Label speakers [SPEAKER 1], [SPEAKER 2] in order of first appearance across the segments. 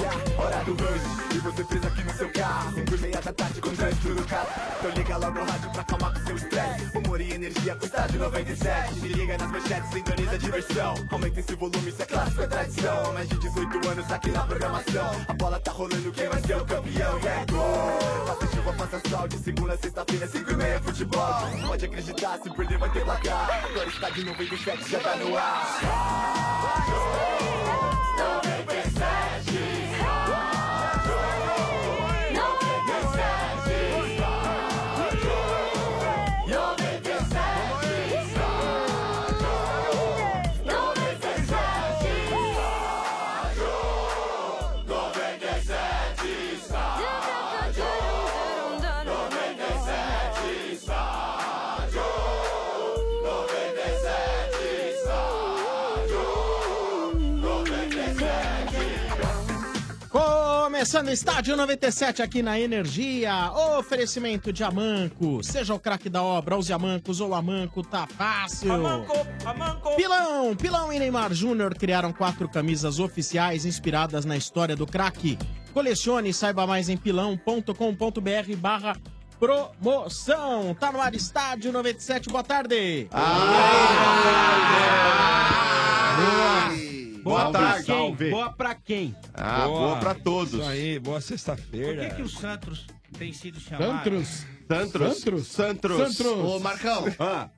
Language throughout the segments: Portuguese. [SPEAKER 1] muito longe E você presa aqui no seu carro Cinco e meia da tarde com trânsito no carro Então liga logo o rádio pra acalmar com seu estresse Humor e energia custa de 97 Me liga nas manchetes, sintoniza a diversão Aumenta esse volume, isso é clássico, é tradição Mais de 18 anos aqui na programação A bola tá rolando, quem vai ser o campeão? E é gol! Faça chuva, faça sol De segunda a sexta-feira, cinco e meia, futebol Pode acreditar, se perder vai ter placar Agora está de 97, já tá no ar 97
[SPEAKER 2] Começando o estádio 97 aqui na Energia, oferecimento de Amanco, seja o craque da obra, os Amancos ou Amanco, tá fácil.
[SPEAKER 3] Amanco, Amanco.
[SPEAKER 2] Pilão, Pilão e Neymar Júnior criaram quatro camisas oficiais inspiradas na história do craque. Colecione e saiba mais em pilão.com.br barra promoção. Tá no ar estádio 97, boa tarde.
[SPEAKER 3] Boa
[SPEAKER 4] Boa
[SPEAKER 3] pra
[SPEAKER 4] tarde.
[SPEAKER 3] quem?
[SPEAKER 4] Salve.
[SPEAKER 3] Boa pra quem?
[SPEAKER 4] Ah, boa, pra todos.
[SPEAKER 3] Isso aí.
[SPEAKER 4] boa
[SPEAKER 3] Por
[SPEAKER 4] sexta-feira.
[SPEAKER 3] que, que o Santos tem sido chamado?
[SPEAKER 4] Santros. Santros.
[SPEAKER 3] Santros.
[SPEAKER 4] Santros.
[SPEAKER 3] Santros.
[SPEAKER 4] Ô, Marcão.
[SPEAKER 3] Ah,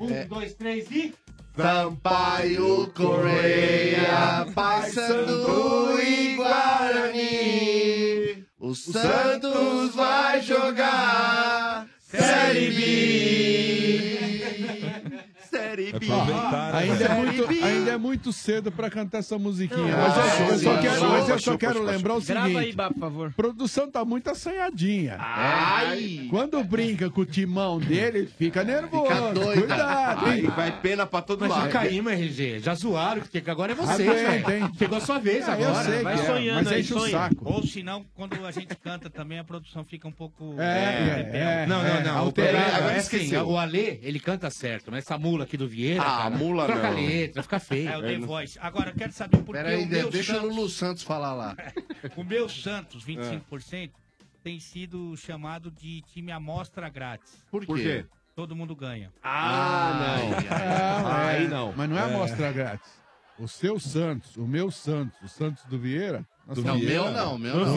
[SPEAKER 3] Um, dois, três e.
[SPEAKER 5] Sampaio Correia, Paysandu e Guarani. O Santos vai jogar Série B.
[SPEAKER 6] né,
[SPEAKER 5] Série B. né?
[SPEAKER 7] Ainda é,
[SPEAKER 5] Série
[SPEAKER 7] muito,
[SPEAKER 5] B.
[SPEAKER 7] ainda é muito cedo pra cantar essa musiquinha.
[SPEAKER 5] Não,
[SPEAKER 7] mas
[SPEAKER 5] é,
[SPEAKER 7] eu- eu, só
[SPEAKER 5] sim,
[SPEAKER 7] quero,
[SPEAKER 5] sim.
[SPEAKER 7] mas eu
[SPEAKER 5] Chupa,
[SPEAKER 7] só quero
[SPEAKER 5] chupa,
[SPEAKER 7] lembrar
[SPEAKER 5] chupa.
[SPEAKER 7] o
[SPEAKER 5] Grava
[SPEAKER 7] seguinte:
[SPEAKER 5] aí, Bá, por favor.
[SPEAKER 7] produção tá muito assanhadinha. É.
[SPEAKER 5] Ai.
[SPEAKER 7] Quando brinca com o timão dele, fica nervoso.
[SPEAKER 4] Fica doida.
[SPEAKER 7] Cuidado. hein?
[SPEAKER 4] Aí vai pena pra todo
[SPEAKER 8] Mas
[SPEAKER 4] lado.
[SPEAKER 8] já caímos, RG. Já zoaram, porque agora é vocês.
[SPEAKER 4] Ah, tem,
[SPEAKER 8] velho.
[SPEAKER 4] tem.
[SPEAKER 8] Chegou a sua vez
[SPEAKER 4] Ah, eu
[SPEAKER 8] agora.
[SPEAKER 4] sei
[SPEAKER 8] Vai
[SPEAKER 4] que é,
[SPEAKER 8] sonhando
[SPEAKER 4] mas
[SPEAKER 8] aí,
[SPEAKER 4] enche o
[SPEAKER 8] sonha.
[SPEAKER 4] saco.
[SPEAKER 3] Ou senão, quando a gente canta também, a produção fica um pouco.
[SPEAKER 8] É, é,
[SPEAKER 3] não, não, não.
[SPEAKER 8] O problema
[SPEAKER 3] Alterado,
[SPEAKER 8] é
[SPEAKER 3] esqueceu.
[SPEAKER 8] assim, o Alê, ele canta certo, mas essa mula aqui do Vieira,
[SPEAKER 3] Ah,
[SPEAKER 8] cara,
[SPEAKER 3] mula
[SPEAKER 8] troca
[SPEAKER 3] não.
[SPEAKER 8] a letra, fica feio.
[SPEAKER 3] É o The Voice. Agora, eu quero saber por que
[SPEAKER 5] Peraí,
[SPEAKER 3] o meu
[SPEAKER 5] deixa o
[SPEAKER 3] Santos,
[SPEAKER 5] Lulu Santos falar lá.
[SPEAKER 3] o meu Santos 25%, tem sido chamado de time amostra grátis.
[SPEAKER 5] Por Por quê? quê?
[SPEAKER 3] Todo mundo ganha.
[SPEAKER 7] Ah,
[SPEAKER 3] Ah,
[SPEAKER 7] é.
[SPEAKER 3] aí não.
[SPEAKER 7] Mas não é
[SPEAKER 3] É.
[SPEAKER 7] amostra grátis. O seu Santos, o meu Santos, o Santos do Vieira.
[SPEAKER 5] Do Vieira. Não, o meu não.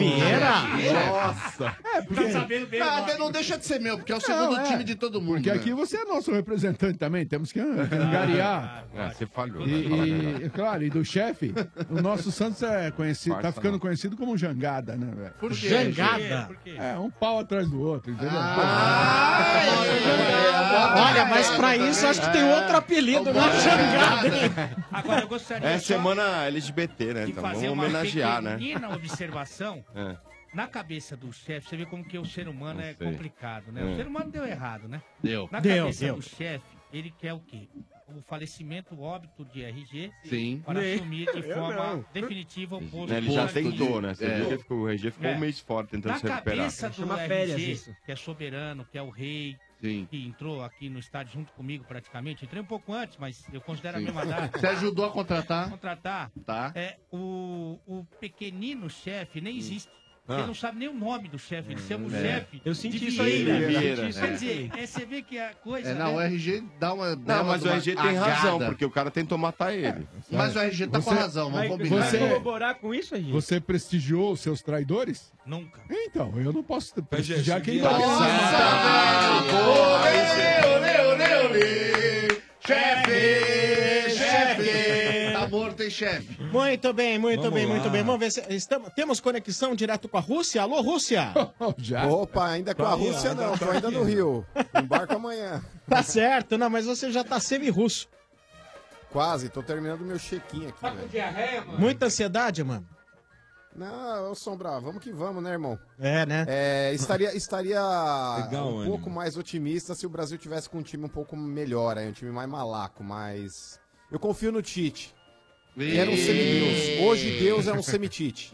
[SPEAKER 7] Nossa. É, porque...
[SPEAKER 5] Tá sabendo bem, Ah, não deixa de ser meu, porque é o segundo time de todo mundo.
[SPEAKER 7] Porque
[SPEAKER 5] né?
[SPEAKER 7] aqui você é nosso representante também, temos que ah, angariar.
[SPEAKER 4] Ah, você falhou. é.
[SPEAKER 7] E, e- claro, e do chefe, o nosso Santos é conhecido, tá
[SPEAKER 4] Farsa
[SPEAKER 7] ficando
[SPEAKER 4] não.
[SPEAKER 7] conhecido como jangada, né, velho?
[SPEAKER 5] Por quê? Ah,
[SPEAKER 8] Jangada? Por
[SPEAKER 7] É, um pau atrás do outro, entendeu?
[SPEAKER 2] Olha, mas pra isso acho que tem outro apelido, não é jangada, hein?
[SPEAKER 3] Agora, eu gostaria
[SPEAKER 4] É
[SPEAKER 3] só
[SPEAKER 4] semana LGBT, né?
[SPEAKER 3] de
[SPEAKER 4] Então
[SPEAKER 3] fazer
[SPEAKER 4] vamos
[SPEAKER 3] uma
[SPEAKER 4] homenagear, né?
[SPEAKER 3] pequenina observação
[SPEAKER 4] É.
[SPEAKER 3] Na cabeça do chefe, você vê como que o ser humano é
[SPEAKER 4] sei.
[SPEAKER 3] complicado, né?
[SPEAKER 4] É.
[SPEAKER 3] O ser humano deu errado, né?
[SPEAKER 4] Deu.
[SPEAKER 3] Na
[SPEAKER 4] Deu,
[SPEAKER 3] cabeça
[SPEAKER 4] deu.
[SPEAKER 3] do chefe, ele quer o quê? O falecimento, o óbito de RG
[SPEAKER 4] Sim.
[SPEAKER 3] para
[SPEAKER 4] Sim.
[SPEAKER 3] assumir de
[SPEAKER 4] Eu
[SPEAKER 3] forma
[SPEAKER 4] não.
[SPEAKER 3] definitiva o posto.
[SPEAKER 4] Né, Ele já
[SPEAKER 3] do RG.
[SPEAKER 4] tentou, né? Você
[SPEAKER 3] É.
[SPEAKER 4] viu que ficou- o RG ficou
[SPEAKER 3] É.
[SPEAKER 4] um mês fora tentando
[SPEAKER 3] Na
[SPEAKER 4] se recuperar.
[SPEAKER 3] cabeça do RG, que é soberano, que é o rei,
[SPEAKER 4] Sim.
[SPEAKER 3] que entrou aqui no estádio junto comigo praticamente, entrei um pouco antes, mas eu considero
[SPEAKER 5] Sim.
[SPEAKER 3] a mesma data.
[SPEAKER 5] Você ajudou a contratar?
[SPEAKER 3] Contratar.
[SPEAKER 5] Tá.
[SPEAKER 3] É, o, o pequenino chefe nem existe.
[SPEAKER 5] Ah.
[SPEAKER 3] Ele não sabe nem o nome do chefe, ele
[SPEAKER 4] Hum,
[SPEAKER 3] chama o
[SPEAKER 5] é.
[SPEAKER 3] chefe.
[SPEAKER 5] Eu senti
[SPEAKER 3] de
[SPEAKER 5] isso aí,
[SPEAKER 3] Vieira.
[SPEAKER 5] né? Eu senti isso
[SPEAKER 3] Quer
[SPEAKER 5] aí.
[SPEAKER 3] dizer, é, você vê que a coisa.
[SPEAKER 5] É, não, o
[SPEAKER 3] né?
[SPEAKER 5] RG dá uma.
[SPEAKER 4] Não, mas o RG tem razão, porque o cara tentou matar ele.
[SPEAKER 5] Mas o RG tá com
[SPEAKER 7] Você-
[SPEAKER 5] razão,
[SPEAKER 7] Vai-
[SPEAKER 5] vamos combinar.
[SPEAKER 7] você- Vai
[SPEAKER 9] corroborar com isso, RG?
[SPEAKER 7] Você prestigiou os seus traidores?
[SPEAKER 3] Nunca.
[SPEAKER 7] Então, eu não posso prestigiar quem tá
[SPEAKER 5] Nossa, velho! Olê, olê, olê, olê! Chefe! Chefe! Tá morto, hein, chefe?
[SPEAKER 2] Muito bem, muito
[SPEAKER 5] Vamos
[SPEAKER 2] bem,
[SPEAKER 5] lá.
[SPEAKER 2] muito bem. Vamos ver se estamos, temos conexão direto com a Rússia. Alô, Rússia!
[SPEAKER 6] Opa, ainda com a Rússia não, tô Oh, ainda tá no Rio. Embarco amanhã.
[SPEAKER 2] Tá certo, não, mas você já tá semi-russo.
[SPEAKER 6] Quase, tô terminando meu chequinho aqui, velho.
[SPEAKER 3] diarreia,
[SPEAKER 6] é,
[SPEAKER 2] Muita ansiedade, mano.
[SPEAKER 6] Não, ô Sombra, vamos que vamos, né, irmão?
[SPEAKER 2] É, né?
[SPEAKER 6] É, estaria estaria
[SPEAKER 2] Legal,
[SPEAKER 6] um
[SPEAKER 2] ânimo.
[SPEAKER 6] pouco mais otimista se o Brasil tivesse com um time um pouco melhor, aí, um time mais malaco, mas. Eu confio no Tite. Que era um semideus. Hoje Deus é um semitite.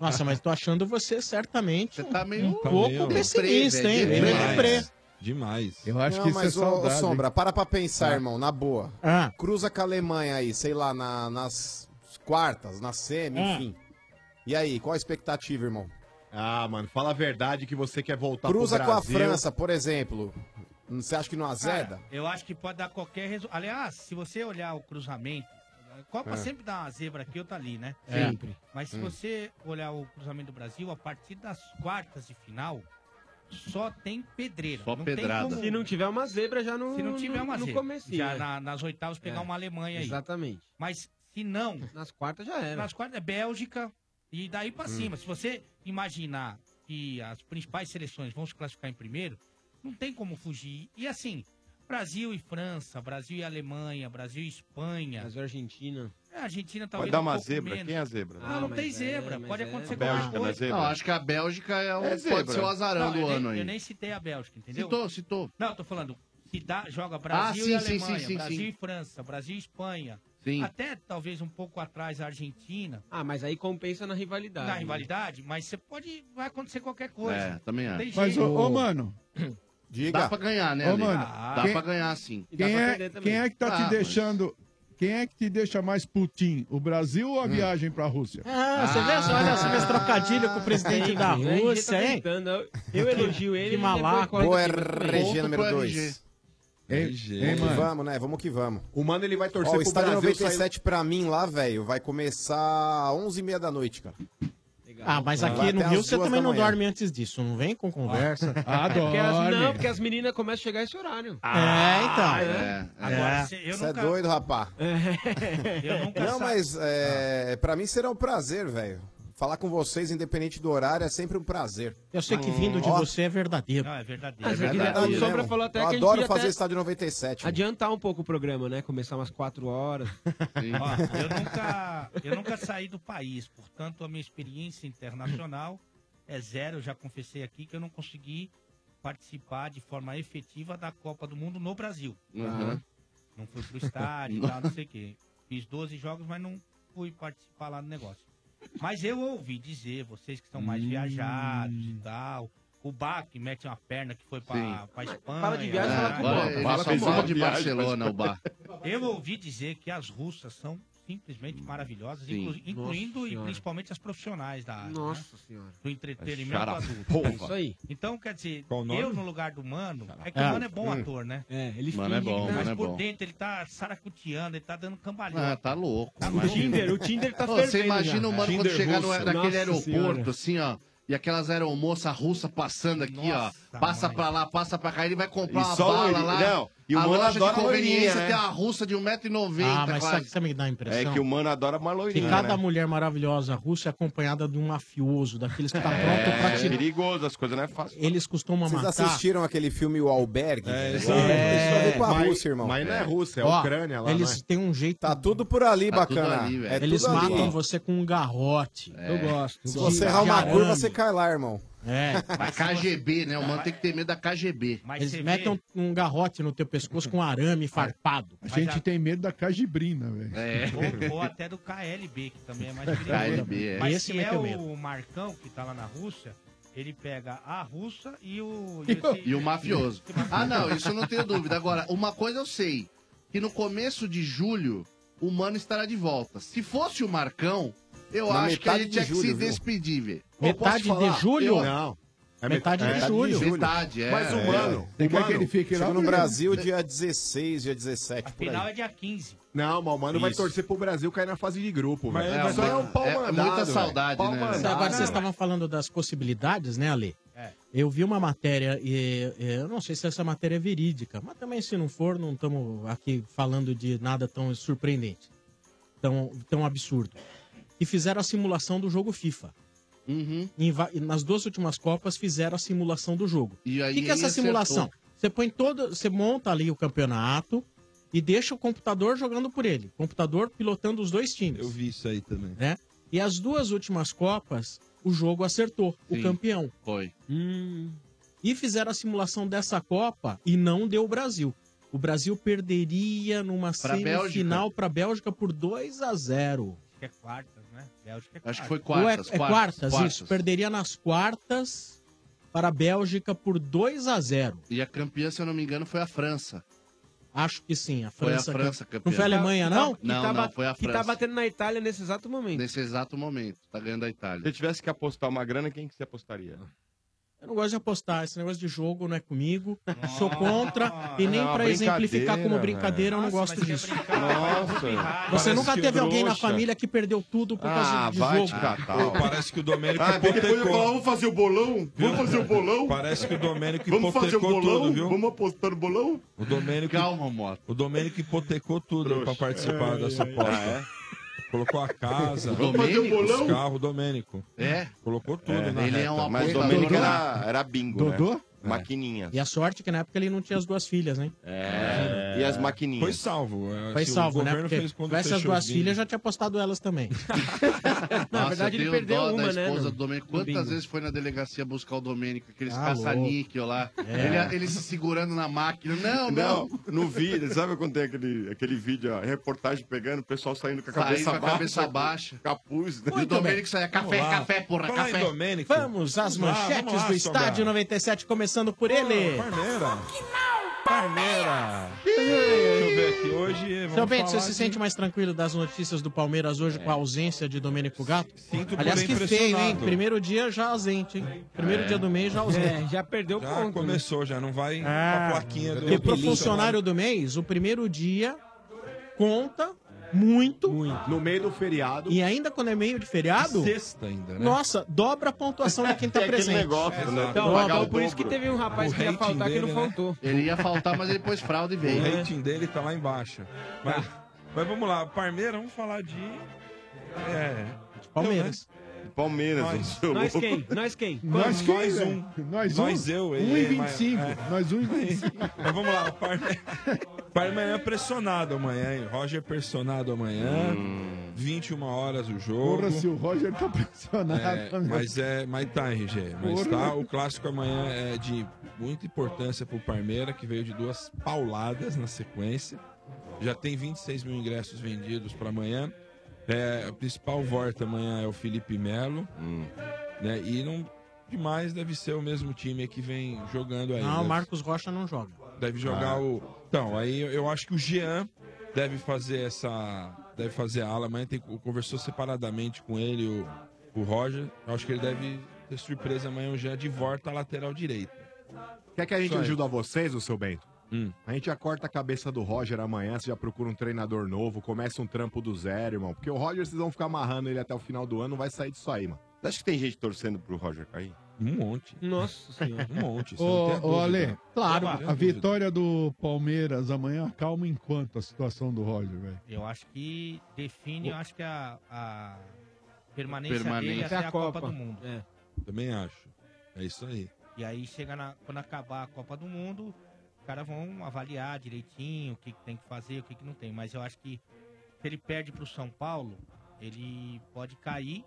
[SPEAKER 2] Nossa, mas tô achando você certamente um- um
[SPEAKER 6] Ah. Tá
[SPEAKER 2] pouco
[SPEAKER 6] meio né?
[SPEAKER 2] pessimista, hein?
[SPEAKER 6] deprê, velho,
[SPEAKER 2] Deprê, deprê.
[SPEAKER 6] Demais.
[SPEAKER 7] Eu
[SPEAKER 2] acho
[SPEAKER 6] é Não,
[SPEAKER 2] que isso
[SPEAKER 6] mas
[SPEAKER 2] é
[SPEAKER 6] ô,
[SPEAKER 2] saudade,
[SPEAKER 6] ô, Sombra,
[SPEAKER 2] hein?
[SPEAKER 6] para pra pensar, irmão, na boa.
[SPEAKER 2] Ah.
[SPEAKER 6] Cruza com a Alemanha aí, sei lá, na- nas quartas, na semi,
[SPEAKER 2] Ah.
[SPEAKER 6] enfim. E aí, qual a expectativa, irmão?
[SPEAKER 9] Ah, mano, fala a verdade que você quer voltar
[SPEAKER 6] Cruza
[SPEAKER 9] pro
[SPEAKER 6] com a
[SPEAKER 9] Brasil.
[SPEAKER 6] França, por exemplo. Você acha que não azeda?
[SPEAKER 3] Cara, eu acho que pode dar qualquer resultado. Aliás, se você olhar o cruzamento, a Copa
[SPEAKER 6] É.
[SPEAKER 3] sempre dá uma zebra aqui ou tá ali, né?
[SPEAKER 8] É.
[SPEAKER 3] Mas se
[SPEAKER 8] Hum.
[SPEAKER 3] você olhar o cruzamento do Brasil, a partir das quartas de final, só tem pedreira. Não tem como-
[SPEAKER 10] Se não tiver uma zebra, já não
[SPEAKER 3] se não tiver uma
[SPEAKER 10] no
[SPEAKER 3] zebra.
[SPEAKER 10] comecinho,
[SPEAKER 3] já
[SPEAKER 10] é.
[SPEAKER 3] na- nas oitavas pegar
[SPEAKER 10] É.
[SPEAKER 3] uma Alemanha aí.
[SPEAKER 10] Exatamente.
[SPEAKER 3] Mas se não.
[SPEAKER 10] Nas quartas já era.
[SPEAKER 3] Nas quartas é Bélgica e daí pra
[SPEAKER 10] Hum.
[SPEAKER 3] cima. Se você imaginar que as principais seleções vão se classificar em primeiro, não tem como fugir. E assim, Brasil e França, Brasil e Alemanha, Brasil e Espanha. Brasil
[SPEAKER 10] e Argentina.
[SPEAKER 3] A Argentina
[SPEAKER 4] Vai
[SPEAKER 3] talvez.
[SPEAKER 4] dar
[SPEAKER 3] um
[SPEAKER 4] uma
[SPEAKER 3] pouco
[SPEAKER 4] zebra?
[SPEAKER 3] menos.
[SPEAKER 4] Quem é a zebra?
[SPEAKER 3] Não,
[SPEAKER 4] Ah,
[SPEAKER 3] não
[SPEAKER 4] mas
[SPEAKER 3] tem
[SPEAKER 4] é,
[SPEAKER 3] zebélgica, pode acontecer
[SPEAKER 4] A Bélgica
[SPEAKER 3] qualquer
[SPEAKER 4] não é
[SPEAKER 3] coisa.
[SPEAKER 4] zebra?
[SPEAKER 5] Não, acho que a Bélgica é o,
[SPEAKER 4] É
[SPEAKER 5] pode
[SPEAKER 4] zebra.
[SPEAKER 5] ser o azarão
[SPEAKER 3] Não,
[SPEAKER 5] do
[SPEAKER 3] eu nem-
[SPEAKER 5] ano aí.
[SPEAKER 3] Eu nem citei a Bélgica, entendeu?
[SPEAKER 5] Citou, citou.
[SPEAKER 3] Não, tô falando. Se dá, joga
[SPEAKER 5] Ah,
[SPEAKER 3] Brasil
[SPEAKER 5] sim,
[SPEAKER 3] e
[SPEAKER 5] sim,
[SPEAKER 3] Alemanha,
[SPEAKER 5] sim, sim,
[SPEAKER 3] Brasil
[SPEAKER 5] sim.
[SPEAKER 3] e França, Brasil e Espanha.
[SPEAKER 5] Sim.
[SPEAKER 3] Até talvez um pouco atrás a Argentina.
[SPEAKER 10] Ah, mas aí compensa na rivalidade. né?
[SPEAKER 3] Na rivalidade, mas você pode. Vai acontecer qualquer coisa.
[SPEAKER 5] É, também
[SPEAKER 3] Não
[SPEAKER 5] é.
[SPEAKER 3] tem
[SPEAKER 7] Mas, ô,
[SPEAKER 3] jeito.
[SPEAKER 7] ô, mano.
[SPEAKER 5] Dá pra ganhar, né?
[SPEAKER 7] Ô,
[SPEAKER 5] Ale?
[SPEAKER 7] mano,
[SPEAKER 5] Dá
[SPEAKER 7] quem-
[SPEAKER 5] pra ganhar, sim.
[SPEAKER 7] Quem é, quem é que tá
[SPEAKER 5] Ah,
[SPEAKER 7] te deixando. Quem é que te deixa mais putin? O Brasil ou a viagem pra Rússia?
[SPEAKER 2] Ah, você vê só, olha, você fez trocadilho com o presidente da
[SPEAKER 10] Né? Ele
[SPEAKER 2] Rússia,
[SPEAKER 10] tá
[SPEAKER 2] hein?
[SPEAKER 10] tentando, Eu eu elogio ele. ele
[SPEAKER 2] malaco.
[SPEAKER 10] depois
[SPEAKER 6] Boa
[SPEAKER 10] corta aqui, mas tudo bem.
[SPEAKER 6] RG número
[SPEAKER 10] RG.
[SPEAKER 6] 2.
[SPEAKER 10] hein, mano?
[SPEAKER 6] Vamos, né? Vamos que vamos.
[SPEAKER 9] É O mano ele vai torcer
[SPEAKER 6] Ó, o
[SPEAKER 9] pro
[SPEAKER 6] estádio
[SPEAKER 9] Brasil
[SPEAKER 6] 97 pra mim lá, velho, vai começar às 11h30 da noite, cara.
[SPEAKER 2] Ah, mas
[SPEAKER 6] Vai
[SPEAKER 2] aqui
[SPEAKER 6] até
[SPEAKER 2] no
[SPEAKER 6] às
[SPEAKER 2] Rio você
[SPEAKER 6] duas
[SPEAKER 2] também
[SPEAKER 6] da
[SPEAKER 2] não
[SPEAKER 6] manhã.
[SPEAKER 2] dorme antes disso, não vem com conversa.
[SPEAKER 6] Ah,
[SPEAKER 10] É porque as- não, porque as meninas começam a chegar esse horário. Ah,
[SPEAKER 2] É, então.
[SPEAKER 3] Agora,
[SPEAKER 2] É.
[SPEAKER 3] se- eu
[SPEAKER 6] Você é
[SPEAKER 3] nunca-
[SPEAKER 6] doido, rapá.
[SPEAKER 3] Eu nunca
[SPEAKER 6] Não,
[SPEAKER 3] sa-
[SPEAKER 6] mas é, pra mim será um prazer, velho. Falar com vocês, independente do horário, é sempre um prazer. Hum.
[SPEAKER 2] Eu sei que vindo de
[SPEAKER 6] Ó,
[SPEAKER 2] você é verdadeiro.
[SPEAKER 3] Não, é verdadeiro.
[SPEAKER 10] Ah,
[SPEAKER 6] é
[SPEAKER 10] você queria-
[SPEAKER 6] verdade,
[SPEAKER 10] o
[SPEAKER 6] né,
[SPEAKER 10] Sombra
[SPEAKER 6] mano?
[SPEAKER 10] falou até
[SPEAKER 6] Eu
[SPEAKER 10] que a gente
[SPEAKER 6] adoro
[SPEAKER 10] podia
[SPEAKER 6] fazer
[SPEAKER 10] até-
[SPEAKER 6] estádio 97. mano.
[SPEAKER 10] Adiantar um pouco o programa, né? Começar umas 4 horas.
[SPEAKER 3] Ó, eu, nunca, eu nunca saí do país, portanto, a minha experiência internacional é zero. Eu já confessei aqui que eu não consegui participar de forma efetiva da Copa do Mundo no Brasil.
[SPEAKER 5] Uhum.
[SPEAKER 3] Não fui pro estádio e tal, não sei o quê. Fiz 12 jogos, mas não fui participar lá do negócio. Mas eu ouvi dizer, vocês que são mais
[SPEAKER 5] Hum.
[SPEAKER 3] viajados e tal. O Bach mete uma perna que foi pra,
[SPEAKER 5] Sim.
[SPEAKER 3] pra Espanha.
[SPEAKER 10] fala de viagem, fala
[SPEAKER 3] né?
[SPEAKER 10] com
[SPEAKER 5] Agora
[SPEAKER 10] Bach.
[SPEAKER 5] ele
[SPEAKER 10] Fala
[SPEAKER 5] só
[SPEAKER 10] com
[SPEAKER 5] fala
[SPEAKER 10] Bach.
[SPEAKER 5] de Barcelona, o bar.
[SPEAKER 3] Eu ouvi dizer que as russas são simplesmente maravilhosas,
[SPEAKER 5] Sim.
[SPEAKER 3] inclu- incluindo
[SPEAKER 10] Nossa
[SPEAKER 3] e
[SPEAKER 10] Senhora.
[SPEAKER 3] principalmente as profissionais da área. né?
[SPEAKER 10] Nossa senhora.
[SPEAKER 3] Do entretenimento
[SPEAKER 9] Xará,
[SPEAKER 3] adulto.
[SPEAKER 9] porra.
[SPEAKER 10] É isso aí.
[SPEAKER 3] Então, quer dizer,
[SPEAKER 9] Qual o nome?
[SPEAKER 3] eu no lugar do mano, é que
[SPEAKER 2] Ah,
[SPEAKER 3] o mano é bom
[SPEAKER 6] hum.
[SPEAKER 3] ator, né?
[SPEAKER 10] É, ele
[SPEAKER 5] Mano, é
[SPEAKER 10] finge
[SPEAKER 5] bom,
[SPEAKER 10] que-
[SPEAKER 3] Mas
[SPEAKER 5] mano, é
[SPEAKER 3] por
[SPEAKER 5] bom.
[SPEAKER 3] dentro ele tá saracuteando, ele tá dando cambalhota.
[SPEAKER 5] Ah, tá louco.
[SPEAKER 10] O Tinder, o Tinder tá
[SPEAKER 5] Ô,
[SPEAKER 10] fervendo.
[SPEAKER 5] Você imagina
[SPEAKER 10] já.
[SPEAKER 5] o mano quando
[SPEAKER 9] Tinder
[SPEAKER 5] chegar no,
[SPEAKER 9] russo.
[SPEAKER 5] naquele
[SPEAKER 10] Nossa
[SPEAKER 5] aeroporto,
[SPEAKER 10] Senhora.
[SPEAKER 5] assim, ó. E aquelas aeromoças russas passando aqui,
[SPEAKER 3] Nossa,
[SPEAKER 5] ó. Passa
[SPEAKER 3] mãe.
[SPEAKER 5] pra lá, passa pra cá. Ele vai comprar
[SPEAKER 9] E
[SPEAKER 5] uma
[SPEAKER 9] só
[SPEAKER 5] bala
[SPEAKER 9] loirinha.
[SPEAKER 2] Ah,
[SPEAKER 5] lá.
[SPEAKER 9] Não, e o
[SPEAKER 5] a
[SPEAKER 9] mano
[SPEAKER 5] loja de
[SPEAKER 9] adora
[SPEAKER 5] conveniência
[SPEAKER 9] loirinha, né?
[SPEAKER 5] tem uma é russa de 1,90m
[SPEAKER 2] Ah, mas sabe
[SPEAKER 5] quase.
[SPEAKER 2] o que também dá a
[SPEAKER 4] É
[SPEAKER 2] impressão?
[SPEAKER 4] que o mano adora uma
[SPEAKER 2] Que
[SPEAKER 4] loirinha,
[SPEAKER 2] cada um
[SPEAKER 4] né?
[SPEAKER 2] mulher maravilhosa russa é acompanhada de um mafioso, daqueles que tá pronto pra
[SPEAKER 4] É
[SPEAKER 2] tirar.
[SPEAKER 4] perigoso, as coisas não é fácil.
[SPEAKER 2] Eles costumam
[SPEAKER 6] Vocês
[SPEAKER 2] matar.
[SPEAKER 6] assistiram aquele filme O Albergue? É, isso com a
[SPEAKER 9] mas,
[SPEAKER 6] Rússia, irmão.
[SPEAKER 9] mas não é Rússia, é
[SPEAKER 2] Ó,
[SPEAKER 9] Ucrânia lá,
[SPEAKER 2] Eles têm um jeito.
[SPEAKER 6] Tá tudo por ali,
[SPEAKER 5] Tá
[SPEAKER 6] bacana.
[SPEAKER 5] tudo ali, velho. É.
[SPEAKER 6] é
[SPEAKER 2] eles
[SPEAKER 6] tudo
[SPEAKER 2] matam
[SPEAKER 6] ali.
[SPEAKER 2] você com um garrote.
[SPEAKER 10] Eu gosto. eu
[SPEAKER 6] Se
[SPEAKER 10] gosto.
[SPEAKER 6] você
[SPEAKER 2] de
[SPEAKER 6] errar uma
[SPEAKER 2] arame.
[SPEAKER 6] curva, você cai lá, irmão.
[SPEAKER 2] É.
[SPEAKER 5] A KGB, né? O mano tem que ter medo da KGB.
[SPEAKER 3] Mas
[SPEAKER 2] Eles
[SPEAKER 3] você
[SPEAKER 2] metem
[SPEAKER 3] vê,
[SPEAKER 2] um, um garrote no teu pescoço com arame farpado.
[SPEAKER 7] A
[SPEAKER 3] Mas
[SPEAKER 7] gente
[SPEAKER 3] a-
[SPEAKER 7] tem medo da cajibrina, velho.
[SPEAKER 5] É.
[SPEAKER 3] ou, ou até do KLB, que também é mais perigoso.
[SPEAKER 5] KLB, é.
[SPEAKER 3] Mas
[SPEAKER 2] Esse
[SPEAKER 3] se é
[SPEAKER 2] meteu
[SPEAKER 3] o
[SPEAKER 2] medo.
[SPEAKER 3] Marcão, que tá lá na Rússia, ele pega a russa e o...
[SPEAKER 5] E o mafioso. Ah, não, isso eu não tenho dúvida. Agora, uma coisa eu sei: que no começo de julho, o Mano estará de volta. Se fosse o Marcão, eu
[SPEAKER 6] Na
[SPEAKER 5] acho que a
[SPEAKER 6] metade
[SPEAKER 5] gente tinha
[SPEAKER 6] de
[SPEAKER 5] que se
[SPEAKER 6] julho, viu?
[SPEAKER 5] despedir, velho.
[SPEAKER 2] Metade de julho?
[SPEAKER 9] Não. É
[SPEAKER 2] Metade de
[SPEAKER 9] é,
[SPEAKER 2] julho.
[SPEAKER 5] Metade, é.
[SPEAKER 4] Mas o mano,
[SPEAKER 7] Você
[SPEAKER 4] o
[SPEAKER 7] quer que ele
[SPEAKER 4] mano,
[SPEAKER 7] fique lá?
[SPEAKER 6] Chega no
[SPEAKER 7] Bruno?
[SPEAKER 6] Brasil dia 16, dia 17, por
[SPEAKER 3] Afinal
[SPEAKER 6] aí.
[SPEAKER 3] é dia 15.
[SPEAKER 9] não, mas o mano vai
[SPEAKER 4] Isso.
[SPEAKER 9] torcer pro Brasil cair na fase de grupo, velho.
[SPEAKER 5] É,
[SPEAKER 9] Só
[SPEAKER 5] mas-
[SPEAKER 9] é um pau
[SPEAKER 5] é
[SPEAKER 9] mandado,
[SPEAKER 5] muita
[SPEAKER 9] velho.
[SPEAKER 5] saudade,
[SPEAKER 9] Pau
[SPEAKER 5] né?
[SPEAKER 9] mandado.
[SPEAKER 2] Agora vocês
[SPEAKER 3] mas-
[SPEAKER 2] estavam falando das possibilidades, né, Ale?
[SPEAKER 3] É.
[SPEAKER 2] Eu vi uma matéria, e, e eu não sei se essa matéria é verídica, mas também se não for, não estamos aqui falando de nada tão surpreendente, tão, tão absurdo. E fizeram a simulação do jogo FIFA.
[SPEAKER 5] Uhum.
[SPEAKER 2] Em va- nas duas últimas Copas fizeram a simulação do jogo.
[SPEAKER 5] E
[SPEAKER 2] O
[SPEAKER 5] aí
[SPEAKER 2] que, que é essa
[SPEAKER 5] acertou.
[SPEAKER 2] simulação? Você põe todo. Você monta ali o campeonato e deixa o computador jogando por ele. Computador pilotando os dois times.
[SPEAKER 11] Eu vi isso aí também.
[SPEAKER 2] Né? E as duas últimas Copas, o jogo acertou, o
[SPEAKER 5] Sim.
[SPEAKER 2] campeão.
[SPEAKER 5] Foi.
[SPEAKER 10] Hum,
[SPEAKER 2] E fizeram a simulação dessa Copa e não deu o Brasil. O Brasil perderia numa
[SPEAKER 5] Pra
[SPEAKER 2] semifinal para a Bélgica por 2 a 0
[SPEAKER 3] Acho que é quartas, né? Bélgica é quartas.
[SPEAKER 5] Acho que foi
[SPEAKER 2] Ou é-
[SPEAKER 5] quartas.
[SPEAKER 2] é, quartas, isso. Perderia nas quartas para a Bélgica por 2 a 0
[SPEAKER 5] E a campeã, se eu não me engano, foi a França.
[SPEAKER 2] Acho que sim, a
[SPEAKER 5] Foi a
[SPEAKER 2] França.
[SPEAKER 5] França
[SPEAKER 2] que-
[SPEAKER 5] campeã.
[SPEAKER 2] Não foi a Alemanha, não?
[SPEAKER 5] Não, não, foi a
[SPEAKER 10] Que tá
[SPEAKER 5] França.
[SPEAKER 10] batendo na Itália nesse exato momento.
[SPEAKER 5] Nesse exato momento, tá ganhando a Itália.
[SPEAKER 4] Se eu tivesse que apostar uma grana, quem que você apostaria?
[SPEAKER 2] Eu não gosto de apostar, esse negócio de jogo não é comigo. Sou contra e nem
[SPEAKER 4] Não,
[SPEAKER 2] pra exemplificar
[SPEAKER 4] brincadeira,
[SPEAKER 2] como brincadeira eu não gosto disso.
[SPEAKER 4] Ah,
[SPEAKER 2] Você nunca teve alguém na família que perdeu tudo por causa de jogo.
[SPEAKER 11] Parece que o Domênico
[SPEAKER 2] Ah, tem que depois eu
[SPEAKER 11] hipotecou.
[SPEAKER 2] falar,
[SPEAKER 5] vamos fazer o bolão?
[SPEAKER 11] Vamos
[SPEAKER 5] fazer o bolão?
[SPEAKER 11] Parece que o Domênico
[SPEAKER 5] Vamos fazer o
[SPEAKER 11] hipotecou
[SPEAKER 5] bolão?
[SPEAKER 11] tudo, viu?
[SPEAKER 5] Vamos apostar no bolão?
[SPEAKER 11] O Domênico...
[SPEAKER 5] Calma, moto.
[SPEAKER 11] O Domênico hipotecou tudo pra participar
[SPEAKER 5] É,
[SPEAKER 11] dessa
[SPEAKER 5] é, é.
[SPEAKER 11] aposta.
[SPEAKER 5] Ah,
[SPEAKER 4] é?
[SPEAKER 11] Colocou a casa,
[SPEAKER 5] Vamos fazer o bolão?
[SPEAKER 11] os carros, o Domênico.
[SPEAKER 5] É?
[SPEAKER 11] Colocou tudo,
[SPEAKER 4] É,
[SPEAKER 11] na
[SPEAKER 4] ele é
[SPEAKER 11] reta.
[SPEAKER 4] um Mas o apostador. Domênico era- era bingo, né? Dodô? Maquininha.
[SPEAKER 2] E a sorte é que na época ele não tinha as duas filhas, hein?
[SPEAKER 4] É. E as maquininhas?
[SPEAKER 11] Foi salvo. é,
[SPEAKER 2] Foi
[SPEAKER 11] se
[SPEAKER 2] salvo,
[SPEAKER 11] o
[SPEAKER 2] né?
[SPEAKER 11] governo
[SPEAKER 2] Porque
[SPEAKER 11] fez quando
[SPEAKER 2] tivesse as
[SPEAKER 11] fechou
[SPEAKER 2] duas
[SPEAKER 11] o bingo.
[SPEAKER 2] filhas, já tinha apostado elas também.
[SPEAKER 5] Nossa,
[SPEAKER 10] verdade,
[SPEAKER 5] eu tenho
[SPEAKER 10] ele perdeu
[SPEAKER 5] dó
[SPEAKER 10] uma,
[SPEAKER 5] da
[SPEAKER 10] né,
[SPEAKER 5] esposa
[SPEAKER 10] no-
[SPEAKER 5] do Domênico.
[SPEAKER 10] no
[SPEAKER 5] Quantas
[SPEAKER 10] bingo.
[SPEAKER 5] vezes foi na delegacia buscar o Domênico, aqueles
[SPEAKER 4] Ah,
[SPEAKER 5] caça-níquel lá.
[SPEAKER 4] É.
[SPEAKER 5] Ele, ele se segurando na máquina. Não, não.
[SPEAKER 4] Não, no vídeo, sabe quando tem aquele, aquele vídeo, ó, reportagem pegando, o pessoal saindo com a
[SPEAKER 5] Saindo
[SPEAKER 4] cabeça
[SPEAKER 5] com a
[SPEAKER 4] baixa.
[SPEAKER 5] cabeça baixa.
[SPEAKER 4] Capuz, né?
[SPEAKER 5] E o Domênico
[SPEAKER 12] é
[SPEAKER 5] saia, café,
[SPEAKER 4] Vamos lá.
[SPEAKER 5] café, porra,
[SPEAKER 4] Fala aí,
[SPEAKER 5] café.
[SPEAKER 11] Domênico.
[SPEAKER 2] Vamos às
[SPEAKER 4] Vamos lá,
[SPEAKER 2] manchetes
[SPEAKER 4] vamos lá,
[SPEAKER 2] do
[SPEAKER 4] Sombra.
[SPEAKER 2] Estádio 97, começando por ele.
[SPEAKER 11] Parmeira. Parmeira. Deixa eu ver aqui. Hoje.
[SPEAKER 2] Seu
[SPEAKER 11] vamos
[SPEAKER 2] Bento, você
[SPEAKER 11] falar
[SPEAKER 2] se
[SPEAKER 11] de-
[SPEAKER 2] sente mais tranquilo das notícias do Palmeiras hoje com a ausência de Domênico Gato?
[SPEAKER 11] Sinto,
[SPEAKER 2] Aliás,
[SPEAKER 11] porém,
[SPEAKER 2] que feio, hein?
[SPEAKER 11] impressionado.
[SPEAKER 2] Primeiro dia já ausente, hein? Primeiro
[SPEAKER 11] É.
[SPEAKER 2] dia do mês já ausente.
[SPEAKER 11] É,
[SPEAKER 10] já perdeu o
[SPEAKER 11] Já
[SPEAKER 3] né?
[SPEAKER 11] começou, já não vai
[SPEAKER 2] Ah,
[SPEAKER 11] pra plaquinha do.
[SPEAKER 2] E pro
[SPEAKER 11] do-
[SPEAKER 2] funcionário do mês, o primeiro dia conta muito. No meio do feriado. E ainda quando é meio de feriado.
[SPEAKER 11] Sexta ainda, né?
[SPEAKER 2] Nossa, dobra a pontuação de quem tá
[SPEAKER 11] É aquele
[SPEAKER 2] presente.
[SPEAKER 11] negócio, né?
[SPEAKER 10] Então, ó, então por isso que teve um rapaz
[SPEAKER 11] O
[SPEAKER 10] que ia
[SPEAKER 11] rating
[SPEAKER 10] faltar que
[SPEAKER 11] dele, né?
[SPEAKER 10] não faltou.
[SPEAKER 5] um Ele ia faltar, mas ele pôs fralda e veio.
[SPEAKER 11] O rating dele tá lá embaixo. Mas,
[SPEAKER 10] Ah.
[SPEAKER 11] mas vamos lá, Parmeira, vamos falar de. É.
[SPEAKER 2] Palmeiras.
[SPEAKER 4] Palmeiras,
[SPEAKER 11] Então, né? Nós,
[SPEAKER 4] seu louco.
[SPEAKER 10] quem?
[SPEAKER 11] Nós,
[SPEAKER 4] Quantos?
[SPEAKER 11] nós
[SPEAKER 4] Nós
[SPEAKER 11] um.
[SPEAKER 4] um.
[SPEAKER 11] Nós,
[SPEAKER 4] um?
[SPEAKER 11] eu.
[SPEAKER 4] Um
[SPEAKER 11] ele,
[SPEAKER 4] e
[SPEAKER 11] mas-
[SPEAKER 4] 25.
[SPEAKER 7] Nós um e
[SPEAKER 11] Mas vamos lá, o Parme- Parmeira é pressionado amanhã, hein? Roger é pressionado amanhã.
[SPEAKER 5] Hum.
[SPEAKER 11] 21 horas o jogo.
[SPEAKER 7] Porra, se o Roger tá né? pressionado.
[SPEAKER 11] É, mas é, mas tá, RG. Mas
[SPEAKER 7] Porra.
[SPEAKER 11] tá, o clássico amanhã é de muita importância pro Parmeira, que veio de duas pauladas na sequência. Já tem 26 mil ingressos vendidos para amanhã. É, a principal volta amanhã é o Felipe Melo. Né? E não demais deve ser o mesmo time que vem jogando aí. né?
[SPEAKER 2] Não, o
[SPEAKER 11] deve,
[SPEAKER 2] Marcos Rocha não joga.
[SPEAKER 11] deve jogar
[SPEAKER 2] Ah.
[SPEAKER 11] o. Então, aí eu- eu acho que o Jean deve fazer essa. Deve fazer a ala. Amanhã tem, conversou separadamente com ele, o, o Roger. Eu acho que ele deve ter surpresa amanhã o Jean de volta à lateral direita.
[SPEAKER 9] Quer que a gente
[SPEAKER 11] Isso aí.
[SPEAKER 9] ajude vocês, o seu Bento? A gente já corta a cabeça do Roger amanhã, você já procura um treinador novo, começa um trampo do zero, irmão. Porque o Roger, vocês vão ficar amarrando ele até o final do ano, não vai sair disso aí, mano.
[SPEAKER 4] Acho que tem gente torcendo pro Roger cair.
[SPEAKER 11] Um monte.
[SPEAKER 10] Nossa senhora.
[SPEAKER 11] Um monte.
[SPEAKER 7] Ô, ô Ale,
[SPEAKER 2] Claro.
[SPEAKER 7] a vitória do Palmeiras amanhã acalma enquanto a situação do Roger, velho.
[SPEAKER 3] Eu acho que define, eu acho que a, a permanência,
[SPEAKER 11] Permanência.
[SPEAKER 3] dele
[SPEAKER 9] é
[SPEAKER 3] até a, Copa. do Mundo.
[SPEAKER 11] É. Também acho. É isso aí.
[SPEAKER 3] E aí chega na- quando acabar a Copa do Mundo, os caras vão avaliar direitinho o que, que tem que fazer, o que, que não tem. Mas eu acho que se ele perde pro São Paulo, ele pode cair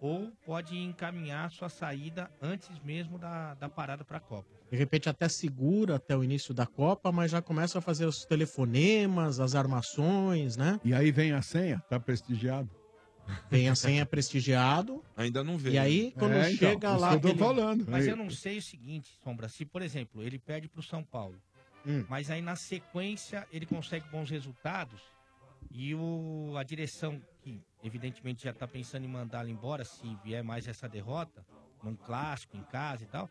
[SPEAKER 3] ou pode encaminhar sua saída antes mesmo da, da parada pra Copa.
[SPEAKER 2] De repente até segura até o início da Copa, mas já começa a fazer os telefonemas, as armações, né?
[SPEAKER 7] E aí vem a senha, tá prestigiado.
[SPEAKER 2] Vem a senha prestigiado.
[SPEAKER 11] Ainda não veio.
[SPEAKER 2] E aí, quando
[SPEAKER 7] É, então,
[SPEAKER 2] chega
[SPEAKER 7] isso
[SPEAKER 2] lá.
[SPEAKER 7] que eu tô
[SPEAKER 2] aquele-
[SPEAKER 7] falando.
[SPEAKER 3] Mas
[SPEAKER 7] Aí.
[SPEAKER 3] eu não sei o seguinte, Sombra, se, por exemplo, ele perde pro São Paulo,
[SPEAKER 7] Hum.
[SPEAKER 3] mas aí na sequência ele consegue bons resultados e o, a direção, que evidentemente já tá pensando em mandá-lo embora, se vier mais essa derrota, num clássico, em casa e tal,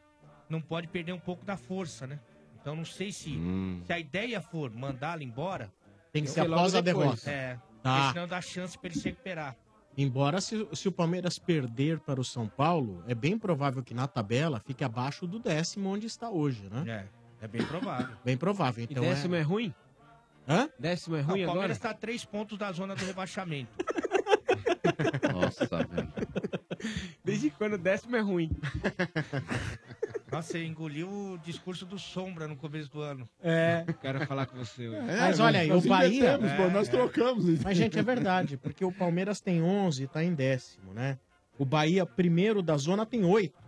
[SPEAKER 3] não pode perder um pouco da força, né? Então não sei se,
[SPEAKER 7] Hum.
[SPEAKER 3] se a ideia for mandá-lo embora...
[SPEAKER 2] Tem que
[SPEAKER 3] eu-
[SPEAKER 2] ser após a derrota.
[SPEAKER 3] É,
[SPEAKER 2] Tá.
[SPEAKER 3] porque senão dá chance pra ele se recuperar.
[SPEAKER 2] Embora se, se o Palmeiras perder para o São Paulo, é bem provável que na tabela fique abaixo do décimo onde está hoje, né?
[SPEAKER 3] É, é bem provável.
[SPEAKER 2] Bem provável, então.
[SPEAKER 10] e décimo é... ruim?
[SPEAKER 2] Hã?
[SPEAKER 10] Décimo é
[SPEAKER 3] Não,
[SPEAKER 10] ruim
[SPEAKER 3] o
[SPEAKER 10] agora?
[SPEAKER 3] Palmeiras tá a três pontos da zona do rebaixamento.
[SPEAKER 5] Nossa, velho.
[SPEAKER 10] Desde quando o décimo é ruim?
[SPEAKER 3] Nossa, você engoliu o discurso do Sombra no começo do ano.
[SPEAKER 10] É. Quero falar com você hoje.
[SPEAKER 7] É,
[SPEAKER 2] Mas olha aí, o Bahia.
[SPEAKER 1] É,
[SPEAKER 3] É,
[SPEAKER 7] nós trocamos.
[SPEAKER 2] Mas, gente, é verdade, porque o Palmeiras tem 11 e tá em décimo, né? O Bahia, primeiro da zona, tem 8.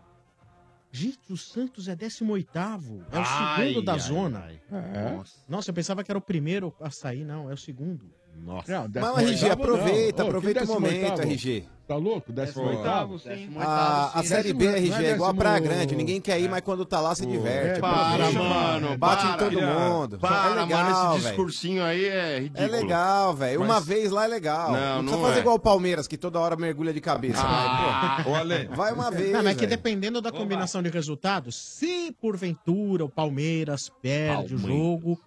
[SPEAKER 2] Gente, o Santos é 18. É o
[SPEAKER 1] Ai,
[SPEAKER 2] segundo da
[SPEAKER 1] ai,
[SPEAKER 2] zona.
[SPEAKER 1] ai.
[SPEAKER 2] É.
[SPEAKER 1] Nossa.
[SPEAKER 2] Nossa, eu pensava que era o primeiro a sair, não, é o segundo.
[SPEAKER 11] Nossa.
[SPEAKER 7] Não,
[SPEAKER 6] Mas, RG, aproveita, aproveita o momento, Ah, RG.
[SPEAKER 7] Tá louco? Décimo oitavo?
[SPEAKER 6] A, a Série B, RG, é igual a Praia Grande. Ninguém quer ir, mas quando tá lá se diverte. Aproveita. Bate em todo mundo.
[SPEAKER 5] Para,
[SPEAKER 6] é
[SPEAKER 5] mano,
[SPEAKER 6] legal,
[SPEAKER 5] esse
[SPEAKER 6] velho.
[SPEAKER 5] discursinho aí é ridículo.
[SPEAKER 6] É legal, velho. Uma
[SPEAKER 5] Mas-
[SPEAKER 6] vez lá é legal.
[SPEAKER 5] Não,
[SPEAKER 6] Não,
[SPEAKER 5] não
[SPEAKER 6] precisa fazer
[SPEAKER 5] é.
[SPEAKER 6] igual o Palmeiras, que toda hora mergulha de cabeça.
[SPEAKER 2] Ah,
[SPEAKER 6] vai, pô.
[SPEAKER 2] ô,
[SPEAKER 11] Ale.
[SPEAKER 6] vai uma vez.
[SPEAKER 2] Não, mas é que
[SPEAKER 6] velho.
[SPEAKER 2] dependendo da combinação de resultados, se porventura o Palmeiras perde o
[SPEAKER 11] Palmeiras.
[SPEAKER 2] jogo,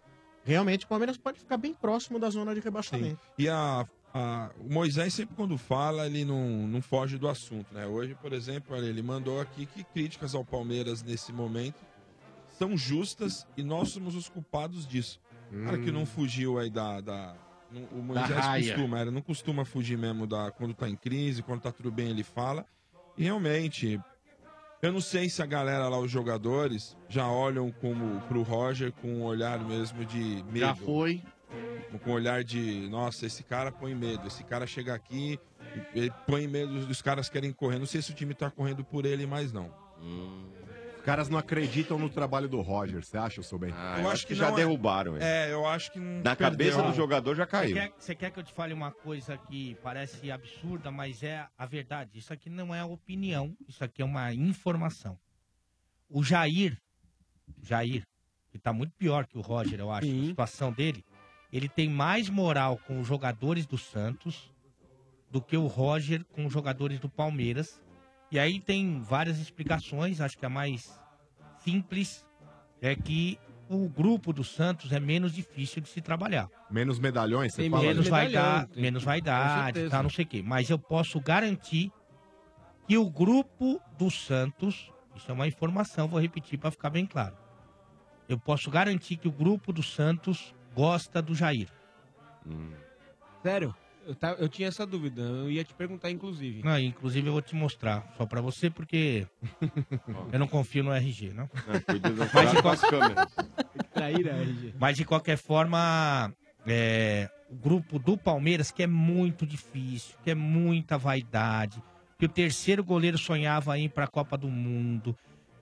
[SPEAKER 2] realmente o Palmeiras pode ficar bem próximo da zona de rebaixamento.
[SPEAKER 11] E a, a- o Moisés sempre quando fala, ele não, não foge do assunto, né? Hoje, por exemplo, olha, ele mandou aqui que críticas ao Palmeiras nesse momento são justas e nós somos os culpados disso. Cara que não fugiu aí da... da- não- o Moisés
[SPEAKER 10] raia.
[SPEAKER 11] costuma, ele não costuma fugir mesmo da, quando tá em crise, quando tá tudo bem ele fala. E realmente, eu não sei se a galera lá, os jogadores, já olham como pro Roger com um olhar mesmo de medo.
[SPEAKER 5] Já foi.
[SPEAKER 11] Com um olhar de, nossa, esse cara põe medo. Esse cara chega aqui, ele põe medo, os caras querem correr. Não sei se o time tá correndo por ele, mas não.
[SPEAKER 9] Os caras não acreditam no trabalho do Roger, você acha, seu bem?
[SPEAKER 3] eu acho que
[SPEAKER 9] já
[SPEAKER 3] não é-
[SPEAKER 9] derrubaram ele.
[SPEAKER 11] É, eu acho que. não
[SPEAKER 9] Na
[SPEAKER 11] perdeu.
[SPEAKER 9] cabeça do jogador já
[SPEAKER 3] Você
[SPEAKER 9] caiu.
[SPEAKER 3] quer, você quer é que eu te fale uma coisa que parece absurda, mas é a verdade. Isso aqui não é opinião, isso aqui é uma informação. O Jair, Jair, que tá muito pior que o Roger, eu acho, a situação dele, ele tem mais moral com os jogadores do Santos do que o Roger com os jogadores do Palmeiras. E aí tem várias explicações, acho que a mais simples é que o grupo do Santos é menos difícil de se trabalhar
[SPEAKER 9] Menos medalhões, você
[SPEAKER 3] tem
[SPEAKER 9] fala?
[SPEAKER 3] menos vai dar,
[SPEAKER 9] Tem.
[SPEAKER 3] menos
[SPEAKER 9] Com
[SPEAKER 3] vaidade,
[SPEAKER 9] certeza.
[SPEAKER 3] tá, não sei o quê. Mas eu posso garantir que o grupo do Santos, isso é uma informação, vou repetir para ficar bem claro. Eu posso garantir que o grupo do Santos gosta do Jair.
[SPEAKER 9] Hum.
[SPEAKER 10] Sério? Eu, ta- eu tinha essa dúvida. Eu ia te perguntar, inclusive.
[SPEAKER 3] Não, inclusive eu vou te mostrar só para você porque eu não confio no RG, não.
[SPEAKER 10] cuida das-
[SPEAKER 3] Mas de
[SPEAKER 10] com as
[SPEAKER 3] qual-
[SPEAKER 10] câmeras. Traíra, RG.
[SPEAKER 3] Mas de qualquer forma, é, o grupo do Palmeiras, que é muito difícil, que é muita vaidade, que o terceiro goleiro sonhava em ir para a Copa do Mundo,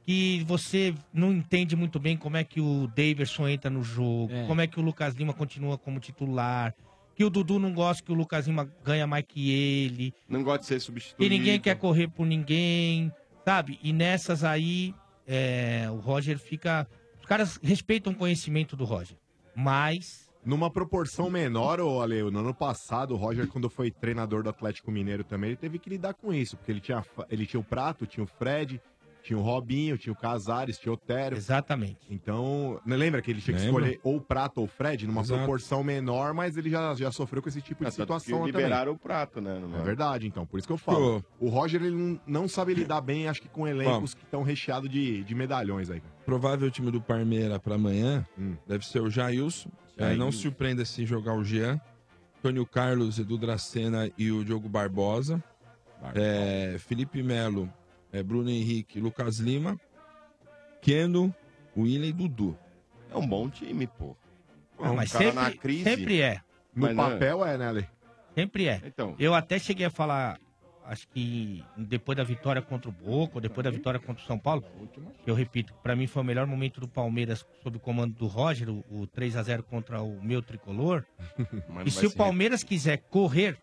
[SPEAKER 3] que você não entende muito bem como é que o Daverson entra no jogo,
[SPEAKER 10] É.
[SPEAKER 3] como é que o Lucas Lima continua como titular, que o Dudu não gosta que o Lucas Lima ganha mais que ele,
[SPEAKER 12] Não gosta de ser
[SPEAKER 3] e
[SPEAKER 12] substituído.
[SPEAKER 3] ninguém quer correr por ninguém, sabe? E nessas aí, é, o Roger fica. Os caras respeitam o conhecimento do Roger, mas.
[SPEAKER 9] Numa proporção menor, ô Ale, no ano passado, o Roger, quando foi treinador do Atlético Mineiro também, ele teve que lidar com isso, porque ele tinha, fa- ele tinha o Prato, tinha o Fred, tinha o Robinho, tinha o Casares, tinha o Otério.
[SPEAKER 3] Exatamente.
[SPEAKER 9] Então, né, lembra que ele tinha que
[SPEAKER 11] Lembro.
[SPEAKER 9] escolher ou o Prato ou o Fred, numa
[SPEAKER 11] Exato.
[SPEAKER 9] proporção menor, mas ele já, já sofreu com esse tipo de
[SPEAKER 12] Ah, tanto que
[SPEAKER 9] situação também.
[SPEAKER 12] liberaram o prato, né?
[SPEAKER 9] É verdade, então. Por isso que eu falo.
[SPEAKER 12] Pô.
[SPEAKER 9] O Roger, ele não, não sabe lidar bem, acho que com elencos
[SPEAKER 11] Vamos.
[SPEAKER 9] que estão recheados de, de medalhões aí.
[SPEAKER 11] Provável time do Parmeira para amanhã deve ser o Jailson. É, não
[SPEAKER 9] Jailson.
[SPEAKER 11] surpreenda se jogar o Jean. Antônio Carlos, Edu Dracena e o Diogo Barbosa. É, Felipe Melo, é, Bruno Henrique, Lucas Lima. Keno, William e Dudu.
[SPEAKER 12] É um bom time, pô.
[SPEAKER 3] Ah, mas sempre, sempre é.
[SPEAKER 9] é, né, Ale?
[SPEAKER 3] Sempre é.
[SPEAKER 12] Então.
[SPEAKER 3] Eu até cheguei a falar, acho que depois da vitória contra o Boca, depois da vitória contra o São Paulo, que eu repito, para mim foi o melhor momento do Palmeiras sob o comando do Roger, o, o 3 a 0 contra o meu tricolor.
[SPEAKER 12] Mas
[SPEAKER 3] e
[SPEAKER 12] não
[SPEAKER 3] se
[SPEAKER 12] vai
[SPEAKER 3] o
[SPEAKER 12] ser.
[SPEAKER 3] Palmeiras quiser correr,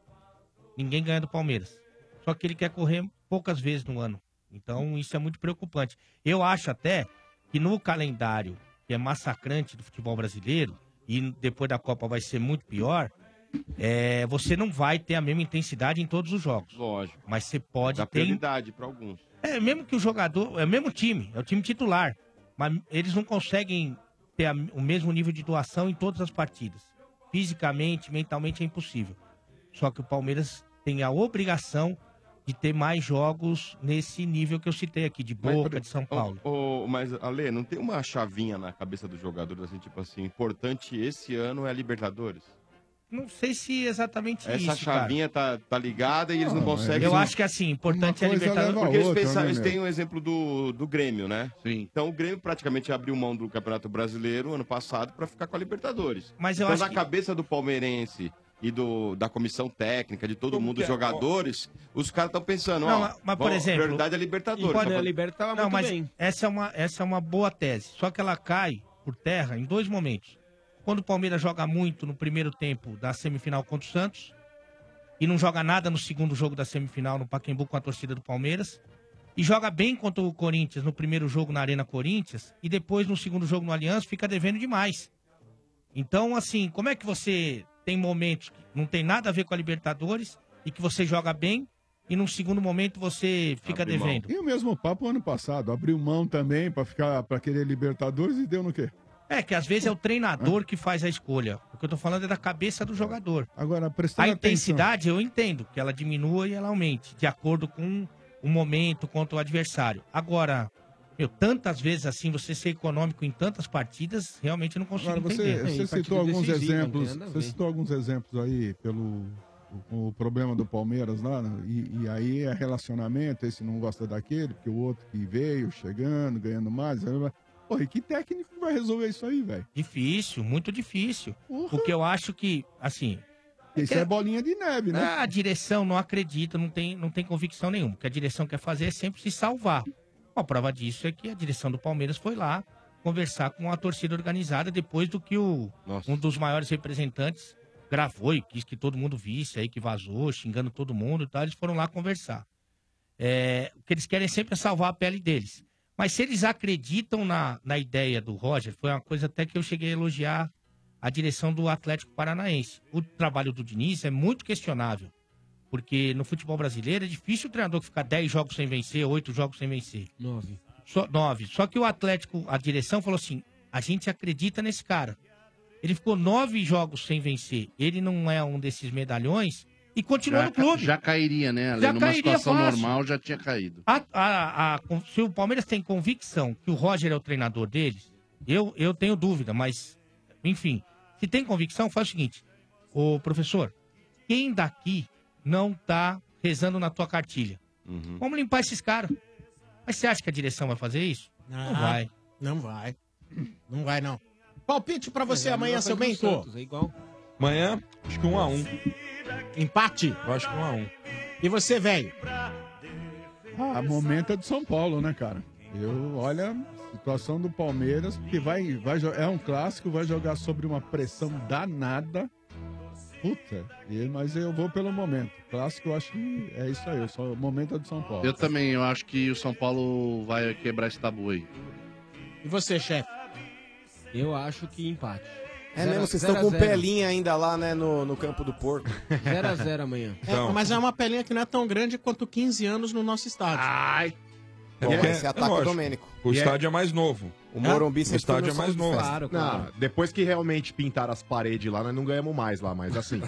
[SPEAKER 3] ninguém ganha do Palmeiras. Só que ele quer correr poucas vezes no ano. Então isso é muito preocupante. Eu acho até que no calendário que é massacrante do futebol brasileiro, e depois da Copa vai ser muito pior, é, você não vai ter a mesma intensidade em todos os jogos.
[SPEAKER 12] Lógico.
[SPEAKER 3] Mas você pode
[SPEAKER 12] Dá
[SPEAKER 3] ter
[SPEAKER 12] prioridade pra alguns.
[SPEAKER 3] é, mesmo que o jogador. É o mesmo time, é o time titular. Mas eles não conseguem ter a- o mesmo nível de doação em todas as partidas. Fisicamente, mentalmente é impossível. Só que o Palmeiras tem a obrigação de ter mais jogos nesse nível que eu citei aqui, de
[SPEAKER 12] Mas,
[SPEAKER 3] Boca,
[SPEAKER 12] por-
[SPEAKER 3] de São Paulo.
[SPEAKER 12] Ô, ô, mas, Ale, não tem uma chavinha na cabeça do jogador, assim, tipo assim, importante esse ano é a Libertadores?
[SPEAKER 3] Não sei se é exatamente
[SPEAKER 12] Essa
[SPEAKER 3] isso. cara.
[SPEAKER 12] chavinha tá, tá ligada e eles não conseguem...
[SPEAKER 3] Eu acho que assim, importante é a Libertadores.
[SPEAKER 12] Porque eles,
[SPEAKER 10] né,
[SPEAKER 12] pensaram, eles têm um exemplo do, do Grêmio, né? Sim. Então o Grêmio praticamente abriu mão do Campeonato Brasileiro ano passado pra ficar com a Libertadores.
[SPEAKER 3] Mas eu
[SPEAKER 12] então,
[SPEAKER 3] acho
[SPEAKER 12] na
[SPEAKER 3] que-
[SPEAKER 12] cabeça do palmeirense e do, da comissão técnica, de todo mundo,
[SPEAKER 3] que
[SPEAKER 12] os
[SPEAKER 3] é?
[SPEAKER 12] jogadores, os caras estão pensando,
[SPEAKER 3] Não,
[SPEAKER 12] ó,
[SPEAKER 3] mas- mas, por
[SPEAKER 12] vamos-
[SPEAKER 3] exemplo, tá
[SPEAKER 12] prioridade é a Libertadores. Então,
[SPEAKER 10] tava
[SPEAKER 3] Não,
[SPEAKER 10] tá muito
[SPEAKER 3] mas
[SPEAKER 10] bem.
[SPEAKER 3] Essa é, uma, essa é uma boa tese. Só que ela cai por terra em dois momentos. Quando o Palmeiras joga muito no primeiro tempo da semifinal contra o Santos e não joga nada no segundo jogo da semifinal no Pacaembu com a torcida do Palmeiras e joga bem contra o Corinthians no primeiro jogo na Arena Corinthians e depois no segundo jogo no Aliança fica devendo demais. Então, assim, como é que você tem momentos que não tem nada a ver com a Libertadores e que você joga bem e num segundo momento você fica
[SPEAKER 7] Abre mão.
[SPEAKER 3] devendo?
[SPEAKER 7] E o mesmo papo ano passado. Abriu mão também pra, ficar, pra querer Libertadores e deu no quê?
[SPEAKER 3] É que às vezes é o treinador que faz a escolha. O que eu tô falando é da cabeça do jogador.
[SPEAKER 7] Agora, prestando
[SPEAKER 3] A
[SPEAKER 7] atenção.
[SPEAKER 3] intensidade eu entendo que ela diminua e ela aumente, de acordo com o momento contra o adversário. Agora, meu, tantas vezes assim, você ser econômico em tantas partidas, realmente eu não né? consigo
[SPEAKER 7] Agora, você,
[SPEAKER 3] entender.
[SPEAKER 7] você citou alguns exemplos. Você citou alguns exemplos aí pelo o, o problema do Palmeiras lá, né? e, e aí é relacionamento, esse não gosta daquele, porque o outro que veio chegando, ganhando mais. aí- Pô, e que técnico vai resolver isso aí, velho?
[SPEAKER 3] Difícil, muito difícil. Porque eu acho que, assim.
[SPEAKER 7] Isso é bolinha de neve, né?
[SPEAKER 3] Ah, A direção não acredita, não tem, não tem convicção nenhuma. O que a direção quer fazer é sempre se salvar. Uma prova disso é que a direção do Palmeiras foi lá conversar com a torcida organizada depois do que o, um dos maiores representantes gravou e quis que todo mundo visse aí, que vazou, xingando todo mundo e tal. Eles foram lá conversar. É, o que eles querem sempre é salvar a pele deles. Mas se eles acreditam na, na ideia do Roger, foi uma coisa até que eu cheguei a elogiar a direção do Atlético Paranaense. O trabalho do Diniz é muito questionável, porque no futebol brasileiro é difícil o treinador ficar 10 jogos sem vencer, 8 jogos sem vencer. 9. Só, 9. Só que o Atlético, a direção falou assim: a gente acredita nesse cara. Ele ficou nove jogos sem vencer. Ele não é um desses medalhões e continua
[SPEAKER 5] Já,
[SPEAKER 3] no clube.
[SPEAKER 5] já cairia, né, Ale?
[SPEAKER 3] Já
[SPEAKER 5] Numa
[SPEAKER 3] cairia
[SPEAKER 5] situação
[SPEAKER 3] fácil.
[SPEAKER 5] normal já tinha caído.
[SPEAKER 3] A- a- a- se o Palmeiras tem convicção que o Roger é o treinador deles, eu, eu tenho dúvida, mas, enfim, se tem convicção, faz o seguinte: Ô professor, quem daqui não tá rezando na tua cartilha? Vamos limpar esses caras. Mas você acha que a direção vai fazer isso?
[SPEAKER 2] Ah,
[SPEAKER 3] Não vai.
[SPEAKER 2] Não vai. Não vai, não. Palpite pra você
[SPEAKER 11] É, a
[SPEAKER 2] amanhã,
[SPEAKER 11] mesma
[SPEAKER 2] seu
[SPEAKER 11] coisa
[SPEAKER 2] Bento.
[SPEAKER 11] que o Santos, é igual. Amanhã, acho que um a um.
[SPEAKER 2] Empate?
[SPEAKER 11] Eu acho que um a um.
[SPEAKER 2] E você, velho?
[SPEAKER 7] A momento é do São Paulo, né, cara? Eu, olha, situação do Palmeiras, que vai, vai jo- é um clássico, vai jogar sobre uma pressão danada. Puta, e- mas eu vou pelo momento. Clássico, eu acho que é isso aí. eu Só, o momento é do São Paulo.
[SPEAKER 5] Eu também, eu acho que o São Paulo vai quebrar esse tabu aí.
[SPEAKER 2] E você, chefe?
[SPEAKER 10] Eu acho que empate.
[SPEAKER 6] É mesmo, vocês estão com pelinha ainda lá, né, no, no campo do porco.
[SPEAKER 10] 0x0 amanhã.
[SPEAKER 2] É,
[SPEAKER 11] Então.
[SPEAKER 2] mas é uma pelinha que não é tão grande quanto 15 anos no nosso estádio.
[SPEAKER 10] Ai.
[SPEAKER 11] É,
[SPEAKER 6] Bom,
[SPEAKER 9] porque-
[SPEAKER 6] É esse ataca o
[SPEAKER 9] lógico,
[SPEAKER 6] Domênico.
[SPEAKER 9] O
[SPEAKER 6] E é-
[SPEAKER 9] estádio é mais novo.
[SPEAKER 6] O Morumbi
[SPEAKER 9] O
[SPEAKER 6] sempre foi
[SPEAKER 9] estádio é
[SPEAKER 6] um
[SPEAKER 9] mais
[SPEAKER 6] salão
[SPEAKER 9] novo.
[SPEAKER 6] de festa. Claro, claro.
[SPEAKER 9] Não, depois que realmente pintaram as paredes lá, nós não ganhamos mais lá, mas assim.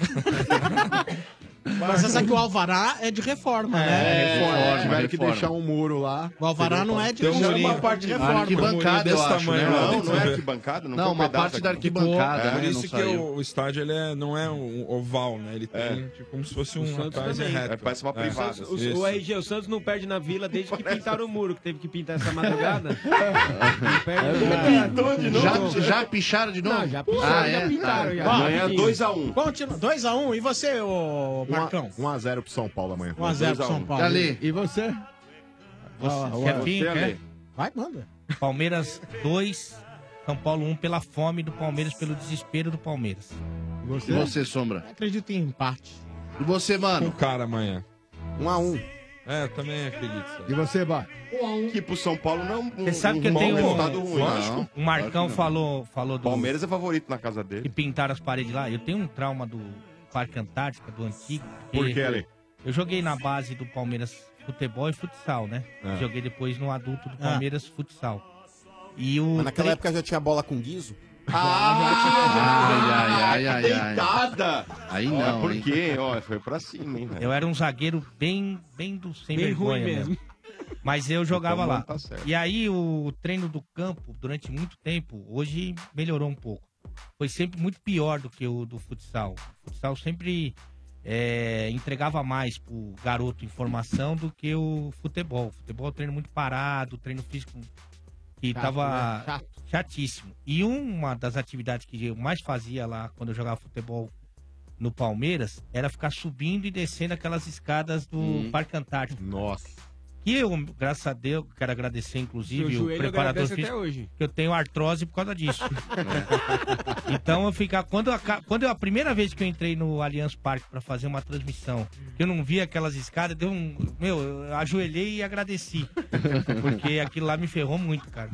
[SPEAKER 2] Mas essa que o Alvará é de reforma, né?
[SPEAKER 9] É, reforma. Tiveram que
[SPEAKER 2] reforma.
[SPEAKER 9] deixar um muro lá.
[SPEAKER 2] O Alvará não é de reforma.
[SPEAKER 9] Tem uma parte de reforma.
[SPEAKER 5] Arquibancada, eu acho, né?
[SPEAKER 12] Não, não é arquibancada, não
[SPEAKER 5] Não,
[SPEAKER 12] foi um
[SPEAKER 5] uma
[SPEAKER 12] pedaço
[SPEAKER 5] parte da
[SPEAKER 12] aqui.
[SPEAKER 5] arquibancada,
[SPEAKER 11] É, por
[SPEAKER 5] né,
[SPEAKER 11] isso
[SPEAKER 5] não
[SPEAKER 11] que
[SPEAKER 5] saiu.
[SPEAKER 11] o, o estádio ele é- não é um oval, né? Ele tem tipo, como se fosse
[SPEAKER 10] O
[SPEAKER 11] um
[SPEAKER 10] Santos
[SPEAKER 11] atrás e
[SPEAKER 10] também.
[SPEAKER 11] reto.
[SPEAKER 10] É, parece uma
[SPEAKER 12] privada.
[SPEAKER 10] O, o RG, o Santos não perde na vila desde que pintaram o muro, que teve que pintar essa madrugada.
[SPEAKER 5] É Pintou de novo? Já- já picharam de novo?
[SPEAKER 10] Não, já picharam,
[SPEAKER 5] Ah,
[SPEAKER 10] já
[SPEAKER 5] é?
[SPEAKER 10] pintaram.
[SPEAKER 2] Tá.
[SPEAKER 5] Ah,
[SPEAKER 10] já.
[SPEAKER 5] bom. Amanhã, 2 a
[SPEAKER 9] 1.
[SPEAKER 2] Continua, 2x1. E você, ô Marcão?
[SPEAKER 9] 1x0 pro São Paulo amanhã.
[SPEAKER 2] 1 a um. 0 pro São Paulo.
[SPEAKER 5] Ali.
[SPEAKER 7] E você?
[SPEAKER 3] Você,
[SPEAKER 2] Você,
[SPEAKER 3] chefinho,
[SPEAKER 2] Ale.
[SPEAKER 3] quer?
[SPEAKER 2] Vai, manda.
[SPEAKER 3] Palmeiras 2, São Paulo 1 pela fome do Palmeiras, pelo desespero do Palmeiras.
[SPEAKER 5] E você, Sombra?
[SPEAKER 2] Acredito em empate.
[SPEAKER 5] E você, mano?
[SPEAKER 11] Um cara amanhã.
[SPEAKER 6] Um a um.
[SPEAKER 11] É, eu também acredito.
[SPEAKER 7] E você, Bá?
[SPEAKER 12] Que pro São Paulo não é um,
[SPEAKER 3] Você sabe que eu
[SPEAKER 12] mau
[SPEAKER 3] tenho
[SPEAKER 12] resultado ruim.
[SPEAKER 3] Lógico.
[SPEAKER 12] não.
[SPEAKER 3] O
[SPEAKER 12] Claro
[SPEAKER 3] Marcão
[SPEAKER 12] que não.
[SPEAKER 3] falou, falou do.
[SPEAKER 12] Palmeiras é favorito na casa dele.
[SPEAKER 3] E pintaram as paredes lá. Eu tenho um trauma do Parque Antártica, do antigo. porque
[SPEAKER 12] Por quê, Ale?
[SPEAKER 3] Eu joguei na base do Palmeiras futebol e futsal, né?
[SPEAKER 6] Ah.
[SPEAKER 12] É.
[SPEAKER 3] Joguei depois no adulto do
[SPEAKER 6] Ah.
[SPEAKER 3] Palmeiras futsal. E o.
[SPEAKER 6] Mas naquela
[SPEAKER 3] tre-
[SPEAKER 6] época já tinha bola com guiso?
[SPEAKER 5] Ai, ai, ai, ai.
[SPEAKER 12] Deitada!
[SPEAKER 5] Aí
[SPEAKER 12] Ó,
[SPEAKER 5] não,
[SPEAKER 12] Por
[SPEAKER 5] hein?
[SPEAKER 12] quê? Ó, foi pra cima, hein, velho?
[SPEAKER 3] Eu era um zagueiro bem, bem do sem
[SPEAKER 12] Bem
[SPEAKER 3] vergonha
[SPEAKER 12] ruim
[SPEAKER 3] mesmo.
[SPEAKER 12] mesmo.
[SPEAKER 3] Mas eu jogava
[SPEAKER 12] Então,
[SPEAKER 3] lá.
[SPEAKER 12] tá certo.
[SPEAKER 3] E aí o treino do campo, durante muito tempo, hoje melhorou um pouco. Foi sempre muito pior do que o do futsal. O futsal sempre é, entregava mais pro garoto informação do que o futebol. O futebol é um treino muito parado, treino físico que
[SPEAKER 2] Chato,
[SPEAKER 3] tava
[SPEAKER 2] né? Chato.
[SPEAKER 3] chatíssimo. E uma das atividades que eu mais fazia lá quando eu jogava futebol no Palmeiras era ficar subindo e descendo aquelas escadas do Parque Antártico.
[SPEAKER 9] Nossa.
[SPEAKER 3] E eu, graças a Deus, quero agradecer, inclusive,
[SPEAKER 10] Seu
[SPEAKER 3] o
[SPEAKER 10] joelho
[SPEAKER 3] preparador
[SPEAKER 10] agradece até
[SPEAKER 3] físico.
[SPEAKER 10] hoje.
[SPEAKER 3] que Eu tenho artrose por causa disso. então eu ficar. Quando, eu, aca- quando eu, a primeira vez que eu entrei no Allianz Parque pra fazer uma transmissão, que eu não vi aquelas escadas, deu um. Meu, eu ajoelhei e agradeci. porque aquilo lá me ferrou muito, cara.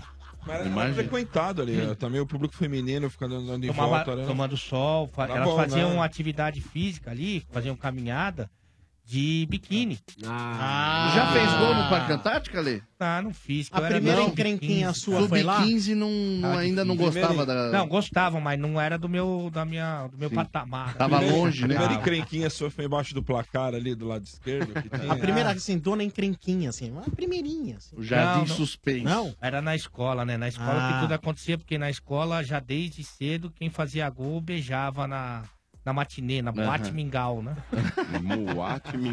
[SPEAKER 11] Mas era mais frequentado ali. ó, Também o público feminino ficando andando em
[SPEAKER 3] Tomava-
[SPEAKER 11] volta.
[SPEAKER 5] né?
[SPEAKER 11] Era...
[SPEAKER 3] tomando sol. fa-
[SPEAKER 11] Tá
[SPEAKER 3] elas
[SPEAKER 11] bom,
[SPEAKER 3] faziam
[SPEAKER 11] né?
[SPEAKER 3] uma atividade física ali, faziam caminhada de biquíni.
[SPEAKER 5] Já fez gol no Parque Antártica, Lê?
[SPEAKER 3] Ah, não fiz. que
[SPEAKER 5] Ah. A
[SPEAKER 3] eu era
[SPEAKER 5] primeira
[SPEAKER 3] meio Ah,
[SPEAKER 5] encrenquinha
[SPEAKER 3] 15.
[SPEAKER 5] sua foi lá? Sub-15 não- não- ainda não gostava da-
[SPEAKER 3] Tá Não, gostava, mas não era do meu, da minha, do meu patamar.
[SPEAKER 11] Primeiro-
[SPEAKER 5] né?
[SPEAKER 11] Primeiro
[SPEAKER 3] Tava.
[SPEAKER 11] encrenquinha sua foi embaixo do placar ali do lado esquerdo. que tinha.
[SPEAKER 2] A primeira, assim, dona encrenquinha, assim. Uma primeirinha, assim.
[SPEAKER 3] Não, não.
[SPEAKER 2] Não?
[SPEAKER 3] Era na escola, né? Na escola
[SPEAKER 2] Ah.
[SPEAKER 3] que tudo acontecia, porque na escola, já desde cedo, quem fazia gol beijava na, na matinê, na
[SPEAKER 5] Aham.
[SPEAKER 3] boate mingau, né?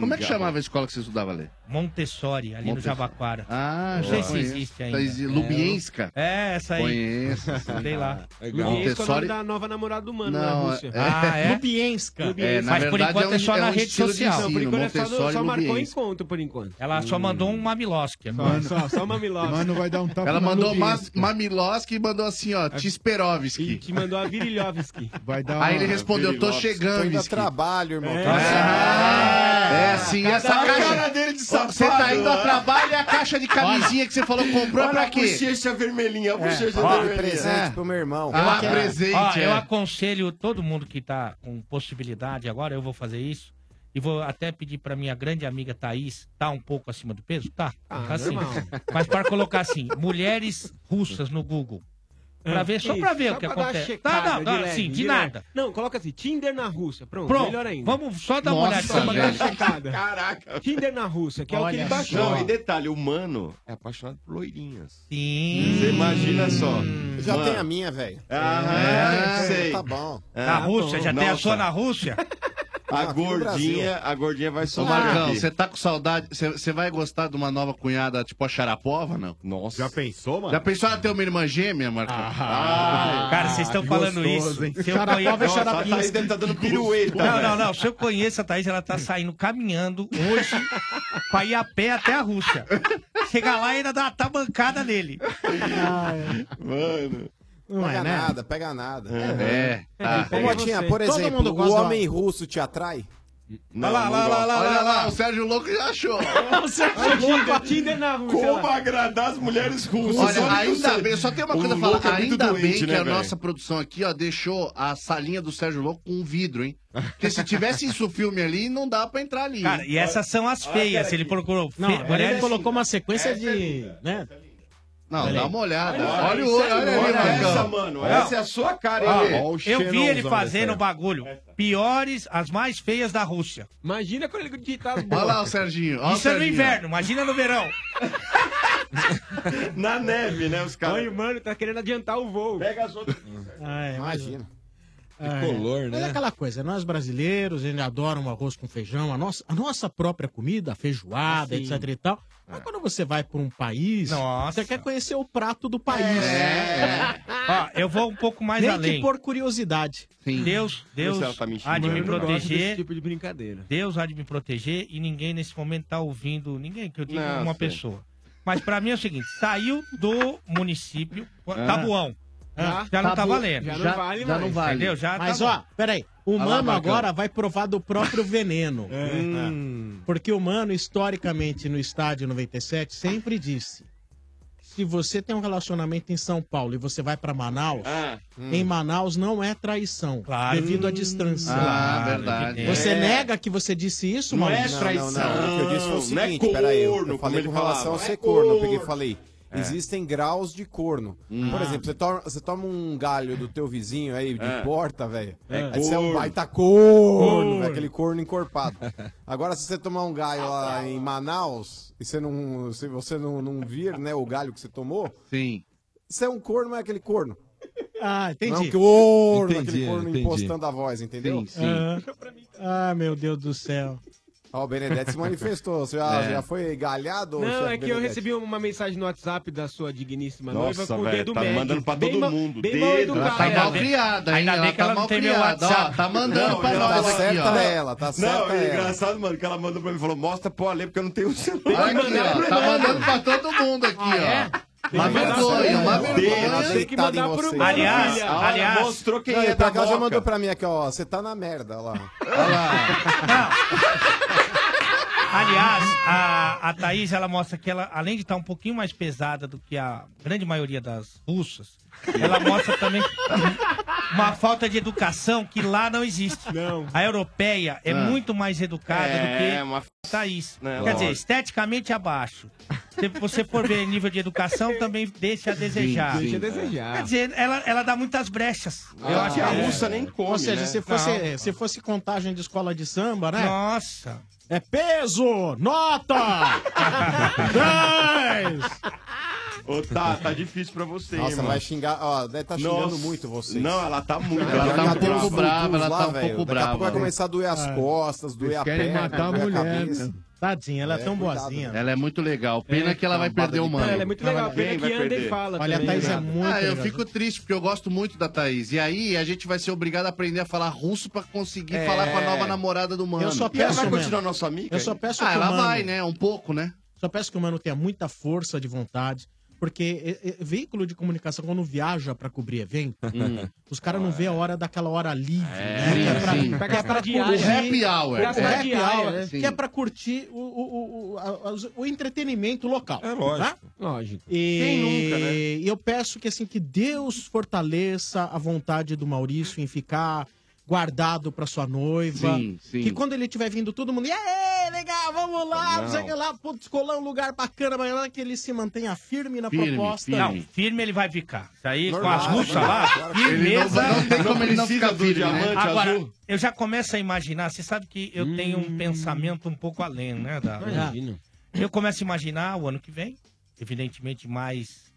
[SPEAKER 5] Como é que chamava a escola que você estudava, Lê?
[SPEAKER 3] Montessori, ali no
[SPEAKER 5] Montes-
[SPEAKER 3] Jabaquara.
[SPEAKER 5] Ah,
[SPEAKER 3] Não sei
[SPEAKER 5] já
[SPEAKER 3] se
[SPEAKER 5] conheço.
[SPEAKER 3] existe
[SPEAKER 5] Tá exi-
[SPEAKER 3] ainda.
[SPEAKER 5] Lubienska?
[SPEAKER 3] É, essa aí.
[SPEAKER 5] Conheço, sim.
[SPEAKER 3] Sei lá.
[SPEAKER 5] Legal.
[SPEAKER 10] Lubienska é o nome
[SPEAKER 5] Montessori-
[SPEAKER 10] da nova namorada do Mano né, na
[SPEAKER 5] Não,
[SPEAKER 10] Rússia.
[SPEAKER 5] é- Ah, é?
[SPEAKER 2] Lubienska.
[SPEAKER 5] É, na
[SPEAKER 3] Mas por
[SPEAKER 5] verdade,
[SPEAKER 3] enquanto
[SPEAKER 5] é
[SPEAKER 3] é,
[SPEAKER 5] um-
[SPEAKER 3] só
[SPEAKER 5] é
[SPEAKER 3] na
[SPEAKER 5] um
[SPEAKER 3] rede
[SPEAKER 5] estilo de
[SPEAKER 3] social.
[SPEAKER 5] ensino,
[SPEAKER 3] por enquanto é só-
[SPEAKER 10] Só,
[SPEAKER 5] Montessori
[SPEAKER 10] só marcou
[SPEAKER 5] Lubienska.
[SPEAKER 10] encontro, por enquanto.
[SPEAKER 3] Ela só mandou um mamilosque.
[SPEAKER 10] Hum. Só- só- só mamilosque. Mas não vai dar um tapa
[SPEAKER 5] Ela
[SPEAKER 10] na
[SPEAKER 5] mandou
[SPEAKER 10] Lubienska.
[SPEAKER 5] Ma- Mamiloski e mandou assim, ó, Tisperovski.
[SPEAKER 10] É Que mandou a Virilovski.
[SPEAKER 7] Vai dar
[SPEAKER 5] Aí ele respondeu, tô chegando.
[SPEAKER 6] Ainda
[SPEAKER 5] Whisky.
[SPEAKER 6] trabalho, irmão.
[SPEAKER 5] É,
[SPEAKER 6] Tá
[SPEAKER 7] Ah,
[SPEAKER 5] é,
[SPEAKER 6] certo.
[SPEAKER 5] sim,
[SPEAKER 6] Cada
[SPEAKER 10] Tá
[SPEAKER 5] essa
[SPEAKER 6] um-
[SPEAKER 5] caixa.
[SPEAKER 6] Cara dele de safado.
[SPEAKER 5] Você tá indo a trabalho e a caixa de camisinha que você falou comprou é
[SPEAKER 6] Olha
[SPEAKER 5] pra
[SPEAKER 6] a
[SPEAKER 5] quê?
[SPEAKER 6] bochecha
[SPEAKER 5] vermelhinha,
[SPEAKER 12] É.
[SPEAKER 6] a bochecha vermelhinha. Presente pro meu irmão.
[SPEAKER 10] Ah,
[SPEAKER 6] Eu
[SPEAKER 12] Ah,
[SPEAKER 3] quero-
[SPEAKER 6] apresente,
[SPEAKER 3] Ó,
[SPEAKER 6] é.
[SPEAKER 3] Eu aconselho todo mundo que tá com possibilidade agora, eu vou fazer isso. E vou até pedir pra minha grande amiga Thaís, tá um pouco acima do peso? Tá.
[SPEAKER 10] Ah,
[SPEAKER 3] tá sim.
[SPEAKER 10] normal.
[SPEAKER 3] Mas para colocar assim, mulheres russas no Google. É.
[SPEAKER 10] Ah.
[SPEAKER 3] Pra ver, só pra ver o que
[SPEAKER 10] dar uma
[SPEAKER 3] acontece.
[SPEAKER 10] checada,
[SPEAKER 3] Tá, não, não,
[SPEAKER 10] leve,
[SPEAKER 3] sim, de
[SPEAKER 10] leve.
[SPEAKER 3] nada.
[SPEAKER 10] Não, coloca assim, Tinder na Rússia. Pronto,
[SPEAKER 3] Pronto,
[SPEAKER 10] melhor ainda.
[SPEAKER 3] vamos só dar uma Nossa, olhada, só pra dar uma velho.
[SPEAKER 10] checada. Caraca. Tinder na Rússia, que é o que ele baixou.
[SPEAKER 12] Não, e detalhe, o mano é apaixonado por loirinhas.
[SPEAKER 3] Sim.
[SPEAKER 12] Você imagina só.
[SPEAKER 6] Já
[SPEAKER 12] Mano.
[SPEAKER 6] tem a minha, velho.
[SPEAKER 12] Ah,
[SPEAKER 6] É,
[SPEAKER 12] sei.
[SPEAKER 6] Tá bom.
[SPEAKER 12] É.
[SPEAKER 3] Na Rússia, já tem a
[SPEAKER 12] Nossa.
[SPEAKER 3] sua na Rússia?
[SPEAKER 12] A
[SPEAKER 5] aqui no
[SPEAKER 12] gordinha,
[SPEAKER 5] Brasil.
[SPEAKER 12] a gordinha vai
[SPEAKER 5] Ô,
[SPEAKER 12] somar
[SPEAKER 5] Marcão,
[SPEAKER 12] aqui.
[SPEAKER 5] você tá com saudade? Você você vai gostar de uma nova cunhada tipo a Xarapova, não?
[SPEAKER 12] Nossa.
[SPEAKER 5] Já
[SPEAKER 6] pensou,
[SPEAKER 5] mano? Já pensou ela ter uma irmã gêmea, Marcão?
[SPEAKER 3] Ah.
[SPEAKER 5] Ah.
[SPEAKER 3] Cara, vocês estão falando isso. Se eu
[SPEAKER 12] é
[SPEAKER 3] conheço-
[SPEAKER 5] tá
[SPEAKER 3] tá Não, não, não. Se eu conheço a Thaís, ela tá saindo caminhando hoje pra ir a pé até a Rússia. Chegar lá e ainda dá uma tabancada nele.
[SPEAKER 5] Ah,
[SPEAKER 12] Mano.
[SPEAKER 2] Não
[SPEAKER 6] pega
[SPEAKER 2] é, né?
[SPEAKER 6] nada, pega nada.
[SPEAKER 5] É. Ah,
[SPEAKER 6] Ô,
[SPEAKER 5] é.
[SPEAKER 6] Motinha, por
[SPEAKER 5] Todo
[SPEAKER 6] exemplo,
[SPEAKER 5] mundo gosta
[SPEAKER 6] o homem russo te atrai?
[SPEAKER 5] Olha lá, olha lá, olha lá, olha lá, o Sérgio Louco já achou.
[SPEAKER 6] O Sérgio
[SPEAKER 10] Tinder, Tinder na Rússia.
[SPEAKER 12] Tá assim, Como agradar as mulheres russas?
[SPEAKER 5] Olha,
[SPEAKER 12] Olha que
[SPEAKER 5] ainda
[SPEAKER 12] você-
[SPEAKER 5] bem, só tem uma coisa
[SPEAKER 12] O
[SPEAKER 5] a falar.
[SPEAKER 12] louco é muito
[SPEAKER 5] ainda
[SPEAKER 12] doente,
[SPEAKER 5] bem que
[SPEAKER 12] né,
[SPEAKER 5] a
[SPEAKER 12] velho?
[SPEAKER 5] nossa produção aqui, ó, deixou a salinha do Sérgio Louco com um vidro, hein? Porque se tivesse isso filme ali, não dá pra entrar ali.
[SPEAKER 3] Cara, e essas são as feias. Ele procurou.
[SPEAKER 2] Não,
[SPEAKER 3] fe-
[SPEAKER 2] agora ele
[SPEAKER 3] mulheres-
[SPEAKER 2] colocou uma sequência de. Né?
[SPEAKER 5] Não,
[SPEAKER 2] Olha
[SPEAKER 5] dá
[SPEAKER 2] aí.
[SPEAKER 5] uma olhada.
[SPEAKER 2] Olha,
[SPEAKER 5] Olha,
[SPEAKER 2] olha
[SPEAKER 5] o olho,
[SPEAKER 2] isso aí,
[SPEAKER 5] olha ali,
[SPEAKER 2] olha
[SPEAKER 5] Marcão.
[SPEAKER 2] essa, mano,
[SPEAKER 5] Não.
[SPEAKER 2] essa
[SPEAKER 12] é a sua cara,
[SPEAKER 3] Ó,
[SPEAKER 12] hein, Lê? Ó, o
[SPEAKER 3] eu vi ele
[SPEAKER 12] xenonzão
[SPEAKER 3] fazendo
[SPEAKER 12] dessa
[SPEAKER 3] o bagulho. Piores, as mais feias da Rússia.
[SPEAKER 10] Imagina quando ele digitar as
[SPEAKER 5] Olha lá o Serginho. Olha
[SPEAKER 3] Isso
[SPEAKER 5] o
[SPEAKER 3] é no
[SPEAKER 5] Serginho.
[SPEAKER 3] inverno, imagina no verão.
[SPEAKER 12] Na neve, né, os caras?
[SPEAKER 10] Olha, o mano tá querendo adiantar o voo.
[SPEAKER 12] Pega as outras.
[SPEAKER 2] Imagina.
[SPEAKER 11] Tricolor,
[SPEAKER 2] Mas
[SPEAKER 11] né?
[SPEAKER 2] é aquela coisa, nós brasileiros, a gente adora um arroz com feijão, a nossa, a nossa própria comida, a feijoada,
[SPEAKER 10] Assim.
[SPEAKER 2] etc e tal. Mas quando você vai para um país, você quer conhecer o prato do país.
[SPEAKER 3] Ó, eu vou um pouco mais
[SPEAKER 2] É, Nem
[SPEAKER 3] além.
[SPEAKER 2] que por curiosidade.
[SPEAKER 3] Deus, Deus há de me
[SPEAKER 10] Mano, eu gosto
[SPEAKER 3] proteger.
[SPEAKER 10] desse tipo de brincadeira.
[SPEAKER 3] Deus há de me proteger e ninguém nesse momento tá ouvindo, ninguém que eu digo
[SPEAKER 10] Não,
[SPEAKER 3] uma
[SPEAKER 10] sei.
[SPEAKER 3] pessoa. Mas pra mim é o seguinte, saiu do município,
[SPEAKER 2] Ah.
[SPEAKER 3] Tabuão.
[SPEAKER 2] Ah,
[SPEAKER 3] já não tá
[SPEAKER 2] tabu-
[SPEAKER 3] valendo.
[SPEAKER 2] já não Já- vale já mais. não vale.
[SPEAKER 3] Entendeu? Já
[SPEAKER 2] Mas
[SPEAKER 3] tá
[SPEAKER 2] ó, peraí, o
[SPEAKER 3] Olha lá,
[SPEAKER 2] mano
[SPEAKER 3] Marcão.
[SPEAKER 2] agora vai provar do próprio veneno.
[SPEAKER 3] É.
[SPEAKER 2] Hum. Porque o mano, historicamente, no estádio 97, sempre disse: se você tem um relacionamento em São Paulo e você vai pra Manaus,
[SPEAKER 6] Ah, hum.
[SPEAKER 2] em Manaus não é traição, devido à distância.
[SPEAKER 5] Ah, verdade.
[SPEAKER 2] Você
[SPEAKER 5] É.
[SPEAKER 2] nega que você disse isso,
[SPEAKER 6] Não
[SPEAKER 2] Maurício?
[SPEAKER 6] é traição. Não, não, é não. O que eu disse foi o seguinte, peraí, eu- eu falei com relação a ser corno, eu peguei e falei,
[SPEAKER 2] É.
[SPEAKER 6] existem graus de corno. Por
[SPEAKER 2] Ah.
[SPEAKER 6] exemplo, você toma, você toma um galho do teu vizinho aí, de
[SPEAKER 12] É.
[SPEAKER 6] porta, velho,
[SPEAKER 12] É
[SPEAKER 6] aí você é um
[SPEAKER 12] corno.
[SPEAKER 6] baita corno,
[SPEAKER 12] Corno.
[SPEAKER 6] velho, aquele corno encorpado. Agora, se você tomar um galho lá em Manaus, e você não, se você não, não vir, né, o galho que você tomou,
[SPEAKER 5] Sim.
[SPEAKER 6] você é um corno, não é aquele corno.
[SPEAKER 2] Ah, entendi.
[SPEAKER 6] Não é um corno, aquele
[SPEAKER 2] Entendi,
[SPEAKER 6] corno
[SPEAKER 2] entendi.
[SPEAKER 6] impostando a voz, entendeu?
[SPEAKER 2] Ah, ah, meu Deus do céu.
[SPEAKER 6] Ó, o Benedetti se manifestou. Você já,
[SPEAKER 10] É.
[SPEAKER 6] já foi galhado?
[SPEAKER 10] Não,
[SPEAKER 6] chefe
[SPEAKER 10] é que eu
[SPEAKER 6] Benedetti?
[SPEAKER 10] recebi uma mensagem no WhatsApp da sua digníssima noiva
[SPEAKER 6] Nossa,
[SPEAKER 10] com o
[SPEAKER 6] velho,
[SPEAKER 10] dedo
[SPEAKER 6] tá
[SPEAKER 10] médio.
[SPEAKER 6] mandando pra
[SPEAKER 10] Bem
[SPEAKER 6] todo
[SPEAKER 10] mal-
[SPEAKER 6] mundo,
[SPEAKER 10] Bem
[SPEAKER 6] dedo.
[SPEAKER 10] mal
[SPEAKER 6] Ela
[SPEAKER 10] educada.
[SPEAKER 6] tá mal criada, hein?
[SPEAKER 10] Ainda
[SPEAKER 6] Ela
[SPEAKER 10] bem que
[SPEAKER 6] tá
[SPEAKER 10] ela
[SPEAKER 6] mal
[SPEAKER 10] não tem meu
[SPEAKER 6] criada, ó.
[SPEAKER 10] WhatsApp.
[SPEAKER 6] Tá mandando
[SPEAKER 12] Não,
[SPEAKER 6] pra
[SPEAKER 12] e
[SPEAKER 6] nós
[SPEAKER 12] tava
[SPEAKER 6] aqui, ó.
[SPEAKER 12] certa
[SPEAKER 6] ela, tá
[SPEAKER 12] Não,
[SPEAKER 6] certa
[SPEAKER 12] e
[SPEAKER 6] ela.
[SPEAKER 12] engraçado, mano, que ela mandou pra mim, falou, mostra pro Ale, porque eu não tenho o celular.
[SPEAKER 5] Olha aqui, ó. Tá mandando pra todo mundo aqui, ó. Uma vergonha, uma vergonha.
[SPEAKER 6] Aliás, aliás.
[SPEAKER 12] Mostrou quem
[SPEAKER 6] Não, e
[SPEAKER 12] é
[SPEAKER 6] pra
[SPEAKER 12] da
[SPEAKER 6] cá já
[SPEAKER 12] Moca.
[SPEAKER 6] mandou pra mim aqui, ó. Você tá na merda, olha lá.
[SPEAKER 3] Aliás, a, a Thaís, ela mostra que ela, além de estar um pouquinho mais pesada do que a grande maioria das russas, ela mostra também uma falta de educação que lá não existe. A europeia é
[SPEAKER 12] Ah.
[SPEAKER 3] muito mais educada do que
[SPEAKER 12] É, uma
[SPEAKER 3] a Thaís.
[SPEAKER 12] Né,
[SPEAKER 3] Quer dizer,
[SPEAKER 12] lógico.
[SPEAKER 3] esteticamente abaixo. Se você for ver nível de educação, também deixa a desejar.
[SPEAKER 10] sim. Deixa a
[SPEAKER 6] Ah.
[SPEAKER 10] desejar.
[SPEAKER 3] Quer dizer, ela, ela dá muitas brechas.
[SPEAKER 2] Ah, é. Ou seja,
[SPEAKER 3] né?
[SPEAKER 2] se, fosse,
[SPEAKER 3] Não.
[SPEAKER 2] se fosse contagem de escola de samba, né?
[SPEAKER 3] Nossa!
[SPEAKER 2] É peso! Nota! 10!
[SPEAKER 12] Ô, tá, tá difícil pra você,
[SPEAKER 6] Nossa,
[SPEAKER 12] hein, mano.
[SPEAKER 6] vai xingar. Ó, deve tá xingando
[SPEAKER 12] Nossa.
[SPEAKER 6] muito vocês.
[SPEAKER 12] Não, ela tá muito.
[SPEAKER 6] Ela, tá, um pouco brava, ela tá um pouco brava. Daqui a pouco vai
[SPEAKER 5] velho.
[SPEAKER 6] começar a doer as
[SPEAKER 2] É.
[SPEAKER 5] Ah,
[SPEAKER 6] costas, doer a
[SPEAKER 5] querem
[SPEAKER 6] perna,
[SPEAKER 5] matar a
[SPEAKER 6] doer
[SPEAKER 5] mulher,
[SPEAKER 6] cabeça.
[SPEAKER 5] né?
[SPEAKER 2] Tadinha, ela é, tão boazinha.
[SPEAKER 5] Ela é muito legal. Pena
[SPEAKER 2] É,
[SPEAKER 5] que ela vai
[SPEAKER 2] cambada
[SPEAKER 5] perder
[SPEAKER 2] de
[SPEAKER 5] o mano.
[SPEAKER 2] pena. Ela é muito legal, pena Quem que vai anda e perder? fala Olha, a também, Thaís né? é muito
[SPEAKER 5] Ah, eu
[SPEAKER 2] legal.
[SPEAKER 5] fico triste, porque eu gosto muito da Thaís. E aí a gente vai ser obrigado a aprender a falar russo pra conseguir
[SPEAKER 12] É.
[SPEAKER 5] falar com a nova namorada do mano.
[SPEAKER 2] Eu só peço
[SPEAKER 5] E ela vai
[SPEAKER 2] mesmo.
[SPEAKER 5] continuar nossa amiga?
[SPEAKER 2] Eu só peço
[SPEAKER 5] ah,
[SPEAKER 2] que o
[SPEAKER 5] ela
[SPEAKER 2] Mano-
[SPEAKER 5] vai, né? Um pouco, né?
[SPEAKER 2] Só peço que o mano tenha muita força de vontade, porque é, é, veículo de comunicação, quando viaja pra cobrir evento,
[SPEAKER 5] Hum.
[SPEAKER 2] os caras não vê a hora daquela hora livre, né?
[SPEAKER 5] sim,
[SPEAKER 2] que é pra,
[SPEAKER 5] sim.
[SPEAKER 2] que é
[SPEAKER 5] Pra
[SPEAKER 2] pra
[SPEAKER 5] gastar
[SPEAKER 2] curtir.
[SPEAKER 5] diária. O happy hour.
[SPEAKER 2] O happy
[SPEAKER 5] Gastar diária,
[SPEAKER 2] hour,
[SPEAKER 5] né?
[SPEAKER 2] que é pra curtir o, o, o, a- os- o entretenimento local. É
[SPEAKER 10] lógico. Lógico.
[SPEAKER 2] E,
[SPEAKER 10] Quem nunca, né?
[SPEAKER 2] e eu peço que assim que Deus fortaleça a vontade do Maurício em ficar guardado pra sua noiva.
[SPEAKER 5] Sim, sim.
[SPEAKER 2] Que quando ele estiver vindo todo mundo, e aí, legal, vamos lá,
[SPEAKER 5] Não.
[SPEAKER 2] não sei o que lá, putz, colar um lugar bacana, mas que ele se mantenha firme na proposta.
[SPEAKER 3] Não, firme ele vai ficar. Isso aí,
[SPEAKER 2] Normal,
[SPEAKER 3] com as russas
[SPEAKER 2] normal.
[SPEAKER 3] lá,
[SPEAKER 2] Claro que
[SPEAKER 3] firmeza.
[SPEAKER 2] ele não- não tem como ele não
[SPEAKER 3] precisa
[SPEAKER 2] ficar
[SPEAKER 3] do
[SPEAKER 2] firme, né?
[SPEAKER 3] diamante
[SPEAKER 2] Agora,
[SPEAKER 3] azul. eu já começo a imaginar, você sabe que eu tenho um pensamento um pouco além, né? Da,
[SPEAKER 10] Imagino.
[SPEAKER 3] Eu começo a imaginar o ano que vem, evidentemente mais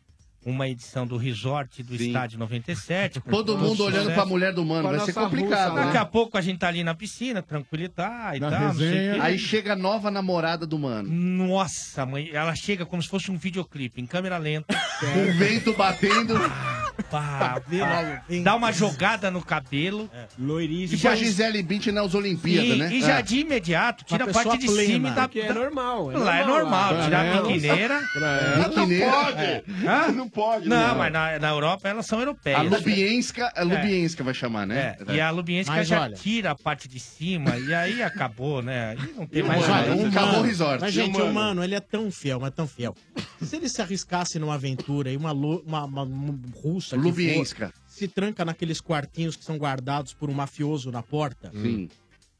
[SPEAKER 3] uma edição do Resort do Estádio 97. com
[SPEAKER 5] Todo
[SPEAKER 3] todo
[SPEAKER 5] mundo olhando
[SPEAKER 3] sucesso.
[SPEAKER 5] pra mulher do mano, vai ser complicado, né?
[SPEAKER 3] Daqui a pouco a gente tá ali na piscina, tranquilitar e
[SPEAKER 5] Na
[SPEAKER 3] tal. não sei o
[SPEAKER 5] resenha.
[SPEAKER 3] quê.
[SPEAKER 5] Aí chega a nova namorada do mano.
[SPEAKER 3] Nossa, mãe, ela chega como se fosse um videoclipe, em câmera lenta.
[SPEAKER 5] O vento batendo.
[SPEAKER 3] Pá, pá. Dá uma jogada no cabelo. Loiríssimo.
[SPEAKER 5] Tipo a Gisele Bündchen nas Olimpíadas,
[SPEAKER 3] e,
[SPEAKER 5] né?
[SPEAKER 3] e já
[SPEAKER 5] É.
[SPEAKER 3] de imediato, tira
[SPEAKER 5] Uma
[SPEAKER 3] a parte
[SPEAKER 5] pessoa
[SPEAKER 3] de
[SPEAKER 5] plena.
[SPEAKER 3] cima e dá...
[SPEAKER 5] Que é
[SPEAKER 10] normal.
[SPEAKER 5] é
[SPEAKER 3] lá é
[SPEAKER 5] normal.
[SPEAKER 3] normal, tirar
[SPEAKER 5] Pra
[SPEAKER 3] a
[SPEAKER 5] ela-
[SPEAKER 3] piquineira.
[SPEAKER 5] pra ela. Piquineira. É.
[SPEAKER 3] Hã?
[SPEAKER 5] Não pode,
[SPEAKER 3] Não,
[SPEAKER 5] né?
[SPEAKER 3] mas na, na Europa elas são europeias.
[SPEAKER 5] A Lubienska, a
[SPEAKER 3] É.
[SPEAKER 5] Lubienska vai chamar, né?
[SPEAKER 3] E a Lubienska
[SPEAKER 5] Mas
[SPEAKER 3] já
[SPEAKER 5] olha-
[SPEAKER 3] tira a parte de cima e aí acabou, né? Aí não tem
[SPEAKER 2] Mas
[SPEAKER 3] mais
[SPEAKER 2] olha, um
[SPEAKER 3] nada.
[SPEAKER 5] um
[SPEAKER 2] o mano- Mas, gente, o mano, ele é tão fiel, mas tão fiel. Se ele se arriscasse numa aventura e uma, lo- uma, uma- uma russa que
[SPEAKER 5] Lubienska.
[SPEAKER 2] for, se tranca naqueles quartinhos que são guardados por um mafioso na porta.
[SPEAKER 3] Hum.
[SPEAKER 5] Sim.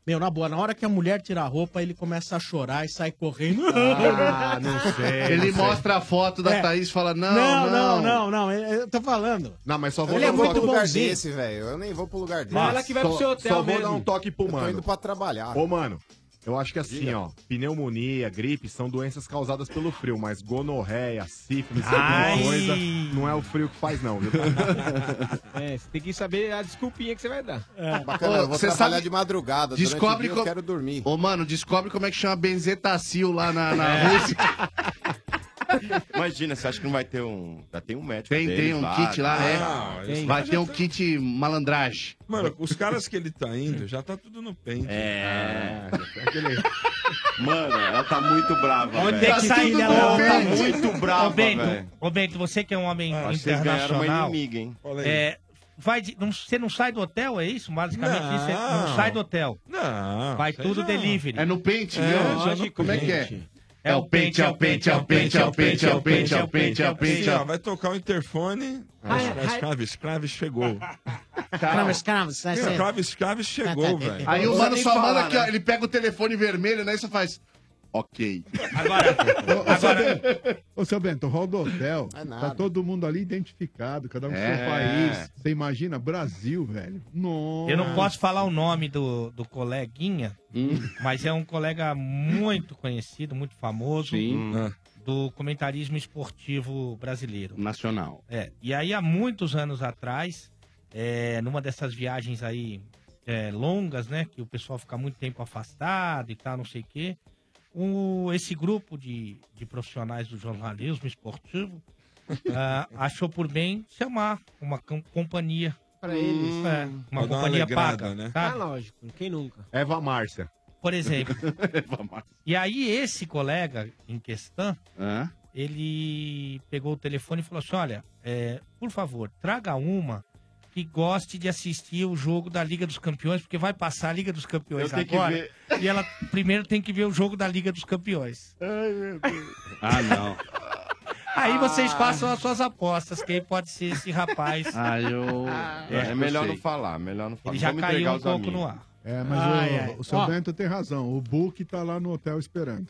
[SPEAKER 2] Meu, na boa, na hora que a mulher tira a roupa, ele começa a chorar e sai correndo.
[SPEAKER 5] Ah, não sei, Ele não sei. mostra a foto da Thaís e fala, não,
[SPEAKER 2] É. não,
[SPEAKER 5] não.
[SPEAKER 2] não, não, não, eu eu tô falando.
[SPEAKER 9] Não, mas só
[SPEAKER 2] vou
[SPEAKER 6] Ele é
[SPEAKER 2] dar um
[SPEAKER 6] muito
[SPEAKER 2] toque
[SPEAKER 6] bom
[SPEAKER 2] no
[SPEAKER 6] lugar
[SPEAKER 2] bonzinho.
[SPEAKER 6] desse, velho. Eu nem vou pro lugar dele.
[SPEAKER 9] Mas ela que vai pro
[SPEAKER 6] Só-
[SPEAKER 9] seu hotel
[SPEAKER 6] Só vou
[SPEAKER 9] mesmo.
[SPEAKER 6] dar um toque pro
[SPEAKER 9] Eu tô
[SPEAKER 6] mano.
[SPEAKER 9] indo
[SPEAKER 6] pra trabalhar.
[SPEAKER 9] Ô, mano, eu acho que assim,
[SPEAKER 6] Diga.
[SPEAKER 9] ó, pneumonia, gripe são doenças causadas pelo frio, mas gonorreia, sífilis,
[SPEAKER 10] Ai.
[SPEAKER 9] alguma coisa, não é o frio que faz, não, viu?
[SPEAKER 10] É, você tem que saber a desculpinha que você vai dar.
[SPEAKER 6] Ah, Bacana, eu vou trabalhar de madrugada. durante o
[SPEAKER 5] Descobre
[SPEAKER 6] dia
[SPEAKER 5] co-
[SPEAKER 6] Eu quero dormir.
[SPEAKER 5] Ô, mano, descobre como é que chama benzetacil lá na, na
[SPEAKER 12] É.
[SPEAKER 5] Rússia.
[SPEAKER 12] Imagina, você acha que não vai ter um. Já tem um médico.
[SPEAKER 5] Tem, tem
[SPEAKER 12] deles
[SPEAKER 5] um
[SPEAKER 12] lá,
[SPEAKER 5] kit lá,
[SPEAKER 12] tá?
[SPEAKER 5] né?
[SPEAKER 3] Ah,
[SPEAKER 12] Não, eles-
[SPEAKER 5] Vai
[SPEAKER 12] já
[SPEAKER 5] ter um
[SPEAKER 12] tá-
[SPEAKER 5] kit malandragem.
[SPEAKER 11] Mano, os caras que ele tá indo, já tá tudo no pente. Ah,
[SPEAKER 12] É.
[SPEAKER 11] Aquele...
[SPEAKER 12] Mano, ela tá muito brava.
[SPEAKER 3] Onde
[SPEAKER 12] velho.
[SPEAKER 3] tem que sair dela?
[SPEAKER 12] Ela
[SPEAKER 3] Ô,
[SPEAKER 12] tá
[SPEAKER 3] Bento.
[SPEAKER 12] muito
[SPEAKER 3] Ô,
[SPEAKER 12] brava,
[SPEAKER 3] Bento,
[SPEAKER 12] velho.
[SPEAKER 3] Ô, Bento, você que é um homem
[SPEAKER 12] Ah, vocês ganharam uma
[SPEAKER 3] internacional.
[SPEAKER 12] inimiga, hein? Olha aí.
[SPEAKER 3] é, vai de- não- você não sai do hotel, é isso? Basicamente, isso é- não.
[SPEAKER 12] Não.
[SPEAKER 3] sai do hotel.
[SPEAKER 11] Não.
[SPEAKER 3] Vai tudo delivery.
[SPEAKER 5] É no pente,
[SPEAKER 3] É,
[SPEAKER 5] meu?
[SPEAKER 3] já no
[SPEAKER 5] como é que é?
[SPEAKER 3] pente. É o pente, é o pente, é o pente, é o pente, é o pente, é o pente, é o pente, é o-
[SPEAKER 11] Assim, Ó, Vai tocar o interfone.
[SPEAKER 2] Ah, é,
[SPEAKER 11] Escraves,
[SPEAKER 2] é.
[SPEAKER 11] Escraves, Escraves chegou.
[SPEAKER 2] Cravos, cravos, sai,
[SPEAKER 11] Meu,
[SPEAKER 2] sai.
[SPEAKER 11] Escraves, Escraves
[SPEAKER 2] Tá,
[SPEAKER 11] chegou, velho.
[SPEAKER 5] Aí o
[SPEAKER 11] Não
[SPEAKER 5] mano
[SPEAKER 11] precisa
[SPEAKER 5] só
[SPEAKER 11] nem
[SPEAKER 5] manda
[SPEAKER 11] falar,
[SPEAKER 5] aqui, ó.
[SPEAKER 11] né?
[SPEAKER 5] Ele pega o telefone vermelho, né? E só faz. Ok.
[SPEAKER 3] Ah,
[SPEAKER 7] Ô, seu Bento, o hall do hotel,
[SPEAKER 5] nada.
[SPEAKER 7] tá todo mundo ali identificado, cada um com
[SPEAKER 3] É.
[SPEAKER 7] seu país. Você imagina? Brasil, velho. Nossa.
[SPEAKER 3] Eu não posso falar o nome do, do coleguinha, mas é um colega muito conhecido, muito famoso,
[SPEAKER 5] Sim.
[SPEAKER 3] Hum. do comentarismo esportivo brasileiro.
[SPEAKER 5] Nacional.
[SPEAKER 3] É, e aí há muitos anos atrás, é, numa dessas viagens aí é, longas, né? Que o pessoal fica muito tempo afastado e tal, não sei o quê. O, esse grupo de, de profissionais do jornalismo esportivo ah, achou por bem chamar uma cam- companhia.
[SPEAKER 10] Pra eles.
[SPEAKER 3] É, uma
[SPEAKER 9] Pra dar uma
[SPEAKER 3] companhia
[SPEAKER 9] alegrada,
[SPEAKER 3] paga.
[SPEAKER 9] né?
[SPEAKER 3] sabe?
[SPEAKER 10] Ah, lógico. Quem nunca?
[SPEAKER 9] Eva Márcia.
[SPEAKER 3] Por exemplo. E aí, esse colega em questão,
[SPEAKER 5] Hã?
[SPEAKER 3] ele pegou o telefone e falou assim: Olha, é, por favor, traga uma que goste de assistir o jogo da Liga dos Campeões, porque vai passar a Liga dos Campeões
[SPEAKER 5] Eu tenho que
[SPEAKER 3] agora.
[SPEAKER 5] ver.
[SPEAKER 3] E ela primeiro tem que ver o jogo da Liga dos Campeões.
[SPEAKER 5] Ah, não. Ah.
[SPEAKER 3] Aí vocês façam as suas apostas, quem pode ser esse rapaz.
[SPEAKER 5] Ah, eu.
[SPEAKER 12] É, é melhor não falar, melhor não falar.
[SPEAKER 3] Ele já
[SPEAKER 12] Vamos
[SPEAKER 3] caiu
[SPEAKER 12] entregar
[SPEAKER 3] um
[SPEAKER 12] os
[SPEAKER 3] pouco
[SPEAKER 12] amigos.
[SPEAKER 3] no ar.
[SPEAKER 7] É, mas
[SPEAKER 12] Ai,
[SPEAKER 7] o,
[SPEAKER 12] ai.
[SPEAKER 7] o seu
[SPEAKER 12] Ó.
[SPEAKER 7] Bento tem razão. O Book tá lá no hotel esperando.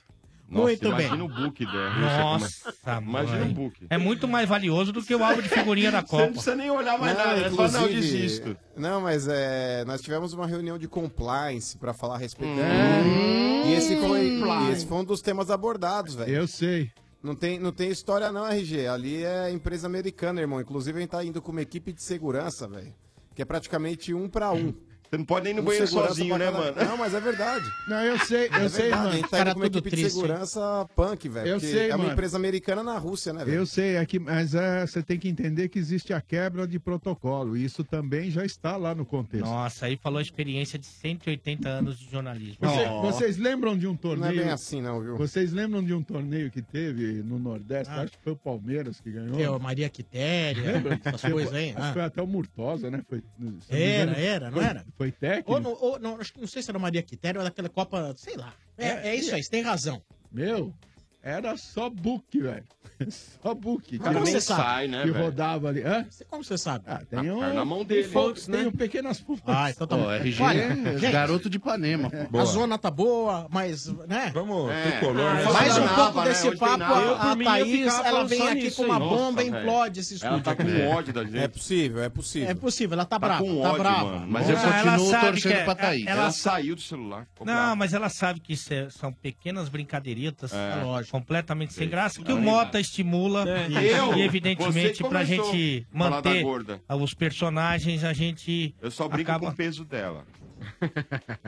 [SPEAKER 12] Nossa, imagina o book dela. é
[SPEAKER 3] Nossa,
[SPEAKER 12] Imagina
[SPEAKER 3] mãe.
[SPEAKER 12] o book.
[SPEAKER 3] É muito mais valioso do que o álbum de figurinha da Copa.
[SPEAKER 7] é
[SPEAKER 12] é
[SPEAKER 6] inclusive- Não, mas é, nós tivemos uma reunião de compliance pra falar a respeito. E esse foi,
[SPEAKER 7] Hum. Compliance.
[SPEAKER 6] e esse foi um dos temas abordados, velho.
[SPEAKER 7] Eu sei.
[SPEAKER 6] Não tem, não tem história não, RG. Ali é empresa americana, irmão. Inclusive, a gente tá indo com uma equipe de segurança, velho. Que é praticamente um pra um.
[SPEAKER 12] Você não pode nem
[SPEAKER 7] ir no banheiro sozinho, né, mano?
[SPEAKER 6] Não, mas é verdade.
[SPEAKER 7] Não, eu sei, eu
[SPEAKER 6] é
[SPEAKER 7] sei,
[SPEAKER 6] verdade.
[SPEAKER 7] mano.
[SPEAKER 6] A gente tá
[SPEAKER 7] Cara,
[SPEAKER 6] indo com uma
[SPEAKER 7] tudo
[SPEAKER 6] equipe de
[SPEAKER 7] triste,
[SPEAKER 6] segurança punk, velho.
[SPEAKER 7] Eu
[SPEAKER 6] porque
[SPEAKER 7] sei,
[SPEAKER 6] é uma
[SPEAKER 7] mano.
[SPEAKER 6] empresa americana na Rússia, né, velho?
[SPEAKER 7] Eu sei, é que, mas é, você tem que entender que existe a quebra de protocolo. E isso também já está lá no contexto.
[SPEAKER 3] Nossa, aí falou a experiência de 180 anos de jornalismo.
[SPEAKER 7] Você- Vocês lembram de um torneio?
[SPEAKER 6] bem assim, não, viu?
[SPEAKER 7] Vocês lembram de um torneio que teve no Nordeste? Acho que foi o Palmeiras que ganhou.
[SPEAKER 2] Ah. É, o Maria Quitéria,
[SPEAKER 7] Lembra?
[SPEAKER 2] essas
[SPEAKER 7] Tipo,
[SPEAKER 2] coisas aí.
[SPEAKER 7] acho que
[SPEAKER 2] ah.
[SPEAKER 7] Foi até o Murtosa, né? Foi, se não me
[SPEAKER 2] Era,
[SPEAKER 7] engano,
[SPEAKER 2] era, não
[SPEAKER 7] foi-
[SPEAKER 2] era?
[SPEAKER 7] Foi técnico.
[SPEAKER 2] Ou, não, ou não, acho que não sei se era Maria Quitéria ou daquela Copa, sei lá. É, é, isso aí, você tem razão.
[SPEAKER 7] Meu, era só book, velho. Só book.
[SPEAKER 2] Mas como
[SPEAKER 7] que
[SPEAKER 2] você sabe? Sai, né,
[SPEAKER 7] Que
[SPEAKER 2] velho?
[SPEAKER 7] rodava ali. Hã?
[SPEAKER 2] Como você sabe?
[SPEAKER 7] Ah, tem
[SPEAKER 2] Ah,
[SPEAKER 7] um...
[SPEAKER 2] cara, na mão
[SPEAKER 7] tem
[SPEAKER 2] dele.
[SPEAKER 7] fontes,
[SPEAKER 2] né?
[SPEAKER 7] Tem um pequenas fontes.
[SPEAKER 2] Ah, então tá
[SPEAKER 5] Ó,
[SPEAKER 2] bom.
[SPEAKER 5] RG,
[SPEAKER 2] Olha, gente,
[SPEAKER 5] garoto de Ipanema. pô.
[SPEAKER 2] A zona tá boa, mas, né?
[SPEAKER 11] Vamos,
[SPEAKER 5] É. tricolor, né?
[SPEAKER 2] Mais um
[SPEAKER 5] Nava,
[SPEAKER 2] pouco
[SPEAKER 5] né?
[SPEAKER 2] desse
[SPEAKER 5] Hoje tem
[SPEAKER 2] papo,
[SPEAKER 5] Nava. Eu, por
[SPEAKER 2] a, a
[SPEAKER 5] mim, eu
[SPEAKER 2] Thaís,
[SPEAKER 5] ficava
[SPEAKER 2] ela
[SPEAKER 5] falando
[SPEAKER 2] vem
[SPEAKER 5] só
[SPEAKER 2] aqui
[SPEAKER 5] nisso
[SPEAKER 2] com uma
[SPEAKER 5] aí.
[SPEAKER 2] bomba e
[SPEAKER 5] Nossa,
[SPEAKER 2] implode
[SPEAKER 5] velho.
[SPEAKER 2] esse estúdio.
[SPEAKER 12] Ela tá com
[SPEAKER 2] aqui.
[SPEAKER 12] ódio da gente.
[SPEAKER 6] É possível, é possível.
[SPEAKER 2] É possível, ela tá
[SPEAKER 12] Tá
[SPEAKER 2] brava,
[SPEAKER 12] com
[SPEAKER 2] tá
[SPEAKER 12] ódio,
[SPEAKER 2] brava.
[SPEAKER 12] mano. Mas
[SPEAKER 3] Não,
[SPEAKER 12] eu
[SPEAKER 3] ela
[SPEAKER 12] continuo
[SPEAKER 3] sabe
[SPEAKER 12] torcendo
[SPEAKER 3] que é-
[SPEAKER 12] pra Thaís.
[SPEAKER 3] ela
[SPEAKER 12] Ela,
[SPEAKER 3] sa-
[SPEAKER 12] saiu do celular. ficou brava.
[SPEAKER 3] Não, mas ela sabe que isso é- são pequenas brincadeiretas
[SPEAKER 12] É.
[SPEAKER 3] lógico, completamente sem graça, que
[SPEAKER 12] Tá
[SPEAKER 3] o
[SPEAKER 12] ligado.
[SPEAKER 3] Mota estimula.
[SPEAKER 12] É.
[SPEAKER 3] E,
[SPEAKER 12] Eu?
[SPEAKER 3] e,
[SPEAKER 12] Você
[SPEAKER 3] evidentemente,
[SPEAKER 12] que
[SPEAKER 3] pra
[SPEAKER 12] começou
[SPEAKER 3] gente
[SPEAKER 12] a falar da
[SPEAKER 3] manter
[SPEAKER 12] gorda.
[SPEAKER 3] os personagens, a gente.
[SPEAKER 12] Eu só brinco
[SPEAKER 3] acaba...
[SPEAKER 12] com o peso dela.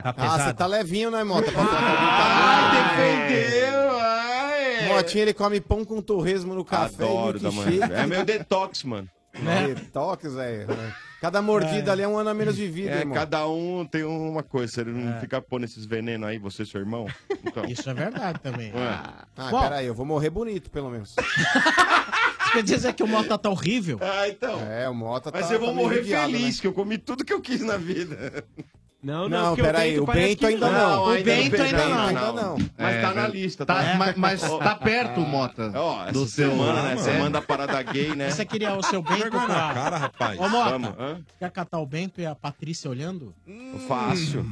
[SPEAKER 6] Ah, você
[SPEAKER 3] pesado.
[SPEAKER 6] tá levinho, né, Mota? Pra falar que tá
[SPEAKER 12] Ai,
[SPEAKER 6] levinho.
[SPEAKER 12] defendeu! Ai.
[SPEAKER 6] Motinha, ele come pão com torresmo no café.
[SPEAKER 12] Adoro
[SPEAKER 6] e
[SPEAKER 12] da manhã.
[SPEAKER 6] milkshake.
[SPEAKER 12] É meu detox, mano.
[SPEAKER 6] Né? Detox, velho. Cada mordida ali é um ano a menos de vida,
[SPEAKER 12] É,
[SPEAKER 6] irmão.
[SPEAKER 12] cada um tem uma coisa. Se ele não ficar pondo esses venenos aí, você e seu irmão. Então.
[SPEAKER 2] Isso é verdade também.
[SPEAKER 12] Ué.
[SPEAKER 6] Ah,
[SPEAKER 2] Bom.
[SPEAKER 6] peraí, eu vou morrer bonito, pelo menos.
[SPEAKER 2] Isso Quer dizer que o Mota tá horrível?
[SPEAKER 12] Ah, então.
[SPEAKER 6] É, o Mota tá
[SPEAKER 12] Mas eu vou
[SPEAKER 6] tá meio
[SPEAKER 12] morrer
[SPEAKER 6] viado,
[SPEAKER 12] feliz,
[SPEAKER 6] né?
[SPEAKER 12] que eu comi tudo que eu quis na vida.
[SPEAKER 10] Não,
[SPEAKER 6] Não, peraí, o Bento ainda não. O Bento ainda não. Ainda não.
[SPEAKER 12] Mas
[SPEAKER 5] É,
[SPEAKER 12] tá na
[SPEAKER 5] velho.
[SPEAKER 12] lista.
[SPEAKER 5] Tá,
[SPEAKER 12] na-
[SPEAKER 5] mas- mas tá
[SPEAKER 2] Ah.
[SPEAKER 5] perto, Mota,
[SPEAKER 12] Ó, essa
[SPEAKER 5] do seu-
[SPEAKER 12] semana, né?
[SPEAKER 5] Ah,
[SPEAKER 12] Semana
[SPEAKER 5] mano.
[SPEAKER 12] da parada gay, né?
[SPEAKER 2] Você queria o seu Bento com a...
[SPEAKER 12] cara, rapaz.
[SPEAKER 2] Ô,
[SPEAKER 12] Vamos,
[SPEAKER 2] Mota,
[SPEAKER 12] hã?
[SPEAKER 2] quer catar o Bento e a Patrícia olhando?
[SPEAKER 12] Fácil.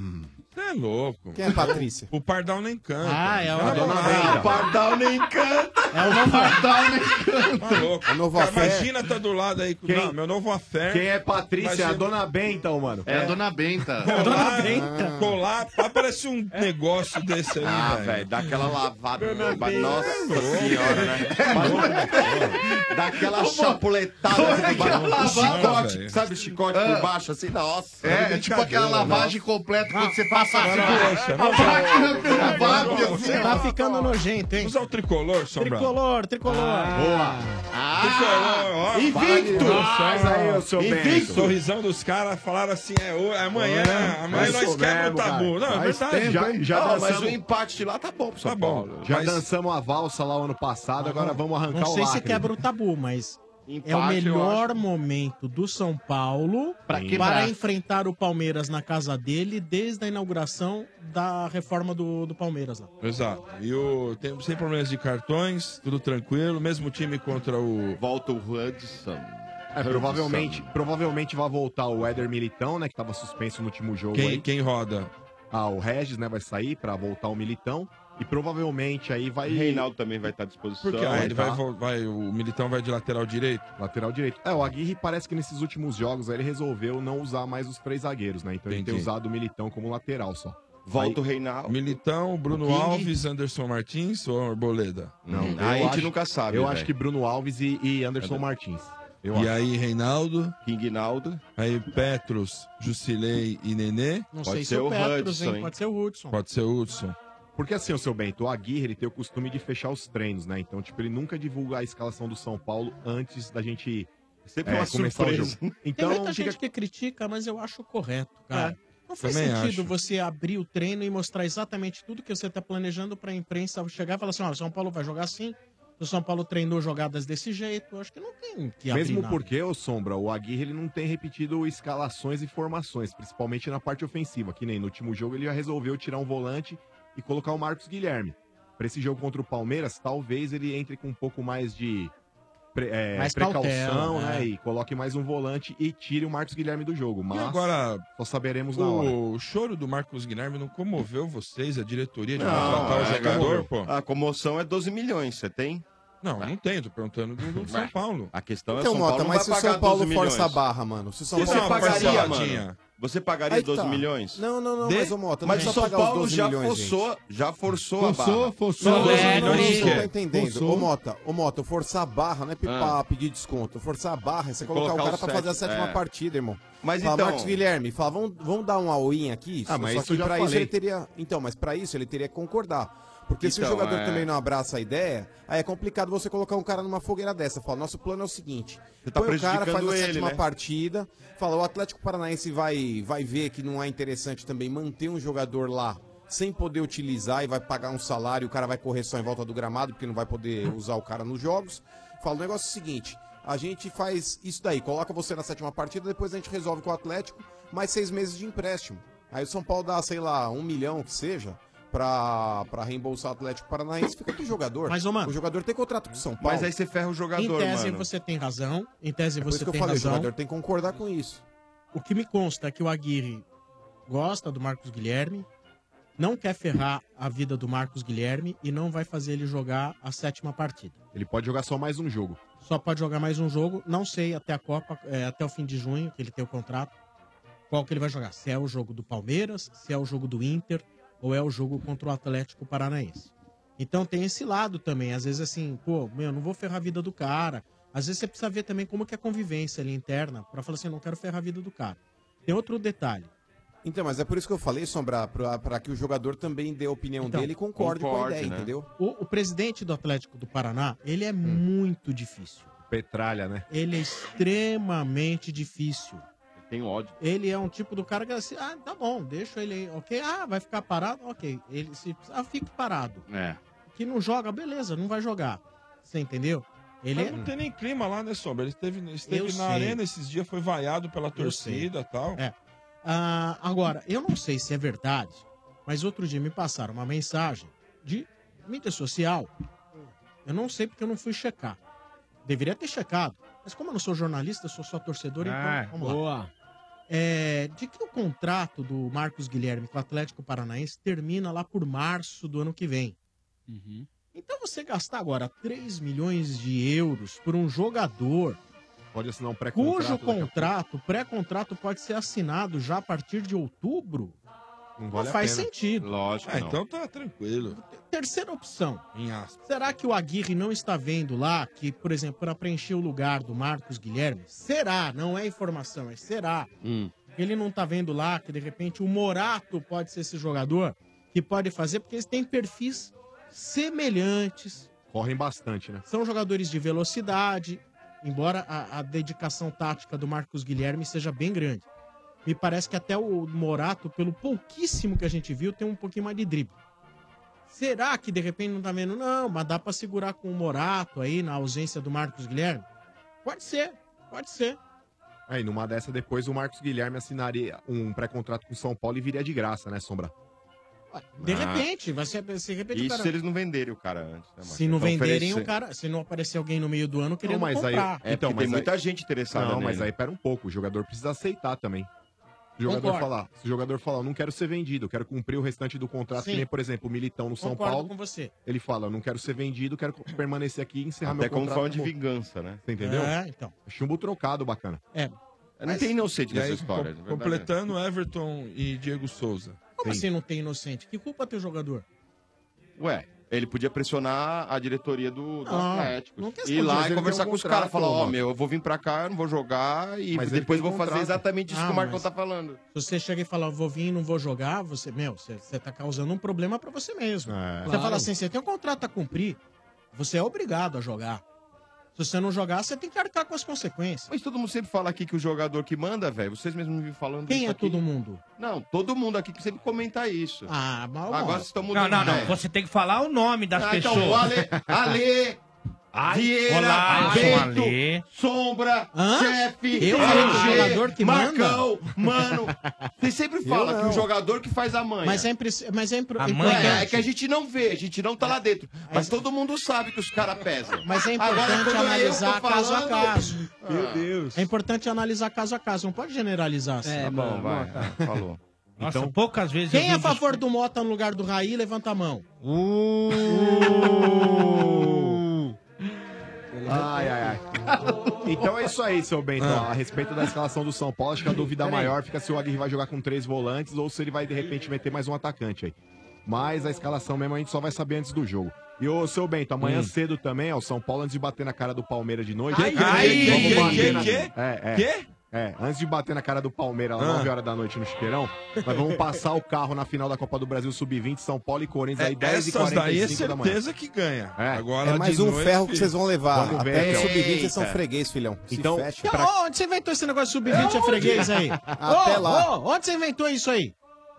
[SPEAKER 11] Você é louco.
[SPEAKER 6] Quem é Patrícia?
[SPEAKER 11] O Pardal nem canta.
[SPEAKER 2] Ah, é
[SPEAKER 11] Ela
[SPEAKER 2] a dona
[SPEAKER 11] não-
[SPEAKER 2] Vera.
[SPEAKER 11] Ah,
[SPEAKER 12] Pardal nem canta.
[SPEAKER 2] É o novo
[SPEAKER 5] Pardal nem canta.
[SPEAKER 11] Tá louco.
[SPEAKER 6] É A Nova
[SPEAKER 11] Cara,
[SPEAKER 6] Fé.
[SPEAKER 11] Imagina tá do lado aí. com- Não, meu novo afé.
[SPEAKER 9] Quem é Patrícia?
[SPEAKER 11] Imagina.
[SPEAKER 9] É a dona Benta, mano.
[SPEAKER 5] É a dona Benta.
[SPEAKER 11] Colar, colar, aparece um negócio desse aí,
[SPEAKER 12] Ah,
[SPEAKER 11] velho. É
[SPEAKER 12] velho, dá aquela lavada.
[SPEAKER 11] Dona
[SPEAKER 12] Mas,
[SPEAKER 11] Benta.
[SPEAKER 12] Nossa senhora, né? Mas- Dá aquela chapuletada
[SPEAKER 5] Como
[SPEAKER 12] assim
[SPEAKER 5] é que
[SPEAKER 12] por
[SPEAKER 5] é
[SPEAKER 12] baixo.
[SPEAKER 5] lavada,
[SPEAKER 12] O chicote,
[SPEAKER 5] velho?
[SPEAKER 12] sabe o chicote
[SPEAKER 5] Ah.
[SPEAKER 12] por baixo, assim? Nossa.
[SPEAKER 5] É, é tipo aquela lavagem completa quando você
[SPEAKER 11] Tá
[SPEAKER 9] Tá
[SPEAKER 5] passa assim,
[SPEAKER 11] Poxa,
[SPEAKER 5] a
[SPEAKER 11] vamos
[SPEAKER 5] máquina
[SPEAKER 11] lá.
[SPEAKER 5] pela
[SPEAKER 11] Vamos lá.
[SPEAKER 5] vácuo, assim,
[SPEAKER 2] Tá ficando nojento, hein?
[SPEAKER 11] Usar o tricolor, Sombra.
[SPEAKER 2] Tricolor, tricolor.
[SPEAKER 9] Ah,
[SPEAKER 11] Tricolor, ó.
[SPEAKER 12] Invicto!
[SPEAKER 11] Faz aí,
[SPEAKER 9] Ah,
[SPEAKER 12] ô, seu Bento.
[SPEAKER 11] Sorrisão dos caras falaram assim: é, ho- é amanhã, amanhã
[SPEAKER 9] eu
[SPEAKER 11] nós
[SPEAKER 9] sou
[SPEAKER 11] quebra o
[SPEAKER 9] mesmo,
[SPEAKER 11] tabu.
[SPEAKER 9] Né? cara.
[SPEAKER 11] Não, é
[SPEAKER 9] Faz
[SPEAKER 11] verdade.
[SPEAKER 9] tempo, Já- hein? já
[SPEAKER 12] Não, mas
[SPEAKER 9] dançamos-
[SPEAKER 12] o empate de lá tá bom pro São
[SPEAKER 11] Tá bom.
[SPEAKER 12] Paulo.
[SPEAKER 9] Já
[SPEAKER 11] Mas-
[SPEAKER 9] dançamos a valsa lá o ano passado, agora vamos arrancar
[SPEAKER 2] Não
[SPEAKER 9] o
[SPEAKER 2] sei se
[SPEAKER 9] lacre.
[SPEAKER 2] quebra o tabu, mas é o
[SPEAKER 9] Empate,
[SPEAKER 2] melhor momento do São Paulo
[SPEAKER 5] Pra
[SPEAKER 2] para
[SPEAKER 5] quebrar.
[SPEAKER 2] enfrentar o Palmeiras na casa dele desde a inauguração da reforma do, do Palmeiras lá.
[SPEAKER 11] Exato. E o, tem, sem problemas de cartões, tudo tranquilo. Mesmo time contra o.
[SPEAKER 12] Volta o Hudson.
[SPEAKER 9] É, provavelmente, provavelmente vai voltar o Éder Militão, né? Que tava suspenso no último jogo.
[SPEAKER 11] Quem-
[SPEAKER 9] aí.
[SPEAKER 11] quem roda?
[SPEAKER 9] Ah, o Regis, né? Vai sair pra voltar o Militão. E provavelmente aí vai.
[SPEAKER 12] Reinaldo também vai estar à disposição.
[SPEAKER 11] Porque ah, ele
[SPEAKER 9] tá.
[SPEAKER 11] vai, vo- vai, o Militão vai de lateral direito?
[SPEAKER 9] Lateral direito. É, o Aguirre parece que nesses últimos jogos aí ele resolveu não usar mais os três zagueiros, né? Então ele tem
[SPEAKER 11] Entendi.
[SPEAKER 9] usado o Militão como lateral só.
[SPEAKER 12] Volta o
[SPEAKER 9] Aí-
[SPEAKER 12] Reinaldo.
[SPEAKER 11] Militão, Bruno
[SPEAKER 9] King.
[SPEAKER 11] Alves, Anderson Martins ou Arboleda?
[SPEAKER 9] Não,
[SPEAKER 12] a
[SPEAKER 9] eu
[SPEAKER 12] gente
[SPEAKER 9] acho-
[SPEAKER 12] nunca sabe.
[SPEAKER 9] Eu
[SPEAKER 12] velho.
[SPEAKER 9] acho que Bruno Alves e, e Anderson Martins.
[SPEAKER 11] e aí Reinaldo. Kingnaldo. Aí Petros, Jusilei e Nenê.
[SPEAKER 2] Não sei se é o Petros, hein? Pode ser o Hudson.
[SPEAKER 11] Pode ser o Hudson.
[SPEAKER 9] Porque assim, o seu Bento, o Aguirre ele tem o costume de fechar os treinos, né? Então, tipo, ele nunca divulga a escalação do São Paulo antes da gente é,
[SPEAKER 2] Sempre é uma
[SPEAKER 9] começar o
[SPEAKER 2] surpresa.
[SPEAKER 9] jogo.
[SPEAKER 2] Tem muita
[SPEAKER 9] Então,
[SPEAKER 2] gente
[SPEAKER 9] fica
[SPEAKER 2] que
[SPEAKER 9] É,
[SPEAKER 2] critica, mas eu acho correto, cara. Não faz
[SPEAKER 9] Também
[SPEAKER 2] sentido
[SPEAKER 9] acho.
[SPEAKER 2] você abrir o treino e mostrar exatamente tudo que você está planejando para a imprensa chegar e falar assim, ó, o São Paulo vai jogar assim, o São Paulo treinou jogadas desse jeito, eu acho que não tem que abrir
[SPEAKER 9] Mesmo
[SPEAKER 2] nada.
[SPEAKER 9] porque, ô Sombra, o Aguirre ele não tem repetido escalações e formações, principalmente na parte ofensiva, que nem no último jogo ele já resolveu tirar um volante e colocar o Marcos Guilherme. Pra esse jogo contra o Palmeiras, talvez ele entre com um pouco mais de pre- é,
[SPEAKER 11] Mais
[SPEAKER 9] precaução,
[SPEAKER 11] cautela,
[SPEAKER 9] né?
[SPEAKER 11] é.
[SPEAKER 9] E coloque mais um volante e tire o Marcos Guilherme do jogo. Mas
[SPEAKER 11] E agora,
[SPEAKER 9] só saberemos na hora.
[SPEAKER 11] O choro do Marcos Guilherme não comoveu vocês, a diretoria de
[SPEAKER 12] Não,
[SPEAKER 11] contratar o
[SPEAKER 12] é,
[SPEAKER 11] jogador, pô?
[SPEAKER 12] comoveu. A comoção é 12 milhões, você tem?
[SPEAKER 11] Não, não tenho, tô perguntando do, do São Paulo.
[SPEAKER 12] A questão é
[SPEAKER 11] Então,
[SPEAKER 12] São
[SPEAKER 11] Mota,
[SPEAKER 12] Paulo não
[SPEAKER 11] mas
[SPEAKER 12] vai
[SPEAKER 11] se o
[SPEAKER 12] pagar
[SPEAKER 11] São Paulo
[SPEAKER 12] 12
[SPEAKER 11] força
[SPEAKER 12] milhões.
[SPEAKER 11] a barra, mano, se o São
[SPEAKER 12] Você
[SPEAKER 11] Paulo
[SPEAKER 12] pagaria,
[SPEAKER 11] forçaria,
[SPEAKER 12] mano.
[SPEAKER 11] mano.
[SPEAKER 12] Você pagaria
[SPEAKER 6] Aí que
[SPEAKER 12] 12
[SPEAKER 6] tá.
[SPEAKER 12] milhões?
[SPEAKER 6] Não, não, não,
[SPEAKER 12] De-
[SPEAKER 6] mas, ô, Mota, não
[SPEAKER 12] Mas o
[SPEAKER 6] precisa
[SPEAKER 12] São
[SPEAKER 6] pagar os
[SPEAKER 12] Paulo
[SPEAKER 6] 12
[SPEAKER 12] já
[SPEAKER 6] milhões,
[SPEAKER 12] forçou, já forçou, a
[SPEAKER 6] Forçou,
[SPEAKER 12] barra.
[SPEAKER 6] forçou.
[SPEAKER 12] Não, é. tá doze
[SPEAKER 6] Não, não, é. não,
[SPEAKER 12] milhões
[SPEAKER 6] não, não
[SPEAKER 12] quer.
[SPEAKER 6] tô entendendo.
[SPEAKER 12] Forçou.
[SPEAKER 6] Ô, Mota, ô, Mota, forçar a barra não é pipar,
[SPEAKER 12] Ah.
[SPEAKER 6] pedir desconto. Forçar a barra é você colocar,
[SPEAKER 12] Colocar
[SPEAKER 6] o cara
[SPEAKER 12] o
[SPEAKER 6] pra
[SPEAKER 12] sete,
[SPEAKER 6] fazer a sétima
[SPEAKER 12] é.
[SPEAKER 6] partida, irmão.
[SPEAKER 12] Mas
[SPEAKER 6] fala,
[SPEAKER 12] então-
[SPEAKER 6] Marcos Guilherme, fala, vamos, vamos dar um all-in aqui?
[SPEAKER 9] Ah, mas
[SPEAKER 6] Só
[SPEAKER 9] isso eu
[SPEAKER 6] que
[SPEAKER 9] já
[SPEAKER 6] pra isso
[SPEAKER 9] falei.
[SPEAKER 6] ele teria... Então, mas pra isso ele teria que concordar. Porque se o
[SPEAKER 9] Então,
[SPEAKER 6] jogador
[SPEAKER 9] é.
[SPEAKER 6] também não abraça a ideia, aí é complicado você colocar um cara numa fogueira dessa. Fala, nosso plano é o seguinte,
[SPEAKER 12] Você tá
[SPEAKER 6] põe o cara, faz
[SPEAKER 12] prejudicando
[SPEAKER 6] a
[SPEAKER 12] ele,
[SPEAKER 6] sétima
[SPEAKER 12] né?
[SPEAKER 6] partida, fala, o Atlético Paranaense vai, vai ver que não é interessante também manter um jogador lá sem poder utilizar e vai pagar um salário, o cara vai correr só em volta do gramado, porque não vai poder usar o cara nos jogos. Fala, o negócio é o seguinte, a gente faz isso daí, coloca você na sétima partida, depois a gente resolve com o Atlético, mais seis meses de empréstimo. Aí o São Paulo dá, sei lá, um milhão, que seja, pra, pra reembolsar o Atlético Paranaense, fica com o jogador.
[SPEAKER 2] Mas, ô, mano,
[SPEAKER 6] o jogador tem contrato com o São Paulo.
[SPEAKER 12] Mas aí você ferra o jogador,
[SPEAKER 2] Em tese
[SPEAKER 12] mano.
[SPEAKER 2] você tem razão, em tese
[SPEAKER 6] É por
[SPEAKER 2] você
[SPEAKER 6] isso que eu
[SPEAKER 2] tem
[SPEAKER 6] falei,
[SPEAKER 2] razão.
[SPEAKER 6] o jogador tem que concordar com isso.
[SPEAKER 2] O que me consta é que o Aguirre gosta do Marcos Guilherme, não quer ferrar a vida do Marcos Guilherme e não vai fazer ele jogar a sétima partida.
[SPEAKER 9] Ele pode jogar só mais um jogo.
[SPEAKER 2] Só pode jogar mais um jogo, não sei até a Copa, é, até o fim de junho, que ele tem o contrato, qual que ele vai jogar. Se é o jogo do Palmeiras, se é o jogo do Inter ou é o jogo contra o Atlético Paranaense. Então tem esse lado também. Às vezes assim, pô, meu, não vou ferrar a vida do cara. Às vezes você precisa ver também como que é a convivência ali interna pra falar assim, não quero ferrar a vida do cara. Tem outro detalhe.
[SPEAKER 6] Então, mas é por isso que eu falei, Sombra, pra, pra que o jogador também dê a opinião
[SPEAKER 2] Então,
[SPEAKER 6] dele e concorde, com a ideia,
[SPEAKER 2] né?
[SPEAKER 6] entendeu?
[SPEAKER 2] O, o presidente do Atlético do Paraná, ele é muito difícil.
[SPEAKER 9] Petralha, né?
[SPEAKER 2] Ele é extremamente difícil.
[SPEAKER 12] Tem ódio.
[SPEAKER 2] Ele é um tipo do cara que assim, ah, tá bom, deixa ele aí, ok? Ah, vai ficar parado? Ok. Ele se ah, fique parado.
[SPEAKER 3] né?
[SPEAKER 5] É.
[SPEAKER 2] Que não joga, beleza, não vai jogar. Você entendeu? Ele é
[SPEAKER 11] Mas não tem nem clima lá, né, Sombra? Ele esteve, esteve
[SPEAKER 2] Eu
[SPEAKER 11] na
[SPEAKER 2] sei.
[SPEAKER 11] arena esses dias, foi vaiado pela torcida e tal.
[SPEAKER 2] É. Ah, agora, eu não sei se é verdade, mas outro dia me passaram uma mensagem de mídia social. Eu não sei porque eu não fui checar. Deveria ter checado. Mas como eu não sou jornalista, eu sou só torcedor,
[SPEAKER 10] Ah,
[SPEAKER 2] então vamos lá. É, de que o contrato do Marcos Guilherme com o Atlético Paranaense termina lá por março do ano que vem. Então você gastar agora 3 milhões de euros por um jogador
[SPEAKER 9] Pode assinar um pré-contrato.
[SPEAKER 2] cujo
[SPEAKER 9] daqui a pouco.
[SPEAKER 2] contrato, pré-contrato pode ser assinado já a partir de outubro,
[SPEAKER 9] Não,
[SPEAKER 2] não faz sentido.
[SPEAKER 12] Lógico.
[SPEAKER 11] Ah,
[SPEAKER 2] não.
[SPEAKER 11] então tá tranquilo.
[SPEAKER 2] Terceira opção.
[SPEAKER 11] Em aspas.
[SPEAKER 2] Será que o Aguirre não está vendo lá que, por exemplo, para preencher o lugar do Marcos Guilherme, será, não é informação, é será.
[SPEAKER 6] Hum.
[SPEAKER 2] Ele não tá vendo lá que de repente o Morato pode ser esse jogador que pode fazer, porque eles têm perfis semelhantes.
[SPEAKER 9] Correm bastante, né?
[SPEAKER 2] São jogadores de velocidade, embora a, a dedicação tática do Marcos Guilherme seja bem grande. Me parece que até o Morato, pelo pouquíssimo que a gente viu, tem um pouquinho mais de drible. Será que de repente não tá vendo? Não, mas dá pra segurar com o Morato aí na ausência do Marcos Guilherme? Pode ser, pode ser.
[SPEAKER 9] Aí, numa dessa, depois o Marcos Guilherme assinaria um pré-contrato com o São Paulo e viria de graça, né, Sombra?
[SPEAKER 2] De
[SPEAKER 9] Ah.
[SPEAKER 2] repente, vai ser, de repente o
[SPEAKER 9] Isso
[SPEAKER 2] cara...
[SPEAKER 9] se eles
[SPEAKER 12] não venderem o cara antes. Né,
[SPEAKER 2] Se não venderem o cara, se não aparecer alguém no meio do ano querendo comprar.
[SPEAKER 9] é então,
[SPEAKER 12] É
[SPEAKER 9] Não, mas
[SPEAKER 2] nele.
[SPEAKER 9] aí pera um pouco. O jogador precisa aceitar também. O jogador
[SPEAKER 2] Concordo.
[SPEAKER 9] falar, se o jogador falar, eu não quero ser vendido, eu quero cumprir o restante do contrato,
[SPEAKER 2] Sim.
[SPEAKER 9] que nem, por exemplo, o Militão no São
[SPEAKER 2] Concordo
[SPEAKER 9] Paulo.
[SPEAKER 2] com você.
[SPEAKER 9] Ele fala, eu não quero ser vendido, quero permanecer aqui e encerrar
[SPEAKER 12] Até
[SPEAKER 9] meu
[SPEAKER 12] como
[SPEAKER 9] contrato.
[SPEAKER 12] forma de
[SPEAKER 9] como-
[SPEAKER 12] vingança, né?
[SPEAKER 9] Você entendeu?
[SPEAKER 2] É, então.
[SPEAKER 9] Chumbo trocado, bacana.
[SPEAKER 2] É.
[SPEAKER 12] Não tem inocente
[SPEAKER 11] E
[SPEAKER 12] nessa
[SPEAKER 11] aí,
[SPEAKER 12] história.
[SPEAKER 11] com-
[SPEAKER 12] de verdade.
[SPEAKER 11] completando
[SPEAKER 12] É.
[SPEAKER 11] Everton e Diego Souza.
[SPEAKER 2] assim Como assim não tem inocente? Que culpa tem o jogador?
[SPEAKER 12] Ué, Ele podia pressionar a diretoria do, do
[SPEAKER 9] Não,
[SPEAKER 12] Atlético.
[SPEAKER 9] não tem as
[SPEAKER 12] ir
[SPEAKER 9] condições,
[SPEAKER 12] lá
[SPEAKER 9] ele
[SPEAKER 12] e conversar
[SPEAKER 9] tem um
[SPEAKER 12] com os caras.
[SPEAKER 9] contrato,
[SPEAKER 12] Falar, ó,
[SPEAKER 9] Marcos.
[SPEAKER 12] meu, eu vou vir pra cá, eu não vou jogar e
[SPEAKER 9] Mas ele
[SPEAKER 12] depois eu
[SPEAKER 9] tem
[SPEAKER 12] vou fazer
[SPEAKER 9] contrato.
[SPEAKER 12] exatamente isso
[SPEAKER 2] Ah,
[SPEAKER 12] que o Marcão
[SPEAKER 2] mas
[SPEAKER 12] tá falando.
[SPEAKER 2] Se você chega e fala, vou vir e não vou jogar, você, meu, você, você tá causando um problema pra você mesmo. Você
[SPEAKER 9] Claro.
[SPEAKER 2] fala assim, você tem um contrato a cumprir, você é obrigado a jogar. Se você não jogar, você tem que arcar com as consequências.
[SPEAKER 12] Mas todo mundo sempre fala aqui que o jogador que manda, velho, vocês mesmos me viram falando
[SPEAKER 2] Quem
[SPEAKER 12] isso
[SPEAKER 2] é
[SPEAKER 12] aqui.
[SPEAKER 2] todo mundo?
[SPEAKER 12] Não, todo mundo aqui que sempre comenta isso.
[SPEAKER 2] Ah, mal.
[SPEAKER 12] Agora vocês estão
[SPEAKER 3] Não,
[SPEAKER 12] mudando.
[SPEAKER 3] não, não.
[SPEAKER 12] ideia.
[SPEAKER 3] Você tem que falar o nome das
[SPEAKER 12] Ah,
[SPEAKER 3] pessoas.
[SPEAKER 12] então, o Ale, Ale
[SPEAKER 3] Ai,
[SPEAKER 12] Vieira,
[SPEAKER 3] olá, eu sou o
[SPEAKER 12] Bento,
[SPEAKER 3] Ale.
[SPEAKER 12] Sombra,
[SPEAKER 3] Hã?
[SPEAKER 12] chefe,
[SPEAKER 3] Eu falei que
[SPEAKER 12] LG,
[SPEAKER 3] o jogador que
[SPEAKER 12] Marcão,
[SPEAKER 2] manda?
[SPEAKER 12] mano. Você sempre
[SPEAKER 2] Eu
[SPEAKER 12] fala que
[SPEAKER 2] não.
[SPEAKER 12] o jogador que faz a manha.
[SPEAKER 2] Mas é, impre- mas é impre-
[SPEAKER 12] A
[SPEAKER 2] importante. É
[SPEAKER 12] manha é que a gente não vê, a gente não tá lá dentro. Mas todo mundo sabe que os caras pesam.
[SPEAKER 2] Mas é importante
[SPEAKER 12] quando eu
[SPEAKER 2] analisar
[SPEAKER 12] tô
[SPEAKER 2] caso a
[SPEAKER 12] falando-
[SPEAKER 2] caso.
[SPEAKER 12] Ah, Meu Deus.
[SPEAKER 2] É importante analisar caso a caso, não pode generalizar assim.
[SPEAKER 3] É, Tá bom, não, vai, não,
[SPEAKER 12] Falou.
[SPEAKER 3] Nossa, poucas vezes
[SPEAKER 2] Quem é
[SPEAKER 3] eu
[SPEAKER 2] a
[SPEAKER 3] vi
[SPEAKER 2] favor do Mota no lugar do Raí, levanta a mão.
[SPEAKER 9] Ai, ai, ai. Então é isso aí, seu Bento.
[SPEAKER 11] Ah.
[SPEAKER 9] A respeito da escalação do São Paulo, acho que a dúvida
[SPEAKER 6] Peraí.
[SPEAKER 9] maior fica se o Aguirre vai jogar com três volantes ou se ele vai, de repente, meter mais um atacante aí. Mas a escalação mesmo a gente só vai saber antes do jogo. E ô, seu Bento, amanhã
[SPEAKER 11] Hum.
[SPEAKER 9] cedo também, ó, o São Paulo, antes de bater na cara do Palmeiras de noite...
[SPEAKER 11] Ai,
[SPEAKER 9] Vamos
[SPEAKER 11] ai,
[SPEAKER 9] bater
[SPEAKER 11] ai, ai,
[SPEAKER 9] na-
[SPEAKER 11] quê?
[SPEAKER 9] É, é.
[SPEAKER 11] Quê?
[SPEAKER 9] É, antes de bater na cara do Palmeiras, lá,
[SPEAKER 11] Ah.
[SPEAKER 9] 9 horas da noite no Chiqueirão, nós vamos passar o carro na final da Copa do Brasil Sub-20, São Paulo e Corinthians,
[SPEAKER 11] É,
[SPEAKER 9] aí 10
[SPEAKER 11] essas
[SPEAKER 9] h
[SPEAKER 11] daí é
[SPEAKER 9] 45 da manhã.
[SPEAKER 11] certeza que ganha. Agora
[SPEAKER 6] É mais um ferro que vocês vão levar.
[SPEAKER 9] Vamos ver,
[SPEAKER 6] Até no
[SPEAKER 9] então.
[SPEAKER 6] sub-20 vocês são
[SPEAKER 9] Eita.
[SPEAKER 6] freguês, filhão. Se
[SPEAKER 9] Então-
[SPEAKER 6] fecha
[SPEAKER 2] Então,
[SPEAKER 6] pra-
[SPEAKER 2] ô, onde você inventou esse negócio sub-20 é, freguês aí?
[SPEAKER 6] Até
[SPEAKER 2] Ô,
[SPEAKER 6] lá.
[SPEAKER 2] ô, onde você inventou isso aí?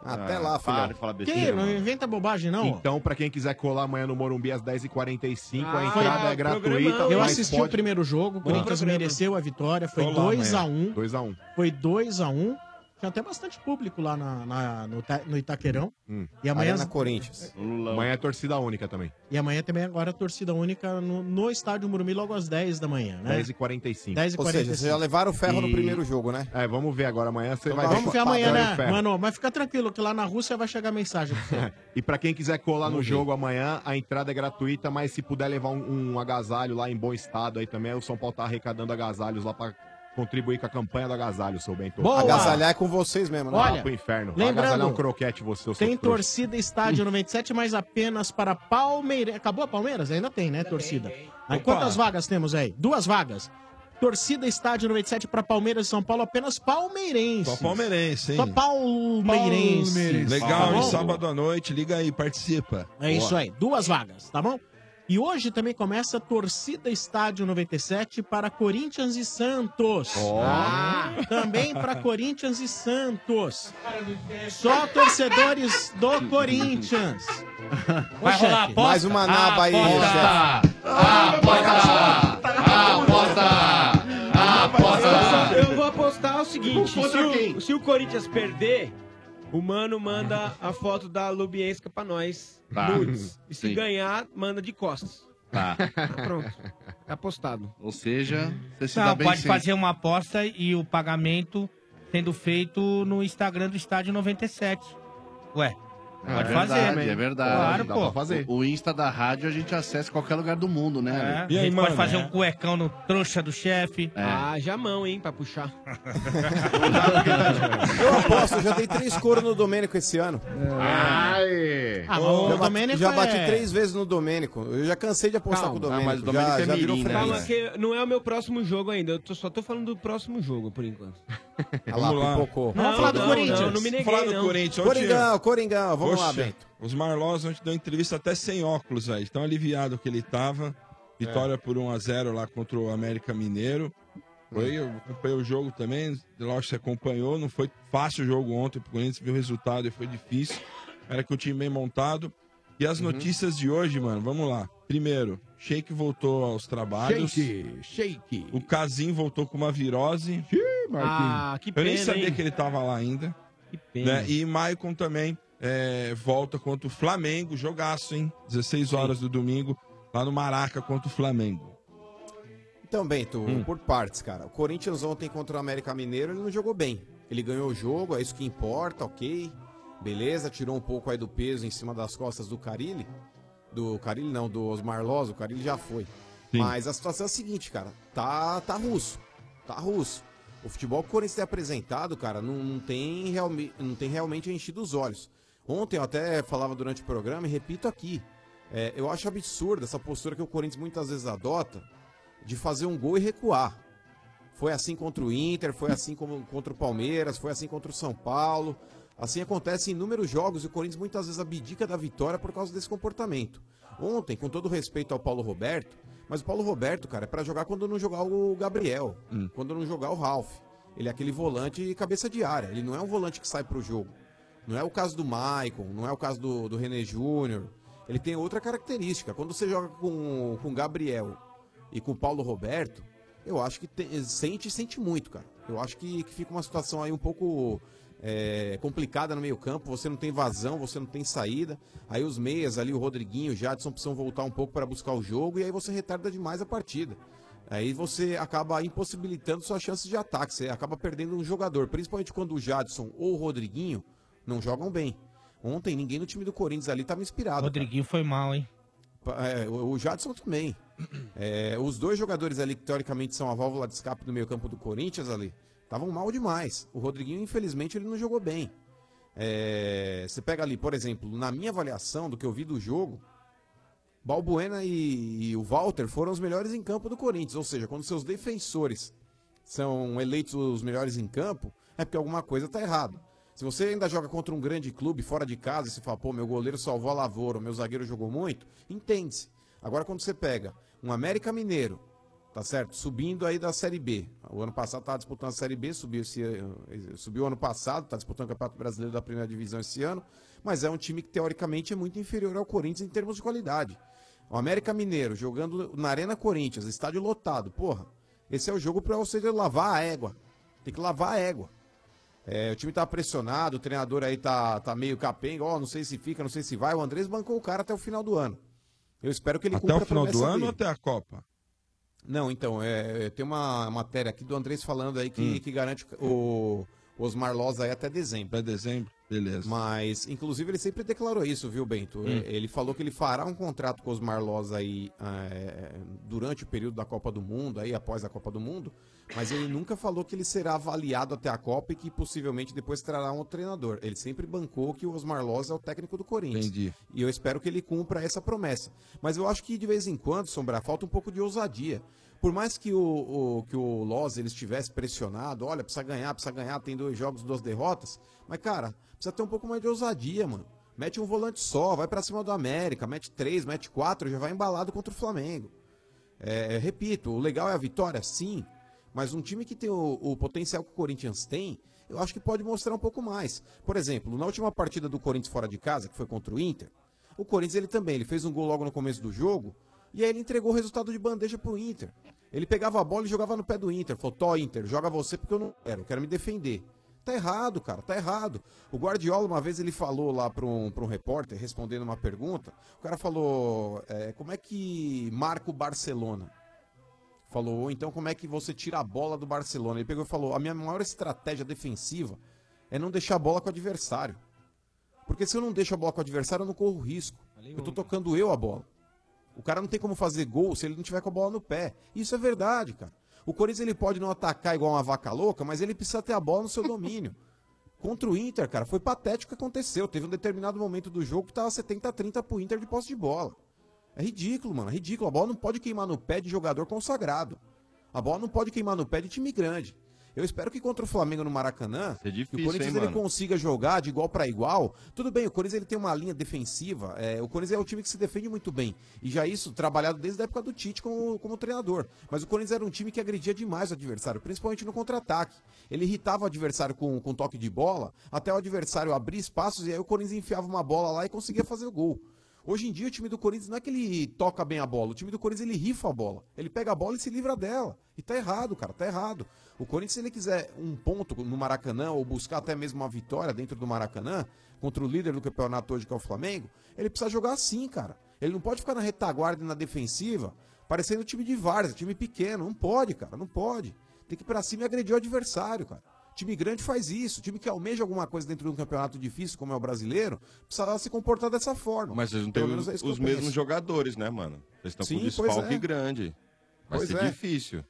[SPEAKER 9] Até lá, filhão.
[SPEAKER 12] Para de falar
[SPEAKER 2] Que?
[SPEAKER 9] besteira,
[SPEAKER 2] não
[SPEAKER 9] mano.
[SPEAKER 2] inventa bobagem, não. ó.
[SPEAKER 9] Então, pra quem quiser colar amanhã no Morumbi às 10h45,
[SPEAKER 2] Ah,
[SPEAKER 9] a entrada é
[SPEAKER 2] foi-
[SPEAKER 9] gratuita.
[SPEAKER 2] Eu
[SPEAKER 9] mas
[SPEAKER 2] assisti o
[SPEAKER 9] pode-
[SPEAKER 2] primeiro jogo, o
[SPEAKER 9] Bom um.
[SPEAKER 2] Corinthians
[SPEAKER 9] programa. né?
[SPEAKER 2] mereceu a vitória, foi
[SPEAKER 9] Colar amanhã.
[SPEAKER 2] 2x1.
[SPEAKER 9] 2x1.
[SPEAKER 2] Foi 2x1. Tinha até bastante público lá na- na- no, Ta- no Itaquerão.
[SPEAKER 9] Hum.
[SPEAKER 2] E amanhã- Arena
[SPEAKER 9] Corinthians. Amanhã é torcida única também.
[SPEAKER 2] E amanhã também agora a torcida única no, no estádio Murumbi logo às 10 da manhã, né?
[SPEAKER 9] 10h45.
[SPEAKER 2] 10 e 45. E-
[SPEAKER 9] jogo, né? É, vamos ver agora. Amanhã você vai
[SPEAKER 2] Então Vamos ver amanhã,
[SPEAKER 9] Padrão e
[SPEAKER 2] né?
[SPEAKER 9] ferro.
[SPEAKER 2] Mano, mas fica tranquilo que lá na Rússia vai chegar mensagem pra você.
[SPEAKER 9] E pra quem quiser colar no
[SPEAKER 2] Vamos ver.
[SPEAKER 9] jogo amanhã, a entrada é gratuita, mas se puder levar um, um agasalho lá em bom estado aí também, o São Paulo tá arrecadando agasalhos lá pra contribuir com a campanha do agasalho, seu Bento.
[SPEAKER 6] Boa! Agasalhar é com vocês mesmo, né?
[SPEAKER 9] Olha, pro inferno. Vai
[SPEAKER 2] lembrando,
[SPEAKER 9] agasalhar um croquete você, o seu
[SPEAKER 2] Tem
[SPEAKER 9] trouxa.
[SPEAKER 2] torcida estádio
[SPEAKER 11] Hum.
[SPEAKER 2] 97, mas apenas para Palmeiras. Acabou a Palmeiras? Ainda tem, né, torcida? Aí,
[SPEAKER 9] Opa.
[SPEAKER 2] quantas vagas temos aí? Duas vagas. Torcida estádio 97 para Palmeiras e São Paulo, apenas palmeirense.
[SPEAKER 11] Só palmeirense, hein?
[SPEAKER 2] Só palmeirense.
[SPEAKER 11] Legal,
[SPEAKER 2] hein?
[SPEAKER 11] e sábado à noite, liga aí, participa.
[SPEAKER 2] Tá É isso aí, duas vagas, tá bom? E hoje também começa a torcida Estádio 97 para Corinthians e Santos. Também para Corinthians e Santos. Só torcedores do Corinthians.
[SPEAKER 6] Vai
[SPEAKER 2] Ô, chefe,
[SPEAKER 6] rolar a aposta? Mais uma naba aí,
[SPEAKER 2] Ah, Aposta.
[SPEAKER 6] chefe.
[SPEAKER 3] É.
[SPEAKER 5] Ah,
[SPEAKER 10] Eu, eu vou apostar o seguinte: se o, se o Corinthians perder, o mano manda a foto da Lubienska pra nós.
[SPEAKER 5] Tá.
[SPEAKER 10] nudes. E se
[SPEAKER 5] Sim.
[SPEAKER 10] ganhar, manda de costas.
[SPEAKER 5] Tá.
[SPEAKER 10] Pronto. Tá apostado.
[SPEAKER 5] Ou seja, você se dá
[SPEAKER 3] Não,
[SPEAKER 5] bem
[SPEAKER 3] Tá, pode
[SPEAKER 5] sem-
[SPEAKER 3] fazer uma aposta e o pagamento sendo feito no Instagram do Estádio 97. um- Ué,
[SPEAKER 5] É
[SPEAKER 3] pode
[SPEAKER 5] verdade,
[SPEAKER 3] fazer.
[SPEAKER 5] É verdade.
[SPEAKER 3] Claro,
[SPEAKER 5] Dá
[SPEAKER 3] pô.
[SPEAKER 5] pra fazer. O, o Insta da rádio a gente acessa em qualquer lugar do mundo, né?
[SPEAKER 3] É, a gente pode fazer um cuecão no trouxa do chefe.
[SPEAKER 5] É. Ah,
[SPEAKER 10] já mão, hein, pra puxar.
[SPEAKER 6] Eu aposto, eu já dei três coros no Domênico esse ano.
[SPEAKER 2] Ah, mas o
[SPEAKER 6] já bati,
[SPEAKER 2] Domênico
[SPEAKER 6] já
[SPEAKER 2] é-
[SPEAKER 6] bati três vezes no Domênico. Eu já cansei de apostar com Ah, o Domênico. é né? já,
[SPEAKER 2] é
[SPEAKER 6] já virou
[SPEAKER 2] né,
[SPEAKER 10] Calma,
[SPEAKER 6] freguês.
[SPEAKER 10] que não é o meu próximo jogo ainda. Eu tô- só tô falando do próximo jogo, por enquanto.
[SPEAKER 6] Vamos lá, pipocou.
[SPEAKER 10] Não, Vamos falar do não, Corinthians. não, não me neguei,
[SPEAKER 11] Falar do
[SPEAKER 10] não.
[SPEAKER 11] Corinthians.
[SPEAKER 10] Coringão, Coringão, vamos lá, Bento.
[SPEAKER 11] Os Marlós ontem deu entrevista até sem óculos aí. Tão aliviado que ele tava. Vitória
[SPEAKER 10] É.
[SPEAKER 11] por 1x0 lá contra o América Mineiro. Foi, eu acompanhei o jogo também. Lógico que você acompanhou. Não foi fácil o jogo ontem pro Corinthians. Viu o resultado e foi difícil. Era que o time bem montado. E
[SPEAKER 10] Uhum.
[SPEAKER 11] as notícias de hoje, mano, vamos lá. Primeiro, Sheik voltou aos trabalhos.
[SPEAKER 7] Sheik,
[SPEAKER 11] Shake. O Casim voltou com uma virose.
[SPEAKER 10] Ah, que
[SPEAKER 11] Eu nem
[SPEAKER 10] pena,
[SPEAKER 11] sabia
[SPEAKER 10] hein?
[SPEAKER 11] que ele tava lá ainda. Que
[SPEAKER 10] pena.
[SPEAKER 11] E Maicon também é, volta contra o Flamengo. Jogaço, hein? 16 horas do domingo, lá no Maraca contra o Flamengo.
[SPEAKER 6] Então, Bento,
[SPEAKER 11] Hum.
[SPEAKER 6] por partes, cara. O Corinthians ontem contra o América Mineiro, ele não jogou bem. Ele ganhou o jogo, é isso que importa, ok. Beleza, tirou um pouco aí do peso em cima das costas do Carilli. Do Carilli não, do Osmar Loz, o Carilli já foi. Mas a situação é a seguinte, cara. Tá, tá russo. Tá russo. O futebol que o Corinthians tem apresentado, cara, não, não tem, realme- não tem realmente enchido os olhos. Ontem eu até falava durante o programa e repito aqui. É, eu acho absurda essa postura que o Corinthians muitas vezes adota de fazer um gol e recuar. Foi assim contra o Inter, foi assim como contra o Palmeiras, foi assim contra o São Paulo. Assim acontece em inúmeros jogos e o Corinthians muitas vezes abdica da vitória por causa desse comportamento. Ontem, com todo respeito ao Paulo Roberto, mas o Paulo Roberto, cara, é pra jogar quando não jogar o Gabriel, quando não jogar o Ralf. Ele é aquele volante cabeça de área, ele não é um volante que sai pro jogo. Não é o caso do Maicon, não é o caso do, do René Júnior. Ele tem outra característica. Quando você joga com com o Gabriel e com o Paulo Roberto, eu acho que tem- sente sente muito, cara. Eu acho que, que fica uma situação aí um pouco é, complicada no meio-campo. Você não tem vazão, você não tem saída. Aí os meias ali, o Rodriguinho, o Jadson, precisam voltar um pouco para buscar o jogo e aí você retarda demais a partida. Aí você acaba impossibilitando suas chances de ataque. Você acaba perdendo um jogador, principalmente quando o Jadson ou o Rodriguinho não jogam bem. Ontem ninguém no time do Corinthians ali estava inspirado.
[SPEAKER 3] Rodriguinho foi mal, hein?
[SPEAKER 6] Pa- é, o o Jadson também. É, os dois jogadores ali que teoricamente são a válvula de escape do meio campo do Corinthians ali, estavam mal demais. O Rodriguinho, infelizmente, ele não jogou bem. É, você pega ali, por exemplo, na minha avaliação do que eu vi do jogo, Balbuena e, e o Walter foram os melhores em campo do Corinthians. Ou seja, quando seus defensores são eleitos os melhores em campo, é porque alguma coisa tá errada. Se você ainda joga contra um grande clube fora de casa e se fala, pô, meu goleiro salvou a lavoura, meu zagueiro jogou muito, entende-se. Agora, quando você pega um América Mineiro, tá certo? Subindo aí da Série B. O ano passado estava disputando a Série B, subiu, esse, eh, subiu ano passado, está disputando o Campeonato Brasileiro da Primeira Divisão esse ano, mas é um time que teoricamente é muito inferior ao Corinthians em termos de qualidade. O América Mineiro jogando na Arena Corinthians, estádio lotado, porra, esse é o jogo para você lavar a égua. Tem que lavar a égua. É, o time tá pressionado, o treinador aí tá, tá meio capenga, ó, não sei se fica, não sei se vai. O Andrés bancou o cara até o final do ano. Eu espero que ele
[SPEAKER 11] Até
[SPEAKER 6] cumpra
[SPEAKER 11] o
[SPEAKER 6] a
[SPEAKER 11] final do
[SPEAKER 6] promessa
[SPEAKER 11] ano
[SPEAKER 6] dele.
[SPEAKER 11] ou até a Copa?
[SPEAKER 6] Não, então, é, é, tem uma matéria aqui do Andrés falando aí que,
[SPEAKER 11] Hum.
[SPEAKER 6] que garante o, o Osmar Loz aí até dezembro.
[SPEAKER 11] Até dezembro, beleza.
[SPEAKER 6] Mas, inclusive, ele sempre declarou isso, viu, Bento?
[SPEAKER 11] Hum.
[SPEAKER 6] É, Ele falou que ele fará um contrato com o Osmar Loz aí é, durante o período da Copa do Mundo, aí após a Copa do Mundo, mas ele nunca falou que ele será avaliado até a Copa e que possivelmente depois trará um treinador. Ele sempre bancou que o Osmar Loz é o técnico do Corinthians.
[SPEAKER 11] Entendi.
[SPEAKER 6] E eu espero que ele cumpra essa promessa. Mas eu acho que de vez em quando, Sombra, falta um pouco de ousadia. Por mais que o, o- que o Loz ele estivesse pressionado, olha, precisa ganhar, precisa ganhar, tem dois jogos, duas derrotas. Mas, cara, precisa ter um pouco mais de ousadia, mano. Mete um volante só, vai pra cima do América, mete três, mete quatro, já vai embalado contra o Flamengo. É, repito, o legal é a vitória, sim. Mas um time que tem o, o potencial que o Corinthians tem, eu acho que pode mostrar um pouco mais. Por exemplo, na última partida do Corinthians fora de casa, que foi contra o Inter, o Corinthians ele também, ele fez um gol logo no começo do jogo, e aí ele entregou o resultado de bandeja pro Inter. Ele pegava a bola e jogava no pé do Inter. Falou, Tó, Inter, joga você porque eu não quero, eu quero me defender. Tá errado, cara, tá errado. O Guardiola, uma vez, ele falou lá pra um, pra um repórter, respondendo uma pergunta, o cara falou, é, como é que marca o Barcelona? Falou, ou então como é que você tira a bola do Barcelona? Ele pegou e falou, a minha maior estratégia defensiva é não deixar a bola com o adversário. Porque se eu não deixo a bola com o adversário, eu não corro risco. Eu tô tocando eu a bola. O cara não tem como fazer gol se ele não tiver com a bola no pé. Isso é verdade, cara. O Corinthians ele pode não atacar igual uma vaca louca, mas ele precisa ter a bola no seu domínio. Contra o Inter, cara, foi patético o que aconteceu. Teve um determinado momento do jogo que tava 70 a 30 pro Inter de posse de bola. É ridículo, mano, é ridículo. A bola não pode queimar no pé de jogador consagrado. A bola não pode queimar no pé de time grande. Eu espero que contra o Flamengo no Maracanã, que
[SPEAKER 12] é difícil,
[SPEAKER 6] o Corinthians
[SPEAKER 12] hein,
[SPEAKER 6] ele
[SPEAKER 12] mano?
[SPEAKER 6] consiga jogar de igual para igual. Tudo bem, o Corinthians ele tem uma linha defensiva. é, o Corinthians é um time que se defende muito bem. E já isso trabalhado desde a época do Tite como, como treinador. Mas o Corinthians era um time que agredia demais o adversário, principalmente no contra-ataque. Ele irritava o adversário com, com toque de bola, até o adversário abrir espaços e aí o Corinthians enfiava uma bola lá e conseguia fazer o gol. Hoje em dia o time do Corinthians não é que ele toca bem a bola, o time do Corinthians ele rifa a bola. Ele pega a bola e se livra dela. E tá errado, cara, tá errado. O Corinthians se ele quiser um ponto no Maracanã ou buscar até mesmo uma vitória dentro do Maracanã contra o líder do campeonato hoje que é o Flamengo, ele precisa jogar assim, cara. Ele não pode ficar na retaguarda e na defensiva, parecendo time de várzea, time pequeno, não pode, cara, não pode. Tem que ir pra cima e agredir o adversário, cara. Time grande faz isso. Time que almeja alguma coisa dentro de um campeonato difícil, como é o brasileiro, precisa se comportar dessa forma.
[SPEAKER 12] Mas vocês não têm
[SPEAKER 6] Pelo
[SPEAKER 12] os,
[SPEAKER 6] menos é isso que
[SPEAKER 12] os
[SPEAKER 6] eu
[SPEAKER 12] mesmos
[SPEAKER 6] penso.
[SPEAKER 12] jogadores, né, mano? Vocês estão com
[SPEAKER 6] Sim, pois
[SPEAKER 12] desfalque
[SPEAKER 6] é.
[SPEAKER 12] grande. Vai
[SPEAKER 6] Pois
[SPEAKER 12] ser
[SPEAKER 6] é.
[SPEAKER 12] difícil.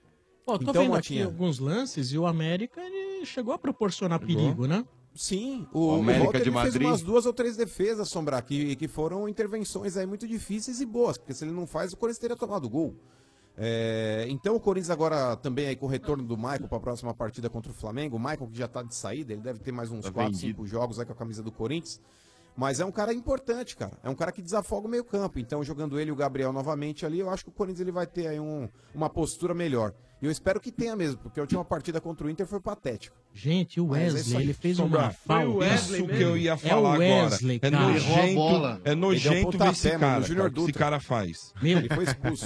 [SPEAKER 2] Ó, tô
[SPEAKER 12] Então,
[SPEAKER 2] vendo
[SPEAKER 12] Motinha.
[SPEAKER 2] aqui alguns lances e o América ele chegou a proporcionar perigo, né?
[SPEAKER 6] Sim, o, um o
[SPEAKER 12] América
[SPEAKER 6] Walter
[SPEAKER 12] de
[SPEAKER 6] ele fez
[SPEAKER 12] Madrid.
[SPEAKER 6] umas duas ou três defesas, Sombra, que, que foram intervenções aí muito difíceis e boas, porque se ele não faz, o Corinthians teria tomado gol. É, então o Corinthians agora também aí com o retorno do Michael para a próxima partida contra o Flamengo, o Michael que já tá de saída, ele deve ter mais uns
[SPEAKER 12] Tá
[SPEAKER 6] 4,
[SPEAKER 12] vendido.
[SPEAKER 6] 5 jogos aí com a camisa do Corinthians, mas é um cara importante, cara. É um cara que desafoga o meio campo. Então, jogando ele e o Gabriel novamente ali, eu acho que o Corinthians ele vai ter aí um- uma postura melhor. E eu espero que tenha mesmo, porque a última partida contra o Inter foi patética.
[SPEAKER 2] Gente, o
[SPEAKER 6] Mas é isso
[SPEAKER 2] Wesley,
[SPEAKER 6] aí.
[SPEAKER 2] ele fez
[SPEAKER 6] Sombra,
[SPEAKER 2] uma
[SPEAKER 6] foi o
[SPEAKER 2] falta.
[SPEAKER 6] Wesley
[SPEAKER 11] Isso que eu ia falar
[SPEAKER 2] é o Wesley,
[SPEAKER 11] agora.
[SPEAKER 2] cara.
[SPEAKER 11] É nojento, é
[SPEAKER 6] um
[SPEAKER 11] nojento ver esse cara, cara, que esse cara faz.
[SPEAKER 2] Meu, ele,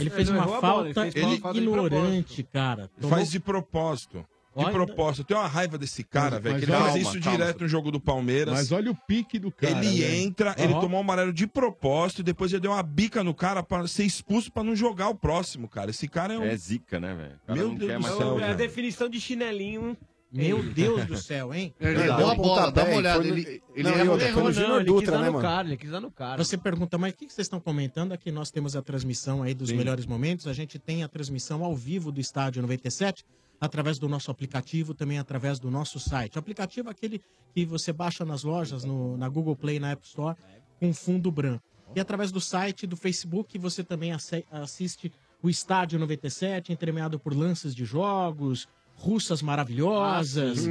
[SPEAKER 2] fez uma falta ignorante, cara.
[SPEAKER 11] Ele faz de propósito. De
[SPEAKER 7] Olha-
[SPEAKER 11] propósito. Eu tenho uma raiva desse cara,
[SPEAKER 7] Mas-
[SPEAKER 11] velho, que
[SPEAKER 7] mas
[SPEAKER 11] ele
[SPEAKER 7] olha-
[SPEAKER 11] faz isso
[SPEAKER 7] calma,
[SPEAKER 11] direto
[SPEAKER 7] calma.
[SPEAKER 11] no jogo do Palmeiras.
[SPEAKER 7] Mas olha o pique do cara. né?
[SPEAKER 11] ele
[SPEAKER 7] velho.
[SPEAKER 11] entra, ele
[SPEAKER 7] Ó.
[SPEAKER 11] tomou um amarelo de propósito, depois ele deu uma bica no cara pra ser expulso pra não jogar o próximo, cara. Esse cara é um.
[SPEAKER 12] É zica, né, velho? O cara
[SPEAKER 11] Meu
[SPEAKER 12] não
[SPEAKER 11] Deus
[SPEAKER 12] quer
[SPEAKER 11] do
[SPEAKER 12] mais
[SPEAKER 11] céu.
[SPEAKER 12] ser-
[SPEAKER 10] É a
[SPEAKER 11] cara.
[SPEAKER 10] definição de chinelinho.
[SPEAKER 2] Meu Deus do céu, hein?
[SPEAKER 10] Ele
[SPEAKER 2] Verdade.
[SPEAKER 10] deu a bola, dá uma
[SPEAKER 2] Pontapé,
[SPEAKER 10] olhada,
[SPEAKER 2] foi no-
[SPEAKER 10] ele- ele
[SPEAKER 2] Não,
[SPEAKER 10] errou,
[SPEAKER 2] e outra, foi
[SPEAKER 10] errou
[SPEAKER 2] no
[SPEAKER 10] não,
[SPEAKER 2] Júnior
[SPEAKER 10] ele quis
[SPEAKER 2] Dutra,
[SPEAKER 10] dar
[SPEAKER 2] né,
[SPEAKER 10] no
[SPEAKER 2] mano?
[SPEAKER 10] cara, ele quis dar no cara.
[SPEAKER 2] Você pergunta, mas o que que vocês estão comentando? Aqui nós temos a transmissão aí dos melhores momentos. A gente tem a transmissão ao vivo do Estádio 97 através do nosso aplicativo, também através do nosso site. O aplicativo é aquele que você baixa nas lojas, no- na Google Play, na App Store, com fundo branco. E através do site, do Facebook, você também asse- assiste o Estádio 97, entremeado por lances de jogos, russas maravilhosas,
[SPEAKER 10] Ah, sim.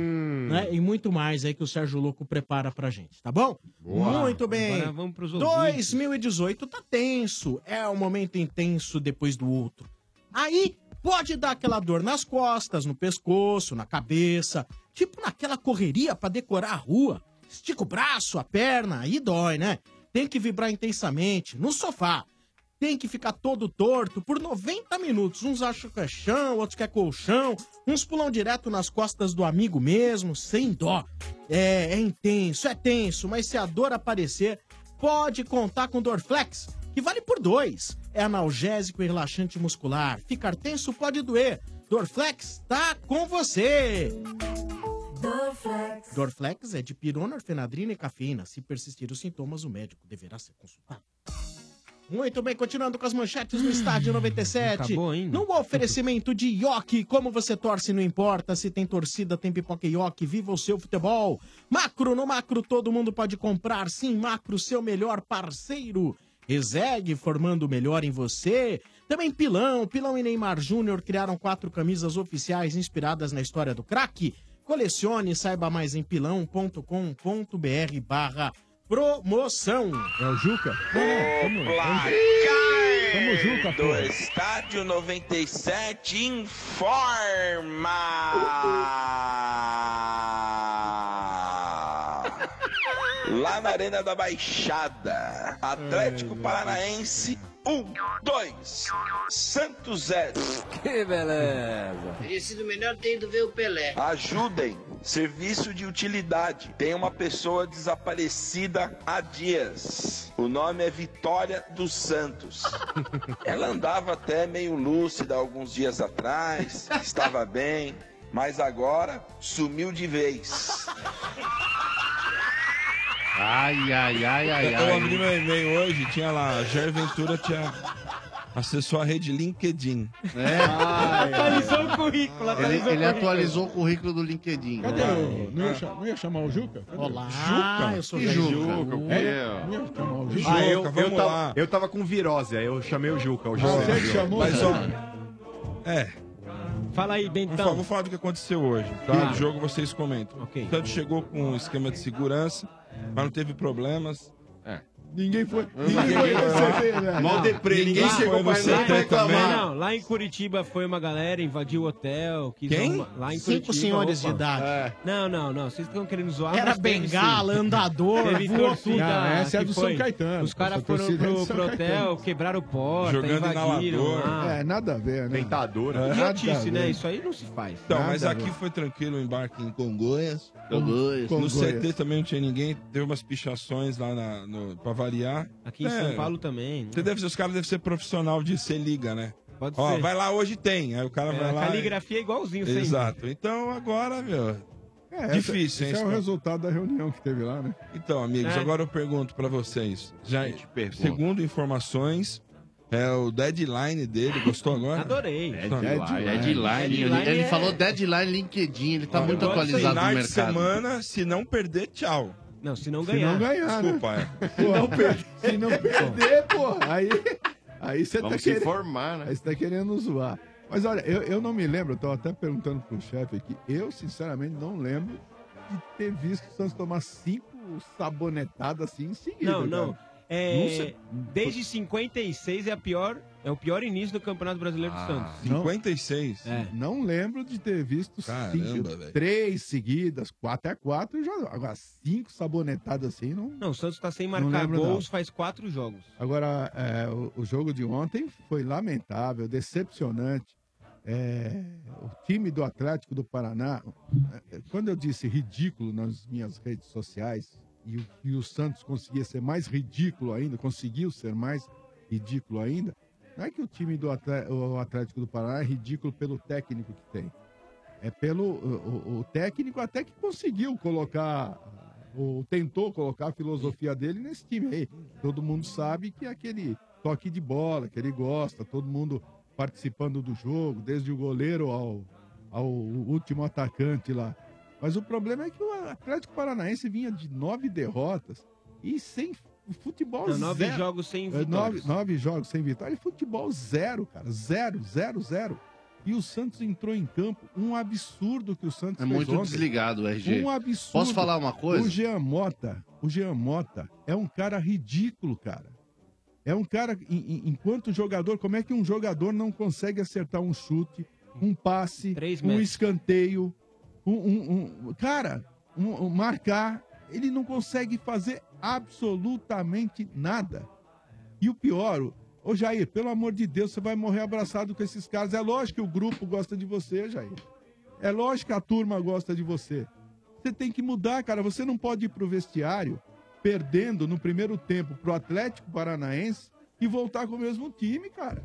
[SPEAKER 2] né? E muito mais aí que o Sérgio Louco prepara pra gente, tá bom?
[SPEAKER 10] Boa.
[SPEAKER 2] Muito bem.
[SPEAKER 10] Agora vamos pros ouvintes.
[SPEAKER 2] 2018 tá tenso. É um momento intenso depois do outro. Aí pode dar aquela dor nas costas, no pescoço, na cabeça, tipo naquela correria pra decorar a rua. Estica o braço, a perna, aí dói, né? Tem que vibrar intensamente, no sofá. Tem que ficar todo torto por 90 minutos. Uns acham que é chão, outros que é colchão. Uns pulam direto nas costas do amigo mesmo, sem dó. É, é intenso, é tenso, mas se a dor aparecer, pode contar com Dorflex, que vale por dois. É analgésico e relaxante muscular. Ficar tenso pode doer. Dorflex tá com você! Dorflex é de pirona, orfenadrina e cafeína. Se persistir os sintomas, o médico deverá ser consultado. Muito bem, continuando com as manchetes do Estádio 97.
[SPEAKER 10] Hum, acabou ainda.
[SPEAKER 2] Num oferecimento de Yoki, como você torce, não importa. Se tem torcida, tem pipoca e Yoki. Viva o seu futebol. Macro, no macro, todo mundo pode comprar. Sim, macro, seu melhor parceiro. Resegue, formando o melhor em você. Também Pilão, Pilão e Neymar Júnior criaram quatro camisas oficiais inspiradas na história do craque. Colecione, saiba mais em pilão.com.br barra promoção.
[SPEAKER 7] É o Juca?
[SPEAKER 13] Vamos,
[SPEAKER 7] Juca,
[SPEAKER 13] do Estádio 97 informa! Lá na Arena da Baixada, Atlético Paranaense 1, 2, Santos 0. Que beleza!
[SPEAKER 14] Teria sido melhor ter ido ver o Pelé.
[SPEAKER 13] Ajudem, serviço de utilidade. Tem uma pessoa desaparecida há dias. O nome é Vitória dos Santos. Ela andava até meio lúcida alguns dias atrás, estava bem, mas agora sumiu de vez.
[SPEAKER 5] Ai, ai, ai, ai,
[SPEAKER 13] É
[SPEAKER 11] Eu, eu abri
[SPEAKER 5] ai.
[SPEAKER 11] meu e-mail hoje, tinha lá, Jair Ventura tinha. Acessou a rede LinkedIn.
[SPEAKER 5] É. Ai,
[SPEAKER 10] Atualizou o
[SPEAKER 5] Ele,
[SPEAKER 10] currículo, atualizou
[SPEAKER 5] ele
[SPEAKER 10] o currículo.
[SPEAKER 5] atualizou o currículo do LinkedIn.
[SPEAKER 7] Cadê o... Não ia, cha- não ia chamar o Juca? Olá, Juca?
[SPEAKER 2] eu sou
[SPEAKER 7] Que
[SPEAKER 2] velho.
[SPEAKER 7] Juca, o quê?
[SPEAKER 11] É.
[SPEAKER 7] Não ia chamar o Juca.
[SPEAKER 9] Ah, eu, eu,
[SPEAKER 7] tava-
[SPEAKER 9] tava, eu tava com virose, aí eu chamei o Juca. O Juca
[SPEAKER 11] Você que chamou, né? Mas, ó, É.
[SPEAKER 10] Fala aí, Bentão.
[SPEAKER 11] Vou, fa- vou falar do que aconteceu hoje, tá?
[SPEAKER 10] Tá.
[SPEAKER 11] Do jogo vocês comentam. O Santos chegou com um esquema de segurança, mas não teve problemas. É.
[SPEAKER 7] Ninguém foi.
[SPEAKER 10] Ah.
[SPEAKER 11] Mal deprê, ninguém
[SPEAKER 10] lá
[SPEAKER 11] chegou
[SPEAKER 10] foi
[SPEAKER 11] mais
[SPEAKER 10] você
[SPEAKER 11] lá pra
[SPEAKER 10] ter
[SPEAKER 11] reclamar.
[SPEAKER 10] também. Não, lá em Curitiba foi uma galera, invadiu o hotel. Quis
[SPEAKER 2] Quem?
[SPEAKER 10] arrumar- lá em
[SPEAKER 2] Cinco
[SPEAKER 10] Curitiba,
[SPEAKER 2] senhores de idade.
[SPEAKER 10] É. Não, não, não. Vocês estão querendo zoar.
[SPEAKER 2] Era
[SPEAKER 10] mas teve,
[SPEAKER 2] bengala,
[SPEAKER 10] sim.
[SPEAKER 2] andador,
[SPEAKER 10] Teve
[SPEAKER 2] voou
[SPEAKER 10] torcida.
[SPEAKER 2] tudo. Não, essa é
[SPEAKER 10] que
[SPEAKER 2] do São Caetano.
[SPEAKER 10] Os caras
[SPEAKER 2] Essa
[SPEAKER 10] foram
[SPEAKER 2] torcida é do
[SPEAKER 10] pro,
[SPEAKER 2] São
[SPEAKER 10] pro hotel,
[SPEAKER 2] Caetano.
[SPEAKER 10] quebraram porta, invadiram lá.
[SPEAKER 7] É, nada a ver, né?
[SPEAKER 9] Tentador.
[SPEAKER 10] né? Idiotice, né? Isso aí não se faz.
[SPEAKER 11] Então,
[SPEAKER 10] Nada
[SPEAKER 11] mas
[SPEAKER 10] a
[SPEAKER 11] aqui
[SPEAKER 10] ver.
[SPEAKER 11] foi tranquilo o embarque em Congonhas.
[SPEAKER 10] Congonhas.
[SPEAKER 11] No
[SPEAKER 10] Congonhas.
[SPEAKER 11] CT também não tinha ninguém. Teve umas pichações lá na, no, pra variar. É.
[SPEAKER 10] Aqui em São Paulo também, né?
[SPEAKER 11] Você deve ser, os caras devem ser profissional de ser liga, né?
[SPEAKER 10] Pode
[SPEAKER 11] Ó,
[SPEAKER 10] ser.
[SPEAKER 11] vai lá hoje tem. Aí o cara
[SPEAKER 10] É,
[SPEAKER 11] vai
[SPEAKER 10] a
[SPEAKER 11] lá. e-
[SPEAKER 10] caligrafia é igualzinho, sempre.
[SPEAKER 11] Exato. Então agora, meu.
[SPEAKER 7] É, essa-
[SPEAKER 11] difícil, hein?
[SPEAKER 7] Esse é o
[SPEAKER 11] esse-
[SPEAKER 7] resultado da reunião que teve lá, né?
[SPEAKER 11] Então, amigos,
[SPEAKER 7] É.
[SPEAKER 11] agora eu pergunto pra vocês. Já,
[SPEAKER 7] pergunta.
[SPEAKER 11] segundo informações, É o deadline dele, gostou agora? Tá.
[SPEAKER 10] Adorei.
[SPEAKER 5] É
[SPEAKER 10] é-
[SPEAKER 5] Ele,
[SPEAKER 2] é-
[SPEAKER 5] ele falou deadline LinkedIn, ele tá
[SPEAKER 11] Olha,
[SPEAKER 5] muito
[SPEAKER 11] eu gosto
[SPEAKER 5] atualizado
[SPEAKER 11] de
[SPEAKER 5] no
[SPEAKER 11] finais
[SPEAKER 5] mercado.
[SPEAKER 11] de semana, se não perder, tchau.
[SPEAKER 10] Não, se não
[SPEAKER 7] ganhar. não ganhar, né?
[SPEAKER 11] Desculpa, é.
[SPEAKER 7] Se não perder. Se não perder, pô, aí aí você tá
[SPEAKER 11] Vamos se
[SPEAKER 7] querendo.
[SPEAKER 11] informar, né?
[SPEAKER 7] Aí você tá querendo zoar. Mas olha, eu, eu não me lembro, eu tava até perguntando pro chefe aqui. Eu, sinceramente, não lembro de ter visto o Santos tomar cinco sabonetadas assim em seguida.
[SPEAKER 10] Não, não.
[SPEAKER 7] cara.
[SPEAKER 10] É,
[SPEAKER 7] Não sei-
[SPEAKER 10] Desde 56 é a pior, é o pior início do Campeonato Brasileiro
[SPEAKER 5] Ah.
[SPEAKER 7] Ah.
[SPEAKER 10] do Santos. É.
[SPEAKER 11] 56.
[SPEAKER 7] Não lembro de ter visto
[SPEAKER 11] Caramba,
[SPEAKER 7] cinco,
[SPEAKER 11] velho.
[SPEAKER 7] três seguidas, quatro a quatro, já, agora cinco sabonetadas assim, não,
[SPEAKER 10] Não, o Santos tá sem
[SPEAKER 7] Não
[SPEAKER 10] marcar
[SPEAKER 7] lembro,
[SPEAKER 10] gols,
[SPEAKER 7] não.
[SPEAKER 10] faz quatro jogos.
[SPEAKER 7] Agora, é, o, o jogo de ontem foi lamentável, decepcionante. É, o time do Atlético do Paraná, é, quando eu disse ridículo nas minhas redes sociais, e, o- e o Santos conseguia ser mais ridículo ainda, conseguiu ser mais ridículo ainda, não é que o time do Atle- o Atlético do Paraná é ridículo pelo técnico que tem. É pelo. O, o- o técnico até que conseguiu colocar, ou tentou colocar a filosofia dele nesse time aí. Todo mundo sabe que é aquele toque de bola que ele gosta, todo mundo participando do jogo, desde o goleiro ao, ao último atacante lá. Mas o problema é que o Atlético Paranaense vinha de nove derrotas e sem futebol
[SPEAKER 10] Não, nove
[SPEAKER 7] zero.
[SPEAKER 10] jogos sem
[SPEAKER 7] É,
[SPEAKER 10] vitórias.
[SPEAKER 7] Nove, nove jogos sem vitória e futebol zero, cara. Zero, zero, zero. E o Santos entrou em campo. Um absurdo que o Santos
[SPEAKER 5] É
[SPEAKER 7] fez
[SPEAKER 5] muito
[SPEAKER 7] ontem.
[SPEAKER 5] desligado o RG.
[SPEAKER 7] Um absurdo.
[SPEAKER 5] Posso falar uma coisa?
[SPEAKER 7] O Jean Mota, o Jean Mota é um cara ridículo, cara. É um cara, em- em- enquanto jogador, como é que um jogador não consegue acertar um chute, um passe, um
[SPEAKER 10] metros.
[SPEAKER 7] escanteio, um, um- um- cara, um- um marcar? Ele não consegue fazer absolutamente nada. E o pior, o- ô Jair, pelo amor de Deus, você vai morrer abraçado com esses caras. É lógico que o grupo gosta de você, Jair. É lógico que a turma gosta de você. Você tem que mudar, cara. Você não pode ir pro vestiário perdendo no primeiro tempo pro Atlético Paranaense e voltar com o mesmo time, cara.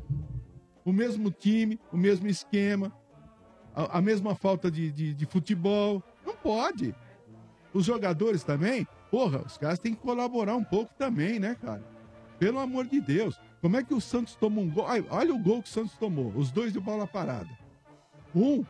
[SPEAKER 7] O mesmo time, o mesmo esquema, a, a mesma falta de, de- de futebol. Não pode. Os jogadores também, porra, os caras têm que colaborar um pouco também, né, cara? Pelo amor de Deus. Como é que o Santos toma um gol? Ai, Olha o gol que o Santos tomou. Os dois de bola parada. Um,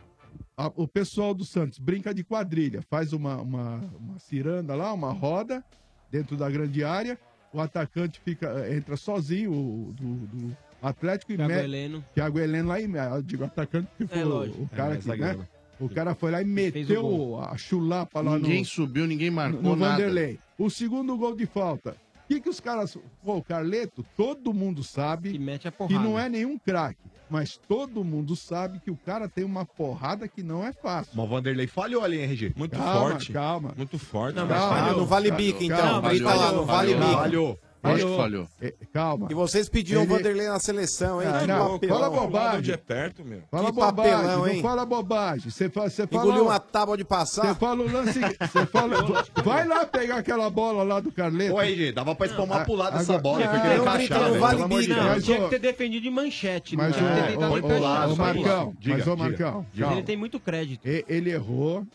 [SPEAKER 7] a- o pessoal do Santos brinca de quadrilha. Faz uma, uma, uma ciranda lá, uma roda dentro da grande área. O atacante fica entra sozinho o, do, do Atlético e
[SPEAKER 10] Thiago
[SPEAKER 7] mete-
[SPEAKER 10] Heleno.
[SPEAKER 7] Thiago Heleno lá e me- eu digo atacante porque foi
[SPEAKER 10] lógico.
[SPEAKER 7] Tipo, o cara
[SPEAKER 10] É,
[SPEAKER 7] que,
[SPEAKER 10] zagueiro.
[SPEAKER 7] né? O cara foi lá e
[SPEAKER 5] Fez o
[SPEAKER 7] meteu
[SPEAKER 5] gol.
[SPEAKER 7] a chulapa lá no
[SPEAKER 5] Ninguém subiu, ninguém marcou
[SPEAKER 7] no
[SPEAKER 5] nada.
[SPEAKER 7] Vanderlei. O segundo gol de falta. O que, que os caras. Pô, o Carleto, todo mundo sabe que, não é nenhum craque. Mas todo mundo sabe que o cara tem uma porrada que não é fácil.
[SPEAKER 9] Mas o Vanderlei falhou ali, hein, RG?
[SPEAKER 11] Muito
[SPEAKER 7] Calma, forte.
[SPEAKER 11] Calma. Muito forte.
[SPEAKER 7] Não, mas Calma, falhou. não vale bico, então. Grita lá, não vale bico.
[SPEAKER 11] Falhou.
[SPEAKER 7] Lógico que falhou. É, Calma.
[SPEAKER 6] E vocês pediam
[SPEAKER 7] Ele-
[SPEAKER 6] o Vanderlei na seleção, hein?
[SPEAKER 7] Ah, não, fala bobagem.
[SPEAKER 11] Onde é perto, meu.
[SPEAKER 7] Fala
[SPEAKER 6] Que
[SPEAKER 7] bobagem,
[SPEAKER 6] papelão,
[SPEAKER 7] não
[SPEAKER 6] hein?
[SPEAKER 7] fala bobagem. Você fala, você fala,
[SPEAKER 6] Engoliu uma tábua de passar.
[SPEAKER 7] Você fala o lance. Você fala, vai lá pegar aquela bola lá do Carleto.
[SPEAKER 9] Ô, RG, dava pra espalmar
[SPEAKER 7] Ah,
[SPEAKER 9] pro lado essa
[SPEAKER 7] agora-
[SPEAKER 9] bola.
[SPEAKER 7] Ah,
[SPEAKER 9] Foi que ele
[SPEAKER 7] não
[SPEAKER 9] encaixava,
[SPEAKER 7] grita, não
[SPEAKER 9] velho,
[SPEAKER 7] vale
[SPEAKER 9] pelo amor de
[SPEAKER 7] bico.
[SPEAKER 9] Deus.
[SPEAKER 10] Não,
[SPEAKER 7] Mas,
[SPEAKER 10] tinha
[SPEAKER 7] ô,
[SPEAKER 10] que ter defendido de manchete. né?
[SPEAKER 7] Mas,
[SPEAKER 10] não tinha que ter
[SPEAKER 7] ô,
[SPEAKER 10] tentado
[SPEAKER 7] ô,
[SPEAKER 10] encaixar.
[SPEAKER 7] ô, ô, Marcão,
[SPEAKER 10] Diga,
[SPEAKER 7] mas, ô,
[SPEAKER 10] diga.
[SPEAKER 7] Marcão,
[SPEAKER 10] Mas Ele tem muito crédito.
[SPEAKER 7] E- Ele errou.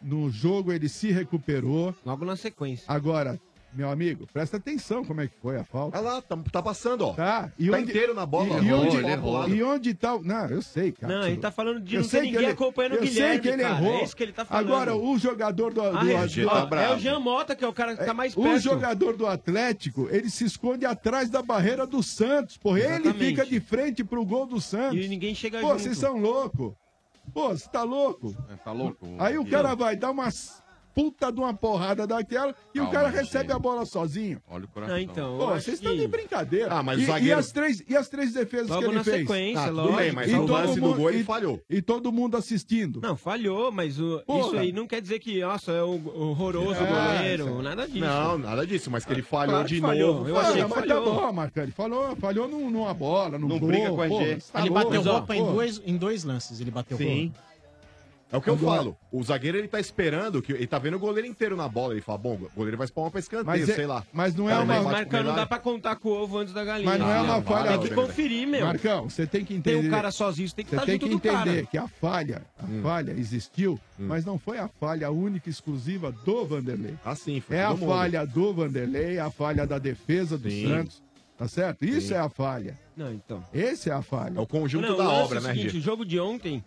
[SPEAKER 7] No jogo ele se recuperou.
[SPEAKER 10] Logo na sequência.
[SPEAKER 7] Agora, meu amigo, presta atenção como é que foi a falta.
[SPEAKER 9] Olha lá, tá, tá passando, ó.
[SPEAKER 7] Tá.
[SPEAKER 9] Tá inteiro na bola,
[SPEAKER 7] E, e
[SPEAKER 9] ó.
[SPEAKER 7] onde,
[SPEAKER 9] Ele errou.
[SPEAKER 7] e onde tá... o- Não, eu sei, cara.
[SPEAKER 10] Não, ele tá falando de
[SPEAKER 7] Eu
[SPEAKER 10] não ter
[SPEAKER 7] sei que
[SPEAKER 10] ninguém
[SPEAKER 7] ele-
[SPEAKER 10] acompanhando o
[SPEAKER 7] eu
[SPEAKER 10] Guilherme,
[SPEAKER 7] sei que ele
[SPEAKER 10] cara,
[SPEAKER 7] errou.
[SPEAKER 10] é isso que ele tá falando.
[SPEAKER 7] Agora, o jogador do... do,
[SPEAKER 10] Ah, é,
[SPEAKER 7] do-
[SPEAKER 9] tá
[SPEAKER 10] ó, é o Jean Mota que é o cara que tá mais perto.
[SPEAKER 7] tá O jogador do Atlético, ele se esconde atrás da barreira do Santos, porra. Ele
[SPEAKER 10] Exatamente.
[SPEAKER 7] fica de frente pro gol do Santos.
[SPEAKER 10] E ninguém chega
[SPEAKER 7] Pô,
[SPEAKER 10] junto.
[SPEAKER 7] vocês são loucos. Pô, você tá louco?
[SPEAKER 12] É,
[SPEAKER 5] Tá louco?
[SPEAKER 7] Aí o cara vai dar uma puta de uma porrada daquela e
[SPEAKER 5] Calma,
[SPEAKER 7] o cara
[SPEAKER 5] gente.
[SPEAKER 7] recebe a bola sozinho.
[SPEAKER 5] Olha o
[SPEAKER 7] coração.
[SPEAKER 10] Ah, então,
[SPEAKER 7] Pô,
[SPEAKER 10] eu acho
[SPEAKER 7] vocês
[SPEAKER 10] que-
[SPEAKER 7] estão de brincadeira.
[SPEAKER 9] Ah, mas o
[SPEAKER 7] e, e
[SPEAKER 9] zagueiro-
[SPEAKER 7] as três E as três defesas
[SPEAKER 10] Logo
[SPEAKER 7] que ele
[SPEAKER 10] na
[SPEAKER 7] fez?
[SPEAKER 10] sequência, Ah, tudo lógico. bem, mas
[SPEAKER 7] E
[SPEAKER 10] o
[SPEAKER 7] todo
[SPEAKER 10] lance do
[SPEAKER 7] mundo-
[SPEAKER 10] gol, ele
[SPEAKER 7] e-
[SPEAKER 10] falhou.
[SPEAKER 7] E todo mundo assistindo.
[SPEAKER 10] Não, falhou, mas o-
[SPEAKER 7] Porra.
[SPEAKER 10] isso aí não quer dizer que, nossa, é um horroroso
[SPEAKER 7] É,
[SPEAKER 10] goleiro,
[SPEAKER 7] isso.
[SPEAKER 10] nada disso.
[SPEAKER 9] Não, nada disso, mas que ele falhou
[SPEAKER 10] Claro que
[SPEAKER 9] de
[SPEAKER 10] falhou,
[SPEAKER 9] novo.
[SPEAKER 10] eu
[SPEAKER 9] foi.
[SPEAKER 10] achei
[SPEAKER 7] Não,
[SPEAKER 10] que
[SPEAKER 7] mas tá
[SPEAKER 10] falhou.
[SPEAKER 7] bom, Marcão. Ele falhou, falhou num, numa bola, num gol. pô, você tá
[SPEAKER 2] ele
[SPEAKER 7] louco,
[SPEAKER 2] bateu
[SPEAKER 7] mas, ó,
[SPEAKER 2] roupa em
[SPEAKER 7] pô.
[SPEAKER 2] dois, em dois lances, ele bateu
[SPEAKER 9] Sim.
[SPEAKER 2] roupa.
[SPEAKER 9] É o que eu
[SPEAKER 2] Agora-
[SPEAKER 9] falo. O zagueiro ele tá esperando, que ele tá vendo o goleiro inteiro na bola. Ele fala, bom, o goleiro vai espalmar pra escanteio,
[SPEAKER 7] Mas é-
[SPEAKER 9] sei lá.
[SPEAKER 7] mas não é
[SPEAKER 9] Cara,
[SPEAKER 7] uma-
[SPEAKER 9] ele bate pro
[SPEAKER 10] Marcão, não
[SPEAKER 9] Bernardo.
[SPEAKER 10] dá pra contar com o ovo antes da galinha.
[SPEAKER 7] Mas não é uma falha.
[SPEAKER 10] Tem que conferir, meu.
[SPEAKER 7] Marcão, você tem que entender.
[SPEAKER 10] Tem um cara sozinho, você tem que
[SPEAKER 7] Você
[SPEAKER 10] estar
[SPEAKER 7] tem
[SPEAKER 10] junto
[SPEAKER 7] que
[SPEAKER 10] do cara.
[SPEAKER 7] entender que a falha, a falha existiu, mas não foi a falha única e exclusiva do Vanderlei.
[SPEAKER 9] Assim,
[SPEAKER 7] É a falha do Vanderlei, a falha da defesa do
[SPEAKER 9] Sim.
[SPEAKER 7] Santos, Tá certo? Isso é a falha.
[SPEAKER 10] Não, então.
[SPEAKER 7] Esse é a falha. É o
[SPEAKER 10] Não, o lance
[SPEAKER 7] né,
[SPEAKER 10] é o seguinte, O jogo de ontem,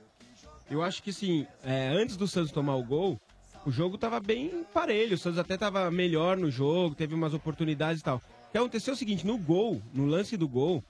[SPEAKER 10] eu acho que sim, é, antes do Santos tomar o gol, o jogo tava bem parelho. O Santos até tava melhor no jogo, teve umas oportunidades e tal. O que aconteceu é o seguinte, no gol, no lance do gol,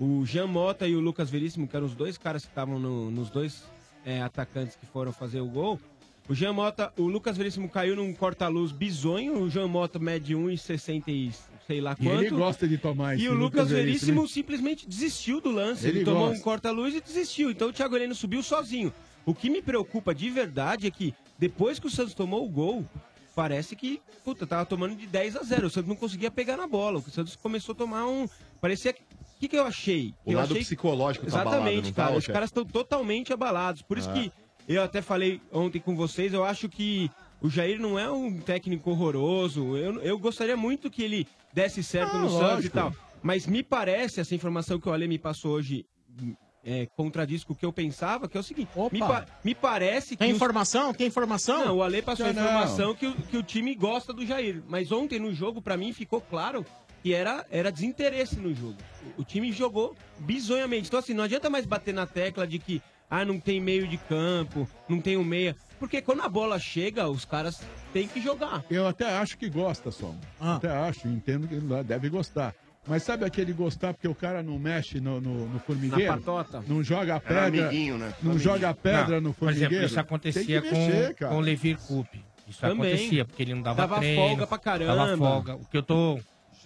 [SPEAKER 10] o Jean Mota e o Lucas Veríssimo, que eram os dois caras que estavam no- nos dois é, atacantes que foram fazer o gol, o Jean Mota, o Lucas Veríssimo caiu num corta-luz bizonho, o Jean Mota mede 1,60 e sei lá
[SPEAKER 7] E
[SPEAKER 10] quanto.
[SPEAKER 7] ele gosta de tomar
[SPEAKER 10] E
[SPEAKER 7] esse
[SPEAKER 10] o Lucas Veríssimo
[SPEAKER 7] hein?
[SPEAKER 10] simplesmente desistiu do lance. Ele,
[SPEAKER 7] Ele
[SPEAKER 10] tomou
[SPEAKER 7] gosta.
[SPEAKER 10] um corta-luz e desistiu. Então o Thiago Heleno subiu sozinho. O que me preocupa de verdade é que depois que o Santos tomou o gol, parece que, puta, tava tomando de 10 a 0. O Santos não conseguia pegar na bola. O Santos começou a tomar um. Parecia que. O que, que eu achei?
[SPEAKER 9] O
[SPEAKER 10] eu
[SPEAKER 9] lado
[SPEAKER 10] achei...
[SPEAKER 9] psicológico tá abalado,
[SPEAKER 10] Exatamente,
[SPEAKER 9] não tá,
[SPEAKER 10] cara.
[SPEAKER 9] ô,
[SPEAKER 10] Os
[SPEAKER 9] chefe?
[SPEAKER 10] caras estão totalmente abalados. Por isso
[SPEAKER 9] É.
[SPEAKER 10] que eu até falei ontem com vocês, eu acho que o Jair não é um técnico horroroso. Eu, eu gostaria muito que ele desse certo
[SPEAKER 7] Ah,
[SPEAKER 10] no Santos e
[SPEAKER 7] lógico.
[SPEAKER 10] tal. Mas me parece, essa informação que o Ale me passou hoje é, contradiz com o que eu pensava, que é o seguinte. Me, pa- me parece que.
[SPEAKER 2] Tem
[SPEAKER 10] os-
[SPEAKER 2] informação? Tem informação?
[SPEAKER 10] Não, o Ale passou a
[SPEAKER 2] um Não, não.
[SPEAKER 10] informação Que, o, que o time gosta do Jair. Mas ontem no jogo, pra mim, ficou claro que era, era desinteresse no jogo. O, o time jogou bizonhamente. Então, assim, não adianta mais bater na tecla de que ah, não tem meio de campo, não tem um meia. Porque quando a bola chega, os caras têm que jogar.
[SPEAKER 7] Eu até acho que gosta, só. Ah. Até acho, entendo que ele deve gostar. Mas sabe aquele gostar porque o cara não mexe no, no, no formigueiro?
[SPEAKER 10] Na patota.
[SPEAKER 7] Não joga a
[SPEAKER 10] Era
[SPEAKER 7] pedra.
[SPEAKER 10] amiguinho, né?
[SPEAKER 7] Não
[SPEAKER 10] Amiguinho.
[SPEAKER 7] joga a pedra
[SPEAKER 3] Não,
[SPEAKER 7] no
[SPEAKER 3] por
[SPEAKER 7] formigueiro.
[SPEAKER 3] exemplo, isso acontecia
[SPEAKER 7] Tem que mexer,
[SPEAKER 3] com,
[SPEAKER 7] cara.
[SPEAKER 3] com o Levir Cup. Isso
[SPEAKER 7] Também.
[SPEAKER 3] acontecia, porque ele não dava,
[SPEAKER 7] Dava
[SPEAKER 3] treino.
[SPEAKER 7] folga pra caramba.
[SPEAKER 3] Dava folga. O que eu tô...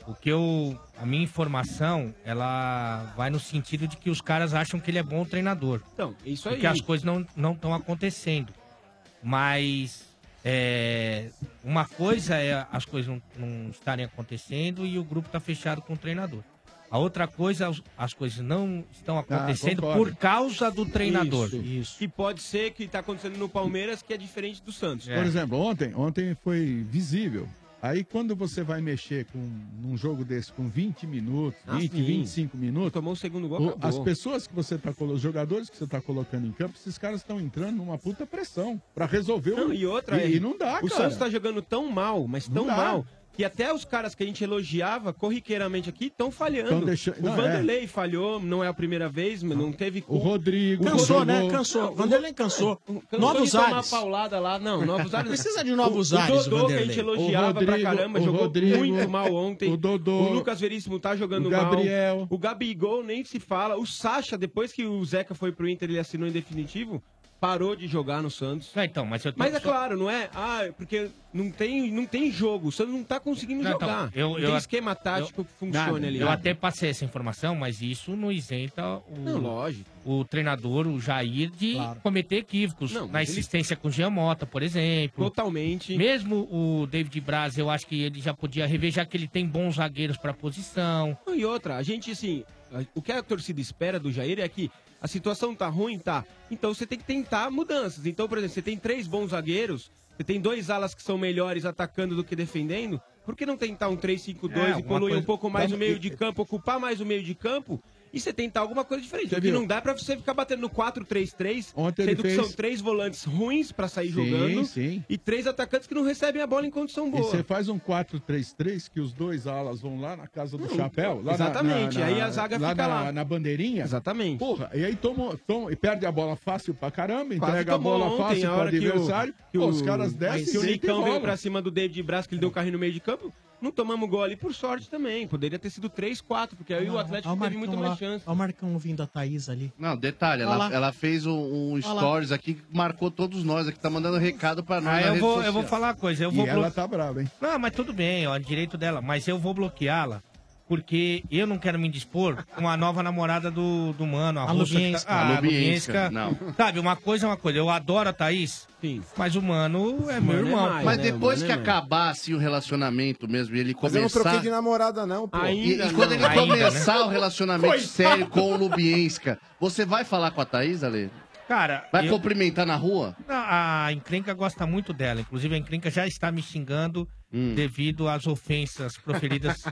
[SPEAKER 3] O que eu... A minha informação, ela vai no sentido de que os caras acham que ele é bom treinador.
[SPEAKER 10] Então, isso
[SPEAKER 3] Porque
[SPEAKER 10] aí.
[SPEAKER 3] as coisas não não estão acontecendo. Mas é, uma coisa é as coisas não, não estarem acontecendo e o grupo tá fechado com o treinador. A outra coisa, as- as coisas não estão acontecendo
[SPEAKER 10] Ah,
[SPEAKER 7] Ah,
[SPEAKER 10] concordo.
[SPEAKER 3] por causa do treinador.
[SPEAKER 10] Isso. Que pode ser que tá acontecendo no Palmeiras, que é diferente do Santos.
[SPEAKER 7] Por exemplo, ontem, ontem foi visível. Aí quando você vai mexer com num jogo desse com 20 minutos,
[SPEAKER 10] Ah,
[SPEAKER 7] 20,
[SPEAKER 10] sim.
[SPEAKER 7] 25 minutos,
[SPEAKER 10] tomou o segundo gol,
[SPEAKER 7] o-
[SPEAKER 10] acabou.
[SPEAKER 7] as pessoas que você tá colocando, os jogadores que você tá colocando em campo, esses caras estão entrando numa puta pressão pra resolver o
[SPEAKER 10] Não, e outra
[SPEAKER 7] e,
[SPEAKER 10] é,
[SPEAKER 7] e não dá, cara.
[SPEAKER 10] O Santos tá jogando tão mal, mas tão
[SPEAKER 7] dá.
[SPEAKER 10] mal, que até os caras que a gente elogiava corriqueiramente aqui estão falhando.
[SPEAKER 7] Tão deixa-
[SPEAKER 10] O
[SPEAKER 7] não, é.
[SPEAKER 10] Vanderlei falhou, não é a primeira vez, mas não teve
[SPEAKER 7] O Rodrigo
[SPEAKER 2] Cansou,
[SPEAKER 10] Rodrigo-
[SPEAKER 2] né? Cansou. Vanderlei cansou.
[SPEAKER 10] Cansou
[SPEAKER 2] Novos
[SPEAKER 10] É, um de tomar
[SPEAKER 2] ares.
[SPEAKER 10] paulada lá, não, Novos Ares.
[SPEAKER 2] Precisa de novos
[SPEAKER 10] o,
[SPEAKER 2] ares,
[SPEAKER 10] O
[SPEAKER 2] o
[SPEAKER 10] Dodô, que a gente
[SPEAKER 2] Vanderlei.
[SPEAKER 10] elogiava
[SPEAKER 2] O Rodrigo-
[SPEAKER 10] pra caramba,
[SPEAKER 2] o
[SPEAKER 10] jogou
[SPEAKER 2] Rodrigo,
[SPEAKER 10] muito mal ontem.
[SPEAKER 2] o Dodô,
[SPEAKER 10] O Lucas Veríssimo tá jogando
[SPEAKER 7] o Gabriel.
[SPEAKER 10] mal. O Gabigol nem se fala. O Sacha, depois que o Zeca foi pro Inter, ele assinou em definitivo, parou de jogar no Santos.
[SPEAKER 3] então, mas eu
[SPEAKER 10] Mas é claro, não é? Ah, porque não tem, não tem jogo. O Santos não tá conseguindo
[SPEAKER 3] Não, então,
[SPEAKER 10] jogar.
[SPEAKER 3] eu-
[SPEAKER 10] não
[SPEAKER 3] eu-
[SPEAKER 10] tem esquema tático
[SPEAKER 3] eu-
[SPEAKER 10] que funcione
[SPEAKER 3] Nada.
[SPEAKER 10] ali.
[SPEAKER 3] Eu até passei essa informação, mas isso não isenta o,
[SPEAKER 10] Não, lógico.
[SPEAKER 3] o treinador, o Jair, de cometer equívocos
[SPEAKER 10] Não,
[SPEAKER 3] na
[SPEAKER 10] mas ele-
[SPEAKER 3] insistência com o Jean Mota, por exemplo.
[SPEAKER 10] Totalmente.
[SPEAKER 3] Mesmo o David Braz, eu acho que ele já podia rever, já que ele tem bons zagueiros pra posição.
[SPEAKER 10] Não, E outra, a gente, assim, a- o que a torcida espera do Jair é que a situação tá ruim, tá? Então você tem que tentar mudanças. Então, por exemplo, você tem três bons zagueiros, você tem dois alas que são melhores atacando do que defendendo, por que não tentar um 3-5-2
[SPEAKER 3] É,
[SPEAKER 10] e
[SPEAKER 3] uma
[SPEAKER 10] poluir
[SPEAKER 3] coisa-
[SPEAKER 10] um pouco mais
[SPEAKER 3] Tá,
[SPEAKER 10] o meio
[SPEAKER 3] e-
[SPEAKER 10] de campo, ocupar mais o meio de campo? E você tentar alguma coisa diferente.
[SPEAKER 7] Você
[SPEAKER 10] Porque
[SPEAKER 7] viu?
[SPEAKER 10] não dá pra você ficar batendo no 4-3-3,
[SPEAKER 7] Ontem ele
[SPEAKER 10] sendo que são
[SPEAKER 7] fez-
[SPEAKER 10] três volantes ruins pra sair
[SPEAKER 7] Sim,
[SPEAKER 10] jogando
[SPEAKER 7] sim.
[SPEAKER 10] e três atacantes que não recebem a bola em condição
[SPEAKER 7] E
[SPEAKER 10] boa.
[SPEAKER 7] você faz um 4-3-3 que os dois alas vão lá na casa do
[SPEAKER 10] Não,
[SPEAKER 7] chapéu. Lá na-
[SPEAKER 10] exatamente,
[SPEAKER 7] na- na-
[SPEAKER 10] aí a zaga
[SPEAKER 7] lá
[SPEAKER 10] fica
[SPEAKER 7] na,
[SPEAKER 10] lá.
[SPEAKER 7] Na bandeirinha.
[SPEAKER 10] Exatamente.
[SPEAKER 7] Porra, e aí toma, toma- e perde a bola fácil pra caramba,
[SPEAKER 10] Quase
[SPEAKER 7] entrega a
[SPEAKER 10] tomou
[SPEAKER 7] bola
[SPEAKER 10] ontem,
[SPEAKER 7] fácil
[SPEAKER 10] a
[SPEAKER 7] pro
[SPEAKER 10] hora que o-
[SPEAKER 7] adversário.
[SPEAKER 10] que
[SPEAKER 7] Pô,
[SPEAKER 10] o-
[SPEAKER 7] os caras
[SPEAKER 10] Mas
[SPEAKER 7] descem e
[SPEAKER 10] o
[SPEAKER 7] nem tem
[SPEAKER 10] Nicão veio
[SPEAKER 7] bola.
[SPEAKER 10] pra cima do David Braz, que ele deu o carrinho no meio de campo. Não tomamos gol ali por sorte também. Poderia ter sido 3, 4, porque aí o Atlético teve muito mais chance.
[SPEAKER 2] Olha o Marcão ouvindo a Thaís ali.
[SPEAKER 5] Não, detalhe,
[SPEAKER 2] Olha
[SPEAKER 5] ela,
[SPEAKER 2] lá.
[SPEAKER 5] ela fez um, um
[SPEAKER 2] Olha lá.
[SPEAKER 5] stories aqui que marcou todos nós aqui, tá mandando recado pra nós.
[SPEAKER 3] Ah,
[SPEAKER 5] na
[SPEAKER 3] eu
[SPEAKER 5] rede
[SPEAKER 3] vou, eu
[SPEAKER 5] social.
[SPEAKER 3] vou falar uma coisa. Eu vou
[SPEAKER 5] E ela
[SPEAKER 3] blo-
[SPEAKER 5] tá brava, hein?
[SPEAKER 3] Não, mas tudo bem, ó, direito dela. Mas eu vou bloqueá-la, porque eu não quero me indispor com a nova namorada do, do mano, a,
[SPEAKER 10] A
[SPEAKER 3] russa.
[SPEAKER 10] Lubienska.
[SPEAKER 3] que tá- Ah,
[SPEAKER 10] A
[SPEAKER 3] a Lubienska.
[SPEAKER 10] Lubienska, não.
[SPEAKER 3] Sabe, uma coisa é uma coisa. Eu adoro a Thaís, mas o mano é meu
[SPEAKER 5] Mano, é
[SPEAKER 3] irmão.
[SPEAKER 5] mais, Mas né, depois mano, é que mais. acabasse o relacionamento mesmo e ele
[SPEAKER 6] Mas eu não troquei
[SPEAKER 5] começar...
[SPEAKER 6] de namorada, não, pô.
[SPEAKER 5] E, e quando ele começar o relacionamento
[SPEAKER 6] Coitado.
[SPEAKER 5] sério com o Lubienska, você vai falar com a Thaís, Ale?
[SPEAKER 3] Cara,
[SPEAKER 5] Vai
[SPEAKER 3] eu-
[SPEAKER 5] cumprimentar na rua?
[SPEAKER 3] A, a encrenca gosta muito dela. Inclusive, a encrenca já está me xingando
[SPEAKER 5] Hum.
[SPEAKER 3] devido às ofensas proferidas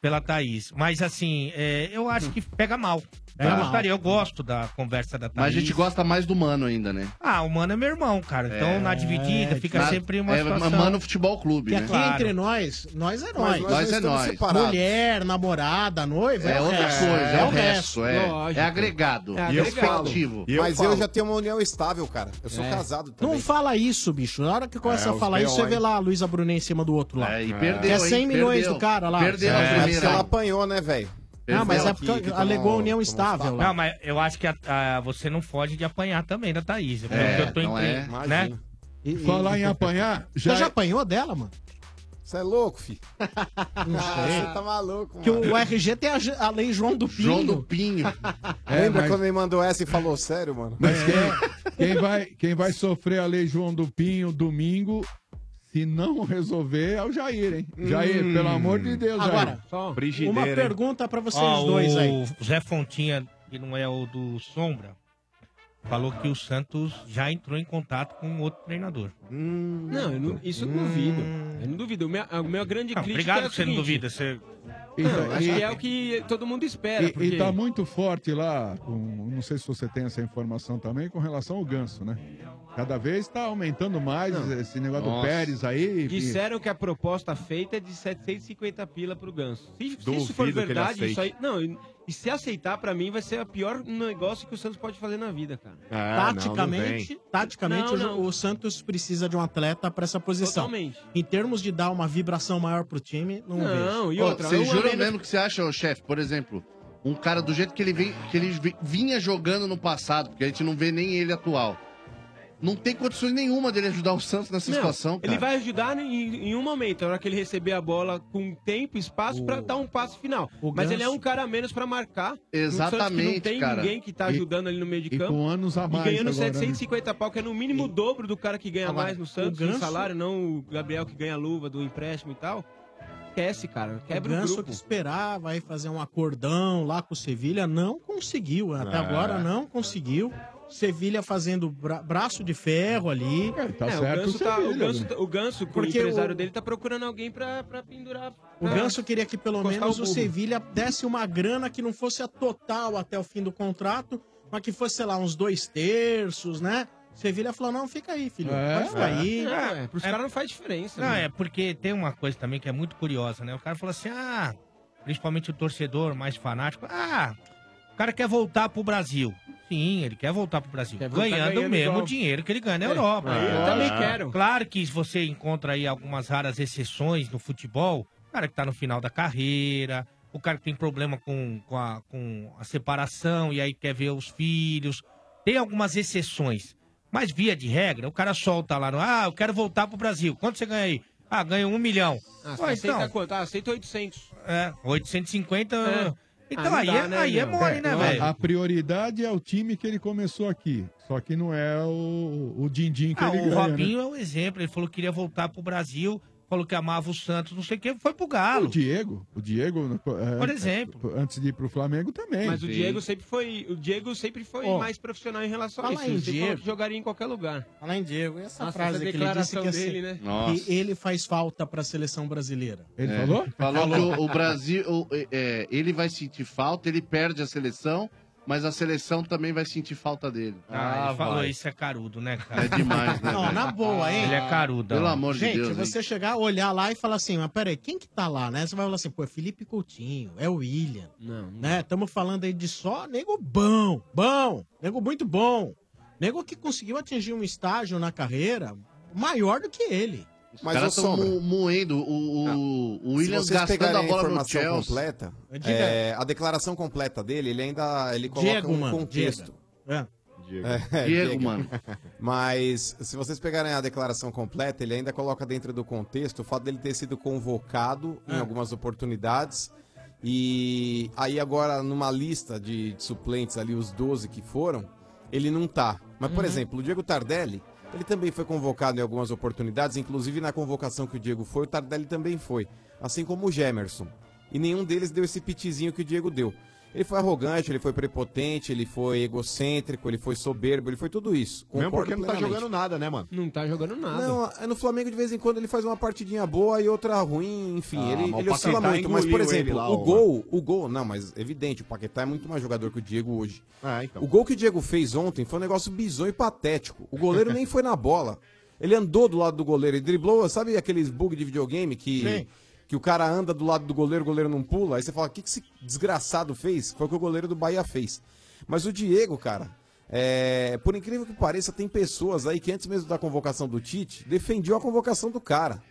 [SPEAKER 3] pela Thaís. Mas, assim, é, eu acho que pega mal. Eu gostaria, eu gosto da conversa da
[SPEAKER 5] Mas a
[SPEAKER 3] Thaís.
[SPEAKER 5] gente gosta mais do Mano ainda, né?
[SPEAKER 3] Ah, o Mano é meu irmão, cara. Então,
[SPEAKER 5] É.
[SPEAKER 3] na dividida, fica
[SPEAKER 5] Na-
[SPEAKER 3] sempre uma
[SPEAKER 5] é,
[SPEAKER 3] situação... é
[SPEAKER 5] Mano Futebol Clube,
[SPEAKER 2] E
[SPEAKER 5] né?
[SPEAKER 2] aqui entre nós, nós é nós.
[SPEAKER 5] Mas nós Nós é estamos nós. separados.
[SPEAKER 2] Mulher, namorada, noiva,
[SPEAKER 5] É
[SPEAKER 2] o
[SPEAKER 5] outra
[SPEAKER 2] resto.
[SPEAKER 5] coisa, é o
[SPEAKER 2] o
[SPEAKER 5] resto, é. Lógico. É agregado,
[SPEAKER 2] É
[SPEAKER 5] E eu
[SPEAKER 2] agregado.
[SPEAKER 5] falo, e eu
[SPEAKER 6] Mas
[SPEAKER 5] falo.
[SPEAKER 6] eu já tenho uma união estável, cara. Eu sou
[SPEAKER 2] É.
[SPEAKER 6] casado
[SPEAKER 2] Não fala isso, bicho. Na hora que começa
[SPEAKER 6] É,
[SPEAKER 2] a
[SPEAKER 6] os
[SPEAKER 2] falar isso,
[SPEAKER 6] B.O.,
[SPEAKER 2] você vê
[SPEAKER 6] hein?
[SPEAKER 2] lá a Luísa Brunet em cima do outro lá.
[SPEAKER 6] É,
[SPEAKER 2] É,
[SPEAKER 6] e perdeu,
[SPEAKER 2] é 100
[SPEAKER 6] hein?
[SPEAKER 2] milhões
[SPEAKER 6] Perdeu.
[SPEAKER 2] do cara lá.
[SPEAKER 6] Perdeu a
[SPEAKER 2] é.
[SPEAKER 6] primeira. Porque ela apanhou, né, velho?
[SPEAKER 2] Ah, mas é porque alegou a união estável lá.
[SPEAKER 3] Não, mas eu acho que a- a- você não foge de apanhar também da Thaís. É,
[SPEAKER 2] É,
[SPEAKER 3] porque eu tô
[SPEAKER 2] não é?
[SPEAKER 3] entendendo, né?
[SPEAKER 2] Imagina. E- Falar em apanhar, Você já apanhou dela, mano?
[SPEAKER 6] Você é louco, filho?
[SPEAKER 2] Não sei.
[SPEAKER 6] você tá maluco,
[SPEAKER 2] Que
[SPEAKER 6] mano.
[SPEAKER 2] o RG tem a, ge- a lei João do Pinho.
[SPEAKER 6] João do Pinho.
[SPEAKER 7] É,
[SPEAKER 6] Lembra
[SPEAKER 7] mas-
[SPEAKER 6] quando ele mandou essa e falou sério, mano?
[SPEAKER 7] Quem vai, quem vai sofrer a lei João do Pinho domingo, se não resolver, é o Jair, hein? Jair,
[SPEAKER 2] Hum.
[SPEAKER 7] pelo amor de Deus,
[SPEAKER 2] Agora,
[SPEAKER 7] Jair.
[SPEAKER 2] uma pergunta pra vocês
[SPEAKER 3] Ó,
[SPEAKER 2] dois
[SPEAKER 3] Ah, o
[SPEAKER 2] aí.
[SPEAKER 3] Zé Fontinha, que não é o do Sombra, falou que o Santos já entrou em contato com outro treinador. Hum.
[SPEAKER 10] Não, eu não- isso eu não duvido. Eu não duvido. O meu- A minha grande
[SPEAKER 3] Não,
[SPEAKER 10] crítica
[SPEAKER 3] obrigado
[SPEAKER 10] é a
[SPEAKER 3] que você não
[SPEAKER 10] seguinte.
[SPEAKER 3] duvida. Você...
[SPEAKER 10] Não, acho
[SPEAKER 7] e-
[SPEAKER 10] que é o que todo mundo espera.
[SPEAKER 7] E,
[SPEAKER 10] porque-
[SPEAKER 7] e tá muito forte lá, com- não sei se você tem essa informação também, com relação ao ganso, né? Cada vez tá aumentando mais esse negócio
[SPEAKER 10] Nossa.
[SPEAKER 7] do Pérez aí.
[SPEAKER 10] Disseram que a proposta feita é de 750 pila pro Ganso. Se, se isso
[SPEAKER 7] Duvido
[SPEAKER 10] for
[SPEAKER 7] que ele
[SPEAKER 10] verdade, isso aí.
[SPEAKER 7] aceite.
[SPEAKER 10] Não, e- e se aceitar, pra mim, vai ser o pior negócio que o Santos pode fazer na vida, cara.
[SPEAKER 7] É,
[SPEAKER 2] taticamente, taticamente
[SPEAKER 10] Não,
[SPEAKER 2] o jo-
[SPEAKER 10] não.
[SPEAKER 2] o, Santos precisa de um atleta pra essa posição.
[SPEAKER 10] Totalmente.
[SPEAKER 2] Em termos de dar uma vibração maior pro time, não, vejo.
[SPEAKER 5] Pô, Vocês juram mesmo que você acha, ô, chefe, por exemplo, um cara do jeito que ele, vem, que ele vi- vinha jogando no passado, porque a gente não vê nem ele atual. Não tem condições nenhuma dele ajudar o Santos nessa
[SPEAKER 10] Não,
[SPEAKER 5] situação, cara.
[SPEAKER 10] Ele vai ajudar em, em um momento, na hora que ele receber a bola com tempo e espaço pra dar um passo final. Mas ele é
[SPEAKER 5] Ganso-
[SPEAKER 10] um cara a menos pra marcar.
[SPEAKER 5] Exatamente,
[SPEAKER 10] No Santos que não tem
[SPEAKER 5] cara.
[SPEAKER 10] ninguém que tá
[SPEAKER 5] E-
[SPEAKER 10] ajudando ali no meio de
[SPEAKER 7] e
[SPEAKER 10] campo.
[SPEAKER 7] com anos a mais
[SPEAKER 10] E ganhando
[SPEAKER 7] agora, né?
[SPEAKER 10] 750 pau, que é no mínimo o dobro do cara que ganha
[SPEAKER 7] Agora,
[SPEAKER 10] mais no
[SPEAKER 7] o
[SPEAKER 10] Santos,
[SPEAKER 7] Ganso-
[SPEAKER 10] no salário, não o Gabriel que ganha a luva do empréstimo e tal. Esquece, cara. Quebra
[SPEAKER 2] o
[SPEAKER 10] o,
[SPEAKER 2] Ganso
[SPEAKER 10] grupo.
[SPEAKER 2] que esperava ir fazer um acordão lá com o Sevilha, não conseguiu. Até
[SPEAKER 10] Ah.
[SPEAKER 2] agora não conseguiu. Sevilha fazendo bra- braço de ferro ali.
[SPEAKER 10] É, o, Ganso tá, o, Ganso, tá- o Ganso, com
[SPEAKER 2] Porque
[SPEAKER 10] o empresário
[SPEAKER 2] o-
[SPEAKER 10] dele, tá procurando alguém pra, pra pendurar.
[SPEAKER 2] O
[SPEAKER 10] pra-
[SPEAKER 2] Ganso queria que pelo
[SPEAKER 10] Encostar
[SPEAKER 2] menos
[SPEAKER 10] o
[SPEAKER 2] o
[SPEAKER 10] burro.
[SPEAKER 2] Sevilha desse uma grana que não fosse a total até o fim do contrato, mas que fosse, sei lá, uns dois terços, né? Sevilha falou: não, fica aí, filho.
[SPEAKER 3] É.
[SPEAKER 2] pode ficar aí.
[SPEAKER 10] É, pros caras não faz diferença.
[SPEAKER 3] Não,
[SPEAKER 10] né?
[SPEAKER 3] é porque tem uma coisa também que é muito curiosa, né? O cara fala assim, ah, principalmente o torcedor mais fanático, ah, o cara quer voltar pro Brasil. Sim, ele quer voltar pro Brasil.
[SPEAKER 10] voltar
[SPEAKER 3] ganhando,
[SPEAKER 10] ganhando
[SPEAKER 3] mesmo
[SPEAKER 10] igual.
[SPEAKER 3] o dinheiro que ele ganha na
[SPEAKER 10] É.
[SPEAKER 3] Europa.
[SPEAKER 10] Ah, eu
[SPEAKER 3] É.
[SPEAKER 10] também quero.
[SPEAKER 3] Claro que você encontra aí algumas raras exceções no futebol. O cara que tá no final da carreira, o cara que tem problema com, com, a, com a separação e aí quer ver os filhos. Tem algumas exceções. Mas via de regra, o cara solta lá no. Ah, eu quero voltar pro Brasil. Quanto você ganha aí? Ah, ganho um milhão.
[SPEAKER 10] Ah,
[SPEAKER 3] Pô,
[SPEAKER 10] aceita
[SPEAKER 3] então,
[SPEAKER 10] quanto? Ah, aceita 800.
[SPEAKER 3] é, 850.
[SPEAKER 10] É.
[SPEAKER 3] Então
[SPEAKER 10] Ah, não
[SPEAKER 3] aí,
[SPEAKER 10] dá,
[SPEAKER 3] é,
[SPEAKER 10] né,
[SPEAKER 3] aí é
[SPEAKER 10] meu?
[SPEAKER 3] mole, né,
[SPEAKER 7] a-
[SPEAKER 3] velho?
[SPEAKER 7] a, prioridade é o time que ele começou aqui. Só que não é o, o din-din que
[SPEAKER 3] Ah,
[SPEAKER 7] ele
[SPEAKER 3] o
[SPEAKER 7] ganha,
[SPEAKER 3] Robinho
[SPEAKER 7] né?
[SPEAKER 3] é um exemplo. Ele falou que queria voltar pro Brasil, falou que amava o Santos, não sei o que, foi pro Galo.
[SPEAKER 7] O Diego, o Diego, é,
[SPEAKER 3] Por exemplo.
[SPEAKER 7] antes de ir pro Flamengo também.
[SPEAKER 10] Mas o Diego sempre foi, o Diego sempre foi
[SPEAKER 7] Ó.
[SPEAKER 10] mais profissional em relação a
[SPEAKER 2] Fala
[SPEAKER 10] isso.
[SPEAKER 2] em
[SPEAKER 10] Ele sempre
[SPEAKER 2] Diego.
[SPEAKER 10] falou que jogaria em qualquer lugar.
[SPEAKER 2] Fala em Diego, e essa
[SPEAKER 10] Nossa,
[SPEAKER 2] frase
[SPEAKER 10] essa
[SPEAKER 2] que ele disse que
[SPEAKER 10] declaração
[SPEAKER 2] ia ser-
[SPEAKER 10] dele, né?
[SPEAKER 5] Nossa.
[SPEAKER 2] que ele faz falta pra seleção brasileira.
[SPEAKER 7] Ele
[SPEAKER 5] É. Falou, que o, o Brasil, o- é, ele vai sentir falta, ele perde a seleção, mas a seleção também vai sentir falta dele.
[SPEAKER 3] Ah, ele falou
[SPEAKER 5] vai.
[SPEAKER 3] isso, é carudo, né, cara?
[SPEAKER 5] É demais, né,
[SPEAKER 2] Não,
[SPEAKER 5] velho?
[SPEAKER 2] na boa, hein?
[SPEAKER 3] Ele é carudo.
[SPEAKER 5] Pelo
[SPEAKER 3] ó.
[SPEAKER 5] amor de
[SPEAKER 2] Gente,
[SPEAKER 5] Deus,
[SPEAKER 2] você chegar, olhar lá e falar assim, mas peraí, quem que tá lá, né? Você vai falar assim, pô, é Felipe Coutinho, é o William,
[SPEAKER 10] Não,
[SPEAKER 2] né? Estamos falando aí de só nego bom, bom, nego muito bom. Nego que conseguiu atingir um estágio na carreira maior do que ele.
[SPEAKER 5] Mas caras estão moendo. O, o, o Williams gastando a bola no
[SPEAKER 6] informação
[SPEAKER 5] Chelsea.
[SPEAKER 6] completa,
[SPEAKER 5] Diga.
[SPEAKER 6] é, a declaração completa dele, ele ainda ele coloca
[SPEAKER 2] Diego,
[SPEAKER 6] um
[SPEAKER 2] mano,
[SPEAKER 6] contexto.
[SPEAKER 2] Diego.
[SPEAKER 6] É,
[SPEAKER 5] Diego, mano.
[SPEAKER 6] Mas se vocês pegarem a declaração completa, ele ainda coloca dentro do contexto o fato dele ter sido convocado em algumas oportunidades. E aí agora, numa lista de, de suplentes ali, os 12 que foram, ele não tá. Mas, por exemplo, o Diego Tardelli, ele também foi convocado em algumas oportunidades, inclusive na convocação que o Diego foi, o Tardelli também foi. Assim como o Gemerson. E nenhum deles deu esse pitizinho que o Diego deu. Ele foi arrogante, ele foi prepotente, ele foi egocêntrico, ele foi soberbo, ele foi tudo isso.
[SPEAKER 9] Mesmo
[SPEAKER 6] Concordo
[SPEAKER 9] porque não tá
[SPEAKER 6] plenamente.
[SPEAKER 9] jogando nada, né, mano?
[SPEAKER 10] Não tá jogando nada.
[SPEAKER 6] Não, é no Flamengo de vez em quando ele faz uma partidinha boa e outra ruim, enfim,
[SPEAKER 9] Ah,
[SPEAKER 6] ele,
[SPEAKER 9] mas o
[SPEAKER 6] ele oscila
[SPEAKER 9] Paquetá
[SPEAKER 6] muito. Mas, por
[SPEAKER 9] engoliu ele
[SPEAKER 6] exemplo,
[SPEAKER 9] lá,
[SPEAKER 6] o
[SPEAKER 9] ó.
[SPEAKER 6] gol, o gol, não, mas evidente, o Paquetá é muito mais jogador que o Diego hoje.
[SPEAKER 9] Ah, então.
[SPEAKER 6] O gol que o Diego fez ontem foi um negócio bizonho e patético. O goleiro nem foi na bola. Ele andou do lado do goleiro, ele driblou, sabe aqueles bug de videogame que.
[SPEAKER 9] Sim.
[SPEAKER 6] Que o cara anda do lado do goleiro, o goleiro não pula. Aí você fala, o que, que esse desgraçado fez? Foi o que o goleiro do Bahia fez. Mas o Diego, cara, é, por incrível que pareça, tem pessoas aí que antes mesmo da convocação do Tite, defendiam a convocação do cara.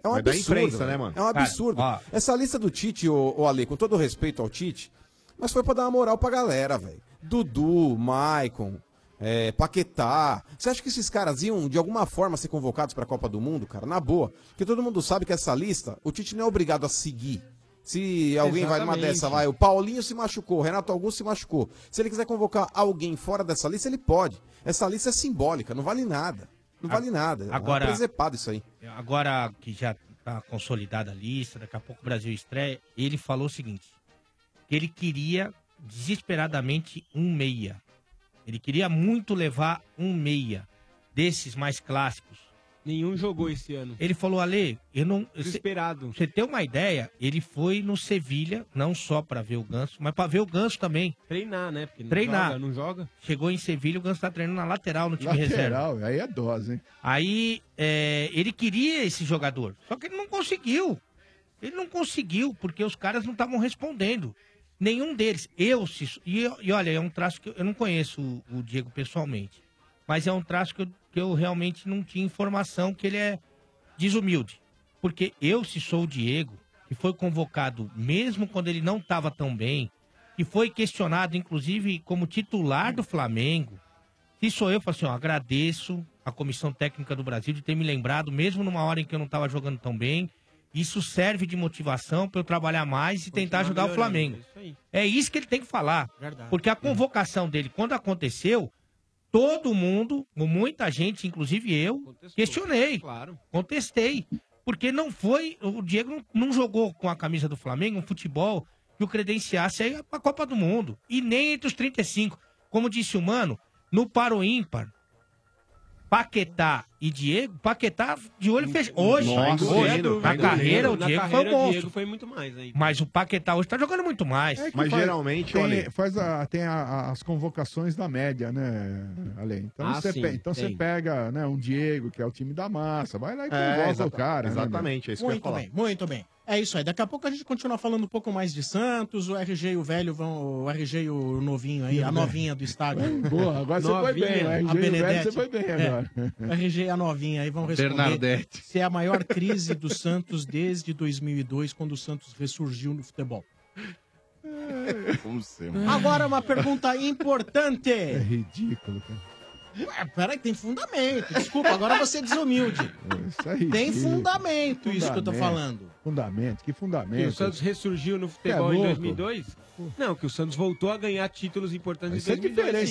[SPEAKER 6] É um
[SPEAKER 9] Mas da
[SPEAKER 6] absurdo.
[SPEAKER 9] imprensa,
[SPEAKER 6] velho.
[SPEAKER 9] né, mano?
[SPEAKER 6] É um absurdo. Essa lista do Tite, ô, ô Ale, com todo o respeito ao Tite, mas foi pra dar uma moral pra galera, velho. Dudu, Maicon, é, Paquetá. Você acha que esses caras iam, de alguma forma, ser convocados pra Copa do Mundo, cara? Na boa. Porque todo mundo sabe que essa lista, o Tite não é obrigado a seguir. Se alguém vai numa
[SPEAKER 9] Exatamente.
[SPEAKER 6] dessa, vai, o Paulinho se machucou, o Renato Augusto se machucou. Se ele quiser convocar alguém fora dessa lista, ele pode. Essa lista é simbólica, não vale nada. Não vale nada.
[SPEAKER 3] agora-
[SPEAKER 6] É uma presepado isso aí.
[SPEAKER 3] Agora que já tá consolidada a lista, daqui a pouco o Brasil estreia, ele falou o seguinte: que ele queria desesperadamente um meia. Ele queria muito levar um meia desses mais clássicos.
[SPEAKER 10] Nenhum jogou esse ano.
[SPEAKER 3] Ele falou, Ale, eu não.
[SPEAKER 10] Desesperado.
[SPEAKER 3] Você tem uma ideia? Ele foi no Sevilha, não só pra ver o Ganso, mas pra ver o Ganso também.
[SPEAKER 10] Treinar, né? Porque não
[SPEAKER 3] Treinar.
[SPEAKER 10] joga, não joga.
[SPEAKER 3] Chegou em Sevilha, o Ganso tá treinando na lateral no time reserva.
[SPEAKER 7] Lateral, aí é dose, hein?
[SPEAKER 3] Aí é, ele queria esse jogador, só que ele não conseguiu. Ele não conseguiu, porque os caras não estavam respondendo. Nenhum deles. Eu, se- e, eu- e olha, é um traço que eu, eu não conheço o, o Diego pessoalmente, mas é um traço que eu, que eu realmente não tinha informação que ele é desumilde. Porque eu, se sou o Diego, que foi convocado mesmo quando ele não estava tão bem, que foi questionado, inclusive, como titular do Flamengo, se sou eu, eu falo assim, ó, agradeço a Comissão Técnica do Brasil de ter me lembrado, mesmo numa hora em que eu não estava jogando tão bem. Isso serve de motivação para eu trabalhar mais e tentar ajudar o
[SPEAKER 10] melhorando,
[SPEAKER 3] Flamengo.
[SPEAKER 10] isso aí.
[SPEAKER 3] É isso que ele tem que falar.
[SPEAKER 10] Verdade.
[SPEAKER 3] Porque a convocação dele, quando aconteceu, todo mundo, ou muita gente, inclusive eu, questionei. Contestei. Porque não foi. O Diego não, não jogou com a camisa do Flamengo um futebol que o credenciasse aí a Copa do Mundo. E nem entre os 35. Como disse o Mano, no Paro ímpar, Paquetá e Diego, Paquetá de olho fechado. Hoje,
[SPEAKER 10] Nossa,
[SPEAKER 3] hoje,
[SPEAKER 10] sem dúvida.
[SPEAKER 3] na carreira, o
[SPEAKER 10] Na
[SPEAKER 3] Diego
[SPEAKER 10] carreira,
[SPEAKER 3] foi um
[SPEAKER 10] o
[SPEAKER 3] monstro.
[SPEAKER 10] Diego foi muito mais ainda.
[SPEAKER 3] Mas o Paquetá hoje tá jogando muito mais.
[SPEAKER 7] É que faz- tem, faz a- tem a- a- as convocações da média, né, Ale? Então
[SPEAKER 9] Ah,
[SPEAKER 7] você
[SPEAKER 9] sim,
[SPEAKER 7] pe- então
[SPEAKER 9] tem.
[SPEAKER 7] você pega né, um Diego, que é o time da massa, vai lá e
[SPEAKER 9] É,
[SPEAKER 7] convoca o
[SPEAKER 9] exata-
[SPEAKER 7] cara. né, meu?
[SPEAKER 9] exatamente, é isso
[SPEAKER 2] muito bem, muito bem. É isso aí. Daqui a pouco a gente continua falando um pouco mais de Santos. O RG e o velho vão. O RG e o novinho aí,
[SPEAKER 7] Sim,
[SPEAKER 2] a
[SPEAKER 7] né?
[SPEAKER 2] novinha do estádio.
[SPEAKER 7] Boa, agora você foi bem, o RG e o
[SPEAKER 2] a
[SPEAKER 7] velho,
[SPEAKER 2] Benedete.
[SPEAKER 7] você foi bem
[SPEAKER 2] É.
[SPEAKER 7] agora.
[SPEAKER 2] O RG e a novinha aí vão responder
[SPEAKER 5] Bernadette.
[SPEAKER 2] se é a maior crise do Santos desde 2002, quando o Santos ressurgiu no futebol.
[SPEAKER 12] Como sempre.
[SPEAKER 2] Agora uma pergunta importante. É
[SPEAKER 7] ridículo, cara.
[SPEAKER 2] Ué, peraí, tem fundamento. Desculpa, agora você é desumilde.
[SPEAKER 7] Isso aí,
[SPEAKER 2] Tem
[SPEAKER 7] que-
[SPEAKER 2] fundamento isso que eu tô
[SPEAKER 7] fundamento,
[SPEAKER 2] falando.
[SPEAKER 7] Fundamento, que
[SPEAKER 10] Que o
[SPEAKER 7] fundamento.
[SPEAKER 10] Santos ressurgiu no
[SPEAKER 7] É
[SPEAKER 10] futebol
[SPEAKER 7] louco.
[SPEAKER 10] em 2002? Não, que o Santos voltou a ganhar títulos importantes
[SPEAKER 7] Isso é
[SPEAKER 10] em 2002.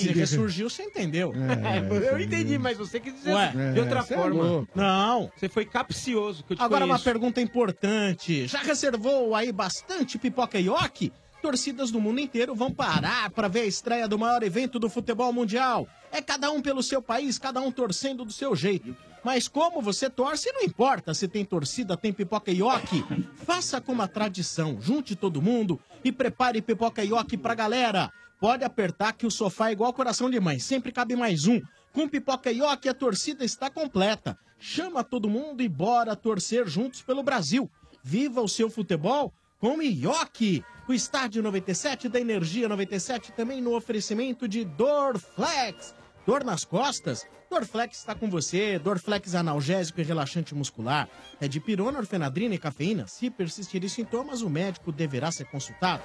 [SPEAKER 7] diferente,
[SPEAKER 10] sim.
[SPEAKER 7] né? Ressurgiu,
[SPEAKER 2] você entendeu.
[SPEAKER 10] É, eu entendi, mas você quis dizer
[SPEAKER 2] Ué.
[SPEAKER 10] assim, de
[SPEAKER 2] É,
[SPEAKER 10] outra
[SPEAKER 2] você é
[SPEAKER 10] forma.
[SPEAKER 2] louco. Não.
[SPEAKER 10] Você foi capcioso, que eu te
[SPEAKER 2] Agora uma
[SPEAKER 10] conheço.
[SPEAKER 2] pergunta importante. Já reservou aí bastante pipoca e ok? Torcidas do mundo inteiro vão parar para ver a estreia do maior evento do futebol mundial. É cada um pelo seu país, cada um torcendo do seu jeito. Mas como você torce, não importa se tem torcida, tem pipoca e ok. Faça com uma tradição, junte todo mundo e prepare pipoca e ok pra galera. Pode apertar que o sofá é igual coração de mãe, sempre cabe mais um. Com pipoca e ok, a torcida está completa. Chama todo mundo e bora torcer juntos pelo Brasil. Viva o seu futebol com Ioki. O Estádio 97 da Energia 97 também no oferecimento de Dorflex. Dor nas costas? Dorflex está com você. Dorflex analgésico e relaxante muscular. É de pirona, orfenadrina e cafeína. Se persistirem sintomas, o médico deverá ser consultado.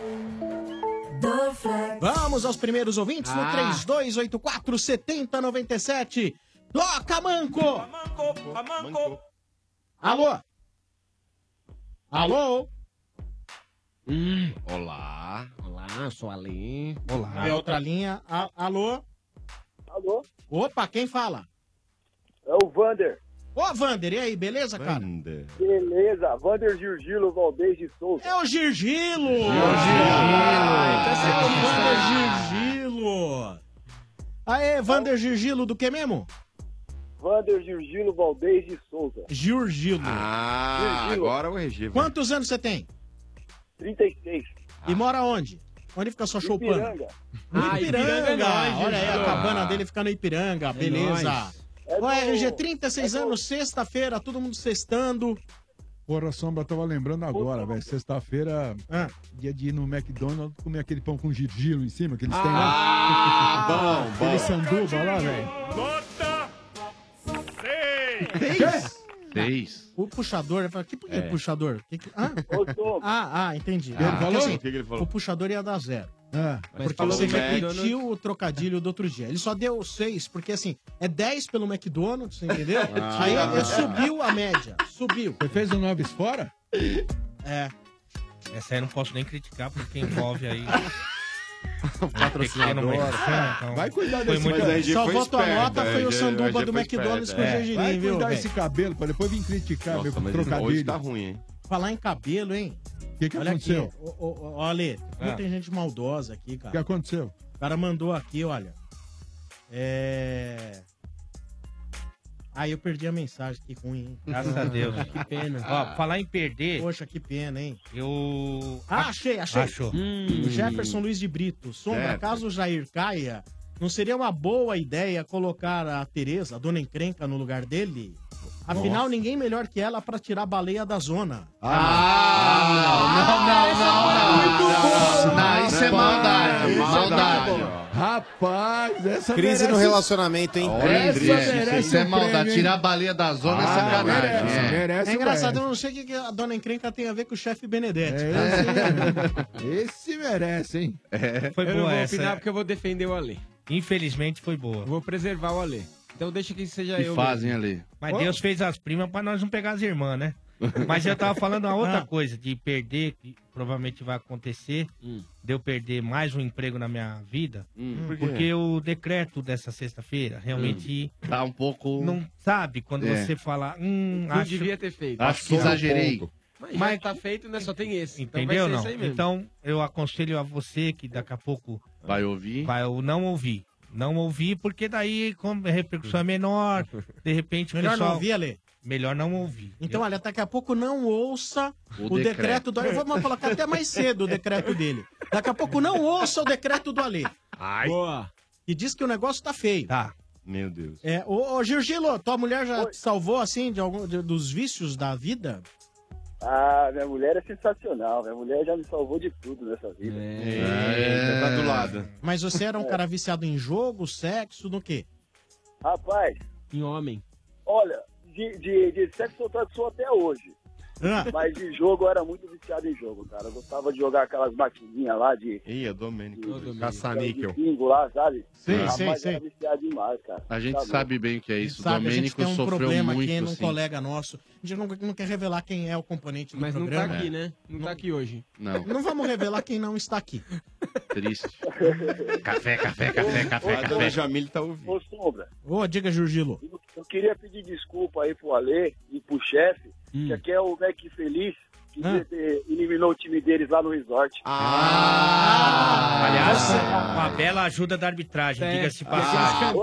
[SPEAKER 2] Vamos aos primeiros ouvintes
[SPEAKER 1] Ah.
[SPEAKER 2] no 3284 7097. Toca, Manco! Alô? Alô?
[SPEAKER 12] Hum.
[SPEAKER 10] Olá. Olá, sou Alê.
[SPEAKER 2] É outra linha. A- alô?
[SPEAKER 15] Alô?
[SPEAKER 2] Opa, quem fala?
[SPEAKER 15] É o Vander.
[SPEAKER 2] Ô, Vander, e aí, beleza, cara?
[SPEAKER 12] É.
[SPEAKER 15] Beleza, Wander Girgilo Valdez de Souza.
[SPEAKER 2] É o Ah, Girgilo! É o Girgilo! então é Girgilo! Aê, Vander Girgilo do que mesmo?
[SPEAKER 15] Wander Girgilo Valdez de Souza.
[SPEAKER 2] Girgilo.
[SPEAKER 12] Ah,
[SPEAKER 2] Girgilo.
[SPEAKER 12] agora o RG. vai.
[SPEAKER 2] Quantos anos você tem?
[SPEAKER 15] 36.
[SPEAKER 2] E mora onde? Onde fica sua choupana?
[SPEAKER 15] Ipiranga.
[SPEAKER 2] No
[SPEAKER 15] Ah,
[SPEAKER 2] Ipiranga,
[SPEAKER 15] Ipiranga é nóis,
[SPEAKER 2] olha aí, a
[SPEAKER 15] Girgilo.
[SPEAKER 2] cabana dele fica no
[SPEAKER 9] É
[SPEAKER 2] Ipiranga, beleza.
[SPEAKER 7] nóis.
[SPEAKER 2] É RG, 36 anos, sexta-feira, todo mundo sextando.
[SPEAKER 7] Porra, Sombra, tava lembrando agora, velho. Sexta-feira, dia de ir no McDonald's comer aquele pão com girgilo em cima que
[SPEAKER 12] Ah,
[SPEAKER 7] eles têm lá.
[SPEAKER 1] bom,
[SPEAKER 7] Aquele
[SPEAKER 1] bom.
[SPEAKER 7] sanduba lá, velho.
[SPEAKER 1] Nota
[SPEAKER 2] Seis? É O puxador, ele fala, que, por que
[SPEAKER 7] É.
[SPEAKER 2] puxador? Que que- Hã? ah, ah, entendi.
[SPEAKER 7] Ele
[SPEAKER 2] Porque,
[SPEAKER 7] falou?
[SPEAKER 2] assim,
[SPEAKER 7] O que que ele falou?
[SPEAKER 2] O puxador ia dar zero.
[SPEAKER 7] Ah,
[SPEAKER 2] porque você repetiu o trocadilho do outro dia. Ele só deu seis, porque assim, é 10 pelo McDonald's, entendeu?
[SPEAKER 7] Ah.
[SPEAKER 2] Aí ele subiu a média. Subiu.
[SPEAKER 7] Você fez o Noves fora?
[SPEAKER 2] É.
[SPEAKER 3] Essa aí eu não posso nem criticar porque envolve aí. um
[SPEAKER 7] patrocinador.
[SPEAKER 3] pequeno merchan, então-
[SPEAKER 7] Vai cuidar
[SPEAKER 3] Foi
[SPEAKER 7] desse
[SPEAKER 3] muito-
[SPEAKER 7] cabelo.
[SPEAKER 3] Só voto a nota foi
[SPEAKER 7] um
[SPEAKER 3] o
[SPEAKER 7] é
[SPEAKER 2] sanduba do McDonald's com o gergelim,
[SPEAKER 7] Vai
[SPEAKER 2] viu,
[SPEAKER 7] cuidar
[SPEAKER 2] velho?
[SPEAKER 7] desse cabelo pra depois vir criticar
[SPEAKER 12] Nossa,
[SPEAKER 7] meu
[SPEAKER 12] mas hoje
[SPEAKER 7] trocadilho.
[SPEAKER 12] tá ruim, hein?
[SPEAKER 2] Falar em cabelo, hein?
[SPEAKER 7] O que, que
[SPEAKER 2] olha
[SPEAKER 7] aconteceu?
[SPEAKER 2] Aqui, ô, ô, ô, Ale,
[SPEAKER 7] Ah.
[SPEAKER 2] muita gente maldosa aqui,
[SPEAKER 7] O
[SPEAKER 2] cara.
[SPEAKER 7] que aconteceu?
[SPEAKER 2] O cara mandou aqui, olha. É. Aí eu perdi a mensagem, que ruim, hein?
[SPEAKER 3] Graças a Deus.
[SPEAKER 2] Que pena.
[SPEAKER 3] Ó, falar em perder.
[SPEAKER 2] Poxa, que pena, hein?
[SPEAKER 3] Eu.
[SPEAKER 2] Ah, achei, achei. Hum.
[SPEAKER 3] Achou.
[SPEAKER 2] O Jefferson Luiz de Brito. Sombra,
[SPEAKER 3] Hum. Certo.
[SPEAKER 2] caso o Jair caia, não seria uma boa ideia colocar a Tereza, a dona encrenca, no lugar dele? Afinal,
[SPEAKER 1] Nossa.
[SPEAKER 2] ninguém melhor que ela pra tirar a baleia da zona.
[SPEAKER 5] Não, isso é maldade. Maldade.
[SPEAKER 7] Rapaz, essa
[SPEAKER 6] Crise no
[SPEAKER 7] merece-
[SPEAKER 6] relacionamento, hein?
[SPEAKER 5] Crise,
[SPEAKER 6] Crise,
[SPEAKER 5] é.
[SPEAKER 6] merece
[SPEAKER 5] Isso é
[SPEAKER 6] um
[SPEAKER 5] maldade.
[SPEAKER 6] prêmio, hein?
[SPEAKER 5] Tirar a baleia da zona é sacanagem. é.
[SPEAKER 2] é engraçado, eu não sei o que que a dona encrenca tem a ver com o chefe Benedetti.
[SPEAKER 7] Esse merece, hein?
[SPEAKER 10] Foi
[SPEAKER 3] Foi
[SPEAKER 10] eu não
[SPEAKER 3] boa
[SPEAKER 10] vou
[SPEAKER 3] essa.
[SPEAKER 10] opinar porque eu vou defender o Ale.
[SPEAKER 3] Infelizmente foi boa.
[SPEAKER 10] Vou preservar o Ale. Então deixa que seja eu. mesmo. Oh.
[SPEAKER 3] Mas Deus fez as primas pra nós não pegar as irmãs, né? Mas eu tava falando uma outra
[SPEAKER 5] Ah.
[SPEAKER 10] Ah,
[SPEAKER 3] coisa, de perder, que provavelmente vai acontecer,
[SPEAKER 5] Hum.
[SPEAKER 3] de eu perder mais um emprego na minha vida,
[SPEAKER 5] Por quê?
[SPEAKER 3] porque o decreto dessa sexta-feira realmente
[SPEAKER 5] Tá um pouco.
[SPEAKER 3] não sabe quando
[SPEAKER 5] É.
[SPEAKER 3] você fala, hum,
[SPEAKER 10] Não
[SPEAKER 3] acho...
[SPEAKER 10] devia ter feito.
[SPEAKER 3] Acho que exagerei.
[SPEAKER 10] Mas, já tá feito, né? Só tem esse. Então
[SPEAKER 3] Entendeu
[SPEAKER 10] vai ser
[SPEAKER 3] não?
[SPEAKER 10] isso aí mesmo.
[SPEAKER 3] Então, eu aconselho a você que daqui a pouco
[SPEAKER 5] Vai ouvir?
[SPEAKER 3] vai ou não ouvir. Não ouvir, porque daí como a repercussão é menor, de repente o
[SPEAKER 2] Melhor não
[SPEAKER 3] pessoal...
[SPEAKER 2] ouvir, Ale?
[SPEAKER 3] Melhor não ouvir.
[SPEAKER 2] Então, olha, daqui a pouco não ouça
[SPEAKER 3] O
[SPEAKER 2] o, decreto.
[SPEAKER 3] decreto
[SPEAKER 2] do Ale. Vamos colocar até mais cedo o decreto dele. Daqui a pouco não ouça o decreto do Ale.
[SPEAKER 12] Ai.
[SPEAKER 2] Boa. E diz que o negócio tá feio.
[SPEAKER 3] Tá.
[SPEAKER 12] Meu Deus.
[SPEAKER 2] É, ô, ô Girgilo, tua mulher já te salvou, assim, de algum, de- dos vícios da vida?
[SPEAKER 15] Ah, minha mulher é sensacional. Minha mulher já me salvou de tudo nessa vida.
[SPEAKER 12] É.
[SPEAKER 10] É,
[SPEAKER 12] Eita, tá do lado.
[SPEAKER 2] Mas você era um
[SPEAKER 15] É.
[SPEAKER 2] cara viciado em jogo, sexo, no quê?
[SPEAKER 15] Rapaz,
[SPEAKER 10] Em homem.
[SPEAKER 15] olha, de, de, de sexo eu tô- sou até hoje.
[SPEAKER 2] Ah.
[SPEAKER 15] Mas de jogo eu era muito viciado em jogo, cara. Eu gostava de jogar aquelas maquininhas lá de.
[SPEAKER 12] Ih, o Domênico.
[SPEAKER 5] Caça-níquel.
[SPEAKER 15] de pingo lá, sabe?
[SPEAKER 5] Sim,
[SPEAKER 15] Rapaz,
[SPEAKER 5] sim,
[SPEAKER 15] era
[SPEAKER 5] sim.
[SPEAKER 15] viciado demais, cara.
[SPEAKER 5] A gente
[SPEAKER 15] Tá louco.
[SPEAKER 5] sabe bem o que é isso.
[SPEAKER 2] Sabe,
[SPEAKER 5] o
[SPEAKER 2] a gente
[SPEAKER 5] Domênico
[SPEAKER 2] tem um
[SPEAKER 5] sofreu
[SPEAKER 2] problema
[SPEAKER 5] muito.
[SPEAKER 2] aqui num
[SPEAKER 5] assim.
[SPEAKER 2] colega nosso. A gente não, não quer revelar quem é o componente do
[SPEAKER 10] Mas não
[SPEAKER 2] programa.
[SPEAKER 10] tá aqui, né? Não, tá aqui hoje.
[SPEAKER 5] Não,
[SPEAKER 2] Não vamos revelar quem não está aqui.
[SPEAKER 5] triste. café, café, café, café,
[SPEAKER 15] ô,
[SPEAKER 5] café.
[SPEAKER 12] Jamile tá ouvindo.
[SPEAKER 15] Ô, Sombra,
[SPEAKER 2] Ô, diga, Jurgilo.
[SPEAKER 15] eu queria pedir desculpa aí pro Ale e pro chefe,
[SPEAKER 2] Hum.
[SPEAKER 15] que aqui é o Mac Feliz, que
[SPEAKER 2] Ah.
[SPEAKER 15] ele eliminou o time deles lá no resort.
[SPEAKER 3] Ah.
[SPEAKER 2] Ah,
[SPEAKER 3] Aliás, uma bela ajuda da arbitragem, diga-se passagem.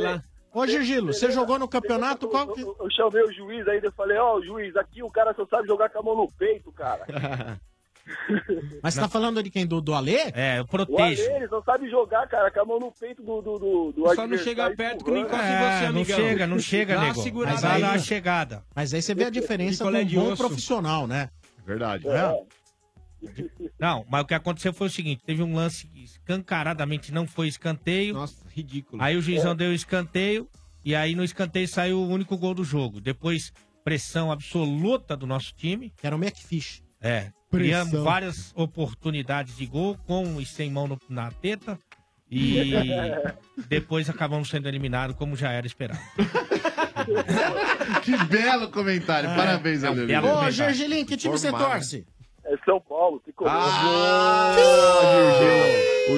[SPEAKER 10] lá.
[SPEAKER 2] Ô, Girgilo, você jogou no campeonato? Qual que...
[SPEAKER 15] Eu chamei o juiz ainda e falei, ó, juiz, aqui o cara só sabe jogar com a mão no peito, cara.
[SPEAKER 2] Mas você tá falando de quem? Do, do Alê?
[SPEAKER 3] É, eu
[SPEAKER 15] O Ale, ele só sabe jogar, cara, com a mão no peito do, do, do, do
[SPEAKER 2] Só não chega
[SPEAKER 15] adversário,
[SPEAKER 2] perto que não
[SPEAKER 15] empurrando.
[SPEAKER 2] encosta em você, É, não amigão. chega, não chega, nego. Mas vai dar a
[SPEAKER 3] chegada.
[SPEAKER 2] Mas aí você vê a diferença com um bom profissional, né?
[SPEAKER 12] Verdade.
[SPEAKER 2] É.
[SPEAKER 3] né? Não, mas o que aconteceu foi o seguinte: teve um lance que escancaradamente não foi escanteio. Nossa,
[SPEAKER 10] ridículo.
[SPEAKER 3] Aí o juizão deu escanteio, e aí no escanteio saiu o único gol do jogo. Depois, pressão absoluta do nosso time.
[SPEAKER 2] Era o McFish.
[SPEAKER 3] É.
[SPEAKER 2] Pressão.
[SPEAKER 3] Criamos várias oportunidades de gol, com e sem mão no- na teta. E depois acabamos sendo eliminados, como já era esperado.
[SPEAKER 5] Que belo comentário.
[SPEAKER 2] É,
[SPEAKER 5] Parabéns, Ale.
[SPEAKER 2] Ô, Gergelim, que time você
[SPEAKER 5] Formado.
[SPEAKER 2] torce? Ah,
[SPEAKER 15] É São Paulo, ficou.
[SPEAKER 5] Ah,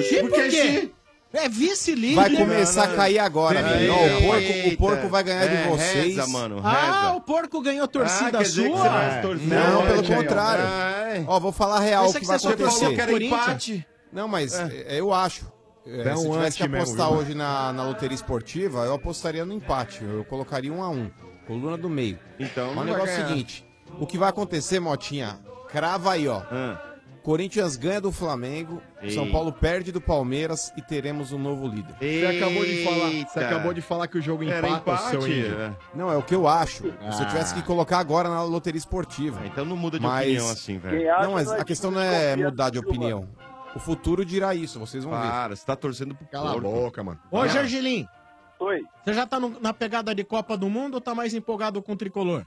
[SPEAKER 2] Tipo o quê? É vice-líder.
[SPEAKER 6] Vai começar a cair agora,
[SPEAKER 2] Não,
[SPEAKER 6] velho.
[SPEAKER 2] não.
[SPEAKER 6] Ó, o, porco, o
[SPEAKER 2] Eita.
[SPEAKER 6] porco vai ganhar de
[SPEAKER 2] É,
[SPEAKER 6] vocês.
[SPEAKER 2] reza, mano, Ah, reza. o porco ganhou torcida
[SPEAKER 6] Ah, quer dizer que
[SPEAKER 2] sua?
[SPEAKER 6] você vai um torcer. Não,
[SPEAKER 2] É,
[SPEAKER 6] pelo
[SPEAKER 2] Tiagão.
[SPEAKER 6] contrário.
[SPEAKER 12] É,
[SPEAKER 6] Ó, vou falar real o
[SPEAKER 2] Pensa
[SPEAKER 6] que,
[SPEAKER 2] que
[SPEAKER 6] vai
[SPEAKER 2] você só
[SPEAKER 6] acontecer.
[SPEAKER 2] torceu pro Corinthians?
[SPEAKER 6] Não, mas
[SPEAKER 2] É.
[SPEAKER 6] é, eu acho. É,
[SPEAKER 2] Dá
[SPEAKER 6] se
[SPEAKER 2] um
[SPEAKER 6] eu tivesse que
[SPEAKER 2] anti mesmo,
[SPEAKER 6] apostar
[SPEAKER 2] viu?
[SPEAKER 6] hoje na, na loteria esportiva, eu apostaria no empate. Eu colocaria um a um. Coluna do meio. Então,
[SPEAKER 12] não
[SPEAKER 6] o
[SPEAKER 12] vai
[SPEAKER 6] negócio é o
[SPEAKER 12] ganhar.
[SPEAKER 6] seguinte. O que vai acontecer, Motinha? Crava aí, ó. Corinthians ganha do Flamengo, São
[SPEAKER 12] Ei.
[SPEAKER 6] Paulo perde do Palmeiras e teremos um novo líder.
[SPEAKER 9] Você acabou de falar- você acabou de falar que o jogo
[SPEAKER 6] Era
[SPEAKER 9] empata, seu índio.
[SPEAKER 6] Não, é o que eu acho. Se eu
[SPEAKER 9] Ah.
[SPEAKER 6] tivesse que colocar agora na loteria esportiva. Então não muda
[SPEAKER 12] de opinião assim, velho. Quem acha
[SPEAKER 6] Não, mas
[SPEAKER 12] não é
[SPEAKER 6] a questão não é mudar de opinião. O futuro dirá isso, vocês vão ver.
[SPEAKER 12] Para, você tá torcendo pro
[SPEAKER 6] Cala a boca, mano.
[SPEAKER 2] Ô,
[SPEAKER 6] Vai lá.
[SPEAKER 2] Gergelim. Oi. Você já tá no- na pegada de Copa do Mundo ou tá mais empolgado com o tricolor?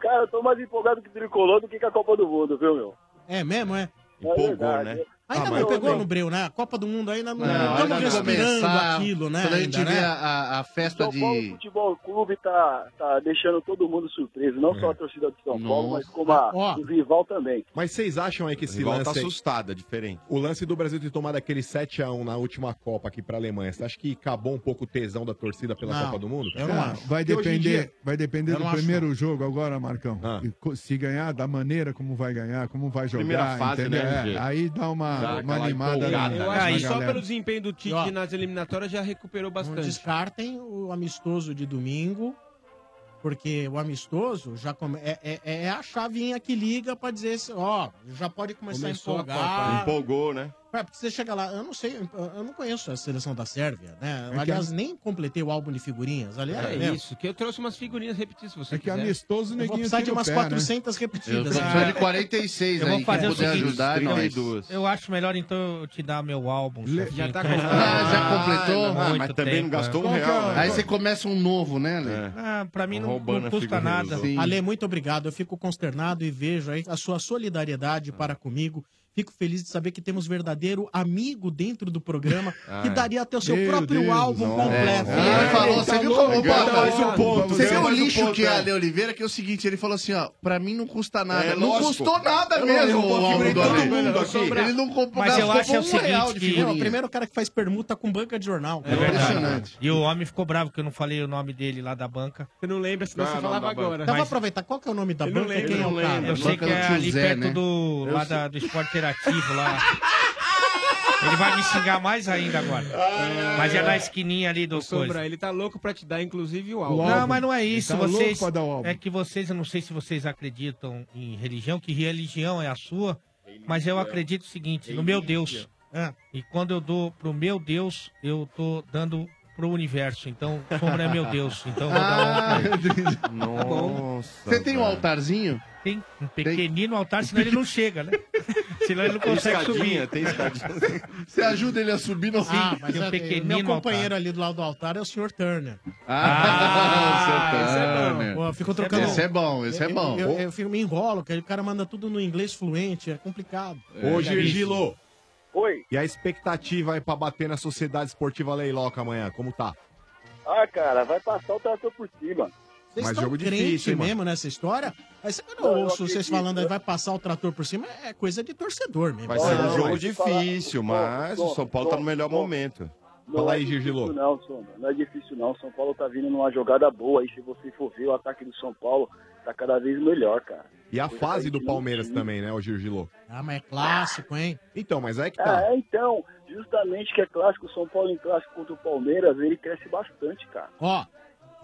[SPEAKER 15] Cara, eu tô mais empolgado que tricolor do que com a Copa do Mundo, viu, meu?
[SPEAKER 2] É mesmo, é?
[SPEAKER 15] Empolgou, verdade. né?
[SPEAKER 2] Ainda
[SPEAKER 15] Ah,
[SPEAKER 2] não
[SPEAKER 15] mas
[SPEAKER 2] pegou
[SPEAKER 15] não.
[SPEAKER 2] no breu, né? A Copa do Mundo ainda não...
[SPEAKER 5] Não,
[SPEAKER 2] Estamos
[SPEAKER 5] ainda não.
[SPEAKER 2] respirando
[SPEAKER 5] Começar,
[SPEAKER 2] aquilo, né?
[SPEAKER 5] quando a gente
[SPEAKER 2] ainda,
[SPEAKER 5] vê
[SPEAKER 2] né?
[SPEAKER 5] a, a festa
[SPEAKER 15] São Paulo
[SPEAKER 5] de.
[SPEAKER 15] é Futebol Clube tá, tá deixando todo mundo surpreso, não só a torcida do São Paulo, mas como a, o rival também.
[SPEAKER 9] Mas vocês acham aí que esse
[SPEAKER 15] rival
[SPEAKER 9] lance...
[SPEAKER 15] tá
[SPEAKER 12] é
[SPEAKER 9] assustada, diferente. O lance do Brasil ter tomado aquele 7x1 na última Copa aqui pra Alemanha, você acha que acabou um pouco o tesão da torcida pela
[SPEAKER 7] Não,
[SPEAKER 9] Copa do Mundo?
[SPEAKER 7] Cara, Vai
[SPEAKER 9] Porque hoje em
[SPEAKER 7] depender,
[SPEAKER 9] dia-
[SPEAKER 7] vai depender
[SPEAKER 9] Eu
[SPEAKER 7] do
[SPEAKER 9] não acho,
[SPEAKER 7] primeiro jogo agora, Marcão.
[SPEAKER 9] Ah.
[SPEAKER 7] E co- se ganhar, da maneira como vai ganhar, como vai jogar.
[SPEAKER 10] Primeira fase,
[SPEAKER 7] entendeu?
[SPEAKER 10] né,
[SPEAKER 7] É,
[SPEAKER 10] RG?
[SPEAKER 7] aí dá uma,
[SPEAKER 10] Dá
[SPEAKER 7] uma
[SPEAKER 10] aquela
[SPEAKER 7] animada.
[SPEAKER 10] empolgada,
[SPEAKER 7] na-
[SPEAKER 10] né? Eu
[SPEAKER 7] na
[SPEAKER 10] acho que só
[SPEAKER 7] galera.
[SPEAKER 10] pelo desempenho do Tite
[SPEAKER 2] Ó.
[SPEAKER 10] nas eliminatórias já recuperou
[SPEAKER 2] Não
[SPEAKER 10] bastante.
[SPEAKER 2] descartem o amistoso de domingo, porque o amistoso já come- é, é- é a chavinha que liga pra dizer, se- ó, já pode começar
[SPEAKER 12] Começou
[SPEAKER 2] a
[SPEAKER 12] a
[SPEAKER 2] empolgar.
[SPEAKER 12] Copa. Empolgou, né?
[SPEAKER 2] É, porque você chega lá, eu não sei, eu não conheço a seleção da Sérvia, né?
[SPEAKER 7] É que
[SPEAKER 2] Aliás,
[SPEAKER 7] a-
[SPEAKER 2] nem completei o álbum de figurinhas, aliás. né?
[SPEAKER 10] É
[SPEAKER 2] mesmo.
[SPEAKER 10] isso, que eu trouxe umas figurinhas repetidas, se você
[SPEAKER 7] É que
[SPEAKER 10] quiser.
[SPEAKER 7] amistoso,
[SPEAKER 2] Eu vou
[SPEAKER 7] neguinho.
[SPEAKER 2] precisar de
[SPEAKER 7] tira o
[SPEAKER 2] umas
[SPEAKER 7] pé, né?
[SPEAKER 2] 400 repetidas.
[SPEAKER 5] Eu tô precisando de 46 aí, quem
[SPEAKER 3] o
[SPEAKER 5] puder
[SPEAKER 3] seguinte,
[SPEAKER 5] ajudar, é nóis.
[SPEAKER 3] Eu acho melhor então eu te dar meu álbum.
[SPEAKER 5] Já tá completo. Ah, já completou?
[SPEAKER 3] é.
[SPEAKER 5] um
[SPEAKER 2] um
[SPEAKER 5] é
[SPEAKER 2] né?
[SPEAKER 5] Aí você começa um novo, né, Ale?
[SPEAKER 3] Ah, pra mim não,
[SPEAKER 5] Roubando
[SPEAKER 3] não
[SPEAKER 5] a
[SPEAKER 3] custa
[SPEAKER 5] figurinha dos
[SPEAKER 3] nada.
[SPEAKER 5] outros. Sim.
[SPEAKER 2] Ale, muito obrigado. Eu fico consternado e vejo aí a sua solidariedade para comigo. Fico feliz de saber que temos verdadeiro amigo dentro do programa que
[SPEAKER 5] é.
[SPEAKER 2] daria até o seu
[SPEAKER 5] Meu
[SPEAKER 2] próprio
[SPEAKER 5] Deus,
[SPEAKER 2] álbum
[SPEAKER 5] não.
[SPEAKER 2] completo.
[SPEAKER 5] É. Ele falou, você viu como
[SPEAKER 2] Opa,
[SPEAKER 5] opa,
[SPEAKER 2] mais um ponto,
[SPEAKER 5] tá Você viu
[SPEAKER 2] ganhou
[SPEAKER 5] o
[SPEAKER 2] mais um
[SPEAKER 5] lixo
[SPEAKER 2] ponto,
[SPEAKER 5] que é
[SPEAKER 2] é.
[SPEAKER 5] a Ale Oliveira, que é o seguinte, ele falou assim, ó, pra mim não custa nada.
[SPEAKER 12] É,
[SPEAKER 5] não
[SPEAKER 12] lógico.
[SPEAKER 5] custou nada
[SPEAKER 12] Eu não- eu
[SPEAKER 5] mesmo
[SPEAKER 12] não
[SPEAKER 5] o álbum
[SPEAKER 12] configurei
[SPEAKER 5] do
[SPEAKER 12] todo
[SPEAKER 5] Ale.
[SPEAKER 12] mundo aqui.
[SPEAKER 5] Ele não comprou,
[SPEAKER 3] Mas eu
[SPEAKER 5] gastou
[SPEAKER 3] acho é o
[SPEAKER 5] um real de
[SPEAKER 3] seguinte, que-
[SPEAKER 2] É o
[SPEAKER 5] figurinha.
[SPEAKER 2] primeiro cara que faz permuta com banca de jornal.
[SPEAKER 3] É verdade. E o homem ficou bravo que eu não falei o nome dele lá da banca. Você não lembra,
[SPEAKER 2] senão Não, você não, falava da banca. agora. Então vou aproveitar, qual que é o nome da banca e quem é o cara?
[SPEAKER 3] Eu sei que
[SPEAKER 2] Banca do
[SPEAKER 3] é
[SPEAKER 2] tio
[SPEAKER 3] ali
[SPEAKER 2] Zé,
[SPEAKER 3] perto
[SPEAKER 2] né?
[SPEAKER 3] do,
[SPEAKER 2] Eu
[SPEAKER 3] lá
[SPEAKER 2] sei.
[SPEAKER 3] da- do esporte interativo lá. Ele vai me xingar mais ainda agora. Mas é na esquininha ali do coisa.
[SPEAKER 10] Sombra, ele tá louco pra te dar, inclusive, o álbum. Então,
[SPEAKER 3] Não, mas não é isso. vocês,
[SPEAKER 10] pra dar o álbum.
[SPEAKER 3] é que vocês, eu não sei se vocês acreditam em religião, que religião é a sua, mas eu acredito o seguinte, no meu Deus. Ah, E quando eu dou pro meu Deus, eu tô dando pro universo. Então, sombra é meu Deus. Então, eu vou
[SPEAKER 10] Ah,
[SPEAKER 3] dar um pra ele.
[SPEAKER 5] Ah, Nossa. Você tem um altarzinho?
[SPEAKER 3] Tem. Um pequenino altar, senão ele não chega, né? Senão ele não
[SPEAKER 5] Tem
[SPEAKER 3] consegue
[SPEAKER 5] escadinha,
[SPEAKER 3] subir.
[SPEAKER 5] tem escadinha. Você ajuda ele a subir no
[SPEAKER 2] Ah, mas é, meu companheiro ali do lado do altar é o senhor Turner. Ah, é Pô, eu fico trocando.
[SPEAKER 5] Esse é bom, esse é bom.
[SPEAKER 2] Eu, eu, eu fico- me enrolo, que o cara manda tudo no inglês fluente, é complicado.
[SPEAKER 9] Ô,
[SPEAKER 7] É,
[SPEAKER 9] Gergilo.
[SPEAKER 15] Oi.
[SPEAKER 9] E a expectativa aí pra bater na Sociedade Esportiva Leiloca amanhã, como tá?
[SPEAKER 15] Ah, cara, vai passar o trator por cima.
[SPEAKER 2] Vocês
[SPEAKER 9] Mas
[SPEAKER 2] estão
[SPEAKER 9] jogo
[SPEAKER 2] crente
[SPEAKER 9] difícil, hein, mano?
[SPEAKER 2] assim mesmo nessa história? Mas quando
[SPEAKER 15] Não,
[SPEAKER 2] eu
[SPEAKER 15] eu
[SPEAKER 2] ouço vocês
[SPEAKER 15] acredito.
[SPEAKER 2] falando aí, vai passar o trator por cima, é coisa de torcedor mesmo.
[SPEAKER 12] Vai ser um
[SPEAKER 2] Não,
[SPEAKER 12] jogo
[SPEAKER 2] mas-
[SPEAKER 12] difícil, mas o São Paulo tá no melhor momento. Fala aí,
[SPEAKER 15] é difícil
[SPEAKER 12] Gigilô.
[SPEAKER 15] não, Sombra. Não é difícil não. São Paulo tá vindo numa jogada boa. E se você for ver o ataque do São Paulo, tá cada vez melhor, cara.
[SPEAKER 9] E a
[SPEAKER 15] Coisa
[SPEAKER 9] fase do
[SPEAKER 15] difícil.
[SPEAKER 9] Palmeiras também, né, ô Gergilo?
[SPEAKER 2] Ah, mas é clássico, hein?
[SPEAKER 9] Então, mas aí que tá.
[SPEAKER 15] É, então, justamente que é clássico, São Paulo em clássico contra o Palmeiras, ele cresce bastante, cara.
[SPEAKER 2] Ó,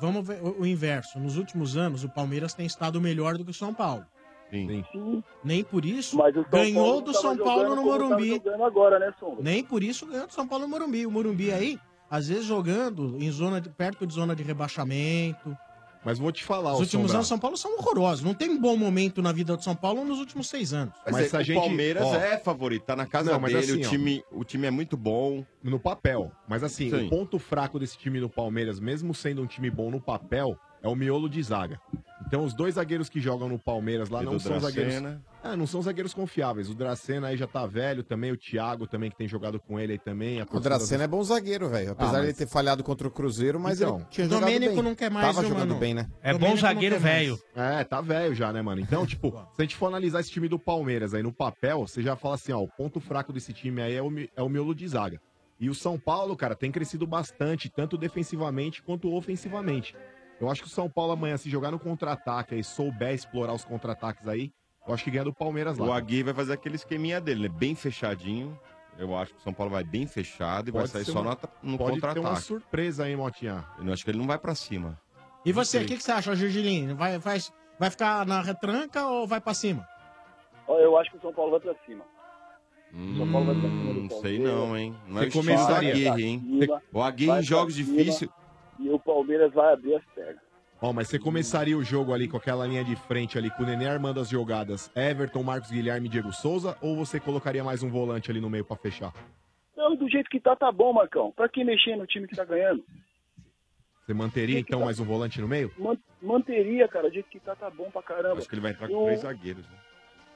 [SPEAKER 2] vamos ver o, o inverso. Nos últimos anos, o Palmeiras tem estado melhor do que o São Paulo.
[SPEAKER 9] Sim.
[SPEAKER 2] Nem por isso
[SPEAKER 15] o São
[SPEAKER 2] ganhou
[SPEAKER 15] Paulo
[SPEAKER 2] do
[SPEAKER 15] tava
[SPEAKER 2] São Paulo
[SPEAKER 15] jogando
[SPEAKER 2] no
[SPEAKER 15] como tava
[SPEAKER 2] Morumbi.
[SPEAKER 15] jogando agora, né, Sombra?
[SPEAKER 2] Nem por isso ganhou do São Paulo no Morumbi. O Morumbi aí, às vezes jogando em zona de, perto de zona de rebaixamento.
[SPEAKER 9] Mas vou te falar,
[SPEAKER 2] Os
[SPEAKER 9] ô,
[SPEAKER 2] últimos
[SPEAKER 9] Sombra.
[SPEAKER 2] anos do São Paulo são horrorosos. Não tem um bom momento na vida do São Paulo nos últimos seis anos.
[SPEAKER 12] Mas, é, o Palmeiras
[SPEAKER 9] ó.
[SPEAKER 12] é favorito, tá na casa
[SPEAKER 9] Não, mas
[SPEAKER 12] dele,
[SPEAKER 9] assim,
[SPEAKER 12] o,
[SPEAKER 9] ó.
[SPEAKER 12] time, o time é muito bom.
[SPEAKER 9] No papel. Mas assim,
[SPEAKER 12] Sim.
[SPEAKER 9] o ponto fraco desse time do Palmeiras, mesmo sendo um time bom no papel, é o miolo de zaga. Então os dois zagueiros que jogam no Palmeiras lá
[SPEAKER 12] E
[SPEAKER 9] não
[SPEAKER 12] do
[SPEAKER 9] são
[SPEAKER 12] Dracena.
[SPEAKER 9] zagueiros. Ah, não são zagueiros confiáveis. O Dracena aí já tá velho também, o Thiago também que tem jogado com ele aí também. a
[SPEAKER 6] O
[SPEAKER 9] torcida
[SPEAKER 6] Dracena é bom zagueiro, velho. Apesar
[SPEAKER 9] Ah,
[SPEAKER 6] de
[SPEAKER 9] mas-
[SPEAKER 6] ele ter falhado contra o Cruzeiro, mas
[SPEAKER 9] Então,
[SPEAKER 6] ele tinha
[SPEAKER 9] o
[SPEAKER 6] jogado
[SPEAKER 9] Domênico
[SPEAKER 6] bem.
[SPEAKER 9] não quer mais,
[SPEAKER 6] Tava
[SPEAKER 9] viu,
[SPEAKER 6] jogando
[SPEAKER 9] mano?
[SPEAKER 6] bem, né?
[SPEAKER 9] É
[SPEAKER 6] Domênico
[SPEAKER 9] bom
[SPEAKER 6] zagueiro
[SPEAKER 9] zagueiro
[SPEAKER 6] não quer
[SPEAKER 9] velho. É, tá velho já, né, mano? Então, tipo, se a gente for analisar esse time do Palmeiras aí no papel, você já fala assim, ó, o ponto fraco desse time aí é o, mi- é o miolo de zaga. E o São Paulo, cara, tem crescido bastante, tanto defensivamente quanto ofensivamente. Eu acho que o São Paulo amanhã, se jogar no contra-ataque e souber explorar os contra-ataques aí, eu acho que ganha do Palmeiras lá.
[SPEAKER 12] O Agui vai fazer aquele esqueminha dele, né? Bem fechadinho. Eu acho que o São Paulo vai bem fechado e vai
[SPEAKER 9] Pode
[SPEAKER 12] sair
[SPEAKER 9] ser
[SPEAKER 12] só
[SPEAKER 9] uma-
[SPEAKER 12] no, ata- no
[SPEAKER 9] pode ter
[SPEAKER 12] contra-ataque.
[SPEAKER 9] uma surpresa aí, Motinha.
[SPEAKER 12] Eu acho que ele não vai pra cima.
[SPEAKER 2] E você, o que, que você acha, Gergilinho? Vai, vai, vai ficar na retranca ou vai pra cima?
[SPEAKER 15] Ó, Eu acho que o São Paulo vai pra cima.
[SPEAKER 12] Hum, não sei não, hein? Não é
[SPEAKER 15] Você
[SPEAKER 12] o estilo do
[SPEAKER 15] comentaria.
[SPEAKER 12] Aguirre, hein?
[SPEAKER 15] Vai
[SPEAKER 12] O Aguirre
[SPEAKER 15] pra
[SPEAKER 12] em jogos
[SPEAKER 15] cima
[SPEAKER 12] difíceis...
[SPEAKER 15] E o Palmeiras vai abrir as pernas.
[SPEAKER 9] Ó, mas você começaria o jogo ali com aquela linha de frente ali, com o Nenê armando as jogadas, Everton, Marcos Guilherme e Diego Souza, ou você colocaria mais um volante ali no meio pra fechar?
[SPEAKER 15] Não, do jeito que tá, tá bom, Marcão. Pra que mexer no time que tá ganhando?
[SPEAKER 9] Você manteria então mais um volante no meio?
[SPEAKER 15] Man- manteria, cara. Do jeito que tá, tá bom pra caramba.
[SPEAKER 9] Acho que ele vai entrar
[SPEAKER 15] E o-
[SPEAKER 12] zagueiros. né?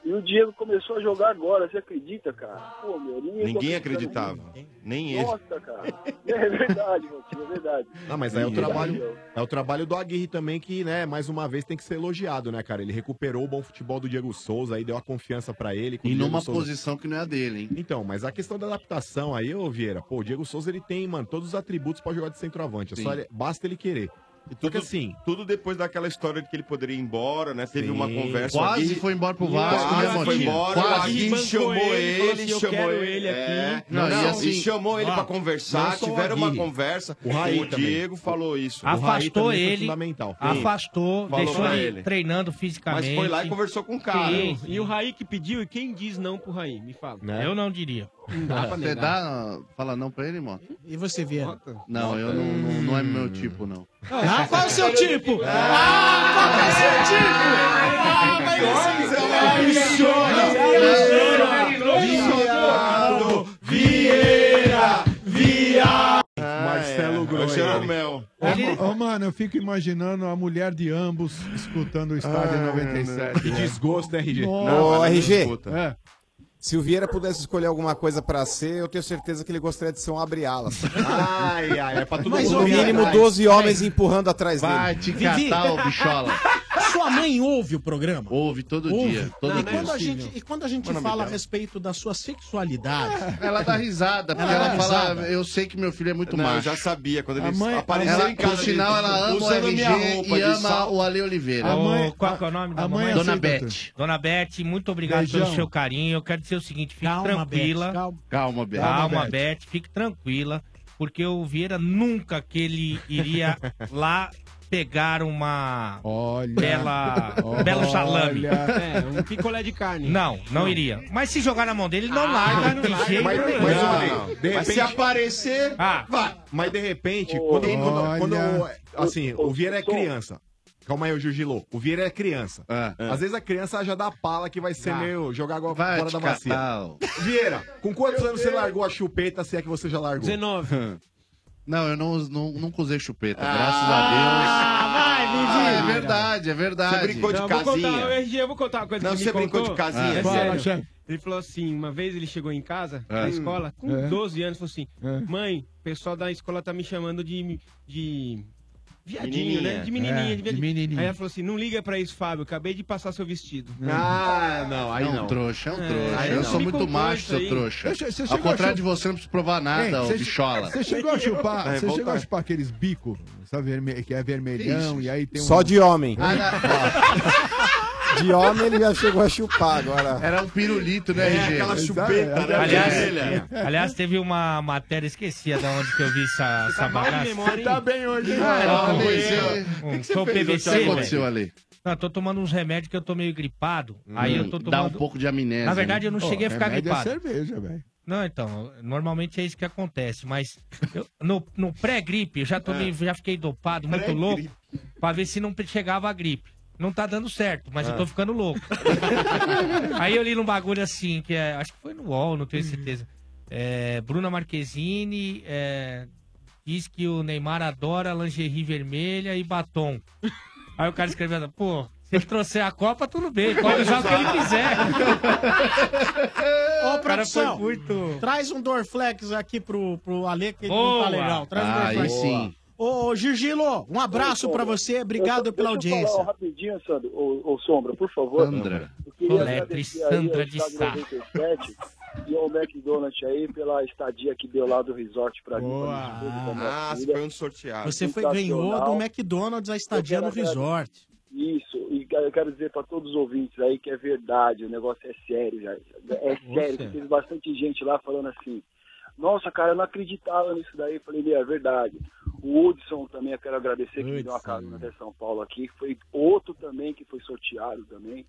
[SPEAKER 15] E o Diego começou a jogar agora, você acredita, cara? Pô, meu, nem eu tô
[SPEAKER 12] Ninguém
[SPEAKER 15] acreditando
[SPEAKER 12] acreditava. Nem
[SPEAKER 15] nisso.
[SPEAKER 12] ele.
[SPEAKER 15] Nossa, cara. É verdade, Motinho, é verdade.
[SPEAKER 9] Não, mas aí é o
[SPEAKER 12] Ih,
[SPEAKER 9] trabalho, é o trabalho do Aguirre também que, né, mais uma vez tem que ser elogiado, né, cara? Ele recuperou o bom futebol do Diego Souza, aí deu a confiança pra ele.
[SPEAKER 5] E numa
[SPEAKER 9] posição que não é a dele, hein? Então, mas a questão da adaptação aí, ô Vieira, pô, o Diego Souza ele tem, mano, todos os atributos pra jogar de centroavante, é só
[SPEAKER 12] Sim.
[SPEAKER 9] ele- basta ele querer.
[SPEAKER 12] E tudo,
[SPEAKER 9] assim,
[SPEAKER 12] tudo depois daquela história de que ele poderia ir embora, né? Teve
[SPEAKER 9] Sim.
[SPEAKER 12] uma conversa.
[SPEAKER 5] Quase
[SPEAKER 12] o Aguirre-
[SPEAKER 5] foi embora pro Vasco,
[SPEAKER 12] quase
[SPEAKER 5] né,
[SPEAKER 12] foi
[SPEAKER 5] Motinha?
[SPEAKER 12] embora,
[SPEAKER 5] Quase.
[SPEAKER 12] o Aguirre
[SPEAKER 5] Bancou
[SPEAKER 12] chamou
[SPEAKER 5] ele,
[SPEAKER 12] ele,
[SPEAKER 5] falou assim, eu
[SPEAKER 12] chamou
[SPEAKER 5] quero
[SPEAKER 12] ele,
[SPEAKER 5] ele
[SPEAKER 12] É.
[SPEAKER 5] aqui. Não, e
[SPEAKER 12] Não, e
[SPEAKER 5] assim-
[SPEAKER 12] chamou ele
[SPEAKER 5] Ó,
[SPEAKER 12] pra
[SPEAKER 5] não
[SPEAKER 12] conversar,
[SPEAKER 5] só o
[SPEAKER 12] tiveram uma
[SPEAKER 5] Aguirre.
[SPEAKER 12] conversa.
[SPEAKER 5] O Raí também.
[SPEAKER 12] Diego falou isso.
[SPEAKER 3] Afastou ele. Afastou,
[SPEAKER 12] Falou
[SPEAKER 3] deixou
[SPEAKER 12] pra
[SPEAKER 3] ele,
[SPEAKER 12] ele.
[SPEAKER 3] treinando fisicamente.
[SPEAKER 10] Mas foi lá e conversou
[SPEAKER 12] com o
[SPEAKER 10] cara.
[SPEAKER 3] tá Sim, sim. Né?
[SPEAKER 10] E o Raí que pediu, e quem diz não pro Raí? Me fala.
[SPEAKER 3] Eu não diria.
[SPEAKER 10] Não dá pra
[SPEAKER 5] Você
[SPEAKER 10] negar.
[SPEAKER 5] dá, fala não pra ele, Mota?
[SPEAKER 2] E você, Vieira?
[SPEAKER 5] Não, eu não, não, não é meu tipo, não.
[SPEAKER 2] Ah, qual é o seu tipo? Ah, qual que é o seu tipo? Ah, mas
[SPEAKER 1] Olha,
[SPEAKER 2] você-
[SPEAKER 1] seu
[SPEAKER 2] Ah,
[SPEAKER 1] Michona,
[SPEAKER 2] Michona,
[SPEAKER 1] Viado, Vieira, Via.
[SPEAKER 9] Marcelo Groen.
[SPEAKER 7] Ô, ô, mano, eu fico imaginando a mulher de ambos escutando o estádio
[SPEAKER 6] é,
[SPEAKER 7] 97.
[SPEAKER 9] Que desgosto, Ah, né, RG?
[SPEAKER 7] Nossa.
[SPEAKER 6] Ô, RG,
[SPEAKER 7] É.
[SPEAKER 6] se o Vieira pudesse escolher alguma coisa pra ser, eu tenho certeza que ele gostaria de ser um abre-alas.
[SPEAKER 9] Ai, ai, é pra todo
[SPEAKER 6] Mas
[SPEAKER 9] mundo
[SPEAKER 6] no
[SPEAKER 9] ouvir
[SPEAKER 6] mínimo
[SPEAKER 9] atrás.
[SPEAKER 6] 12 homens empurrando atrás
[SPEAKER 5] Vai
[SPEAKER 6] dele.
[SPEAKER 5] te catar, ô bichola.
[SPEAKER 2] Sua mãe ouve o programa?
[SPEAKER 5] Ouve todo dia. Todo
[SPEAKER 2] e,
[SPEAKER 5] dia.
[SPEAKER 2] Quando a gente, e quando a gente
[SPEAKER 5] Mano,
[SPEAKER 2] fala a
[SPEAKER 5] Miguel.
[SPEAKER 2] respeito da sua sexualidade.
[SPEAKER 5] É. Ela dá risada, porque ela,
[SPEAKER 2] dá
[SPEAKER 5] fala,
[SPEAKER 2] risada.
[SPEAKER 5] eu sei que meu filho é muito
[SPEAKER 12] Não,
[SPEAKER 5] macho.
[SPEAKER 12] eu já sabia, quando
[SPEAKER 5] A
[SPEAKER 12] ele
[SPEAKER 5] mãe-
[SPEAKER 12] apareceu
[SPEAKER 5] ela,
[SPEAKER 12] em casa,
[SPEAKER 5] Por sinal,
[SPEAKER 12] ele-
[SPEAKER 5] ela ama o
[SPEAKER 12] usando
[SPEAKER 5] RG
[SPEAKER 12] minha roupa
[SPEAKER 5] e
[SPEAKER 12] de
[SPEAKER 5] ama
[SPEAKER 12] sal.
[SPEAKER 5] o Ale Oliveira.
[SPEAKER 3] A mãe- qual que é o nome da mamãe?
[SPEAKER 5] Dona Beth.
[SPEAKER 3] Dona Beth, muito obrigado
[SPEAKER 5] Beijão.
[SPEAKER 3] pelo seu carinho. Eu quero dizer o seguinte, fique
[SPEAKER 5] Calma,
[SPEAKER 3] tranquila.
[SPEAKER 5] Beth, calma. Calma, Beth.
[SPEAKER 3] Calma,
[SPEAKER 5] Calma,
[SPEAKER 3] Beth. fique tranquila, porque o Vieira nunca que ele iria lá pegar uma bela belo salame.
[SPEAKER 10] É, um picolé de carne.
[SPEAKER 3] Não, não iria. Mas se jogar na mão dele, ele não larga de jeito
[SPEAKER 9] Ah, Mas,
[SPEAKER 3] nenhum.
[SPEAKER 9] mas, olha, de repente-
[SPEAKER 12] aparecer,
[SPEAKER 3] Ah.
[SPEAKER 12] vai.
[SPEAKER 9] Mas de repente, quando, quando- quando-
[SPEAKER 12] Olha.
[SPEAKER 9] assim, o Vieira é criança. Calma aí, o Jujilô. O Vieira é criança.
[SPEAKER 6] Ah,
[SPEAKER 9] Às vezes a criança já dá pala que vai ser meio jogar água
[SPEAKER 5] Vai
[SPEAKER 9] fora
[SPEAKER 5] te
[SPEAKER 9] da bacia.
[SPEAKER 5] catar, ô.
[SPEAKER 9] Vieira, com quantos anos você largou a chupeta, se é que você já largou?
[SPEAKER 5] 19. Não, eu não, uso- não, nunca usei chupeta,
[SPEAKER 9] Ah,
[SPEAKER 5] graças a Deus.
[SPEAKER 9] vai,
[SPEAKER 5] Ah, é verdade, é verdade.
[SPEAKER 10] Você brincou de não, casinha. Vou contar, eu, RG, eu vou contar uma coisa
[SPEAKER 5] Não,
[SPEAKER 10] que
[SPEAKER 5] você
[SPEAKER 10] me
[SPEAKER 5] brincou
[SPEAKER 10] contou.
[SPEAKER 5] de casinha.
[SPEAKER 10] É
[SPEAKER 5] Fala,
[SPEAKER 10] sério.
[SPEAKER 5] chefe.
[SPEAKER 10] Ele falou assim, uma vez ele chegou em casa,
[SPEAKER 5] É.
[SPEAKER 10] na escola, com
[SPEAKER 5] É.
[SPEAKER 10] 12 anos, falou assim, mãe, o pessoal da escola tá me chamando de... de... Viadinho, né? De
[SPEAKER 5] Menininha.
[SPEAKER 10] menininha,
[SPEAKER 5] É,
[SPEAKER 10] de viadinho.
[SPEAKER 5] de menininha.
[SPEAKER 10] Aí ela falou assim, não liga pra isso, Fábio, acabei de passar seu vestido.
[SPEAKER 5] Ah,
[SPEAKER 9] não,
[SPEAKER 5] É um trouxa, é um trouxa.
[SPEAKER 10] Aí
[SPEAKER 5] eu
[SPEAKER 10] não.
[SPEAKER 5] sou
[SPEAKER 10] Me
[SPEAKER 5] muito
[SPEAKER 10] contou
[SPEAKER 5] macho,
[SPEAKER 10] isso
[SPEAKER 5] seu
[SPEAKER 10] aí.
[SPEAKER 5] trouxa.
[SPEAKER 10] Você- você
[SPEAKER 5] Ao
[SPEAKER 10] chegou a
[SPEAKER 5] contrário
[SPEAKER 10] chu-
[SPEAKER 5] de você, não preciso provar
[SPEAKER 7] Ei,
[SPEAKER 5] nada, ô
[SPEAKER 7] você-
[SPEAKER 5] bichola.
[SPEAKER 7] Você chegou a chupar,
[SPEAKER 5] Vai,
[SPEAKER 7] você
[SPEAKER 5] volta.
[SPEAKER 7] chegou a chupar aqueles bico, sabe, verme- que é vermelhão,
[SPEAKER 6] Isso.
[SPEAKER 7] e aí tem um...
[SPEAKER 6] Só de homem.
[SPEAKER 7] Ah,
[SPEAKER 6] De homem ele já chegou a chupar agora.
[SPEAKER 5] Era um pirulito,
[SPEAKER 9] É,
[SPEAKER 6] né,
[SPEAKER 3] RG?
[SPEAKER 6] Aquela
[SPEAKER 3] Chupeta,
[SPEAKER 6] chupeta, né?
[SPEAKER 3] aliás,
[SPEAKER 6] vermelha.
[SPEAKER 3] aliás, teve uma matéria, esqueci de onde que eu vi essa, essa bagaça.
[SPEAKER 9] tá bem hoje, hein?
[SPEAKER 3] Ah,
[SPEAKER 9] Ah,
[SPEAKER 3] não,
[SPEAKER 9] Ale,
[SPEAKER 3] eu-
[SPEAKER 9] você-
[SPEAKER 3] um-
[SPEAKER 9] que que você
[SPEAKER 3] sou
[SPEAKER 9] fez?
[SPEAKER 3] PVC,
[SPEAKER 9] O que aconteceu,
[SPEAKER 3] velho.
[SPEAKER 5] Ale?
[SPEAKER 3] Não, eu tô tomando uns remédios que eu tô meio gripado. aí eu tô tomando...
[SPEAKER 5] Dá um pouco de amnésia.
[SPEAKER 3] Na verdade, eu não
[SPEAKER 5] né?
[SPEAKER 3] cheguei a ficar gripado.
[SPEAKER 7] é cerveja, velho.
[SPEAKER 3] Não, então, normalmente é isso que acontece, mas eu- no, no pré-gripe, eu já tomei,
[SPEAKER 10] É.
[SPEAKER 3] já fiquei dopado, muito
[SPEAKER 10] Pré-gripe.
[SPEAKER 3] louco, pra ver se não pre- chegava a gripe. Não tá dando certo, mas
[SPEAKER 10] Ah.
[SPEAKER 3] eu tô ficando louco. Aí eu li num bagulho assim, que é, acho que foi no UOL, não tenho certeza. É, Bruna Marquezine é, diz que o Neymar adora lingerie vermelha e batom. Aí o cara escreveu, assim, pô, se ele trouxer a Copa, tudo bem, pode usar o que ele quiser.
[SPEAKER 2] Ô,
[SPEAKER 3] cara foi
[SPEAKER 2] produção, traz um Dorflex aqui pro, pro Ale, que ele não tá
[SPEAKER 3] Boa.
[SPEAKER 2] legal. Traz um
[SPEAKER 5] Aí
[SPEAKER 2] Dorflex.
[SPEAKER 5] sim.
[SPEAKER 2] Ô, Girgilo, um abraço pra você, obrigado pela
[SPEAKER 15] Falar
[SPEAKER 2] audiência.
[SPEAKER 15] rapidinho, Sandro, ou, Sombra, por favor.
[SPEAKER 5] Sandra.
[SPEAKER 15] Eu queria
[SPEAKER 2] Lebre
[SPEAKER 15] agradecer aí
[SPEAKER 2] Sandra
[SPEAKER 15] ao
[SPEAKER 2] de
[SPEAKER 15] Estado
[SPEAKER 2] Sá.
[SPEAKER 15] 97 E ao McDonald's aí, pela estadia que deu lá do resort pra mim.
[SPEAKER 2] Boa.
[SPEAKER 15] pra minha esposa e pra minha
[SPEAKER 12] Ah,
[SPEAKER 15] filha.
[SPEAKER 12] você foi um sorteado.
[SPEAKER 2] Você foi, ganhou do
[SPEAKER 15] Sensacional.
[SPEAKER 2] McDonald's a estadia
[SPEAKER 15] Eu
[SPEAKER 2] no
[SPEAKER 15] quero agradecer.
[SPEAKER 2] resort.
[SPEAKER 15] Isso, e que- eu quero dizer para todos os ouvintes aí que é verdade, o negócio é sério, já. É sério, que teve bastante gente lá falando assim. Nossa, cara, eu não acreditava nisso daí. Eu Falei, meu, é verdade. O Hudson também, eu quero agradecer que me deu uma carona até São Paulo aqui. Foi outro também que foi sorteado também.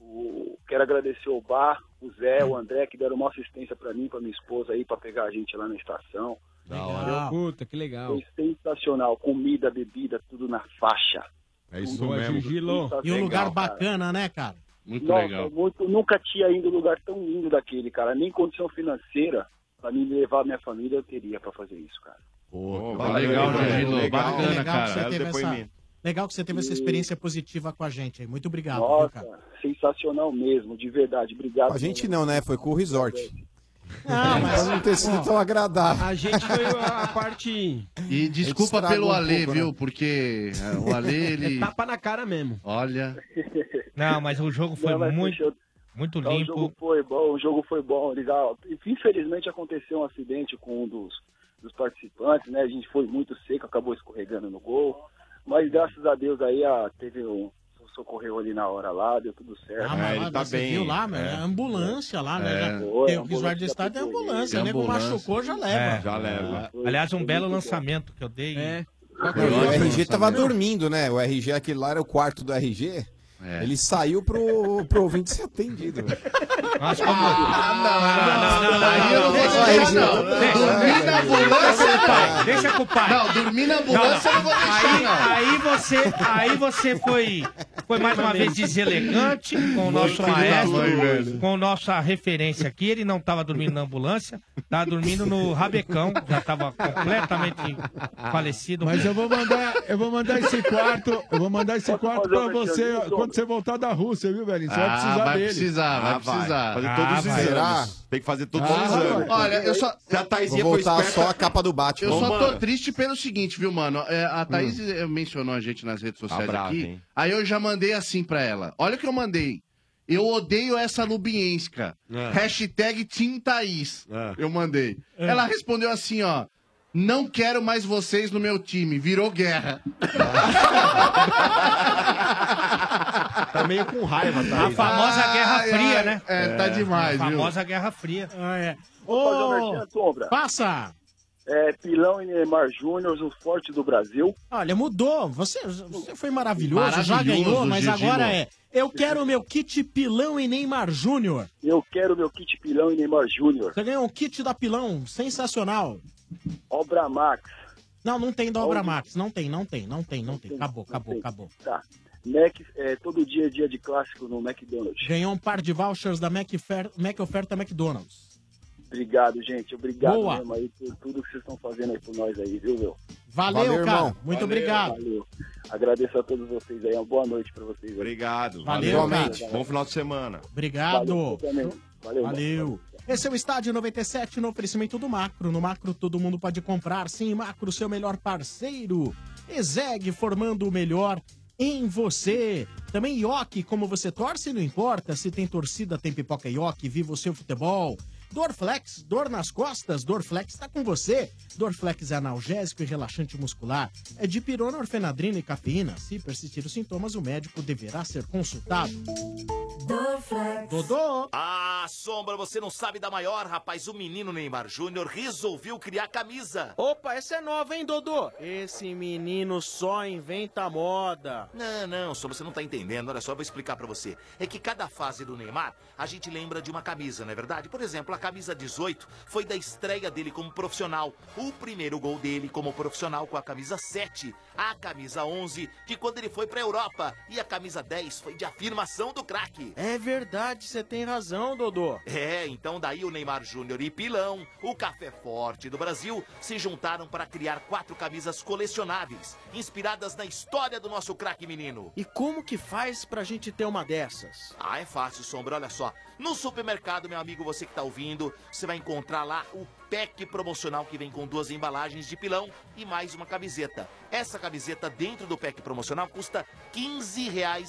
[SPEAKER 15] O- quero agradecer o Bar, o Zé, o André, que deram uma assistência para mim, para minha esposa aí, para pegar a gente lá na estação.
[SPEAKER 10] Da hora. Puta, que legal.
[SPEAKER 15] Foi sensacional. Comida, bebida, tudo na faixa.
[SPEAKER 16] É
[SPEAKER 15] isso mesmo.
[SPEAKER 2] E um lugar
[SPEAKER 15] Legal, cara.
[SPEAKER 2] bacana, né, cara?
[SPEAKER 10] Muito
[SPEAKER 15] Nossa, muito- nunca tinha ido um lugar tão lindo daquele, cara. Nem condição financeira pra me levar minha família eu teria pra fazer isso, cara.
[SPEAKER 16] Pô,
[SPEAKER 5] valeu, legal,
[SPEAKER 2] né,
[SPEAKER 5] valeu, Jorginho. valeu. Bacana,
[SPEAKER 2] legal
[SPEAKER 5] cara.
[SPEAKER 2] Que
[SPEAKER 5] É o
[SPEAKER 2] você teve essa...
[SPEAKER 5] depoimento.
[SPEAKER 2] Legal que você teve essa
[SPEAKER 15] E-
[SPEAKER 2] experiência positiva com a gente aí. Muito obrigado, viu,
[SPEAKER 15] Nossa,
[SPEAKER 2] cara?
[SPEAKER 15] sensacional mesmo, de verdade. Obrigado.
[SPEAKER 6] A gente não, né? Foi com o resort.
[SPEAKER 2] Não,
[SPEAKER 6] mas... não ter sido tão agradável.
[SPEAKER 10] Ah, A gente foi a parte.
[SPEAKER 5] E desculpa
[SPEAKER 10] estragou
[SPEAKER 5] pelo
[SPEAKER 10] um
[SPEAKER 5] Ale,
[SPEAKER 10] pouco, né?
[SPEAKER 5] viu? Porque é, o Ale, ele.
[SPEAKER 10] É tapa na cara mesmo.
[SPEAKER 5] Olha.
[SPEAKER 3] Não, mas o jogo foi
[SPEAKER 15] Não, mas
[SPEAKER 3] muito,
[SPEAKER 15] fechou.
[SPEAKER 3] muito
[SPEAKER 15] Então, O jogo
[SPEAKER 3] limpo.
[SPEAKER 15] foi bom, o jogo foi bom. Eles, ah, infelizmente aconteceu um acidente com um dos, dos participantes, né? A gente foi muito seco, acabou escorregando no gol. Mas graças a Deus aí ah, teve um. Socorreu ali na hora lá, deu tudo certo. É, tá-
[SPEAKER 2] Ah, mas lá, você viu lá, meu, a ambulância lá, né? Já- tem o resort do estádio é ambulância, né?
[SPEAKER 3] ambulância.
[SPEAKER 2] machucou, já leva.
[SPEAKER 3] É. Aliás, um belo lançamento que eu dei. É.
[SPEAKER 6] o RG tava dormindo, né? O RG, aquele lá era o quarto do RG. Ele saiu pro, pro ouvinte ser atendido.
[SPEAKER 3] Mas como... Ah, não, não, não, não.
[SPEAKER 5] Aí eu não vou deixar, não. Dormir na ambulância, pai.
[SPEAKER 3] Deixa com o pai.
[SPEAKER 5] Ah, Não, dormir na ambulância eu não vou deixar,
[SPEAKER 3] aí,
[SPEAKER 5] não.
[SPEAKER 3] Aí você, aí você foi, foi mais uma vez deselegante com o nosso maestro, com nossa referência aqui. Ele não estava dormindo na ambulância, estava dormindo no rabecão, já estava completamente falecido.
[SPEAKER 7] Mas eu vou mandar, eu vou mandar esse quarto, eu vou mandar esse quarto
[SPEAKER 3] fazer
[SPEAKER 7] pra
[SPEAKER 3] um
[SPEAKER 7] você
[SPEAKER 3] merchan?
[SPEAKER 7] quando você voltar da Rússia, viu, velho? Você vai
[SPEAKER 5] Ah,
[SPEAKER 7] precisar
[SPEAKER 5] vai
[SPEAKER 7] dele.
[SPEAKER 5] precisar, vai Ah, vai. precisar.
[SPEAKER 12] Fazer todos os
[SPEAKER 5] vai.
[SPEAKER 12] exames. Tem que fazer todos os
[SPEAKER 5] Ah,
[SPEAKER 12] exames.
[SPEAKER 5] olha, eu só-
[SPEAKER 12] Se a Thaisinha
[SPEAKER 5] Vou
[SPEAKER 12] foi
[SPEAKER 5] voltar
[SPEAKER 12] esperta...
[SPEAKER 5] só a
[SPEAKER 6] capa do Batman.
[SPEAKER 5] Eu
[SPEAKER 12] Ô,
[SPEAKER 5] só tô
[SPEAKER 12] mano.
[SPEAKER 5] triste pelo seguinte, viu, mano? É, a Thaís eh, mencionou a gente nas redes sociais
[SPEAKER 12] Tá brava,
[SPEAKER 5] aqui.
[SPEAKER 12] hein?
[SPEAKER 5] Aí eu já mandei assim pra ela. Olha o que eu mandei. Eu odeio essa lubienska.
[SPEAKER 12] É.
[SPEAKER 5] Hashtag Team Thaís. Eu mandei. Ela respondeu assim, ó. Não quero mais vocês no meu time. Virou guerra.
[SPEAKER 16] Tá meio com raiva, tá?
[SPEAKER 3] A famosa Guerra
[SPEAKER 5] Ai,
[SPEAKER 3] Fria,
[SPEAKER 5] ai,
[SPEAKER 3] né?
[SPEAKER 5] é, tá demais,
[SPEAKER 3] a
[SPEAKER 5] viu?
[SPEAKER 3] famosa Guerra Fria.
[SPEAKER 7] Ah, é.
[SPEAKER 15] Fazer um merchan, Sombra.
[SPEAKER 2] Passa!
[SPEAKER 15] É, Pilão e Neymar Júnior, o forte do Brasil.
[SPEAKER 2] Olha, mudou. Você, você foi maravilhoso, já
[SPEAKER 15] Maravilhoso,
[SPEAKER 2] ganhou, mas
[SPEAKER 15] Gigi,
[SPEAKER 2] agora
[SPEAKER 15] mano.
[SPEAKER 2] é. Eu quero o meu kit pilão e Neymar Júnior.
[SPEAKER 15] Eu quero meu kit Pilão e Neymar Júnior.
[SPEAKER 2] Você ganhou um kit da pilão, sensacional.
[SPEAKER 15] Obra Max.
[SPEAKER 2] Não, não tem dobra Max. Não tem, não tem, não tem, não tem. Acabou, acabou, acabou.
[SPEAKER 15] Tá. Mac, é, todo dia é dia de clássico no McDonald's.
[SPEAKER 2] Ganhou um par de vouchers da Mac, Fer- Mac Oferta McDonald's.
[SPEAKER 15] Obrigado, gente. Obrigado
[SPEAKER 2] Boa.
[SPEAKER 15] mesmo aí por tudo que vocês estão fazendo aí por nós aí, viu, meu?
[SPEAKER 2] Valeu, Valeu, cara. irmão. Muito obrigado.
[SPEAKER 15] Valeu. Agradeço a todos vocês aí. Uma boa noite pra vocês.
[SPEAKER 12] Obrigado.
[SPEAKER 2] Valeu,
[SPEAKER 12] Igualmente.
[SPEAKER 2] cara.
[SPEAKER 12] Bom final de semana.
[SPEAKER 2] Obrigado.
[SPEAKER 12] Valeu,
[SPEAKER 15] Valeu.
[SPEAKER 2] Valeu. Esse é o Estádio 97 no oferecimento do Macro. No Macro todo mundo pode comprar. Sim, Macro, seu melhor parceiro. Exeg, formando o melhor em você. Também Ioki, como você torce, não importa. Se tem torcida, tem pipoca Ioki. Viva o seu futebol. Dorflex, dor nas costas, Dorflex está com você. Dorflex é analgésico e relaxante muscular. É de pirona, orfenadrina e cafeína. Se persistir os sintomas, o médico deverá ser consultado. Dodô!
[SPEAKER 13] Ah, Sombra, você não sabe da maior, rapaz. O menino Neymar Júnior resolveu criar camisa.
[SPEAKER 17] Opa, essa é nova, hein, Dodô? Esse menino só inventa moda.
[SPEAKER 13] Não, não, Sombra, você não tá entendendo. Olha só, eu vou explicar pra você. É que cada fase do Neymar, a gente lembra de uma camisa, não é verdade? Por exemplo, a camisa 18 foi da estreia dele como profissional. O primeiro gol dele como profissional com a camisa 7. A camisa 11, de quando ele foi pra Europa. E a camisa 10 foi de afirmação do craque.
[SPEAKER 17] É verdade, você tem razão, Dodô.
[SPEAKER 13] É, então daí o Neymar Júnior e Pilão, o Café Forte do Brasil, se juntaram para criar quatro camisas colecionáveis, inspiradas na história do nosso craque menino.
[SPEAKER 17] E como que faz pra gente ter uma dessas?
[SPEAKER 13] Ah, é fácil, Sombra, olha só. No supermercado, meu amigo, você que tá ouvindo, você vai encontrar lá o
[SPEAKER 18] pack promocional que vem com duas embalagens de pilão e mais uma camiseta. Essa camiseta dentro do pack promocional custa R$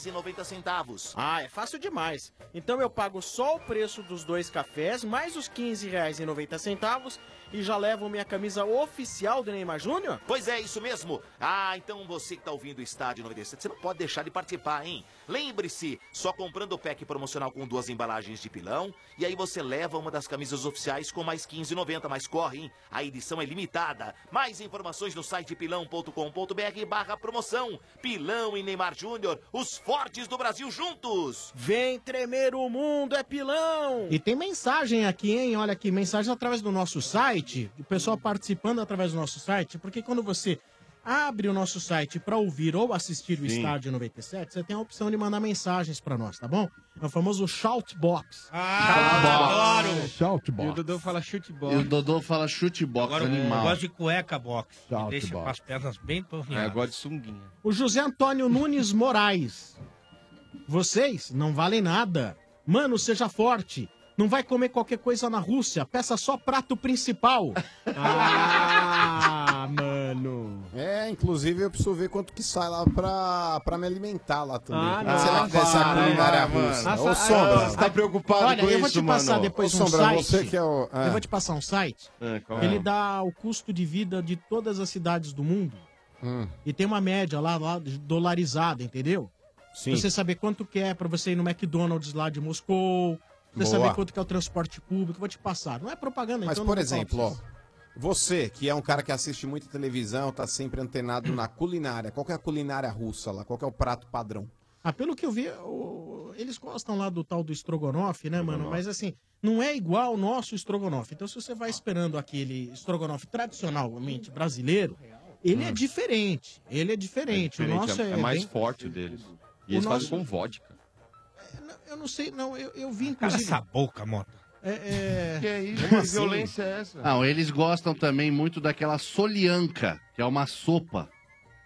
[SPEAKER 18] 15,90.
[SPEAKER 19] Ah, é fácil demais. Então eu pago só o preço dos dois cafés, mais os R$ 15,90 e já levo minha camisa oficial do Neymar Júnior?
[SPEAKER 18] Pois é, isso mesmo. Ah, então você que está ouvindo o Estádio 97, você não pode deixar de participar, hein? Lembre-se, só comprando o pack promocional com duas embalagens de pilão, e aí você leva uma das camisas oficiais com mais 15,90, mas corre, hein? A edição é limitada. Mais informações no site pilão.com.br barra promoção. Pilão e Neymar Júnior, os fortes do Brasil juntos!
[SPEAKER 19] Vem tremer o mundo, é pilão!
[SPEAKER 2] E tem mensagem aqui, hein? Olha aqui, mensagem através do nosso site, o pessoal participando através do nosso site, porque quando você abre o nosso site para ouvir ou assistir o Estádio 97, você tem a opção de mandar mensagens para nós, tá bom? É o famoso shoutbox.
[SPEAKER 3] Ah, adoro!
[SPEAKER 7] Shoutbox.
[SPEAKER 10] E o Dodô fala
[SPEAKER 5] E
[SPEAKER 10] shootbox.
[SPEAKER 5] o Dodô fala chute box,
[SPEAKER 3] Agora eu
[SPEAKER 5] animal.
[SPEAKER 3] gosto de cueca box. que
[SPEAKER 5] Shout
[SPEAKER 3] deixa
[SPEAKER 5] box.
[SPEAKER 3] com as pernas bem torneadas.
[SPEAKER 12] É, eu gosto de sunguinha.
[SPEAKER 2] O José Antônio Nunes Moraes. Vocês não valem nada. Mano, seja forte. Não vai comer qualquer coisa na Rússia. Peça só prato principal. ah, mano.
[SPEAKER 6] É, inclusive eu preciso ver quanto que sai lá pra, pra me alimentar lá também.
[SPEAKER 2] Ah,
[SPEAKER 6] Como Será
[SPEAKER 2] não,
[SPEAKER 6] que vai ser a
[SPEAKER 2] para,
[SPEAKER 6] culinária
[SPEAKER 2] mano.
[SPEAKER 6] russa?
[SPEAKER 2] Nossa,
[SPEAKER 6] Ô, Sombra,
[SPEAKER 2] ah,
[SPEAKER 6] você tá preocupado
[SPEAKER 2] Olha,
[SPEAKER 6] com isso,
[SPEAKER 2] eu vou te passar
[SPEAKER 6] mano?
[SPEAKER 2] depois
[SPEAKER 6] Ô,
[SPEAKER 2] um
[SPEAKER 6] Sombra,
[SPEAKER 2] site.
[SPEAKER 6] você que é o... é.
[SPEAKER 2] Eu vou te passar um site.
[SPEAKER 6] É, qual é?
[SPEAKER 2] Ele dá o custo de vida de todas as cidades do mundo. E tem uma média lá, lá de- dolarizada, entendeu?
[SPEAKER 6] Sim.
[SPEAKER 2] Pra você saber quanto que é pra você ir no McDonald's lá de Moscou. Pra você
[SPEAKER 6] Boa.
[SPEAKER 2] saber quanto que é o transporte público. Vou te passar. Não é propaganda,
[SPEAKER 6] Mas,
[SPEAKER 2] então não
[SPEAKER 6] por
[SPEAKER 2] vou falar
[SPEAKER 6] exemplo,
[SPEAKER 2] pra
[SPEAKER 6] ó,
[SPEAKER 2] vocês.
[SPEAKER 6] você que é um cara que assiste muita televisão, tá sempre antenado na culinária, qual que é a culinária russa lá? Qual que é o prato padrão?
[SPEAKER 2] Ah, pelo que eu vi, o- eles gostam lá do tal do estrogonofe, né, mano? Mas assim, não é igual o nosso estrogonofe. Então, se você vai esperando aquele estrogonofe tradicionalmente brasileiro, ele é diferente. Ele é diferente.
[SPEAKER 12] Diferente,
[SPEAKER 2] o nosso é,
[SPEAKER 12] é mais
[SPEAKER 2] bem-
[SPEAKER 12] forte o deles. E
[SPEAKER 2] O
[SPEAKER 12] eles
[SPEAKER 2] nosso-
[SPEAKER 12] fazem com vodka.
[SPEAKER 2] Eu não sei, não. Eu, eu vi,
[SPEAKER 3] Cala
[SPEAKER 2] inclusive...
[SPEAKER 3] essa boca, moto.
[SPEAKER 2] É, é...
[SPEAKER 12] Que é isso?
[SPEAKER 2] Como
[SPEAKER 12] Que
[SPEAKER 2] assim?
[SPEAKER 12] violência é essa?
[SPEAKER 5] Não, eles gostam também muito daquela solianca, que é uma sopa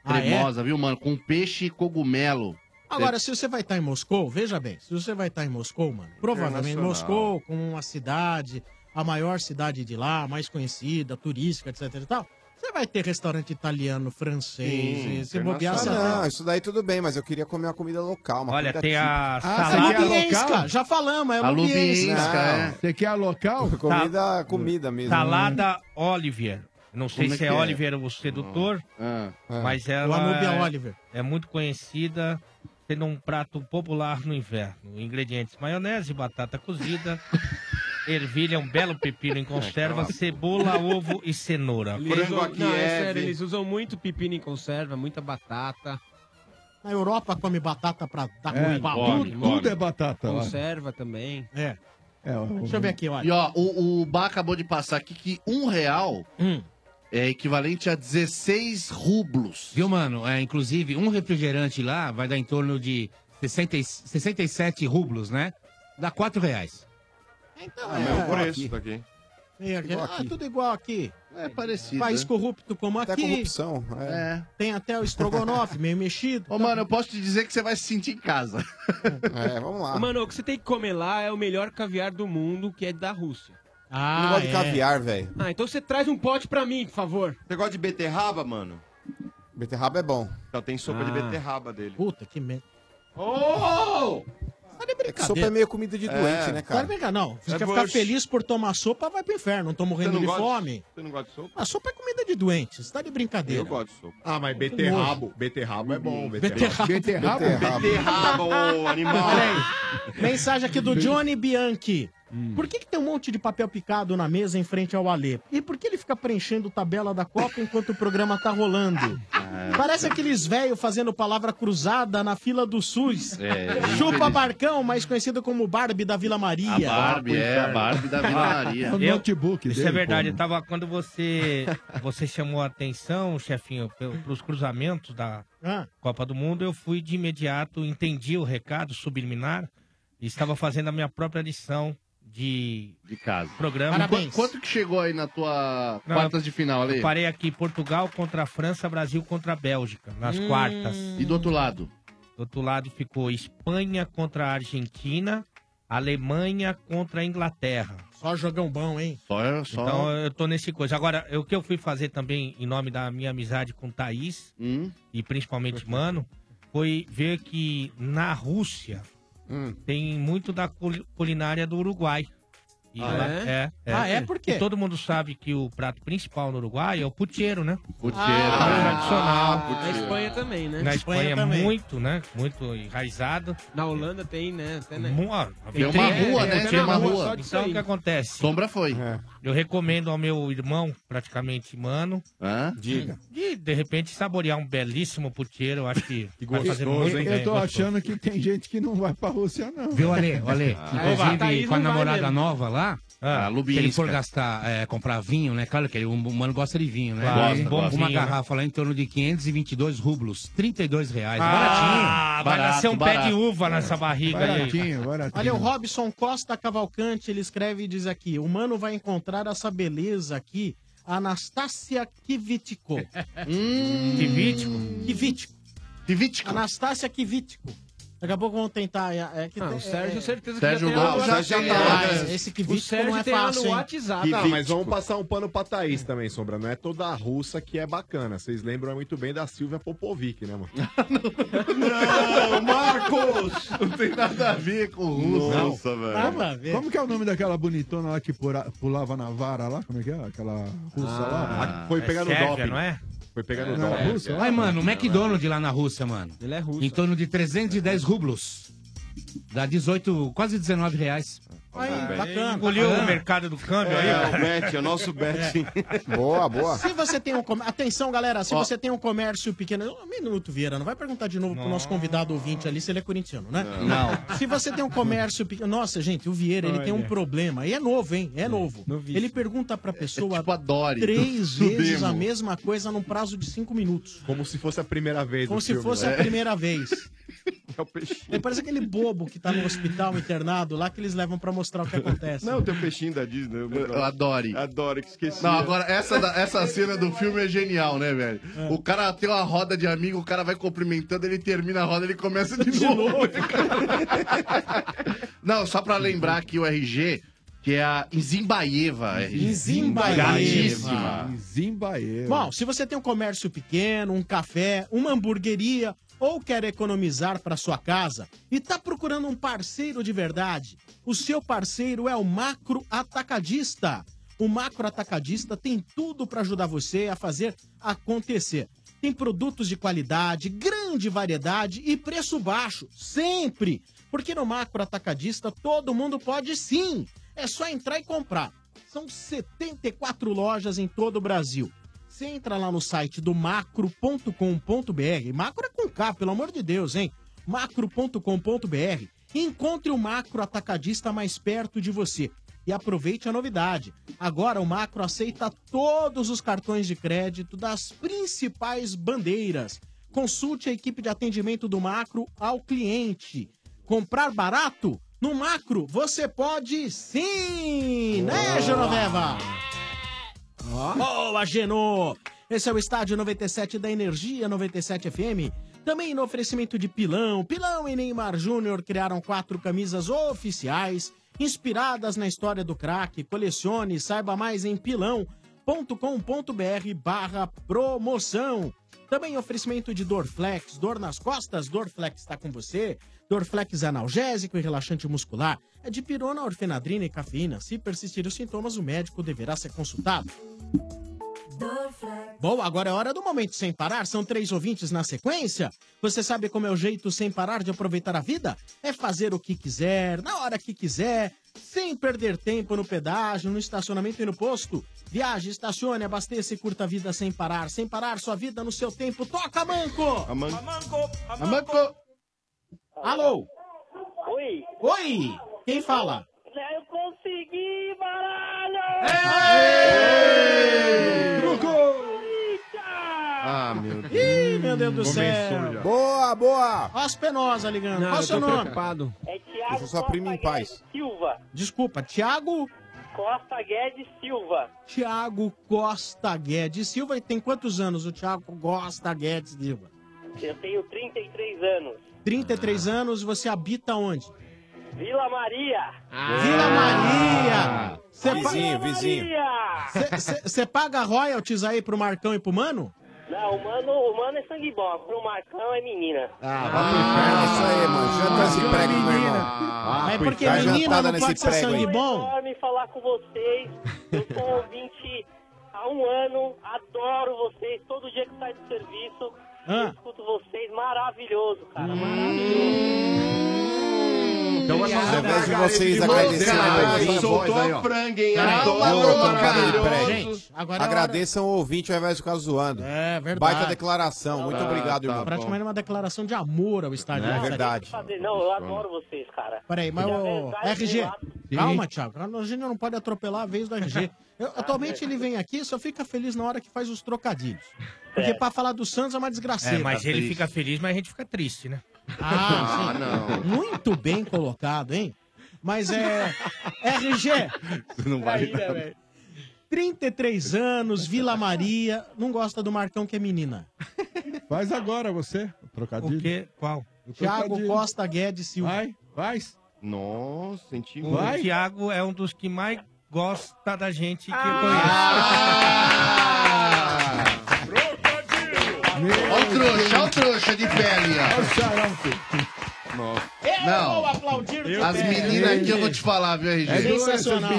[SPEAKER 2] Ah, é?
[SPEAKER 5] cremosa, viu, mano? Com peixe e cogumelo.
[SPEAKER 2] Agora, se você vai estar em Moscou, veja bem, se você vai estar em Moscou, mano, provavelmente
[SPEAKER 5] Internacional.
[SPEAKER 2] Moscou, como uma cidade, a maior cidade de lá, a mais conhecida, turística, etc e tal, você vai ter restaurante italiano, francês, e se bobear, você
[SPEAKER 6] Ah, não, isso daí tudo bem, mas eu queria comer uma comida local. Uma
[SPEAKER 3] Olha,
[SPEAKER 6] comida
[SPEAKER 3] tem a
[SPEAKER 6] típica.
[SPEAKER 3] Ah, salada-
[SPEAKER 2] você quer local? Já falamos, é A Lubienska. Lubienska, é.
[SPEAKER 7] Você quer a local? Tá. Hum.
[SPEAKER 6] Comida, comida mesmo.
[SPEAKER 3] Tá Salada Oliver. Não sei
[SPEAKER 6] Como é
[SPEAKER 3] se é,
[SPEAKER 6] que é?
[SPEAKER 3] Oliver o sedutor, mas ela
[SPEAKER 2] O Anubia
[SPEAKER 3] é,
[SPEAKER 2] Oliver.
[SPEAKER 3] é muito conhecida, sendo um prato popular no inverno. Ingredientes: maionese, batata cozida, ervilha, um belo pepino em conserva, cebola, ovo e cenoura.
[SPEAKER 10] Eles usam- não, é sério, eles usam muito pepino em conserva, muita batata.
[SPEAKER 2] Na Europa come batata pra
[SPEAKER 5] É,
[SPEAKER 2] dar com pau.
[SPEAKER 7] tudo, tudo é batata lá.
[SPEAKER 10] Conserva também.
[SPEAKER 2] É.
[SPEAKER 7] É, ó,
[SPEAKER 2] Deixa eu ver aqui, olha.
[SPEAKER 5] E ó, o, o Bá acabou de passar aqui que um real
[SPEAKER 3] Hum.
[SPEAKER 5] é equivalente a 16 rublos.
[SPEAKER 8] Viu, mano? É, inclusive, um refrigerante lá vai dar em torno de 60, e- 67 rublos, né? Dá 4 reais.
[SPEAKER 2] Então,
[SPEAKER 12] É, é o preço daqui.
[SPEAKER 2] Tem aqui-
[SPEAKER 12] Igual
[SPEAKER 2] ah,
[SPEAKER 12] aqui.
[SPEAKER 2] tudo igual aqui.
[SPEAKER 5] É parecido.
[SPEAKER 2] País
[SPEAKER 5] né?
[SPEAKER 2] corrupto como
[SPEAKER 5] Até
[SPEAKER 2] aqui.
[SPEAKER 5] corrupção, é. É.
[SPEAKER 2] Tem até o estrogonofe meio mexido.
[SPEAKER 5] Ô, mano, eu posso te dizer que você vai se sentir em casa.
[SPEAKER 6] É, vamos
[SPEAKER 10] Ô, Mano, o que você tem que comer lá é o melhor caviar do mundo, que é da Rússia. é.
[SPEAKER 2] Ah,
[SPEAKER 6] não gosto de caviar, velho.
[SPEAKER 10] Ah, então você traz um pote pra mim, por favor.
[SPEAKER 12] é. Você gosta de beterraba, mano?
[SPEAKER 6] Beterraba é bom.
[SPEAKER 12] Só tem sopa de
[SPEAKER 6] Ah.
[SPEAKER 12] beterraba dele.
[SPEAKER 2] Puta que merda.
[SPEAKER 10] Oh!
[SPEAKER 6] É que sopa é meio comida de doente, né, cara?
[SPEAKER 2] Claro, vem cá, não. Você
[SPEAKER 6] É
[SPEAKER 2] quer ficar
[SPEAKER 6] bullshit.
[SPEAKER 2] feliz por tomar sopa, vai pro inferno. Não tô morrendo de fome.
[SPEAKER 12] Você não gosta de sopa?
[SPEAKER 2] A sopa é comida de doente. Você tá de brincadeira.
[SPEAKER 12] Eu gosto de sopa.
[SPEAKER 9] Ah, mas beterrabo. Beterrabo é bom. Beterraba.
[SPEAKER 2] Beterraba.
[SPEAKER 12] Beterraba, ô animal.
[SPEAKER 2] Peraí. Mensagem aqui do Johnny Bianchi.
[SPEAKER 5] Hum.
[SPEAKER 2] Por que, que tem um monte de papel picado na mesa em frente ao Alê? E por que ele fica preenchendo tabela da Copa enquanto o programa tá rolando?
[SPEAKER 5] É.
[SPEAKER 9] É.
[SPEAKER 2] Parece aqueles velhos fazendo palavra cruzada na fila do SUS.
[SPEAKER 5] É,
[SPEAKER 2] Chupa
[SPEAKER 5] infeliz-
[SPEAKER 2] Barcão, mais conhecido como Barbie da Vila Maria.
[SPEAKER 5] A Barbie, é, a Barbie da Vila Maria.
[SPEAKER 3] Eu- Isso é verdade.
[SPEAKER 5] pô.
[SPEAKER 3] Tava quando você, você chamou a atenção, chefinho, pe- pros cruzamentos da
[SPEAKER 2] Ah.
[SPEAKER 3] Copa do Mundo, eu fui de imediato, entendi o recado subliminar e estava fazendo a minha própria lição de,
[SPEAKER 5] de casa.
[SPEAKER 3] programa.
[SPEAKER 5] Qu- Quanto que chegou aí na tua
[SPEAKER 3] Não,
[SPEAKER 5] quartas de final, Ale?
[SPEAKER 3] Eu parei aqui, Portugal contra a França, Brasil contra a Bélgica, nas quartas.
[SPEAKER 5] E do outro lado?
[SPEAKER 3] Do outro lado ficou Espanha contra a Argentina, Alemanha contra a Inglaterra.
[SPEAKER 2] Só jogão bom, hein?
[SPEAKER 5] Só, só...
[SPEAKER 3] Então eu tô nesse coisa. Agora, o que eu fui fazer também em nome da minha amizade com Thaís e principalmente Mano, foi ver que na Rússia tem muito da cul- culinária do Uruguai. E
[SPEAKER 2] Ah,
[SPEAKER 3] lá-
[SPEAKER 2] é? Ah, é? Por quê?
[SPEAKER 3] E todo mundo sabe que o prato principal no Uruguai é o puteiro, né?
[SPEAKER 5] Puteiro.
[SPEAKER 3] É tradicional.
[SPEAKER 10] Na Espanha também, né?
[SPEAKER 3] Na Espanha, é muito, né? Muito enraizado.
[SPEAKER 10] Na Holanda tem, né? Até, né?
[SPEAKER 3] Mu- ó,
[SPEAKER 10] Tem uma rua, né?
[SPEAKER 3] tem
[SPEAKER 10] Tem uma rua.
[SPEAKER 3] só disso Então o que
[SPEAKER 10] aí.
[SPEAKER 3] acontece?
[SPEAKER 5] Sombra foi.
[SPEAKER 7] É.
[SPEAKER 3] Eu recomendo ao meu irmão, praticamente mano,
[SPEAKER 5] Hã?
[SPEAKER 3] Diga. de de repente saborear um belíssimo puteiro. Eu acho que, que vai fazer muito bem.
[SPEAKER 7] Eu tô
[SPEAKER 3] Gostoso.
[SPEAKER 7] achando que tem gente que não vai pra Rússia, não.
[SPEAKER 8] Viu, Ale? O Ale, inclusive, com a namorada nova lá,
[SPEAKER 7] Ah,
[SPEAKER 8] se ele for
[SPEAKER 7] Lubinska.
[SPEAKER 8] gastar, é, comprar vinho, né? Claro que ele, o humano gosta de vinho, né?
[SPEAKER 3] Claro,
[SPEAKER 8] Aí,
[SPEAKER 3] um bom
[SPEAKER 8] uma
[SPEAKER 3] vinho, né?
[SPEAKER 8] garrafa lá em torno de 522 rublos, 32 reais.
[SPEAKER 3] Ah,
[SPEAKER 8] baratinho.
[SPEAKER 3] vai nascer um pé de uva
[SPEAKER 5] É.
[SPEAKER 3] nessa barriga aí.
[SPEAKER 2] Olha, o Robson Costa Cavalcante, ele escreve e diz aqui: o mano vai encontrar essa beleza aqui, Anastácia Kivitico.
[SPEAKER 3] Kivitico?
[SPEAKER 2] Kivitico. Kivitico. Anastácia Kivitico. Daqui a pouco vão tentar. É, é que
[SPEAKER 10] Ah,
[SPEAKER 2] tem-
[SPEAKER 10] o Sérgio,
[SPEAKER 2] é-
[SPEAKER 10] certeza que
[SPEAKER 9] Sérgio
[SPEAKER 10] já tem. lá.
[SPEAKER 9] Gol, o Sérgio já tá lá,
[SPEAKER 2] Ah,
[SPEAKER 9] né?
[SPEAKER 2] esse Kivitico não é
[SPEAKER 10] tem lá
[SPEAKER 2] fácil.
[SPEAKER 10] no
[SPEAKER 2] hein?
[SPEAKER 10] WhatsApp.
[SPEAKER 9] Não, mas vamos passar um pano pra Thaís também, Sombra. Não é toda a russa que é bacana. Vocês lembram muito bem da Silvia Popovic, né, mano?
[SPEAKER 5] Não, Marcos! Não tem nada a ver com o russo.
[SPEAKER 7] Nossa,
[SPEAKER 5] velho.
[SPEAKER 7] Como que é o nome daquela bonitona lá que pura- pulava na vara lá? Como é que é? Aquela russa
[SPEAKER 8] Ah,
[SPEAKER 7] lá?
[SPEAKER 8] a que foi pegar no é sérvia, doping. não é?
[SPEAKER 9] Foi pegar
[SPEAKER 7] no doping. Russo,
[SPEAKER 8] Ai,
[SPEAKER 7] é?
[SPEAKER 8] mano, o McDonald's lá na Rússia, mano.
[SPEAKER 10] Ele é russo.
[SPEAKER 8] Em torno de 310 rublos. Dá 18, quase 19 reais.
[SPEAKER 2] Aí, bacana.
[SPEAKER 3] Engoliu o mercado do câmbio aí.
[SPEAKER 8] É, o
[SPEAKER 12] bet, é o nosso bet.
[SPEAKER 8] É.
[SPEAKER 6] Boa,
[SPEAKER 2] Se você tem um comércio. Atenção, galera, se
[SPEAKER 6] Ó.
[SPEAKER 2] você tem um comércio pequeno. Um minuto, Vieira, não vai perguntar de novo pro nosso convidado ouvinte ali se ele é corintiano, né?
[SPEAKER 5] Não.
[SPEAKER 2] Se você tem um comércio pequeno. Nossa, gente, o Vieira, ele
[SPEAKER 5] Olha.
[SPEAKER 2] tem um problema. E é novo, hein? É novo. Ele pergunta
[SPEAKER 9] É
[SPEAKER 2] pra pessoa três
[SPEAKER 9] tipo Do
[SPEAKER 2] vezes
[SPEAKER 9] demo.
[SPEAKER 2] a mesma coisa num prazo de cinco minutos.
[SPEAKER 9] Como se fosse a primeira vez.
[SPEAKER 2] Como
[SPEAKER 9] do
[SPEAKER 2] se
[SPEAKER 9] filme,
[SPEAKER 2] fosse
[SPEAKER 9] né? É
[SPEAKER 2] a primeira vez. Ele parece aquele bobo que tá no hospital internado lá que eles levam pra mostrar o que acontece.
[SPEAKER 12] Não, tem o peixinho da Disney.
[SPEAKER 5] Eu adore.
[SPEAKER 12] Adoro, que esqueci.
[SPEAKER 5] Não, agora, essa, da- essa cena do filme é genial, né, velho?
[SPEAKER 7] É.
[SPEAKER 5] O cara tem uma roda de amigo, o cara vai cumprimentando, ele termina a roda, ele começa de, novo. cara. Não, só pra lembrar aqui o RG, que é a Zimbaeva.
[SPEAKER 2] Zimbaeva.
[SPEAKER 7] Ah,
[SPEAKER 5] Gatíssima.
[SPEAKER 7] Zimbaeva.
[SPEAKER 2] Bom, se você tem um comércio pequeno, um café, uma hamburgueria ou quer economizar para sua casa e tá procurando um parceiro de verdade, o seu parceiro é o Macro Atacadista. O Macro Atacadista tem tudo para ajudar você a fazer acontecer. Tem produtos de qualidade, grande variedade e preço baixo, sempre. Porque no Macro Atacadista todo mundo pode sim. É só entrar e comprar. São 74 lojas em todo o Brasil. Você entra lá no site do macro.com.br. Macro é com K, pelo amor de Deus, hein? macro.com.br. e Encontre o macro atacadista mais perto de você. E aproveite a novidade. Agora o macro aceita todos os cartões de crédito das principais bandeiras. Consulte a equipe de atendimento do macro ao cliente. Comprar barato? No macro você pode sim! Né, Genoveva? Boa, Geno! Esse é o Estádio 97 da Energia 97 FM. Também no oferecimento de Pilão. Pilão e Neymar Júnior criaram quatro camisas oficiais inspiradas na história do craque. Colecione, saiba mais em pilão.com.br barra promoção. Também oferecimento de Dorflex, dor nas costas, Dorflex está com você. Dorflex é analgésico e relaxante muscular. É de pirona, orfenadrina e cafeína. Se persistirem os sintomas, o médico deverá ser consultado. Bom, agora é hora do momento sem parar. São três ouvintes na sequência. Você sabe como é o jeito sem parar de aproveitar a vida? É fazer o que quiser, na hora que quiser, sem perder tempo no pedágio, no estacionamento e no posto. Viaje, estacione, abasteça e curta a vida sem parar. Sem parar sua vida no seu tempo. Toca, Manco!
[SPEAKER 12] Amanco!
[SPEAKER 2] Amanco! Alô?
[SPEAKER 20] Oi,
[SPEAKER 2] Oi! Quem fala?
[SPEAKER 20] eu consegui, baralho!
[SPEAKER 12] Ah, meu Deus.
[SPEAKER 2] Ih, meu Deus do céu!
[SPEAKER 6] Boa, boa!
[SPEAKER 2] Ó as penosas ligando.
[SPEAKER 6] Não,
[SPEAKER 2] Qual
[SPEAKER 6] eu
[SPEAKER 2] seu
[SPEAKER 6] tô
[SPEAKER 2] nome?
[SPEAKER 6] preocupado.
[SPEAKER 20] É Thiago
[SPEAKER 6] Deixa sua prima em paz.
[SPEAKER 20] Silva,
[SPEAKER 2] Desculpa, Thiago?
[SPEAKER 20] Costa Guedes Silva.
[SPEAKER 2] Thiago Costa Guedes Silva. E tem quantos anos o Thiago Costa Guedes Silva?
[SPEAKER 20] Eu tenho 33 anos,
[SPEAKER 6] Ah.
[SPEAKER 2] 33 anos, você habita onde?
[SPEAKER 20] Vila Maria.
[SPEAKER 2] Vila Maria! Cê
[SPEAKER 6] Ah, Vizinho, vizinho.
[SPEAKER 2] Você paga royalties aí pro Marcão e pro Mano?
[SPEAKER 20] Não, o mano, o mano é sangue bom. Pro Marcão é menina.
[SPEAKER 2] Ah,
[SPEAKER 6] isso aí, mano. Janta esse prego, meu irmão.
[SPEAKER 2] Mas é
[SPEAKER 6] por
[SPEAKER 2] porque
[SPEAKER 6] que
[SPEAKER 2] menina não pode ser sangue bom?
[SPEAKER 20] É enorme falar com vocês. Eu sou um ouvinte há um ano. Adoro vocês. Todo dia que saio do serviço, eu
[SPEAKER 2] Ah.
[SPEAKER 20] escuto vocês. Maravilhoso, cara.
[SPEAKER 6] Hum. Então,
[SPEAKER 20] Obrigado.
[SPEAKER 6] ao invés de
[SPEAKER 20] Margarida
[SPEAKER 6] vocês
[SPEAKER 20] de
[SPEAKER 6] agradecerem
[SPEAKER 20] Monteiro.
[SPEAKER 6] a
[SPEAKER 20] Ah,
[SPEAKER 6] voz,
[SPEAKER 20] soltou
[SPEAKER 6] aí,
[SPEAKER 20] o
[SPEAKER 6] ó.
[SPEAKER 20] frango, hein?
[SPEAKER 6] Calma,
[SPEAKER 20] Adoro,
[SPEAKER 6] louca,
[SPEAKER 20] maravilhoso.
[SPEAKER 6] cara.
[SPEAKER 20] Gente,
[SPEAKER 2] agora é
[SPEAKER 6] Agradeçam o ouvinte ao invés de ficar zoando.
[SPEAKER 2] É verdade.
[SPEAKER 6] Baita
[SPEAKER 2] Ah,
[SPEAKER 6] declaração. Muito
[SPEAKER 2] tá
[SPEAKER 6] obrigado, irmão.
[SPEAKER 2] Praticamente é uma declaração de amor ao estádio.
[SPEAKER 6] É
[SPEAKER 2] Né?
[SPEAKER 6] verdade.
[SPEAKER 20] Fazer- Não, eu adoro vocês, cara. é,
[SPEAKER 2] Peraí, mas
[SPEAKER 20] E a
[SPEAKER 2] o
[SPEAKER 20] verdade,
[SPEAKER 2] RG.
[SPEAKER 20] Sim.
[SPEAKER 2] Calma, Thiago. A gente não pode atropelar a vez do RG. Eu- atualmente ele vem aqui e só fica feliz na hora que faz os trocadilhos. Porque pra falar do Santos é uma
[SPEAKER 8] tá
[SPEAKER 2] desgraceira.
[SPEAKER 3] É, mas ele fica feliz, mas a gente fica triste, né?
[SPEAKER 2] Ah, sim. Muito bem colocado, hein? Mas é. RG,
[SPEAKER 5] Não
[SPEAKER 3] né,
[SPEAKER 2] vale Traíra, nada. velho. 33 anos, Vila Maria, não gosta do Marcão que é menina.
[SPEAKER 7] Faz agora você, o trocadilho. O quê?
[SPEAKER 3] Qual?
[SPEAKER 2] Thiago Costa Guedes Silva.
[SPEAKER 7] Vai, faz.
[SPEAKER 12] Nossa, senti
[SPEAKER 3] O
[SPEAKER 12] muito.
[SPEAKER 3] Thiago é um dos que mais gosta da gente que
[SPEAKER 5] Olha o trouxa, olha o trouxa de pele, ó. Não.
[SPEAKER 2] vou aplaudir
[SPEAKER 5] Eu As meninas aqui eu vou te falar, viu, RG?
[SPEAKER 7] É sensacional.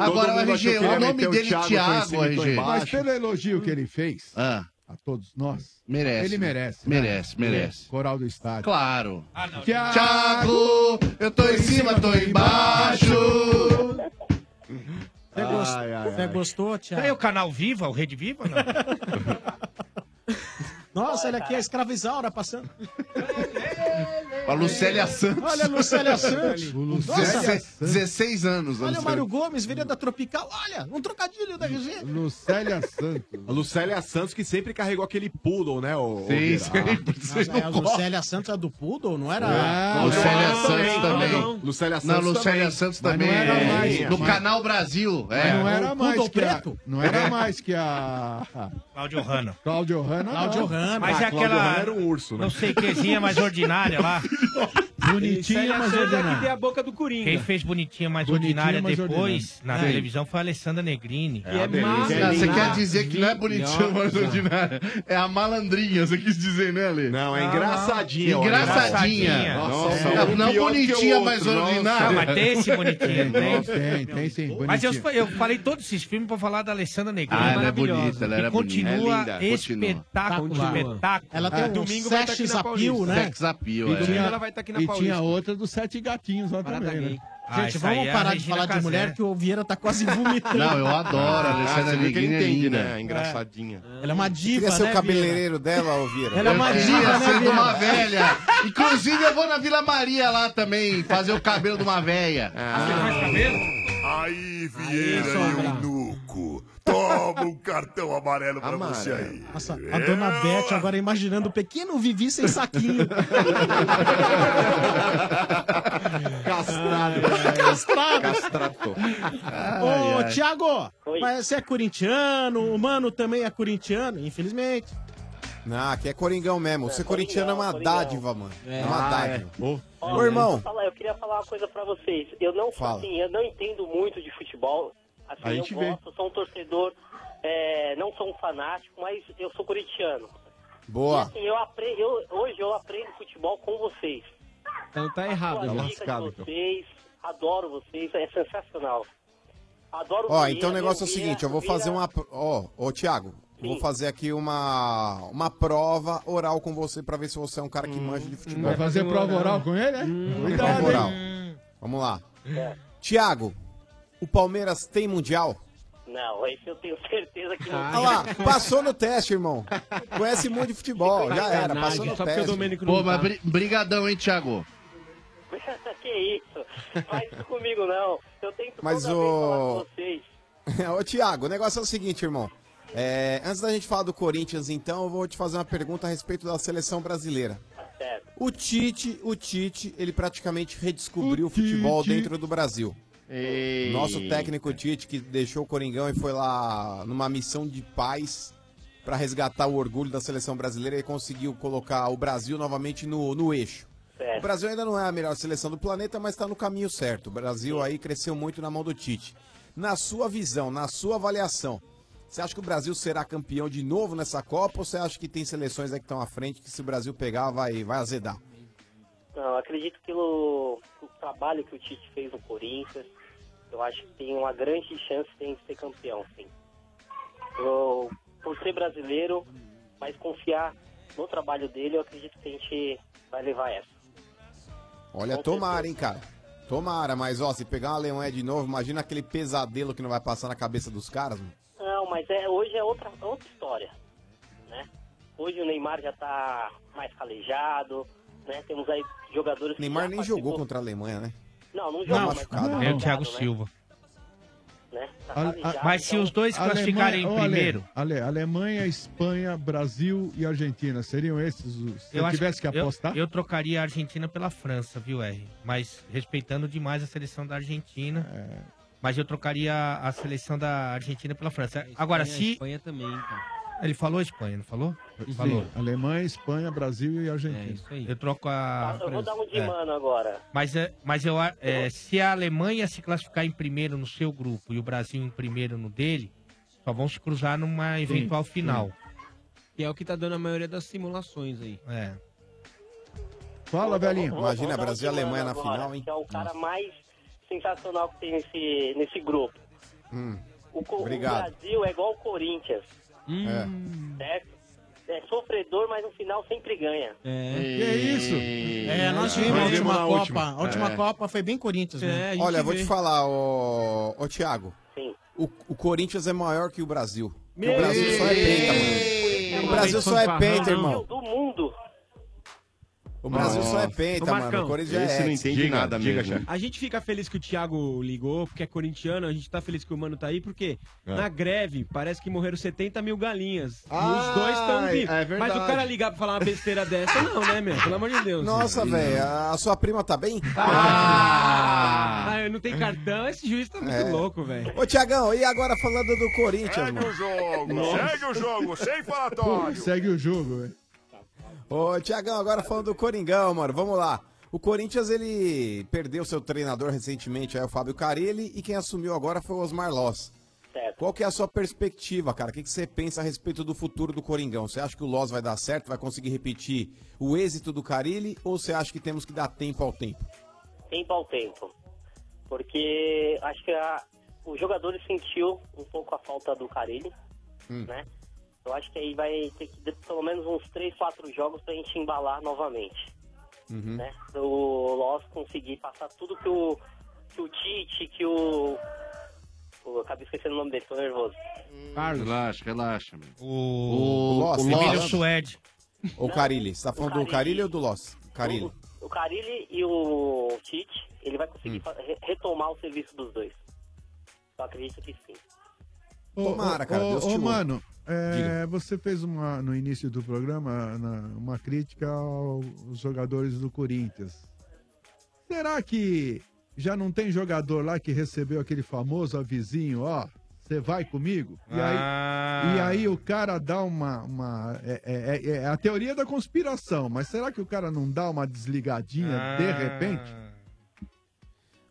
[SPEAKER 5] Agora, o RG, o nome dele é Thiago, RG.
[SPEAKER 7] Mas pelo elogio que ele fez a todos nós,
[SPEAKER 5] Merece.
[SPEAKER 7] ele Ah. merece. né?
[SPEAKER 5] Merece, merece.
[SPEAKER 7] Coral do Estádio.
[SPEAKER 5] Claro.
[SPEAKER 7] Thiago,
[SPEAKER 5] Thiago, eu tô em cima, tô embaixo.
[SPEAKER 2] Você gost- você gostou, Thiago?
[SPEAKER 3] Tem o canal Viva, o Rede Viva? Não?
[SPEAKER 2] Nossa, olha aqui, a escravizaura passando.
[SPEAKER 5] A Lucélia Santos.
[SPEAKER 2] Olha a Lucélia Santos.
[SPEAKER 5] O Lucélia
[SPEAKER 2] Nossa.
[SPEAKER 5] Santos. 16 anos,
[SPEAKER 2] Olha o Mário
[SPEAKER 5] Lucélia.
[SPEAKER 2] Gomes, vereda tropical. Olha, um trocadilho da RG.
[SPEAKER 7] Lucélia Santos.
[SPEAKER 9] A Lucélia Santos que sempre carregou aquele poodle, né? O,
[SPEAKER 2] Sim, sempre. Nossa, é, a Lucélia Santos é do Poodle, não era?
[SPEAKER 9] Ah,
[SPEAKER 5] É. Lucélia Santos também.
[SPEAKER 9] Lucélia
[SPEAKER 5] Não,
[SPEAKER 9] Santos
[SPEAKER 5] Lucélia
[SPEAKER 9] também.
[SPEAKER 5] Santos
[SPEAKER 9] Mas
[SPEAKER 5] também.
[SPEAKER 9] não era
[SPEAKER 5] é.
[SPEAKER 9] mais,
[SPEAKER 5] no
[SPEAKER 9] mas-
[SPEAKER 5] Canal Brasil. É.
[SPEAKER 7] Mas não era mais que a, não era
[SPEAKER 5] É.
[SPEAKER 7] mais que a
[SPEAKER 3] Cláudio Hanna.
[SPEAKER 7] Cláudio Hanna.
[SPEAKER 3] Cláudio
[SPEAKER 7] não.
[SPEAKER 3] Hanna. Mas é Ah, Cláudio aquela- Hanna era um urso, né? não sei quezinha, mas ordinária lá.
[SPEAKER 10] Ah,
[SPEAKER 7] Bonitinha, mas
[SPEAKER 10] que tem
[SPEAKER 7] ordinária.
[SPEAKER 10] a boca do Coringa.
[SPEAKER 3] Quem fez bonitinha mais
[SPEAKER 10] Bonitinha,
[SPEAKER 3] ordinária
[SPEAKER 10] mas
[SPEAKER 3] depois
[SPEAKER 10] ordinária.
[SPEAKER 3] na
[SPEAKER 10] Sim.
[SPEAKER 3] televisão foi a Alessandra Negrini.
[SPEAKER 5] É, Não, você quer dizer que não é bonitinha, mas ordinária. É a malandrinha, você quis dizer, né, Ale? Não,
[SPEAKER 9] é engraçadinha, ó.
[SPEAKER 5] Engraçadinha.
[SPEAKER 9] Nossa,
[SPEAKER 5] É,
[SPEAKER 9] é um
[SPEAKER 5] Não
[SPEAKER 9] pior que o
[SPEAKER 5] bonitinha,
[SPEAKER 9] outro,
[SPEAKER 5] mas
[SPEAKER 9] nossa.
[SPEAKER 5] ordinária.
[SPEAKER 3] Ah, mas tem esse bonitinho, tem.
[SPEAKER 7] Tem, tem sim.
[SPEAKER 3] Mas eu,
[SPEAKER 7] bonitinha.
[SPEAKER 3] eu falei todos esses filmes pra falar da Alessandra Negrini.
[SPEAKER 5] Ah, ela é
[SPEAKER 3] maravilhosa,
[SPEAKER 5] bonita, ela
[SPEAKER 3] que
[SPEAKER 5] era bonita.
[SPEAKER 3] continua
[SPEAKER 5] É linda, continua.
[SPEAKER 3] espetáculo,
[SPEAKER 5] Continua.
[SPEAKER 3] espetáculo.
[SPEAKER 5] Ela
[SPEAKER 7] É. Ah.
[SPEAKER 5] tem um
[SPEAKER 7] tá
[SPEAKER 5] sex appeal, né? Sex appeal,
[SPEAKER 7] E
[SPEAKER 5] é.
[SPEAKER 7] tinha-
[SPEAKER 5] Ela vai estar aqui na
[SPEAKER 7] E
[SPEAKER 5] Paulista.
[SPEAKER 7] tinha outra dos Sete Gatinhos lá também, né?
[SPEAKER 2] Ah, Gente, vamos
[SPEAKER 3] é
[SPEAKER 6] é
[SPEAKER 2] parar de falar de mulher que o Vieira tá quase vomitando. Ah,
[SPEAKER 5] Não, eu adoro. A
[SPEAKER 12] Ah, você
[SPEAKER 5] Alessandra
[SPEAKER 12] vê que ele
[SPEAKER 5] Negrini é
[SPEAKER 12] entende,
[SPEAKER 5] linda.
[SPEAKER 12] né? Engraçadinha.
[SPEAKER 2] Ela é uma diva,
[SPEAKER 6] Queria ser
[SPEAKER 2] né,
[SPEAKER 6] o cabeleireiro dela, ô Vieira.
[SPEAKER 2] Ela é uma
[SPEAKER 5] Eu
[SPEAKER 2] diva,
[SPEAKER 5] queria
[SPEAKER 2] né,
[SPEAKER 5] ser de
[SPEAKER 2] Vieira?
[SPEAKER 5] uma velha. Inclusive, eu vou na Vila Maria lá também fazer o cabelo de uma velha.
[SPEAKER 10] Ah.
[SPEAKER 5] Ah.
[SPEAKER 21] Aí, Vieira e Eunuco, toma um cartão amarelo pra você aí.
[SPEAKER 2] Nossa, a dona Beth agora imaginando o pequeno Vivi sem saquinho.
[SPEAKER 9] Castrado.
[SPEAKER 2] Castrado.
[SPEAKER 9] Castrato.
[SPEAKER 2] Ô, Thiago, mas você é corintiano, o Mano também é corintiano, infelizmente.
[SPEAKER 6] Não, aqui é Coringão mesmo. Ser corintiano é uma dádiva, mano. É, uma
[SPEAKER 2] Ah, é.
[SPEAKER 6] dádiva. Ô, irmão.
[SPEAKER 20] falar- eu queria falar uma coisa pra vocês. Eu não sou
[SPEAKER 6] Fala.
[SPEAKER 20] assim, eu não entendo muito de futebol. Assim,
[SPEAKER 6] A
[SPEAKER 20] eu
[SPEAKER 6] gente vê.
[SPEAKER 20] gosto, sou um torcedor, é, não sou um fanático, mas eu sou corintiano. E,
[SPEAKER 6] Boa.
[SPEAKER 20] assim, eu apre- eu- hoje eu aprendo futebol com vocês.
[SPEAKER 10] Então tá errado.
[SPEAKER 20] Adoro a dica de
[SPEAKER 6] então.
[SPEAKER 20] vocês, adoro vocês, é sensacional. Adoro
[SPEAKER 6] Ó,
[SPEAKER 20] Vieira,
[SPEAKER 6] então o negócio é o
[SPEAKER 20] Vieira,
[SPEAKER 6] seguinte, eu vou
[SPEAKER 20] Vieira-
[SPEAKER 6] fazer uma... pro- Ó, ô, Thiago. Vou fazer aqui uma, uma prova oral com você pra ver se você é um cara
[SPEAKER 5] Hum,
[SPEAKER 6] que manja de
[SPEAKER 2] é
[SPEAKER 6] futebol.
[SPEAKER 7] Vai fazer prova oral com ele, é?
[SPEAKER 6] Prova
[SPEAKER 7] Cuidado,
[SPEAKER 6] oral.
[SPEAKER 7] hein?
[SPEAKER 6] Vamos lá. Tiago, o Palmeiras tem mundial?
[SPEAKER 20] Não, esse eu tenho certeza que não.
[SPEAKER 6] Olha Ah, lá, passou no teste, irmão. Conhece muito de futebol, já era, passou no teste.
[SPEAKER 5] Pô,
[SPEAKER 7] tá.
[SPEAKER 5] mas bri- brigadão, hein, Thiago?
[SPEAKER 20] que isso? Faz isso comigo não. Eu tenho que
[SPEAKER 6] Mas
[SPEAKER 20] toda vez falar
[SPEAKER 6] o-
[SPEAKER 20] com vocês.
[SPEAKER 6] Ô, Tiago, o negócio é o seguinte, irmão. É, antes da gente falar do Corinthians, então, eu vou te fazer uma pergunta a respeito da seleção brasileira. O Tite, o Tite, ele praticamente redescobriu o, futebol dentro do Brasil.
[SPEAKER 5] Ei.
[SPEAKER 6] Nosso técnico Tite, que deixou o Coringão e foi lá numa missão de paz para resgatar o orgulho da seleção brasileira e conseguiu colocar o Brasil novamente no, no eixo. O
[SPEAKER 20] certo.
[SPEAKER 6] Brasil ainda não é a melhor seleção do planeta, mas está no caminho certo. O Brasil aí cresceu muito na mão do Tite. Na sua visão, na sua avaliação, você acha que o Brasil será campeão de novo nessa Copa ou você acha que tem seleções aí que estão à frente que se o Brasil pegar vai, vai azedar?
[SPEAKER 20] Não, acredito que o, o trabalho que o Tite fez no Corinthians, eu acho que tem uma grande chance de ser campeão, sim. Eu, por ser brasileiro, mas confiar no trabalho dele, eu acredito que a gente vai levar essa.
[SPEAKER 6] Olha, tomara, hein, cara. Tomara, mas ó, se pegar uma Leão de novo, imagina aquele pesadelo que não vai passar na cabeça dos caras, mano.
[SPEAKER 20] Não, mas é, hoje é outra, outra história, né? Hoje o Neymar já tá mais calejado, né? Temos aí jogadores... Ah, que
[SPEAKER 6] Neymar
[SPEAKER 20] já
[SPEAKER 6] nem
[SPEAKER 20] participou-
[SPEAKER 6] jogou contra a Alemanha, né?
[SPEAKER 20] Não, não jogou,
[SPEAKER 6] Não,
[SPEAKER 20] mas tá
[SPEAKER 6] não.
[SPEAKER 20] machucado,
[SPEAKER 3] É o Thiago
[SPEAKER 20] né?
[SPEAKER 3] Silva.
[SPEAKER 20] Né? Tá
[SPEAKER 7] A- a-
[SPEAKER 20] calejado,
[SPEAKER 3] Mas se
[SPEAKER 20] então-
[SPEAKER 3] os dois
[SPEAKER 7] Alemanha-
[SPEAKER 3] classificarem
[SPEAKER 7] Ô,
[SPEAKER 3] em
[SPEAKER 7] Ale,
[SPEAKER 3] primeiro...
[SPEAKER 7] Ale, Alemanha, Espanha, Brasil e Argentina. Seriam esses os. Se eu,
[SPEAKER 3] acho-
[SPEAKER 7] tivesse que
[SPEAKER 3] eu-
[SPEAKER 7] apostar?
[SPEAKER 3] Eu, trocaria a Argentina pela França, viu, R? Mas respeitando demais a seleção da Argentina. Mas eu trocaria a seleção da Argentina pela França. Agora, se.
[SPEAKER 10] Espanha também, cara.
[SPEAKER 3] Ele falou Espanha, não falou?
[SPEAKER 7] Sim,
[SPEAKER 3] Falou. É
[SPEAKER 7] Alemanha, Espanha, Brasil e Argentina.
[SPEAKER 3] Eu troco a.
[SPEAKER 20] Eu vou dar um de
[SPEAKER 3] É.
[SPEAKER 20] mano agora.
[SPEAKER 3] Mas, é- mas eu, a- é, se a Alemanha se classificar em primeiro no seu grupo e o Brasil em primeiro no dele, só vão se cruzar numa eventual
[SPEAKER 10] sim.
[SPEAKER 3] final.
[SPEAKER 10] Que é o que tá dando a maioria das simulações aí.
[SPEAKER 3] É.
[SPEAKER 7] Fala, velhinho.
[SPEAKER 20] Vou- vou dar um de mano agora, Que é o cara
[SPEAKER 6] Hum.
[SPEAKER 20] mais sensacional que tem nesse, nesse grupo.
[SPEAKER 5] Hum.
[SPEAKER 20] O, co- o
[SPEAKER 6] Obrigado.
[SPEAKER 20] Brasil é igual o Corinthians,
[SPEAKER 16] Hum.
[SPEAKER 20] certo? É sofredor, mas no final sempre ganha.
[SPEAKER 10] É.
[SPEAKER 2] Que é isso? É, nós vimos a última Copa. A última É. Copa foi bem Corinthians,
[SPEAKER 20] É,
[SPEAKER 2] né?
[SPEAKER 6] Olha, vou te falar, ô, ô Thiago.
[SPEAKER 20] Sim.
[SPEAKER 6] O, o Corinthians é maior que o Brasil. Porque
[SPEAKER 20] Meu
[SPEAKER 6] o Brasil só é
[SPEAKER 20] Deus!
[SPEAKER 6] penta, mano. O Brasil só é penta, irmão.
[SPEAKER 20] Do mundo.
[SPEAKER 6] O Brasil só é
[SPEAKER 10] Ô,
[SPEAKER 6] penta,
[SPEAKER 10] Marcão,
[SPEAKER 6] mano. O Corinthians é ex.
[SPEAKER 10] A gente fica feliz que o Thiago ligou, porque é corintiano, a gente tá feliz que o Mano tá aí, porque
[SPEAKER 6] É.
[SPEAKER 10] na greve parece que morreram 70 mil galinhas.
[SPEAKER 6] Ah,
[SPEAKER 10] Os dois estão vivos.
[SPEAKER 6] é verdade.
[SPEAKER 10] Mas o cara ligar pra falar uma besteira dessa, não, né, meu? Pelo amor de Deus.
[SPEAKER 6] Nossa, velho, a sua prima tá bem?
[SPEAKER 10] Ah, eu não tem cartão, esse juiz tá muito
[SPEAKER 6] É.
[SPEAKER 10] louco, velho.
[SPEAKER 6] Ô, Tiagão, e agora falando do Corinthians, mano?
[SPEAKER 21] jogo,
[SPEAKER 6] Nossa.
[SPEAKER 21] segue o jogo, sem
[SPEAKER 7] Pô,
[SPEAKER 21] falatório.
[SPEAKER 7] segue o jogo, velho.
[SPEAKER 6] Ô, Tiagão, agora falando do Coringão, mano, vamos lá. O Corinthians, ele perdeu seu treinador recentemente, aí o Fábio Carelli, e quem assumiu agora foi o Osmar Loss. Qual que é a sua perspectiva, cara? O que, que você pensa a respeito do futuro do Coringão? Você acha que o Loss vai dar certo, vai conseguir repetir o êxito do Carelli, ou você acha que temos que dar tempo ao tempo?
[SPEAKER 20] tempo ao tempo. Porque acho que a, os jogadores sentiu um pouco a falta do Carilli,
[SPEAKER 6] Hum.
[SPEAKER 20] né? Eu acho que aí vai ter que ter pelo menos uns 3, 4 jogos pra gente embalar novamente, né? Pro Loss conseguir passar tudo que o, que o Tite, que o... o- eu acabei esquecendo o nome dele, tô nervoso.
[SPEAKER 3] Carlos.
[SPEAKER 22] Relaxa, relaxa, meu.
[SPEAKER 3] O,
[SPEAKER 6] Loss,
[SPEAKER 3] Emílio
[SPEAKER 6] Loss.
[SPEAKER 3] Suede.
[SPEAKER 6] Ou o Carilli? Você tá falando do Carilli ou do Loss? Carilli.
[SPEAKER 20] O Carilli e o Tite, ele vai conseguir fa- re- retomar o serviço dos dois. Eu acredito que sim.
[SPEAKER 6] Tomara, cara,
[SPEAKER 7] Ô,
[SPEAKER 6] Deus
[SPEAKER 7] ô,
[SPEAKER 6] te ouve.
[SPEAKER 7] mano, é, você fez uma, no início do programa na- uma crítica ao- aos jogadores do Corinthians. Será que já não tem jogador lá que recebeu aquele famoso avisinho, ó, você vai comigo? E aí,
[SPEAKER 3] Ah.
[SPEAKER 7] e aí o cara dá uma. uma é, é- é- é a teoria da conspiração, mas será que o cara não dá uma desligadinha de
[SPEAKER 6] Ah.
[SPEAKER 7] repente?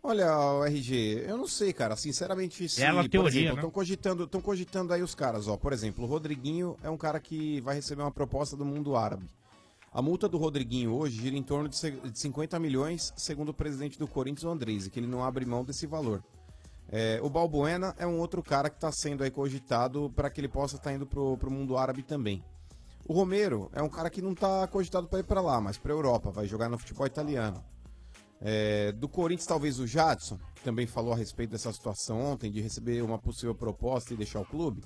[SPEAKER 6] Olha, o RG, eu não sei, cara. Sinceramente, sim.
[SPEAKER 3] Bela
[SPEAKER 6] por
[SPEAKER 3] teoria,
[SPEAKER 6] exemplo,
[SPEAKER 3] né?
[SPEAKER 6] estão cogitando, tão cogitando aí os caras, ó. Por exemplo, o Rodriguinho é um cara que vai receber uma proposta do mundo árabe. A multa do Rodriguinho hoje gira em torno de se- de 50 milhões, segundo o presidente do Corinthians, o Andrés, que ele não abre mão desse valor. É, o Balbuena é um outro cara que está sendo aí cogitado para que ele possa estar indo pro, pro mundo árabe também. O Romero é um cara que não tá cogitado para ir para lá, mas para Europa, vai jogar no futebol italiano. É, do Corinthians, talvez o Jadson, que também falou a respeito dessa situação ontem, de receber uma possível proposta e deixar o clube.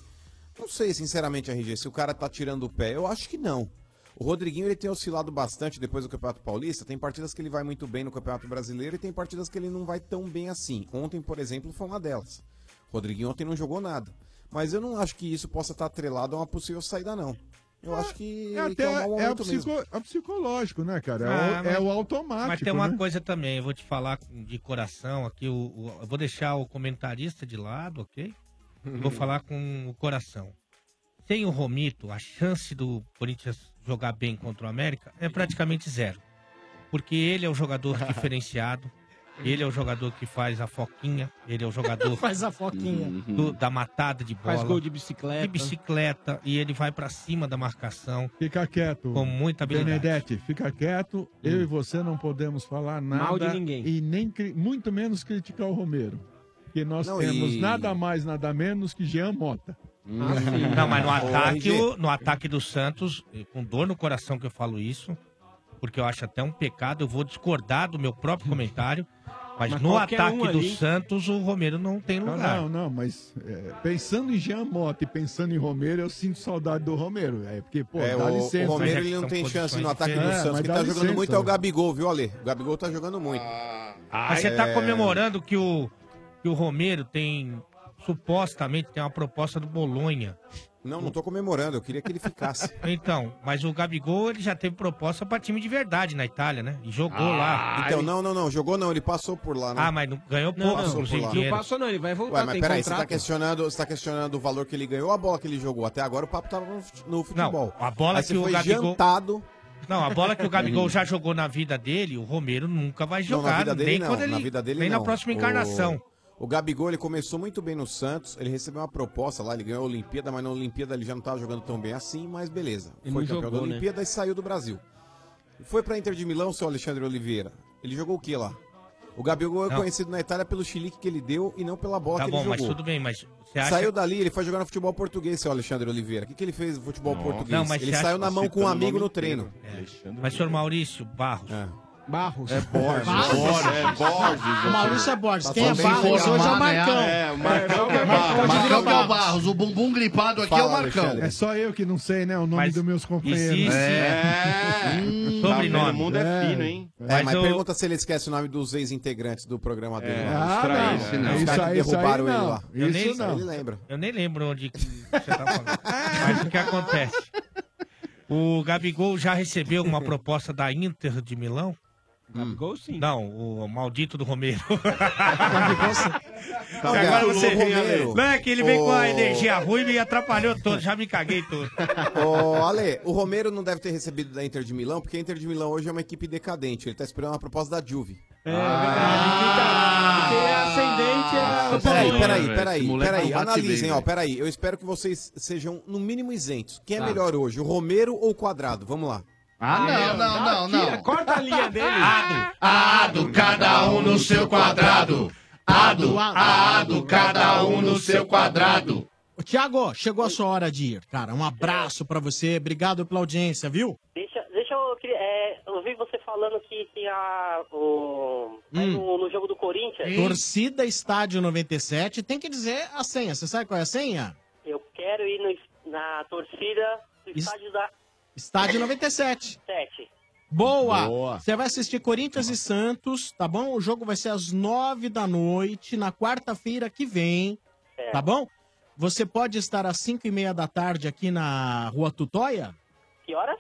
[SPEAKER 6] Não sei, sinceramente, RG, se o cara tá tirando o pé. Eu acho que não. O Rodriguinho ele tem oscilado bastante depois do Campeonato Paulista. Tem partidas que ele vai muito bem no Campeonato Brasileiro e tem partidas que ele não vai tão bem assim. Ontem, por exemplo, foi uma delas. O Rodriguinho ontem não jogou nada. Mas eu não acho que isso possa estar atrelado a uma possível saída, não. Eu acho que
[SPEAKER 7] É até
[SPEAKER 6] que um mau
[SPEAKER 7] é o
[SPEAKER 6] momento mesmo.
[SPEAKER 7] psico, é o psicológico, né, cara? É,
[SPEAKER 3] Ah,
[SPEAKER 7] o,
[SPEAKER 3] mas-
[SPEAKER 7] é o automático.
[SPEAKER 3] Mas tem uma
[SPEAKER 7] né?
[SPEAKER 3] coisa também, eu vou te falar de coração aqui. o- o- eu vou deixar o comentarista de lado, ok? E vou falar com o coração. Sem o Romito, a chance do Corinthians jogar bem contra o América é praticamente zero. Porque ele é o jogador diferenciado. Ele é o jogador que faz a foquinha. Ele é o jogador.
[SPEAKER 2] Faz a foquinha.
[SPEAKER 3] do- da matada de bola.
[SPEAKER 10] Faz gol de bicicleta.
[SPEAKER 3] De bicicleta. E ele vai pra cima da marcação.
[SPEAKER 7] Fica quieto.
[SPEAKER 3] Com muita habilidade. Hum.
[SPEAKER 7] Benedetti, fica quieto. Eu e você não podemos falar nada.
[SPEAKER 3] Mal de ninguém.
[SPEAKER 7] E nem, cri- muito menos criticar o Romero. Porque nós
[SPEAKER 3] Não,
[SPEAKER 7] temos
[SPEAKER 3] e-
[SPEAKER 7] nada mais, nada menos que Jean Mota.
[SPEAKER 6] Ah,
[SPEAKER 3] Não, mas no ataque,
[SPEAKER 6] é-
[SPEAKER 3] o- no ataque do Santos, eh, com dor no coração que eu falo isso, porque eu acho até um pecado, eu vou discordar do meu
[SPEAKER 6] Hum.
[SPEAKER 3] próprio comentário, mas,
[SPEAKER 7] Mas
[SPEAKER 3] no
[SPEAKER 7] qualquer
[SPEAKER 3] ataque
[SPEAKER 7] um
[SPEAKER 3] do
[SPEAKER 7] ali-
[SPEAKER 3] Santos, o Romero não tem
[SPEAKER 7] Não,
[SPEAKER 3] lugar.
[SPEAKER 7] não, não, mas é, pensando em Jean Mota e pensando em Romero, eu sinto saudade do Romero. É, porque, pô,
[SPEAKER 6] É,
[SPEAKER 7] dá
[SPEAKER 6] o,
[SPEAKER 7] licença. né?
[SPEAKER 6] o Romero ele não tem chance no ataque do Santos. Quem tá jogando muito é o Gabigol, viu, Ale? O Gabigol tá jogando muito.
[SPEAKER 3] Mas você tá
[SPEAKER 6] É.
[SPEAKER 3] comemorando que o, que o Romero tem, supostamente, tem uma proposta do Bolonha.
[SPEAKER 6] Não, não tô comemorando, eu queria que ele ficasse.
[SPEAKER 3] Então, mas o Gabigol, ele já teve proposta pra time de verdade na Itália, né? E jogou lá.
[SPEAKER 6] Então, não, não, não. Jogou não, ele passou por lá, né?
[SPEAKER 3] Ah, mas não- ganhou pouco,
[SPEAKER 6] Passou por
[SPEAKER 3] inclusive,
[SPEAKER 6] lá.
[SPEAKER 3] dinheiro.
[SPEAKER 10] não, ele vai
[SPEAKER 6] Ué, mas peraí, você tá, questionando, você tá questionando o valor que ele ganhou ou a bola que ele jogou? Até agora o papo tava no fut- no futebol.
[SPEAKER 3] a bola
[SPEAKER 6] Aí você
[SPEAKER 3] que o
[SPEAKER 6] foi
[SPEAKER 3] Gabigol-
[SPEAKER 6] jantado.
[SPEAKER 3] Não, a bola que o Gabigol já jogou na vida dele, o Romero nunca vai jogar.
[SPEAKER 6] Não, na vida dele
[SPEAKER 3] nem
[SPEAKER 6] não.
[SPEAKER 3] quando ele,
[SPEAKER 6] na vida dele
[SPEAKER 3] nem
[SPEAKER 6] não.
[SPEAKER 3] na próxima encarnação.
[SPEAKER 6] O, o Gabigol, ele começou muito bem no Santos. Ele recebeu uma proposta lá, ele ganhou a Olimpíada, mas na Olimpíada ele já não tava jogando tão bem assim, mas beleza.
[SPEAKER 10] Ele
[SPEAKER 6] Foi
[SPEAKER 10] não
[SPEAKER 6] campeão da
[SPEAKER 10] jogou, né?
[SPEAKER 6] Olimpíada e saiu do Brasil. Foi pra Inter de Milão, seu Alexandre Oliveira. Ele jogou o que lá? O Gabigol é
[SPEAKER 3] Não.
[SPEAKER 6] conhecido na Itália pelo chilique que ele deu e não pela bola
[SPEAKER 3] Tá
[SPEAKER 6] que
[SPEAKER 3] bom,
[SPEAKER 6] ele jogou.
[SPEAKER 3] mas tudo bem, mas você acha
[SPEAKER 6] Saiu dali, ele foi jogar no futebol português, seu Alexandre Oliveira. O que, que ele fez no futebol português?
[SPEAKER 3] Não, mas
[SPEAKER 6] ele
[SPEAKER 3] você acha-
[SPEAKER 6] saiu na mão com um
[SPEAKER 3] Citando o
[SPEAKER 6] amigo
[SPEAKER 3] nome
[SPEAKER 6] no
[SPEAKER 3] inteiro.
[SPEAKER 6] treino.
[SPEAKER 3] Mas, senhor Maurício Barros.
[SPEAKER 7] Barros.
[SPEAKER 3] É
[SPEAKER 6] Borges. Borges, é Borges.
[SPEAKER 2] O Maurício é Borges. Quem é
[SPEAKER 5] Tá
[SPEAKER 2] Barros hoje é o
[SPEAKER 5] informado,
[SPEAKER 2] Marcão.
[SPEAKER 5] É, o Marcão que é
[SPEAKER 7] Marcão.
[SPEAKER 5] Barros.
[SPEAKER 7] Hoje virou
[SPEAKER 5] Marcão que é o
[SPEAKER 7] Barros.
[SPEAKER 5] Barros. O bumbum gripado aqui é o Marcão.
[SPEAKER 7] É só eu que não sei, né? O nome dos meus companheiros.
[SPEAKER 5] existe-
[SPEAKER 3] né?
[SPEAKER 6] É.
[SPEAKER 7] Hum.
[SPEAKER 6] Sobrenome.
[SPEAKER 7] O mundo é É. fino, hein?
[SPEAKER 6] É,
[SPEAKER 7] Mas
[SPEAKER 6] mas,
[SPEAKER 7] o-
[SPEAKER 6] pergunta se ele esquece o nome dos ex-integrantes do programa dele.
[SPEAKER 7] É,
[SPEAKER 6] lá.
[SPEAKER 7] ah,
[SPEAKER 6] Os caras-
[SPEAKER 7] não, não.
[SPEAKER 6] Os
[SPEAKER 7] Isso
[SPEAKER 6] caras que
[SPEAKER 7] aí- isso aí
[SPEAKER 6] derrubaram ele
[SPEAKER 7] não.
[SPEAKER 6] lá.
[SPEAKER 3] Eu nem,
[SPEAKER 6] Ele lembra.
[SPEAKER 3] Eu nem lembro onde que você tá falando. Mas o que acontece? O Gabigol já recebeu uma proposta da Inter de Milão?
[SPEAKER 6] Hum.
[SPEAKER 10] Gabigol sim.
[SPEAKER 3] Não, o maldito do Romero.
[SPEAKER 10] Tá
[SPEAKER 3] E agora
[SPEAKER 10] bom.
[SPEAKER 3] você
[SPEAKER 10] O
[SPEAKER 3] vê.
[SPEAKER 10] Romero.
[SPEAKER 3] Não, é que ele veio com a
[SPEAKER 6] O-
[SPEAKER 3] energia ruim e me atrapalhou todo. Já me caguei todo.
[SPEAKER 6] Ô, Ale, o Romero não deve ter recebido da Inter de Milão, porque a Inter de Milão hoje é uma equipe decadente. Ele tá esperando uma proposta da Juve. É,
[SPEAKER 10] ascendente é o
[SPEAKER 6] Peraí,
[SPEAKER 10] Paulinho,
[SPEAKER 6] peraí,
[SPEAKER 10] velho.
[SPEAKER 6] peraí,
[SPEAKER 10] Esse moleque
[SPEAKER 6] peraí.
[SPEAKER 10] não bate
[SPEAKER 6] Analisem,
[SPEAKER 10] bem,
[SPEAKER 6] ó,
[SPEAKER 10] velho.
[SPEAKER 6] peraí. Eu espero que vocês sejam, no mínimo, isentos. Quem é
[SPEAKER 10] Tá.
[SPEAKER 6] melhor hoje, o Romero ou o Quadrado? Vamos lá.
[SPEAKER 5] Ah, não, não, não, não.
[SPEAKER 10] Corta a linha dele.
[SPEAKER 5] Ah, Ado, cada um no seu quadrado. Ado, ado, cada um no seu quadrado.
[SPEAKER 2] Ô, Tiago, chegou a sua hora de ir, cara. Um abraço pra você. Obrigado pela audiência, viu?
[SPEAKER 20] Deixa, deixa eu queria- é, eu ouvi você falando que tinha o, aí
[SPEAKER 2] Hum.
[SPEAKER 20] no, no jogo do Corinthians.
[SPEAKER 2] Torcida Estádio 97. Tem que dizer a senha. Você sabe qual é a senha?
[SPEAKER 20] Eu quero ir no es- na torcida do
[SPEAKER 2] Isso.
[SPEAKER 20] estádio da
[SPEAKER 2] Estádio 97.
[SPEAKER 20] 7.
[SPEAKER 2] Boa! Você vai assistir Corinthians e Santos, tá bom? O jogo vai ser às nove da noite, na quarta-feira que vem,
[SPEAKER 20] É.
[SPEAKER 2] tá bom? Você pode estar às cinco e meia da tarde aqui na Rua Tutóia?
[SPEAKER 20] Que horas?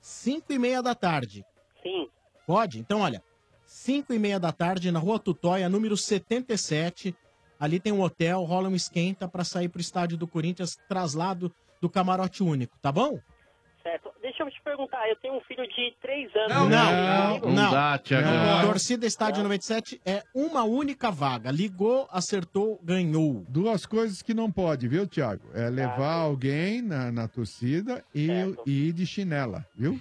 [SPEAKER 2] Cinco e meia da tarde.
[SPEAKER 20] Sim.
[SPEAKER 2] Pode? Então, olha, cinco e meia da tarde na Rua Tutóia, número 77. Ali tem um hotel, rola um esquenta pra sair pro estádio do Corinthians, traslado do camarote único, tá bom?
[SPEAKER 20] Certo. Deixa eu te perguntar, eu tenho um filho de 3 anos.
[SPEAKER 2] Não, não, não.
[SPEAKER 5] dá, Thiago. Não.
[SPEAKER 2] Torcida Estádio 97 é uma única vaga. Ligou, acertou, ganhou.
[SPEAKER 7] Duas coisas que não pode, viu, Thiago? É levar alguém na, na torcida e, e ir de chinela, viu?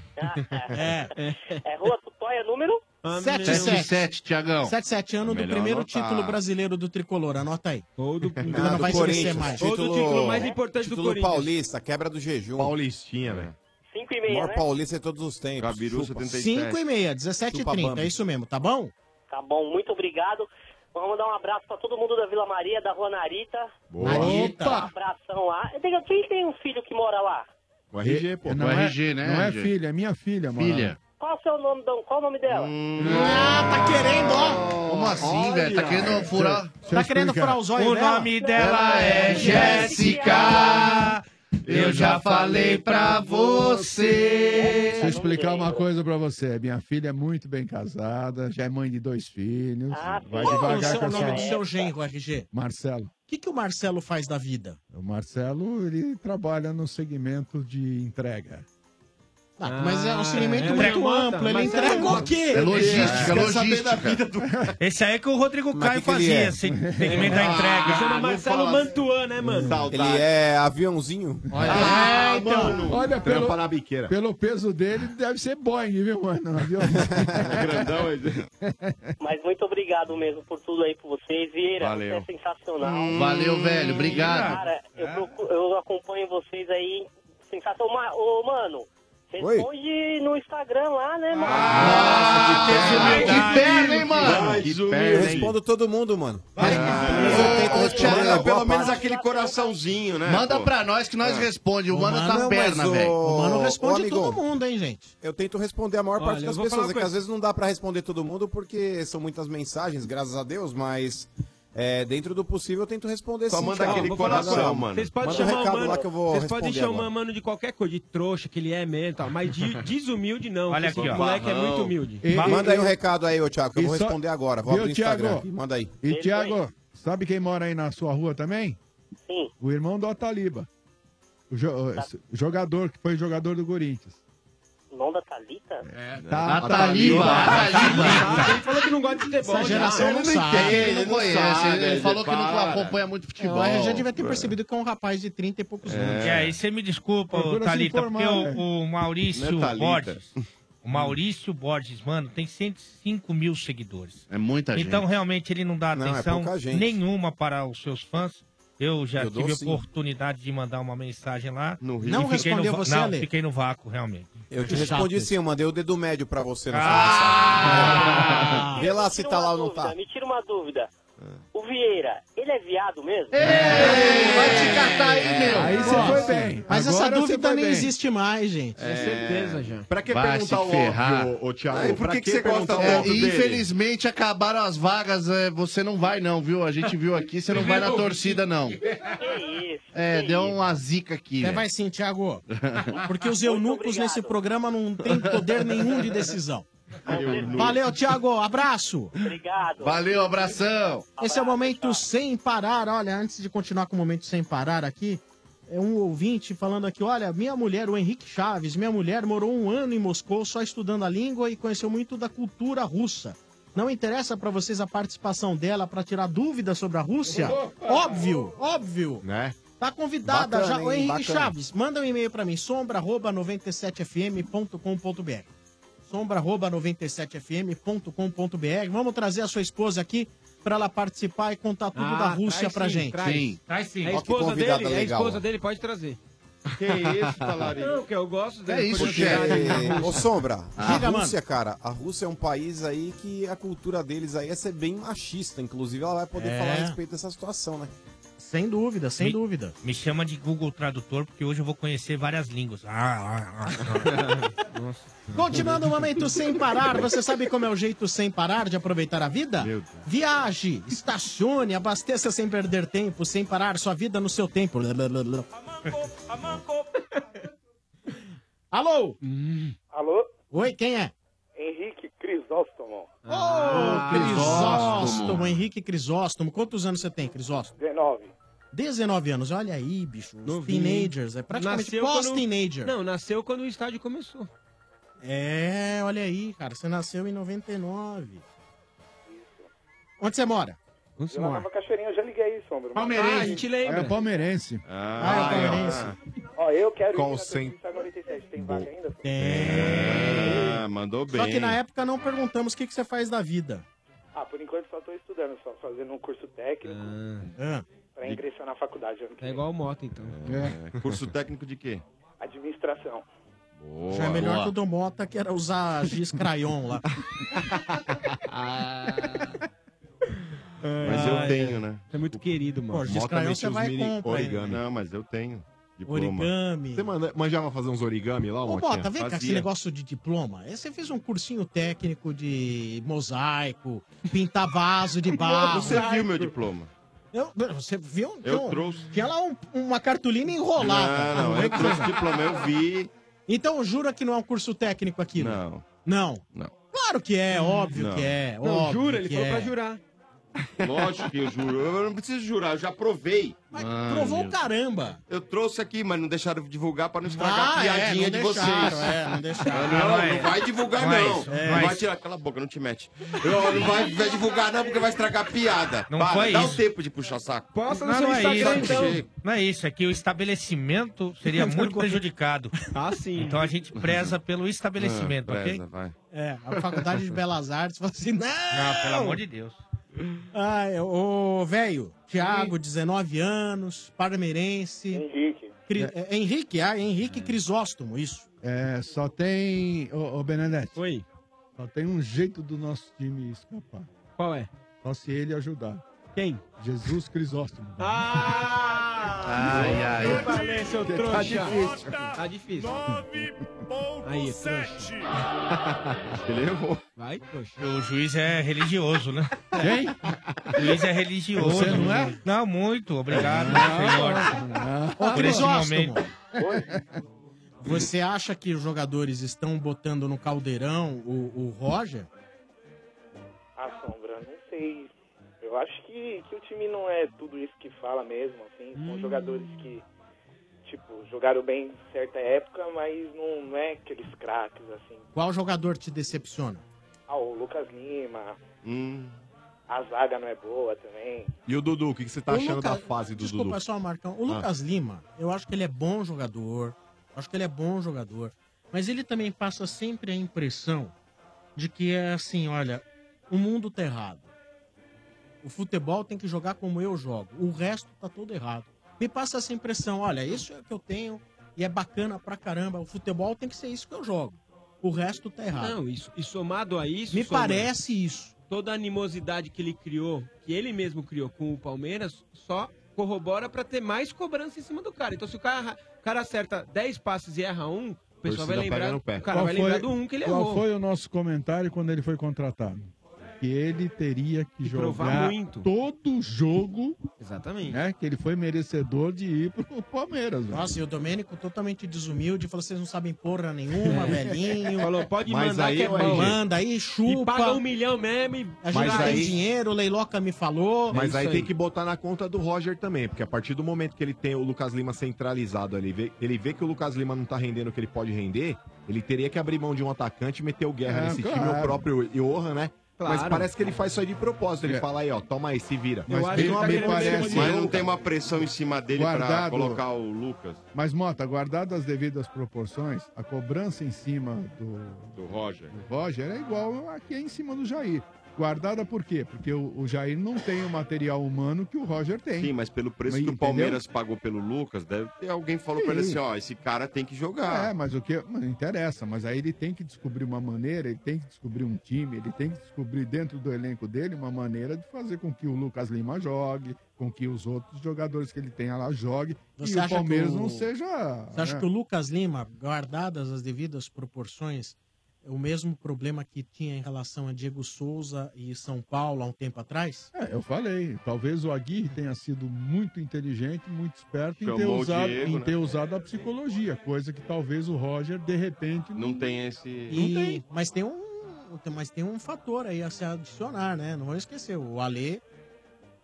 [SPEAKER 20] É Rua Tutóia, número?
[SPEAKER 2] 77,
[SPEAKER 5] Tiagão.
[SPEAKER 2] 77 ano do
[SPEAKER 5] Melhor
[SPEAKER 2] primeiro
[SPEAKER 5] anotar.
[SPEAKER 2] título brasileiro do tricolor, anota aí.
[SPEAKER 10] Ou do,
[SPEAKER 2] não, vai esquecer mais.
[SPEAKER 6] título paulista, quebra do jejum.
[SPEAKER 9] Paulistinha, velho.
[SPEAKER 20] 5 e
[SPEAKER 6] meia, maior paulista de todos os tempos.
[SPEAKER 12] Gabiru,
[SPEAKER 6] Chupa.
[SPEAKER 2] 5 e meia, 17 e
[SPEAKER 6] Chupa
[SPEAKER 2] 30,
[SPEAKER 6] Bambi.
[SPEAKER 2] é isso mesmo, tá bom?
[SPEAKER 20] Tá bom, muito obrigado. Vamos mandar um abraço pra todo mundo da Vila Maria, da Rua Narita.
[SPEAKER 2] Narita.
[SPEAKER 20] Um abração lá. Eu tenho- Quem tem um filho que mora lá?
[SPEAKER 9] O RG, pô.
[SPEAKER 7] Não
[SPEAKER 9] O
[SPEAKER 7] é,
[SPEAKER 9] RG, né,
[SPEAKER 7] Não é
[SPEAKER 9] RG?
[SPEAKER 7] filha, é minha filha, mano.
[SPEAKER 9] Filha.
[SPEAKER 20] Qual o seu nome, Dom? Qual o nome dela?
[SPEAKER 2] Ah, tá querendo, ó.
[SPEAKER 5] Hum. Como assim, velho? Tá querendo furar.
[SPEAKER 2] Tá querendo furar os olhos
[SPEAKER 5] O
[SPEAKER 2] dela?
[SPEAKER 5] nome dela é Jéssica. Eu já falei pra você.
[SPEAKER 7] Deixa eu explicar uma coisa pra você. Minha filha é muito bem casada, já é mãe de dois filhos.
[SPEAKER 2] Qual
[SPEAKER 7] vai
[SPEAKER 2] é o
[SPEAKER 7] devagar
[SPEAKER 2] seu
[SPEAKER 7] com a
[SPEAKER 2] nome do
[SPEAKER 7] sua...
[SPEAKER 2] seu genro, RG?
[SPEAKER 7] Marcelo.
[SPEAKER 2] O que, que o Marcelo faz da vida?
[SPEAKER 7] O Marcelo, ele trabalha no segmento de entrega.
[SPEAKER 2] Ah, mas é um segmento
[SPEAKER 3] é
[SPEAKER 2] muito
[SPEAKER 3] logística,
[SPEAKER 2] amplo. Ele
[SPEAKER 3] mas é
[SPEAKER 2] entrega o quê?
[SPEAKER 3] logística. É logística,
[SPEAKER 2] Quer
[SPEAKER 3] é
[SPEAKER 2] saber
[SPEAKER 3] logística.
[SPEAKER 2] da vida do-
[SPEAKER 3] Esse aí é que o Rodrigo
[SPEAKER 6] Mas
[SPEAKER 3] Caio
[SPEAKER 6] que que ele
[SPEAKER 3] fazia,
[SPEAKER 6] é?
[SPEAKER 3] esse segmento da entrega.
[SPEAKER 6] Ah, não fala assim.
[SPEAKER 10] Mantuan, né, mano?
[SPEAKER 6] Ele é aviãozinho?
[SPEAKER 2] É,
[SPEAKER 7] Ah,
[SPEAKER 6] então.
[SPEAKER 7] mano, Olha,
[SPEAKER 6] Trampa
[SPEAKER 7] pelo,
[SPEAKER 6] na biqueira.
[SPEAKER 7] pelo peso dele, deve ser Boeing, viu, mano? Viu?
[SPEAKER 12] Grandão,
[SPEAKER 20] Mas muito obrigado mesmo por tudo aí por vocês. Vieira,
[SPEAKER 5] Valeu.
[SPEAKER 20] você é sensacional.
[SPEAKER 5] Valeu, velho, obrigado. Ah.
[SPEAKER 20] Cara, eu, procu- eu acompanho vocês aí. Sensacional. Ma- Ô, mano,
[SPEAKER 5] Oi.
[SPEAKER 20] responde no Instagram lá, né, mano?
[SPEAKER 5] Ah,
[SPEAKER 6] Ah, Que
[SPEAKER 20] perna,
[SPEAKER 6] hein, mano?
[SPEAKER 12] um,
[SPEAKER 6] Eu
[SPEAKER 12] hein?
[SPEAKER 6] respondo todo mundo, mano. Ah,
[SPEAKER 12] Ô, Tiana,
[SPEAKER 6] é boa
[SPEAKER 12] pelo
[SPEAKER 6] parte.
[SPEAKER 12] menos aquele coraçãozinho, né?
[SPEAKER 6] Manda pra
[SPEAKER 5] nós que nós
[SPEAKER 6] responde.
[SPEAKER 5] O mano tá perna, velho.
[SPEAKER 2] O mano responde todo
[SPEAKER 6] mundo, hein, gente? Eu tento responder a maior
[SPEAKER 2] Olha,
[SPEAKER 6] parte
[SPEAKER 2] eu
[SPEAKER 6] das
[SPEAKER 2] vou falar
[SPEAKER 6] pessoas.
[SPEAKER 2] uma
[SPEAKER 6] É que
[SPEAKER 2] coisa.
[SPEAKER 6] às vezes não dá pra responder todo mundo porque são muitas mensagens, graças a Deus, mas é, dentro do possível eu tento responder
[SPEAKER 12] Só
[SPEAKER 6] sim.
[SPEAKER 12] manda
[SPEAKER 6] cara.
[SPEAKER 12] aquele
[SPEAKER 6] Vou falar
[SPEAKER 12] coração,
[SPEAKER 6] agora.
[SPEAKER 12] mano.
[SPEAKER 10] Vocês podem
[SPEAKER 6] manda um
[SPEAKER 10] chamar o
[SPEAKER 6] recado
[SPEAKER 10] mano,
[SPEAKER 6] lá que eu vou
[SPEAKER 10] vocês podem
[SPEAKER 6] responder
[SPEAKER 10] chamar
[SPEAKER 6] agora.
[SPEAKER 10] o mano de qualquer coisa, de trouxa que ele é mesmo, e tal, mas de, desumilde não.
[SPEAKER 6] Olha
[SPEAKER 10] porque
[SPEAKER 6] aqui,
[SPEAKER 10] esse
[SPEAKER 6] ó.
[SPEAKER 10] moleque é muito humilde.
[SPEAKER 7] E- e-
[SPEAKER 6] Manda aí um
[SPEAKER 7] e-
[SPEAKER 6] recado aí, ô Thiago, que eu
[SPEAKER 7] e
[SPEAKER 6] vou
[SPEAKER 7] só-
[SPEAKER 6] responder agora. Vou
[SPEAKER 7] Viu,
[SPEAKER 6] abrir o Instagram.
[SPEAKER 7] Thiago?
[SPEAKER 6] Manda aí.
[SPEAKER 7] E, Thiago, sabe quem mora aí na sua rua também?
[SPEAKER 20] Sim.
[SPEAKER 7] O irmão do Ataliba. O
[SPEAKER 22] Tá.
[SPEAKER 7] jo- o jogador, que foi jogador do Corinthians.
[SPEAKER 20] Não da Thalita? É,
[SPEAKER 7] Tá- Ataliba, Ataliba.
[SPEAKER 10] Ele falou que não gosta de futebol.
[SPEAKER 2] Essa geração
[SPEAKER 10] já.
[SPEAKER 2] não sabe.
[SPEAKER 10] Ele não conhece. Ele falou que não acompanha
[SPEAKER 5] muito
[SPEAKER 10] futebol.
[SPEAKER 2] Mas eu já devia ter percebido que é um rapaz de 30 e poucos
[SPEAKER 5] É.
[SPEAKER 2] anos.
[SPEAKER 3] É. E aí, você me desculpa, ô,
[SPEAKER 2] Procura se
[SPEAKER 3] Thalita,
[SPEAKER 2] informar,
[SPEAKER 3] porque o-
[SPEAKER 2] né?
[SPEAKER 3] o, Maurício
[SPEAKER 2] Não é Thalita.
[SPEAKER 3] Borges. O Maurício Borges, mano, tem 105 mil seguidores.
[SPEAKER 5] É muita gente.
[SPEAKER 3] Então, realmente, ele não dá
[SPEAKER 5] Não, é
[SPEAKER 3] atenção
[SPEAKER 5] pouca gente.
[SPEAKER 3] nenhuma para os seus fãs. Eu já
[SPEAKER 5] Eu dou
[SPEAKER 3] tive
[SPEAKER 5] sim.
[SPEAKER 3] oportunidade de mandar uma mensagem lá.
[SPEAKER 12] No
[SPEAKER 6] Rio. Não respondeu
[SPEAKER 3] no, va-
[SPEAKER 6] você,
[SPEAKER 3] não,
[SPEAKER 6] Ale?
[SPEAKER 3] fiquei no vácuo, realmente.
[SPEAKER 6] Eu te respondi sim, eu mandei o dedo médio pra você na
[SPEAKER 20] Ah!
[SPEAKER 6] sua mensagem. Vê lá se tá lá ou não
[SPEAKER 20] Dúvida,
[SPEAKER 6] tá.
[SPEAKER 20] Me tira uma dúvida. O Vieira, ele é viado mesmo?
[SPEAKER 2] vai
[SPEAKER 20] te catar aí, meu.
[SPEAKER 2] Aí
[SPEAKER 20] você
[SPEAKER 2] Ó,
[SPEAKER 20] foi
[SPEAKER 2] bem. Mas
[SPEAKER 9] Agora
[SPEAKER 2] essa
[SPEAKER 9] você
[SPEAKER 2] dúvida
[SPEAKER 9] foi
[SPEAKER 20] é
[SPEAKER 2] nem
[SPEAKER 9] bem.
[SPEAKER 2] existe mais, gente.
[SPEAKER 9] É. Pra que
[SPEAKER 5] Vai se
[SPEAKER 9] perguntar o
[SPEAKER 5] ferrar.
[SPEAKER 9] óbvio, ô, ô, Thiago?
[SPEAKER 5] Ah, e
[SPEAKER 9] Pra perguntar o
[SPEAKER 5] É,
[SPEAKER 9] óbvio dele?
[SPEAKER 5] Infelizmente acabaram as vagas, é, você não vai não, viu? A gente viu aqui, você não vai na torcida não. É, deu uma zica aqui.
[SPEAKER 2] Até
[SPEAKER 5] velho.
[SPEAKER 2] vai sim, Thiago. Porque os eunucos nesse programa não têm poder nenhum de decisão. Valeu, Thiago. Abraço.
[SPEAKER 20] Obrigado.
[SPEAKER 5] Valeu, abração.
[SPEAKER 2] Esse é o momento sem parar. Olha, antes de continuar com o momento sem parar aqui, é um ouvinte falando aqui: olha, minha mulher, o Henrique Chaves, minha mulher morou um ano em Moscou só estudando a língua e conheceu muito da cultura russa. Não interessa pra vocês a participação dela pra tirar dúvidas sobre a Rússia? Óbvio, óbvio.
[SPEAKER 9] Né?
[SPEAKER 2] Tá convidada
[SPEAKER 9] Bacana,
[SPEAKER 2] já. Ô,
[SPEAKER 9] hein?
[SPEAKER 2] Henrique
[SPEAKER 9] Bacana.
[SPEAKER 2] Chaves, manda um e-mail pra mim, sombra@97fm.com.br. sombra@97fm.com.br. Vamos trazer a sua esposa aqui pra ela participar e contar tudo
[SPEAKER 10] Ah,
[SPEAKER 2] da Rússia
[SPEAKER 10] traz
[SPEAKER 2] pra
[SPEAKER 10] sim,
[SPEAKER 2] gente.
[SPEAKER 10] Traz, traz sim. É a
[SPEAKER 2] Ó, que
[SPEAKER 10] esposa
[SPEAKER 2] convidada
[SPEAKER 10] dele, é a
[SPEAKER 2] legal,
[SPEAKER 10] esposa
[SPEAKER 2] ó.
[SPEAKER 10] dele, pode trazer.
[SPEAKER 6] Que isso, talarico.
[SPEAKER 10] Não, que eu gosto dele.
[SPEAKER 6] É isso,
[SPEAKER 10] pode
[SPEAKER 6] chefe.
[SPEAKER 10] trazer.
[SPEAKER 6] Ô, Sombra, a
[SPEAKER 10] Diga,
[SPEAKER 6] Ah. Rússia, cara, a Rússia é um país aí que a cultura deles aí é ser bem machista. Inclusive, ela vai poder
[SPEAKER 3] É.
[SPEAKER 6] falar a respeito dessa situação, né?
[SPEAKER 2] Sem dúvida, sem dúvida.
[SPEAKER 3] Me chama de Google Tradutor, porque hoje eu vou conhecer várias línguas. Ah, ah, ah.
[SPEAKER 2] Continuando o um momento sem parar, você sabe como é o jeito sem parar de aproveitar a vida? Viaje, estacione, abasteça sem perder tempo, sem parar sua vida no seu tempo. Alô?
[SPEAKER 22] Alô?
[SPEAKER 2] Oi, quem é?
[SPEAKER 22] Henrique Crisóstomo.
[SPEAKER 2] Ah, Ô,
[SPEAKER 22] Crisóstomo.
[SPEAKER 2] Crisóstomo, Henrique Crisóstomo. Quantos anos você tem, Crisóstomo?
[SPEAKER 22] 19.
[SPEAKER 2] 19 anos, olha aí, bicho. os
[SPEAKER 10] Novinho.
[SPEAKER 2] Teenagers, é praticamente
[SPEAKER 10] Nasceu quando-
[SPEAKER 2] pós-teenager.
[SPEAKER 10] Não, nasceu quando o estádio começou.
[SPEAKER 2] É, olha aí, cara. Você nasceu em 99. Onde você mora?
[SPEAKER 10] Onde
[SPEAKER 22] Eu na Nova Cachoeirinha, eu já liguei aí, Sombra.
[SPEAKER 2] Palmeirense. Ah, a gente lembra.
[SPEAKER 7] É palmeirense.
[SPEAKER 2] Ah, é palmeirense.
[SPEAKER 22] Ó, eu quero
[SPEAKER 7] Call
[SPEAKER 22] ir na
[SPEAKER 7] center.
[SPEAKER 22] 47. Tem vaga ainda? Sombra?
[SPEAKER 12] Ah, mandou bem.
[SPEAKER 2] É. Só que na época não perguntamos o que, que você faz da vida.
[SPEAKER 22] Ah, por enquanto só tô estudando, só fazendo um curso técnico
[SPEAKER 2] Ah.
[SPEAKER 22] pra ingressar na faculdade ano que
[SPEAKER 10] É igual o moto, então.
[SPEAKER 12] É. Curso técnico de quê?
[SPEAKER 22] Administração.
[SPEAKER 2] Já é melhor
[SPEAKER 12] boa.
[SPEAKER 2] que o do Mota, que era usar giz crayon lá.
[SPEAKER 12] Mas eu tenho, né?
[SPEAKER 10] Você é muito querido, mano.
[SPEAKER 12] Mota metia os mini origami. Não, mas eu tenho.
[SPEAKER 2] Origami.
[SPEAKER 9] Você manda- manjava fazer uns origami lá,
[SPEAKER 2] Ô, Mota, vem cá, esse
[SPEAKER 9] Fazia.
[SPEAKER 2] negócio de diploma. Você fez um cursinho técnico de mosaico, pintar vaso de barro.
[SPEAKER 12] Você viu meu diploma?
[SPEAKER 2] Eu- você viu?
[SPEAKER 12] Eu
[SPEAKER 2] tinha um-
[SPEAKER 12] trouxe.
[SPEAKER 2] Tinha lá um- uma cartolina enrolada.
[SPEAKER 12] Não, não, eu trouxe o diploma, eu vi.
[SPEAKER 2] Então jura que não é um curso técnico aquilo?
[SPEAKER 12] Não.
[SPEAKER 2] Não?
[SPEAKER 12] Não.
[SPEAKER 2] Claro que é, óbvio
[SPEAKER 12] Não.
[SPEAKER 2] que é.
[SPEAKER 12] Não,
[SPEAKER 2] óbvio
[SPEAKER 12] jura? Ele
[SPEAKER 2] que
[SPEAKER 12] falou
[SPEAKER 2] é.
[SPEAKER 12] pra
[SPEAKER 10] jurar.
[SPEAKER 12] Lógico que eu juro. Eu não preciso jurar, eu já provei. Mas
[SPEAKER 2] provou o caramba.
[SPEAKER 12] Eu trouxe aqui, mas não deixaram divulgar pra não estragar a
[SPEAKER 2] Ah, é,
[SPEAKER 12] piadinha
[SPEAKER 2] não
[SPEAKER 12] de
[SPEAKER 2] deixaram,
[SPEAKER 12] vocês.
[SPEAKER 2] é, não deixaram.
[SPEAKER 12] Não,
[SPEAKER 2] Não,
[SPEAKER 12] não,
[SPEAKER 2] é.
[SPEAKER 12] vai divulgar,
[SPEAKER 2] Não é
[SPEAKER 12] não.
[SPEAKER 2] isso, é
[SPEAKER 12] Não vai
[SPEAKER 2] isso.
[SPEAKER 12] tirar aquela boca, não te mete. Não, não vai, vai divulgar, não, porque vai estragar a piada.
[SPEAKER 3] Não
[SPEAKER 12] Para,
[SPEAKER 3] foi
[SPEAKER 12] dá
[SPEAKER 3] isso.
[SPEAKER 12] um tempo de puxar saco.
[SPEAKER 3] Posta no
[SPEAKER 7] é
[SPEAKER 3] seu Instagram, então. Não é isso, é que o estabelecimento seria muito prejudicado. Ah, sim. Então a gente preza pelo estabelecimento,
[SPEAKER 12] Ah,
[SPEAKER 3] ok?
[SPEAKER 12] preza, vai.
[SPEAKER 2] É, a Faculdade de Belas Artes falou assim, não!
[SPEAKER 3] Não, pelo amor de Deus.
[SPEAKER 2] Ai, ô, velho, Thiago, 19 anos, parmeirense.
[SPEAKER 22] Henrique.
[SPEAKER 2] Cri- é, Henrique, ah, Henrique Crisóstomo, isso.
[SPEAKER 7] É, só tem. Ô, ô Benedetti. Oi. Só tem um jeito do nosso time escapar. Qual é? Só se ele ajudar. Quem? Jesus Crisóstomo.
[SPEAKER 10] Ah! Ai, ai.
[SPEAKER 7] Eu falei, seu
[SPEAKER 10] Tá
[SPEAKER 7] trouxa.
[SPEAKER 10] difícil. Tá difícil. Aí, trouxa.
[SPEAKER 12] Ele errou.
[SPEAKER 10] Vai, trouxa.
[SPEAKER 3] O juiz é religioso, né?
[SPEAKER 10] Quem?
[SPEAKER 3] O juiz é religioso.
[SPEAKER 10] Você não é?
[SPEAKER 3] Não, muito. Obrigado, senhor.
[SPEAKER 2] Ô,
[SPEAKER 3] Por esse
[SPEAKER 2] Crisóstomo,
[SPEAKER 3] momento.
[SPEAKER 2] você acha que os jogadores estão botando no caldeirão o, o Roger?
[SPEAKER 22] A Ah, sombra, não sei. Eu acho que, que o time não é tudo isso que fala mesmo, assim.
[SPEAKER 2] Hum.
[SPEAKER 22] São jogadores que, tipo, jogaram bem em certa época, mas não, não é aqueles craques, assim.
[SPEAKER 2] Qual jogador te decepciona?
[SPEAKER 22] Ah, o Lucas Lima,
[SPEAKER 9] Hum.
[SPEAKER 22] a zaga não é boa também.
[SPEAKER 9] E o Dudu, o que, que você tá
[SPEAKER 2] O
[SPEAKER 9] achando
[SPEAKER 2] Lucas-
[SPEAKER 9] da fase do
[SPEAKER 2] Desculpa,
[SPEAKER 9] Dudu?
[SPEAKER 2] só, Marcão. O
[SPEAKER 9] Ah.
[SPEAKER 2] Lucas Lima, eu acho que ele é bom jogador. Acho que ele é bom jogador. Mas ele também passa sempre a impressão de que é assim, olha, o mundo tá errado. O futebol tem que jogar como eu jogo. O resto tá todo errado. Me passa essa impressão, olha, isso é o que eu tenho e é bacana pra caramba. O futebol tem que ser isso que eu jogo. O resto tá errado.
[SPEAKER 10] Não, isso. E somado a isso.
[SPEAKER 2] Me
[SPEAKER 10] Sombra,
[SPEAKER 2] parece isso.
[SPEAKER 10] Toda a animosidade que ele criou, que ele mesmo criou com o Palmeiras, só corrobora pra ter mais cobrança em cima do cara. Então, se o cara, o cara acerta 10 passes e erra um, o pessoal vai
[SPEAKER 9] Torcida pega
[SPEAKER 10] lembrar.
[SPEAKER 9] no
[SPEAKER 10] O
[SPEAKER 9] pé.
[SPEAKER 10] cara vai lembrar do um que ele
[SPEAKER 7] qual
[SPEAKER 10] errou.
[SPEAKER 7] foi o nosso comentário quando ele foi contratado? Que ele teria que
[SPEAKER 10] provar
[SPEAKER 7] jogar
[SPEAKER 10] muito.
[SPEAKER 7] todo jogo.
[SPEAKER 10] Exatamente.
[SPEAKER 7] Né, que ele foi merecedor de ir pro Palmeiras. velho.
[SPEAKER 2] Nossa, e o Domênico totalmente desumilde, falou: vocês não sabem porra nenhuma, velhinho.
[SPEAKER 10] É. Falou, pode Mas mandar aí, que é ué, bom.
[SPEAKER 2] Manda aí,
[SPEAKER 10] E
[SPEAKER 2] chupa.
[SPEAKER 10] paga um milhão mesmo e- É
[SPEAKER 2] A gente
[SPEAKER 9] Mas
[SPEAKER 2] tem
[SPEAKER 9] aí-
[SPEAKER 2] dinheiro, o Leiloca me
[SPEAKER 12] É
[SPEAKER 2] falou.
[SPEAKER 9] Mas aí, tem que botar na conta do Roger também, porque a partir do momento que ele tem o Lucas Lima centralizado ali, vê- ele vê que o Lucas Lima não tá rendendo o que ele pode render, ele teria que abrir mão de um atacante e meter o Guerra
[SPEAKER 7] É,
[SPEAKER 9] nesse
[SPEAKER 7] claro.
[SPEAKER 9] time, o próprio Johan, né?
[SPEAKER 7] Claro.
[SPEAKER 9] Mas parece que ele faz isso aí de propósito. Ele
[SPEAKER 7] É.
[SPEAKER 9] fala aí, ó, toma aí, se vira.
[SPEAKER 7] Eu acho que ele tá
[SPEAKER 9] bem
[SPEAKER 7] querendo ver
[SPEAKER 9] parece.
[SPEAKER 7] ele
[SPEAKER 12] Mas não tem uma pressão em cima dele pra
[SPEAKER 7] Guardado.
[SPEAKER 12] colocar o Lucas.
[SPEAKER 7] Mas, Mota, guardado as devidas proporções, a cobrança em cima do,
[SPEAKER 12] Do Roger.
[SPEAKER 7] do Roger é igual a que é em cima do Jair. Guardada por quê? Porque o, o Jair não tem o material humano que o Roger tem.
[SPEAKER 12] Sim, mas pelo preço que
[SPEAKER 7] Entendeu?
[SPEAKER 12] o Palmeiras pagou pelo Lucas, deve ter alguém falou pra ele
[SPEAKER 7] Sim.
[SPEAKER 12] assim, ó, esse cara tem que jogar.
[SPEAKER 7] É, mas o que. Mas não interessa. Mas aí ele tem que descobrir uma maneira, ele tem que descobrir um time, ele tem que descobrir dentro do elenco dele uma maneira de fazer com que o Lucas Lima jogue, com que os outros jogadores que ele tenha lá jogue.
[SPEAKER 2] Você
[SPEAKER 7] e o
[SPEAKER 2] acha que
[SPEAKER 7] Palmeiras
[SPEAKER 2] o-
[SPEAKER 7] não seja.
[SPEAKER 2] Você acha
[SPEAKER 7] né?
[SPEAKER 2] que o Lucas Lima, guardadas as devidas proporções, é o mesmo problema que tinha em relação a Diego Souza e São Paulo há um tempo atrás?
[SPEAKER 7] É, eu falei, talvez o Aguirre tenha sido muito inteligente, muito esperto em ter,
[SPEAKER 12] Chamou o
[SPEAKER 7] usado,
[SPEAKER 12] Diego,
[SPEAKER 7] em
[SPEAKER 12] né?
[SPEAKER 7] ter usado a psicologia, coisa que talvez o Roger, de repente,
[SPEAKER 12] Não tem esse.
[SPEAKER 2] E- Mas tem um. Mas tem um fator aí a se adicionar, né? Não vamos esquecer. O Alê,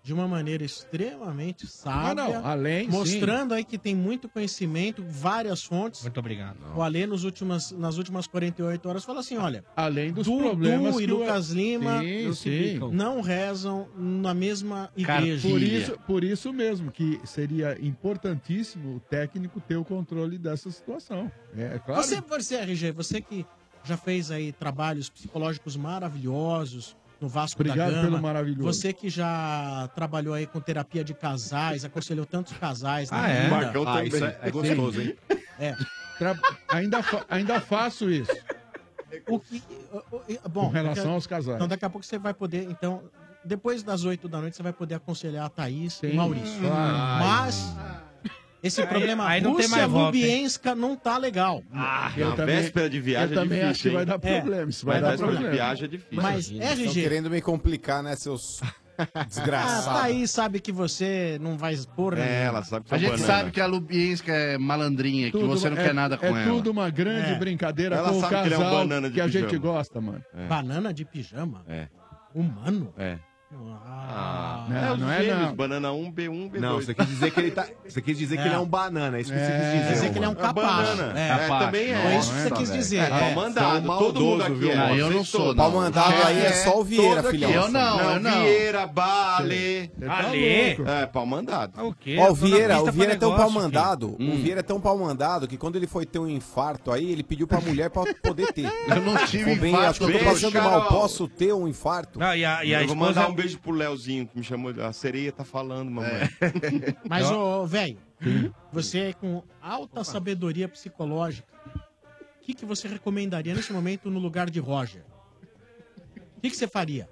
[SPEAKER 2] de uma maneira extremamente sábia,
[SPEAKER 7] não, além, sim.
[SPEAKER 2] mostrando aí que tem muito conhecimento, várias fontes.
[SPEAKER 3] Muito obrigado.
[SPEAKER 2] O Alê, nos últimas, nas últimas 48 horas, fala assim: olha,
[SPEAKER 7] além dos
[SPEAKER 2] Dudu
[SPEAKER 7] problemas
[SPEAKER 2] e
[SPEAKER 7] que o-
[SPEAKER 2] Lucas Lima
[SPEAKER 7] Sim,
[SPEAKER 2] não,
[SPEAKER 7] sim.
[SPEAKER 2] rezam na mesma igreja.
[SPEAKER 7] Por isso, por isso mesmo que seria importantíssimo o técnico ter o controle dessa situação. É, é claro.
[SPEAKER 2] Você, você, RG, você que já fez aí trabalhos psicológicos maravilhosos no Vasco
[SPEAKER 7] Obrigado
[SPEAKER 2] da Gama.
[SPEAKER 7] pelo maravilhoso.
[SPEAKER 2] Você que já trabalhou aí com terapia de casais, aconselhou tantos casais. na
[SPEAKER 7] Ah, é?
[SPEAKER 2] vida.
[SPEAKER 7] Marcão Ah, também. isso é- é gostoso, hein?
[SPEAKER 2] É.
[SPEAKER 7] Tra- Ainda, fa- ainda faço isso.
[SPEAKER 2] O que, o- o- bom,
[SPEAKER 7] Com relação
[SPEAKER 2] daqui a-
[SPEAKER 7] aos casais.
[SPEAKER 2] Então, daqui a pouco você vai poder, então, depois das 8 da noite, você vai poder aconselhar a Thaís e
[SPEAKER 7] Sim.
[SPEAKER 2] o Maurício.
[SPEAKER 7] Ai.
[SPEAKER 2] Mas esse
[SPEAKER 7] Aí-
[SPEAKER 2] problema
[SPEAKER 7] aí
[SPEAKER 2] não
[SPEAKER 7] não tem
[SPEAKER 2] Rússia
[SPEAKER 7] mais volta, hein?
[SPEAKER 2] Lubienska não tá legal.
[SPEAKER 12] Ah, na véspera de viagem
[SPEAKER 7] eu também
[SPEAKER 12] é difícil,
[SPEAKER 7] acho que
[SPEAKER 12] hein?
[SPEAKER 7] vai dar problema, isso vai
[SPEAKER 12] Mas
[SPEAKER 7] dar
[SPEAKER 12] véspera
[SPEAKER 7] problema.
[SPEAKER 12] de viagem é difícil.
[SPEAKER 2] Mas,
[SPEAKER 6] Imagina,
[SPEAKER 2] RG.
[SPEAKER 6] Estão querendo me complicar, né, seus
[SPEAKER 2] Ah,
[SPEAKER 6] desgraçados?
[SPEAKER 2] Thaís sabe que você não vai expor. né?
[SPEAKER 5] A gente sabe que a Lubienska é malandrinha, que você não quer nada com
[SPEAKER 7] É
[SPEAKER 5] ela.
[SPEAKER 7] tudo uma grande
[SPEAKER 5] É.
[SPEAKER 7] brincadeira
[SPEAKER 5] Ela
[SPEAKER 7] com o
[SPEAKER 5] sabe que
[SPEAKER 7] casal
[SPEAKER 5] ele é
[SPEAKER 7] que,
[SPEAKER 5] um banana de
[SPEAKER 7] a gente
[SPEAKER 5] pijama.
[SPEAKER 7] gosta, mano.
[SPEAKER 2] Banana de pijama?
[SPEAKER 12] É.
[SPEAKER 2] Humano?
[SPEAKER 12] É. Ah,
[SPEAKER 7] Não,
[SPEAKER 12] é os
[SPEAKER 7] não é
[SPEAKER 12] gêmeos,
[SPEAKER 7] não.
[SPEAKER 12] banana 1, B1, B2.
[SPEAKER 9] Não, você quis dizer que ele tá. Você quis dizer que ele é um banana, é isso que você quis dizer.
[SPEAKER 12] dizer que ele é um
[SPEAKER 9] capaz.
[SPEAKER 12] capacho. É, também é. É isso que você quis dizer. É, pau mandado, todo mundo aqui é.
[SPEAKER 9] Não,
[SPEAKER 12] Vocês são-
[SPEAKER 6] Pau mandado
[SPEAKER 12] Chefe
[SPEAKER 6] aí é só o Vieira,
[SPEAKER 12] todo aqui.
[SPEAKER 6] filhão.
[SPEAKER 12] Vieira, Bale.
[SPEAKER 6] Você tá Ale? louco.
[SPEAKER 12] É, pau mandado. Hum.
[SPEAKER 3] O quê?
[SPEAKER 6] Ó, o Vieira, o Vieira é tão pau
[SPEAKER 12] palmandado.
[SPEAKER 6] mandado. O Vieira é tão pau mandado que quando ele foi ter um infarto aí, ele pediu pra mulher pra poder ter.
[SPEAKER 5] Eu não tive
[SPEAKER 6] Ficou bem,
[SPEAKER 5] infarto,
[SPEAKER 6] Acho que eu tô
[SPEAKER 5] beijo,
[SPEAKER 6] passando mal.
[SPEAKER 5] Carol.
[SPEAKER 6] Posso ter um infarto?
[SPEAKER 3] Não, e a, é-
[SPEAKER 12] eu vou mandar um beijo pro Leozinho, que me chamou. A sereia tá falando, mamãe.
[SPEAKER 2] É. Mas,
[SPEAKER 7] Então-
[SPEAKER 2] ô, velho, você com alta sabedoria psicológica, o que, que você recomendaria nesse momento no lugar de Roger? O que, que você faria?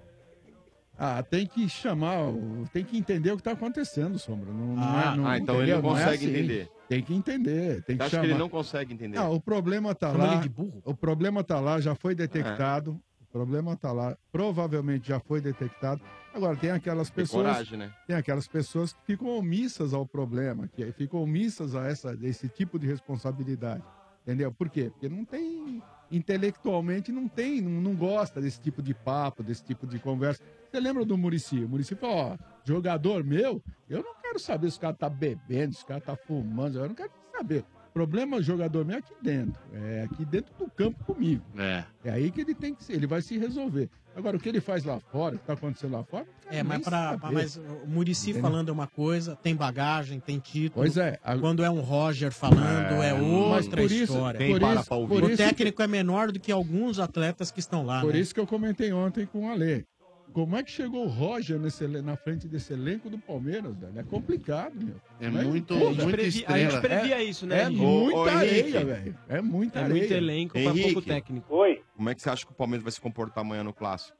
[SPEAKER 7] Ah, tem que chamar, o- tem que entender o que tá acontecendo, Sombra. Não, não
[SPEAKER 12] Ah,
[SPEAKER 7] é, não,
[SPEAKER 12] ah, então ele
[SPEAKER 7] entendeu?
[SPEAKER 12] não
[SPEAKER 7] é
[SPEAKER 12] consegue entender.
[SPEAKER 7] Tem que entender, tem
[SPEAKER 12] Você
[SPEAKER 7] que
[SPEAKER 12] acha
[SPEAKER 7] chamar.
[SPEAKER 12] que ele não consegue entender? É.
[SPEAKER 7] Ah, o problema tá
[SPEAKER 12] Chama
[SPEAKER 7] lá.
[SPEAKER 12] ele de
[SPEAKER 7] O problema tá lá, já foi detectado. O problema tá lá, provavelmente já foi detectado. Agora tem aquelas
[SPEAKER 12] Tem
[SPEAKER 7] pessoas,
[SPEAKER 12] coragem, né?
[SPEAKER 7] tem aquelas pessoas que ficam omissas ao problema, que ficam omissas a essa esse tipo de responsabilidade. Entendeu? Por quê? Porque não tem intelectualmente não tem, não, não gosta desse tipo de papo, desse tipo de conversa. Você lembra do Murici? O Murici falou, ó, jogador meu, eu não quero saber se o cara tá bebendo, se o cara tá fumando, eu não quero saber. O problema do jogador meu é aqui dentro. É aqui dentro do campo comigo.
[SPEAKER 12] É.
[SPEAKER 7] É aí que ele tem que ser, ele vai se resolver. Agora, o que ele faz lá fora, o que tá acontecendo lá fora, não quero
[SPEAKER 2] É, mas,
[SPEAKER 7] nem
[SPEAKER 2] pra, pra-
[SPEAKER 7] saber.
[SPEAKER 2] mas o Murici
[SPEAKER 7] Entendeu?
[SPEAKER 2] falando é uma coisa, tem bagagem, tem título.
[SPEAKER 7] Pois é, a-
[SPEAKER 2] Quando é um Roger falando, é,
[SPEAKER 7] É, mas
[SPEAKER 2] outra
[SPEAKER 7] por isso-
[SPEAKER 2] história.
[SPEAKER 7] Tem por para isso- pra ouvir. por
[SPEAKER 2] O
[SPEAKER 7] isso
[SPEAKER 2] técnico é menor do que alguns atletas que estão lá.
[SPEAKER 7] Por
[SPEAKER 2] né?
[SPEAKER 7] isso que eu comentei ontem com o Ale. Como é que chegou o Roger nesse ele- na frente desse elenco do Palmeiras, velho? É complicado, meu.
[SPEAKER 5] É
[SPEAKER 7] Mas,
[SPEAKER 5] muito-
[SPEAKER 7] porra,
[SPEAKER 5] muita
[SPEAKER 7] previ-
[SPEAKER 5] estrela.
[SPEAKER 7] a gente
[SPEAKER 5] previa
[SPEAKER 7] isso,
[SPEAKER 5] né,
[SPEAKER 7] É
[SPEAKER 5] Henrique?
[SPEAKER 7] muita
[SPEAKER 5] Ô, ô, Henrique.
[SPEAKER 7] areia, velho. É muita
[SPEAKER 5] É
[SPEAKER 7] areia.
[SPEAKER 5] muito elenco pra
[SPEAKER 12] Henrique,
[SPEAKER 5] pouco
[SPEAKER 10] técnico.
[SPEAKER 22] Oi.
[SPEAKER 12] Como é que você acha que o Palmeiras vai se comportar amanhã no clássico?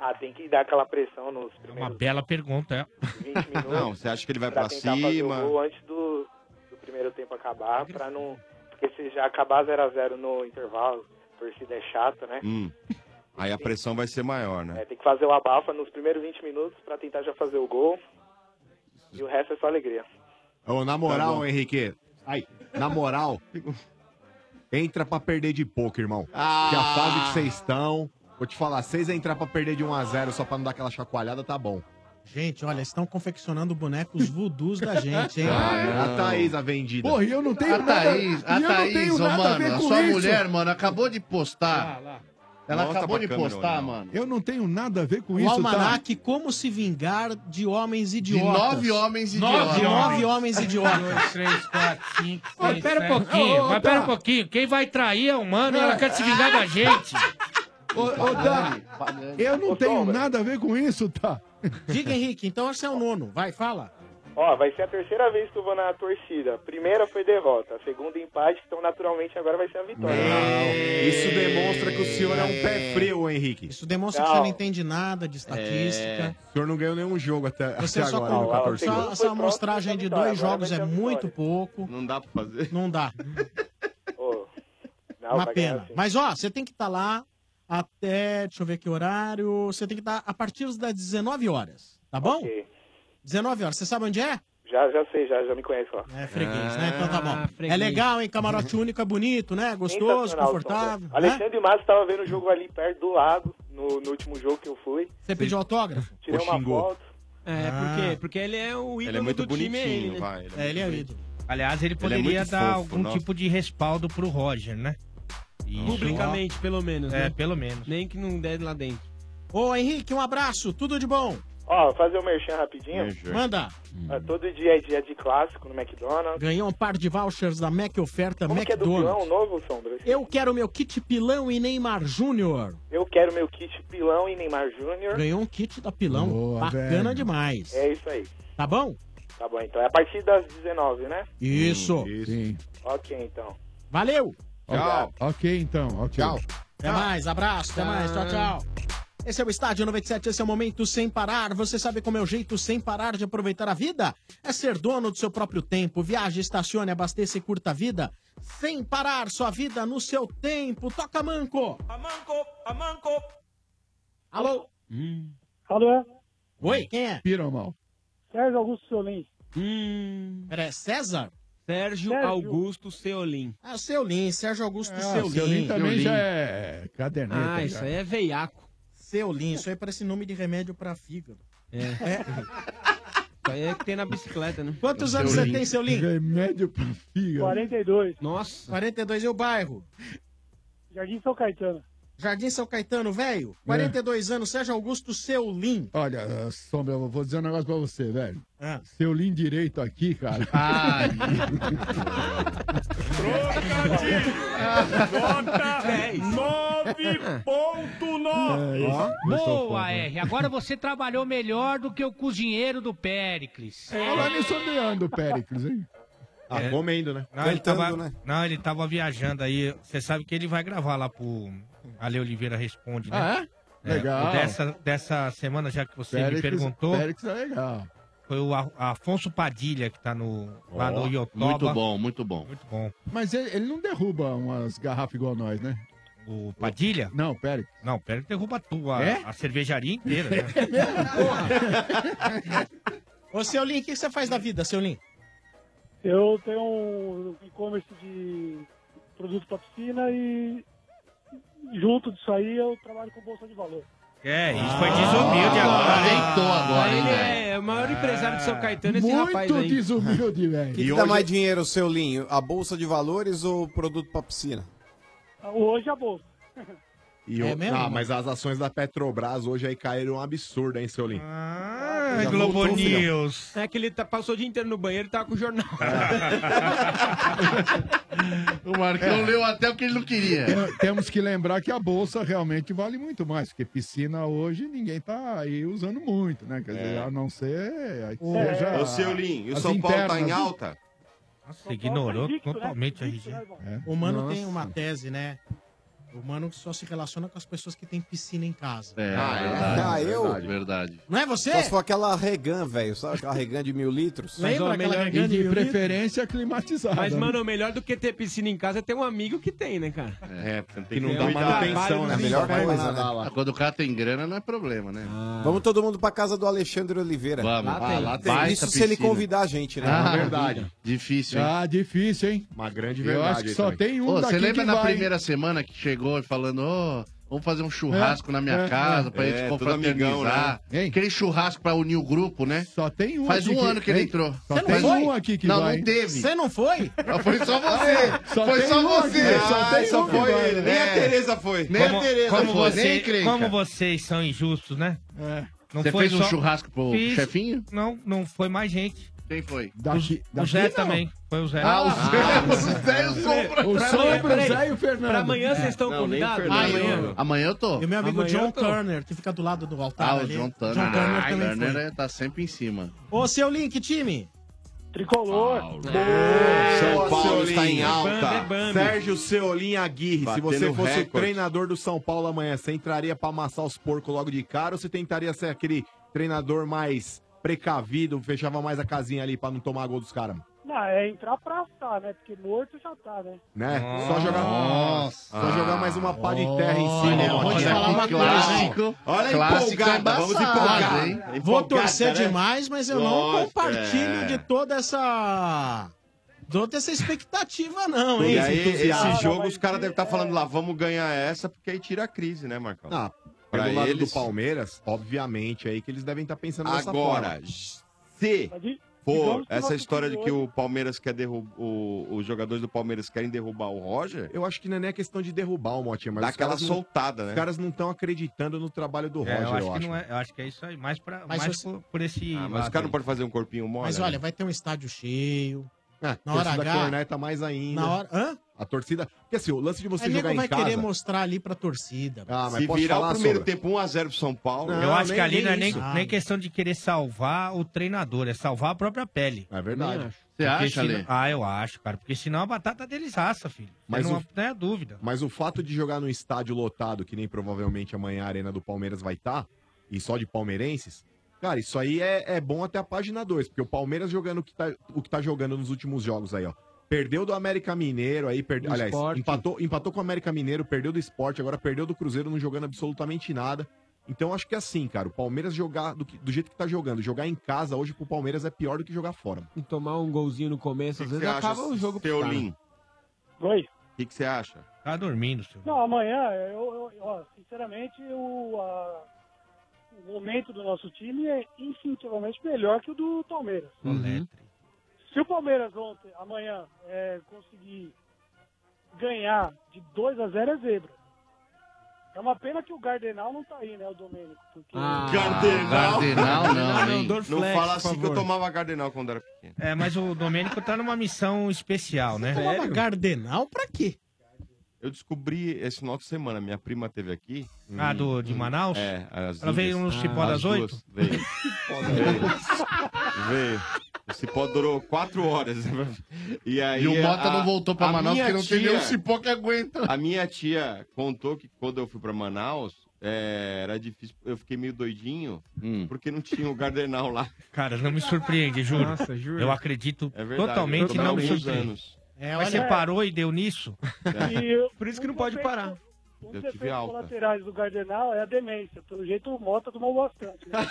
[SPEAKER 22] Ah, tem que dar aquela pressão nos
[SPEAKER 3] Uma
[SPEAKER 22] primeiros
[SPEAKER 3] bela pergunta, é.
[SPEAKER 22] 20 minutos.
[SPEAKER 12] Não, você acha que ele vai pra
[SPEAKER 22] tentar fazer o
[SPEAKER 12] cima?
[SPEAKER 22] gol antes do, do primeiro tempo acabar, pra não. Porque se já acabar 0x0 no intervalo, a torcida é chata, né?
[SPEAKER 12] Hum. Aí a pressão vai ser maior, né?
[SPEAKER 22] É, tem que fazer o abafa nos primeiros 20 minutos pra tentar já fazer o gol. E o resto é só alegria.
[SPEAKER 9] Ô, na
[SPEAKER 12] Tá
[SPEAKER 9] moral,
[SPEAKER 12] bom.
[SPEAKER 9] Henrique. Ai, na moral, entra pra perder de pouco, irmão. Que a fase que vocês estão. Vou te falar, vocês entrar pra perder de 1x0 só pra não dar aquela chacoalhada, tá bom.
[SPEAKER 2] Gente, olha, estão confeccionando bonecos vudus da gente, hein?
[SPEAKER 7] é?
[SPEAKER 9] Ah,
[SPEAKER 7] tá
[SPEAKER 9] a Thaís, a vendida.
[SPEAKER 2] Porra,
[SPEAKER 7] e eu não
[SPEAKER 2] tenho
[SPEAKER 5] a
[SPEAKER 2] nada-
[SPEAKER 5] Thaís,
[SPEAKER 2] e eu
[SPEAKER 5] a
[SPEAKER 2] não
[SPEAKER 5] Thaís,
[SPEAKER 2] tenho
[SPEAKER 5] ô,
[SPEAKER 2] nada a
[SPEAKER 5] mano,
[SPEAKER 2] ver
[SPEAKER 5] a
[SPEAKER 2] com
[SPEAKER 5] sua
[SPEAKER 2] isso.
[SPEAKER 5] mulher, mano, acabou de postar. Ela
[SPEAKER 7] Mostra
[SPEAKER 5] acabou
[SPEAKER 7] pra
[SPEAKER 5] de
[SPEAKER 7] câmera,
[SPEAKER 5] postar,
[SPEAKER 7] Ronaldo.
[SPEAKER 5] mano.
[SPEAKER 7] Eu não tenho nada a ver com
[SPEAKER 2] o
[SPEAKER 7] isso, tá?
[SPEAKER 2] almanac Como se vingar de homens idiotas.
[SPEAKER 5] nove homens
[SPEAKER 2] Nove,
[SPEAKER 5] idiotas.
[SPEAKER 2] nove homens
[SPEAKER 3] Um,
[SPEAKER 2] idiotas.
[SPEAKER 3] 3, 4, 5,
[SPEAKER 2] Mas
[SPEAKER 3] Pera um pouquinho, mas pera um pouquinho. Quem vai trair é humano e ela quer se vingar da gente.
[SPEAKER 7] Ô, ô Dani, eu não tenho nada a ver com isso, tá?
[SPEAKER 2] Diga, Henrique, então esse é o nono. Vai, fala.
[SPEAKER 22] Ó, vai ser a terceira vez que eu vou na torcida. A primeira foi derrota, a segunda empate, então naturalmente agora vai ser a vitória.
[SPEAKER 9] Isso demonstra que o senhor é um pé frio, Henrique. É.
[SPEAKER 2] Isso demonstra que você não entende nada de estatística.
[SPEAKER 9] O senhor não ganhou nenhum jogo até,
[SPEAKER 2] Você
[SPEAKER 9] até
[SPEAKER 2] só
[SPEAKER 9] agora, né, no
[SPEAKER 2] colocou-
[SPEAKER 9] 14.
[SPEAKER 2] só, essa amostragem de dois jogos é muito pouco.
[SPEAKER 12] Não dá pra fazer.
[SPEAKER 2] Não dá.
[SPEAKER 22] Não, é assim.
[SPEAKER 2] Uma
[SPEAKER 22] vai ganhar
[SPEAKER 2] pena.
[SPEAKER 22] sim.
[SPEAKER 2] Mas ó, você tem que estar lá até, deixa eu ver que horário, você tem que estar a partir das 19 horas, tá bom? 19 horas. Você sabe onde é?
[SPEAKER 22] Já, já sei, já, já me conheço lá.
[SPEAKER 2] É freguês, né?
[SPEAKER 22] Ah,
[SPEAKER 2] Então tá bom. É legal, hein? Camarote único é bonito, né? Gostoso,
[SPEAKER 22] Sensacional,
[SPEAKER 2] confortável.
[SPEAKER 22] Sombra.
[SPEAKER 2] né?
[SPEAKER 22] então. Alexandre Matos estava vendo o jogo ali perto do lago, no, no último jogo que eu fui.
[SPEAKER 2] Você pediu autógrafo?
[SPEAKER 22] Tirei uma foto.
[SPEAKER 10] É,
[SPEAKER 3] Ah.
[SPEAKER 10] por quê? Porque ele é o ídolo
[SPEAKER 3] Ele é muito
[SPEAKER 10] do time, é ele,
[SPEAKER 3] bonitinho,
[SPEAKER 10] né?
[SPEAKER 3] vai, ele é É, ele muito é bonito.
[SPEAKER 2] ídolo.
[SPEAKER 3] Aliás, ele
[SPEAKER 10] é
[SPEAKER 3] poderia
[SPEAKER 10] muito
[SPEAKER 3] dar
[SPEAKER 10] fofo,
[SPEAKER 3] algum
[SPEAKER 10] nossa.
[SPEAKER 3] tipo de respaldo pro Roger, né? Isso.
[SPEAKER 10] Publicamente, pelo menos,
[SPEAKER 3] É,
[SPEAKER 10] né?
[SPEAKER 3] pelo menos.
[SPEAKER 10] Nem que não der lá dentro.
[SPEAKER 2] Ô, Henrique, um abraço, tudo de bom.
[SPEAKER 22] Ó, fazer o merchan rapidinho.
[SPEAKER 2] Merchan. Manda.
[SPEAKER 22] Ah, todo dia é dia de clássico no McDonald's.
[SPEAKER 2] Ganhou um par de vouchers da Mac Oferta
[SPEAKER 22] Como que é do pilão
[SPEAKER 2] McDonald's.
[SPEAKER 22] novo, Sombra?
[SPEAKER 2] Eu quero meu kit Pilão e Neymar Júnior.
[SPEAKER 22] Eu quero meu kit pilão e Neymar Júnior.
[SPEAKER 2] Ganhou um kit da Pilão. Bacana
[SPEAKER 22] velho.
[SPEAKER 2] demais.
[SPEAKER 22] É isso aí.
[SPEAKER 2] Tá bom?
[SPEAKER 22] Tá bom, então. É a partir das 19, né?
[SPEAKER 7] Hum,
[SPEAKER 2] Isso.
[SPEAKER 22] Ok, então.
[SPEAKER 2] Valeu.
[SPEAKER 7] Tchau. Ok, então. ok.
[SPEAKER 2] Até mais, abraço, até mais, tchau, tchau. Esse é o Estádio 97, esse é o Momento Sem Parar. Você sabe como é o jeito sem parar de aproveitar a vida? É ser dono do seu próprio tempo. Viaje, estacione, abasteça e curta a vida. Sem parar sua vida no seu tempo. Toca manco.
[SPEAKER 23] Amanco, amanco.
[SPEAKER 2] Alô?
[SPEAKER 23] Alô? é?
[SPEAKER 2] Oi, quem é?
[SPEAKER 7] Piromal.
[SPEAKER 23] Sérgio Augusto Solim.
[SPEAKER 10] Hum.
[SPEAKER 2] Pera, é César?
[SPEAKER 10] Sérgio,
[SPEAKER 23] Sérgio.
[SPEAKER 10] Augusto Seolim.
[SPEAKER 2] Ah, Seolim, Sérgio Augusto
[SPEAKER 7] Ah, o Seolim também já é caderneta.
[SPEAKER 2] Tá
[SPEAKER 10] Ah,
[SPEAKER 7] já.
[SPEAKER 10] isso aí é veiaco.
[SPEAKER 2] Teolin, isso aí parece nome de remédio pra fígado. É.
[SPEAKER 10] Isso aí é que tem na bicicleta, né?
[SPEAKER 2] Quantos anos você tem, seu Lin?
[SPEAKER 7] Remédio pra fígado.
[SPEAKER 23] 42.
[SPEAKER 10] Nossa.
[SPEAKER 2] 42 e o bairro?
[SPEAKER 23] Jardim São Caetano.
[SPEAKER 2] Jardim São Caetano, velho.
[SPEAKER 7] É.
[SPEAKER 2] 42 anos, Sérgio Augusto Seulin.
[SPEAKER 7] Olha, ah, Sombra, eu vou dizer um negócio pra você, velho.
[SPEAKER 2] Ah.
[SPEAKER 7] Seu Lin direito aqui, cara.
[SPEAKER 2] Ai.
[SPEAKER 4] Nota
[SPEAKER 3] É,
[SPEAKER 4] 9.9.
[SPEAKER 24] Ó, começou
[SPEAKER 4] Boa,
[SPEAKER 3] né?
[SPEAKER 4] R. Agora você trabalhou melhor do que o cozinheiro do Péricles.
[SPEAKER 7] Olha nisso onde anda o Péricles, hein?
[SPEAKER 3] É. Ah,
[SPEAKER 9] comendo, né?
[SPEAKER 3] Não, ele
[SPEAKER 7] Cantando,
[SPEAKER 3] tava,
[SPEAKER 7] né?
[SPEAKER 3] não, ele tava viajando aí. Você sabe que ele vai gravar lá pro Ale Oliveira Responde, né?
[SPEAKER 7] Ah, é? Legal.
[SPEAKER 3] o Dessa, dessa semana, já que você me
[SPEAKER 7] Péricles-
[SPEAKER 3] perguntou.
[SPEAKER 7] Péricles é legal.
[SPEAKER 3] Ah. Foi o Ar- Afonso Padilha que tá no, lá
[SPEAKER 7] Ó,
[SPEAKER 3] no Iotoba.
[SPEAKER 7] muito bom,
[SPEAKER 12] muito bom.
[SPEAKER 3] Muito bom.
[SPEAKER 7] Mas ele, ele não derruba umas garrafas igual nós, né?
[SPEAKER 3] O Padilha?
[SPEAKER 7] Não, Péricles.
[SPEAKER 3] Não, pera que derruba a tua,
[SPEAKER 7] É?
[SPEAKER 3] a cervejaria inteira. Né?
[SPEAKER 2] Ô, seu Lin, o que que você faz da vida, seu Lin?
[SPEAKER 23] Eu tenho um e-commerce de produto para piscina e junto disso aí eu trabalho com bolsa de valor.
[SPEAKER 3] É, isso foi desumilde agora, hein?
[SPEAKER 10] Ele é o maior empresário de São Caetano, esse rapaz aí.
[SPEAKER 7] desumilde, velho.
[SPEAKER 10] E
[SPEAKER 6] Ah. que, que
[SPEAKER 10] hoje-
[SPEAKER 6] dá mais dinheiro, seu Linho? A bolsa de valores ou o produto pra piscina?
[SPEAKER 23] Hoje a bolsa.
[SPEAKER 9] E
[SPEAKER 6] É
[SPEAKER 9] o-
[SPEAKER 6] mesmo?
[SPEAKER 9] Ah, mas as ações da Petrobras hoje aí caíram um absurdo, hein, seu Lin?
[SPEAKER 3] Ah,
[SPEAKER 9] Já Globo voltou, filhão. News.
[SPEAKER 10] É que ele tá- passou o dia inteiro no banheiro e tava com o jornal.
[SPEAKER 5] O Marcão
[SPEAKER 2] É.
[SPEAKER 5] leu até o que ele não queria.
[SPEAKER 7] Tem- Temos que lembrar que a bolsa realmente vale muito mais, porque piscina hoje ninguém tá aí usando muito, né? Quer dizer, a não ser. aí que
[SPEAKER 9] É.
[SPEAKER 7] seja
[SPEAKER 12] É. Ô, seu Lin, o
[SPEAKER 7] as
[SPEAKER 12] São Paulo tá
[SPEAKER 7] internas,
[SPEAKER 12] em
[SPEAKER 7] né?
[SPEAKER 12] alta?
[SPEAKER 3] Você ignorou
[SPEAKER 2] invicto, né?
[SPEAKER 3] totalmente a RG.
[SPEAKER 2] O Mano tem
[SPEAKER 3] Nossa.
[SPEAKER 2] uma tese, né? O Mano só se relaciona com as pessoas que têm piscina em casa.
[SPEAKER 6] É, Ah, é? verdade, Ah, eu? verdade,
[SPEAKER 12] Verdade.
[SPEAKER 2] Não é você?
[SPEAKER 6] Só se for aquela regan, velho. Sabe aquela regan de mil litros?
[SPEAKER 7] Mas, ó, melhor- e de preferência climatizada.
[SPEAKER 10] Mas,
[SPEAKER 7] né?
[SPEAKER 10] mano, o melhor do que ter piscina em casa é ter um amigo que tem, né, cara?
[SPEAKER 12] É, tem
[SPEAKER 10] que não dá manutenção, né?
[SPEAKER 6] Melhor coisa, né?
[SPEAKER 12] Ah, Quando o cara tem grana, não é problema, né?
[SPEAKER 7] Ah.
[SPEAKER 6] Vamos todo mundo pra casa do Alexandre Oliveira.
[SPEAKER 12] Vamos. Lá tem.
[SPEAKER 6] Isso
[SPEAKER 12] Baita
[SPEAKER 6] se ele
[SPEAKER 12] piscina.
[SPEAKER 6] convidar a gente, né?
[SPEAKER 12] Ah, verdade.
[SPEAKER 25] Difícil, hein?
[SPEAKER 7] Ah, então. difícil, hein?
[SPEAKER 9] Uma grande
[SPEAKER 25] Eu
[SPEAKER 9] verdade.
[SPEAKER 25] acho que só tem um Você
[SPEAKER 7] daqui
[SPEAKER 25] lembra
[SPEAKER 7] que
[SPEAKER 25] na
[SPEAKER 7] vai,
[SPEAKER 25] primeira semana que chegou e falando, ô, vamos fazer um churrasco
[SPEAKER 7] É,
[SPEAKER 25] na minha
[SPEAKER 7] é,
[SPEAKER 25] casa
[SPEAKER 7] é.
[SPEAKER 25] pra gente
[SPEAKER 7] É, todo
[SPEAKER 25] confraternizar.
[SPEAKER 7] amigão, né?
[SPEAKER 25] Aquele churrasco pra unir o grupo, né?
[SPEAKER 7] Só tem um
[SPEAKER 25] Faz
[SPEAKER 7] aqui
[SPEAKER 25] um
[SPEAKER 7] que-
[SPEAKER 25] ano que ele
[SPEAKER 7] Ei,
[SPEAKER 25] entrou.
[SPEAKER 7] só tem
[SPEAKER 25] Faz-
[SPEAKER 7] um aqui que
[SPEAKER 25] não,
[SPEAKER 7] vai,
[SPEAKER 25] Não,
[SPEAKER 7] hein?
[SPEAKER 25] teve.
[SPEAKER 2] Você não foi?
[SPEAKER 25] Ah, Foi só você.
[SPEAKER 7] Só
[SPEAKER 25] foi
[SPEAKER 7] tem
[SPEAKER 25] só
[SPEAKER 7] um
[SPEAKER 25] você.
[SPEAKER 7] aqui, só
[SPEAKER 25] Ah,
[SPEAKER 7] tem um
[SPEAKER 25] só
[SPEAKER 7] que
[SPEAKER 25] foi
[SPEAKER 7] vai.
[SPEAKER 25] ele.
[SPEAKER 7] Nem a Tereza
[SPEAKER 25] foi. Nem a Tereza
[SPEAKER 3] como
[SPEAKER 25] foi.
[SPEAKER 3] você-
[SPEAKER 25] Nem creio.
[SPEAKER 3] como vocês são injustos, né?
[SPEAKER 7] É.
[SPEAKER 25] Você fez um churrasco pro chefinho?
[SPEAKER 3] Não, não foi mais gente.
[SPEAKER 25] Quem foi?
[SPEAKER 7] Daqui,
[SPEAKER 3] o
[SPEAKER 25] daqui
[SPEAKER 3] Zé
[SPEAKER 25] não.
[SPEAKER 3] também. Foi o Zé.
[SPEAKER 25] Ah, o Zé,
[SPEAKER 7] o Zé e o Sombra. O
[SPEAKER 25] Pra
[SPEAKER 7] Sombra,
[SPEAKER 25] amanhã, peraí.
[SPEAKER 7] o Zé e o Fernando.
[SPEAKER 25] Pra amanhã
[SPEAKER 7] vocês estão convidados?
[SPEAKER 25] Amanhã.
[SPEAKER 7] Amanhã.
[SPEAKER 25] Amanhã eu tô.
[SPEAKER 2] E o meu amigo John Turner, que fica do lado do altar
[SPEAKER 25] Ah, o
[SPEAKER 2] ali.
[SPEAKER 25] John Turner.
[SPEAKER 2] John Turner
[SPEAKER 25] ah,
[SPEAKER 2] também
[SPEAKER 25] Turner
[SPEAKER 2] foi.
[SPEAKER 25] é- tá sempre em cima.
[SPEAKER 2] Ô, seu Lin, que time?
[SPEAKER 23] Tricolor.
[SPEAKER 9] É, São Paulo
[SPEAKER 25] Seolim.
[SPEAKER 9] está em
[SPEAKER 25] Bambi,
[SPEAKER 9] alta.
[SPEAKER 25] Bambi.
[SPEAKER 9] Sérgio Seolim Aguirre,
[SPEAKER 25] Batendo
[SPEAKER 9] se você fosse o
[SPEAKER 25] recorde.
[SPEAKER 9] treinador do São Paulo amanhã, você entraria pra amassar os porcos logo de cara ou você tentaria ser aquele treinador mais precavido, fechava mais a casinha ali pra não tomar gol dos caras?
[SPEAKER 23] Não, é entrar pra assar, né? Porque morto já tá, né?
[SPEAKER 9] Né? Só jogar Só jogar mais uma pá de terra em cima.
[SPEAKER 2] Olha, vou te falar uma coisa, hein?
[SPEAKER 9] Olha
[SPEAKER 2] Clássico
[SPEAKER 9] empolgada,
[SPEAKER 2] é
[SPEAKER 9] vamos
[SPEAKER 2] embaçado,
[SPEAKER 9] empolgar.
[SPEAKER 2] hein?
[SPEAKER 9] Empolgada,
[SPEAKER 2] Vou torcer
[SPEAKER 9] né?
[SPEAKER 2] demais, mas eu não
[SPEAKER 9] Lógico,
[SPEAKER 2] compartilho
[SPEAKER 9] é.
[SPEAKER 2] de toda
[SPEAKER 25] Ah.
[SPEAKER 2] essa... Toda essa expectativa, não, hein?
[SPEAKER 12] e aí,
[SPEAKER 2] esse
[SPEAKER 12] esse
[SPEAKER 2] entusiasmo.
[SPEAKER 9] é
[SPEAKER 12] jogo, os caras devem estar falando lá, vamos ganhar essa, porque aí tira a crise, né, Marcão?
[SPEAKER 9] Ah,
[SPEAKER 12] Pra
[SPEAKER 9] pelo lado
[SPEAKER 12] eles-
[SPEAKER 9] do Palmeiras, obviamente, é aí que eles devem estar pensando nessa
[SPEAKER 12] Agora, se Pô, essa história de que o Palmeiras quer derrubar. Os jogadores do Palmeiras querem derrubar o Roger.
[SPEAKER 9] Eu acho que não é nem a questão de derrubar o Motinha, mas
[SPEAKER 12] Dá
[SPEAKER 9] os caras
[SPEAKER 12] aquela
[SPEAKER 9] não-
[SPEAKER 12] soltada, né?
[SPEAKER 9] Os caras não estão acreditando no trabalho do
[SPEAKER 12] É,
[SPEAKER 9] Roger,
[SPEAKER 12] eu acho
[SPEAKER 9] eu acho.
[SPEAKER 12] que
[SPEAKER 3] Acho que não é- eu acho que é isso aí. Mais, pra,
[SPEAKER 2] Mas
[SPEAKER 3] mais
[SPEAKER 2] você-
[SPEAKER 3] por, por esse.
[SPEAKER 12] Ah, mas o cara não pode fazer um corpinho mole.
[SPEAKER 2] Mas
[SPEAKER 12] né?
[SPEAKER 2] olha, vai ter um estádio cheio. na
[SPEAKER 9] a
[SPEAKER 2] hora
[SPEAKER 9] Ah, torcida
[SPEAKER 2] H...
[SPEAKER 9] corneta mais ainda.
[SPEAKER 2] Na hora- Hã?
[SPEAKER 9] A torcida... Porque assim, o lance de você
[SPEAKER 2] Aí
[SPEAKER 9] jogar
[SPEAKER 2] nego vai
[SPEAKER 9] em casa...
[SPEAKER 2] querer mostrar ali pra torcida.
[SPEAKER 9] Ah, mas
[SPEAKER 12] Se
[SPEAKER 9] posso
[SPEAKER 12] virar
[SPEAKER 9] falar,
[SPEAKER 12] o primeiro
[SPEAKER 9] Sombra?
[SPEAKER 12] tempo 1x0 pro São Paulo.
[SPEAKER 3] eu acho que ali não é nem,
[SPEAKER 12] isso.
[SPEAKER 3] nem questão de querer salvar o treinador, é salvar a própria pele.
[SPEAKER 9] É
[SPEAKER 12] verdade.
[SPEAKER 9] Você acha,
[SPEAKER 3] senão...
[SPEAKER 9] Lê?
[SPEAKER 3] Ah, eu acho, cara. Porque senão a batata deles assa, filho.
[SPEAKER 9] Mas
[SPEAKER 3] Mas não,
[SPEAKER 9] o-
[SPEAKER 3] não é dúvida.
[SPEAKER 9] Mas o fato de jogar num estádio lotado, que nem provavelmente amanhã a Arena do Palmeiras vai estar, e só de palmeirenses, cara, isso aí é, é bom até a página 2, porque o Palmeiras jogando o que, tá, o que tá jogando nos últimos jogos aí, ó. Perdeu do América Mineiro aí, perdeu.
[SPEAKER 7] Do
[SPEAKER 9] Aliás,
[SPEAKER 7] Sport.
[SPEAKER 9] empatou, empatou com o América Mineiro, perdeu do esporte, agora perdeu do Cruzeiro, não jogando absolutamente nada. Então acho que é assim, cara, o Palmeiras jogar do, que- do jeito que tá jogando, jogar em casa hoje pro Palmeiras é pior do que jogar fora.
[SPEAKER 10] E tomar um golzinho no começo, às vezes acaba o jogo. pro cara.
[SPEAKER 12] Teolim.
[SPEAKER 23] Oi.
[SPEAKER 12] O que que você acha?
[SPEAKER 3] Tá dormindo, seu.
[SPEAKER 23] Não, amanhã, eu, eu- ó, sinceramente, o, a- o momento do nosso time é infinitivamente melhor que o do Palmeiras.
[SPEAKER 5] Ah.
[SPEAKER 16] Uhum.
[SPEAKER 23] Se o Palmeiras ontem, amanhã, é, conseguir ganhar de 2 a 0 é zebra. É uma pena que o Gardenal não tá aí, né, o Domênico? Porque...
[SPEAKER 3] Ah,
[SPEAKER 12] Gardenal.
[SPEAKER 7] Gardenal
[SPEAKER 3] né?
[SPEAKER 9] é
[SPEAKER 7] não, hein?
[SPEAKER 9] um
[SPEAKER 12] Ah. Não
[SPEAKER 3] Dorflex,
[SPEAKER 12] fala
[SPEAKER 3] por
[SPEAKER 12] assim que eu
[SPEAKER 3] favor.
[SPEAKER 12] tomava Gardenal quando era pequeno.
[SPEAKER 3] É, mas o Domênico tá numa missão especial, né?
[SPEAKER 12] tomava Sério?
[SPEAKER 3] Gardenal pra quê?
[SPEAKER 12] Eu descobri esse final de semana, minha prima teve aqui.
[SPEAKER 3] Ah, do- de Manaus?
[SPEAKER 12] É. as
[SPEAKER 3] Ela veio
[SPEAKER 12] duas.
[SPEAKER 3] no Cipó das
[SPEAKER 12] As duas,
[SPEAKER 3] oito?
[SPEAKER 12] Veio. veio. veio. O Cipó durou quatro horas. E, aí,
[SPEAKER 5] E o Mota não voltou pra
[SPEAKER 12] a
[SPEAKER 5] Manaus
[SPEAKER 12] minha
[SPEAKER 5] porque não tem
[SPEAKER 12] tia-
[SPEAKER 5] nenhum cipó que aguenta.
[SPEAKER 12] A minha tia contou que quando eu fui pra Manaus, é, era difícil. Eu fiquei meio doidinho porque não tinha o Gardenal lá.
[SPEAKER 3] Cara, não me surpreende, juro.
[SPEAKER 12] Nossa, juro.
[SPEAKER 3] Eu acredito
[SPEAKER 12] É verdade,
[SPEAKER 3] totalmente
[SPEAKER 12] eu
[SPEAKER 3] não
[SPEAKER 12] tava
[SPEAKER 3] me
[SPEAKER 12] uns
[SPEAKER 3] surpreende.
[SPEAKER 12] anos.
[SPEAKER 3] É,
[SPEAKER 12] É,
[SPEAKER 3] Mas
[SPEAKER 12] olha-
[SPEAKER 3] você parou e deu nisso?
[SPEAKER 23] Por isso que não pode parar.
[SPEAKER 12] Eu
[SPEAKER 23] Um
[SPEAKER 12] tive
[SPEAKER 23] dos efeitos
[SPEAKER 12] alta.
[SPEAKER 23] colaterais do Gardenal é a demência. Pelo jeito, o Mota tomou bastante. né?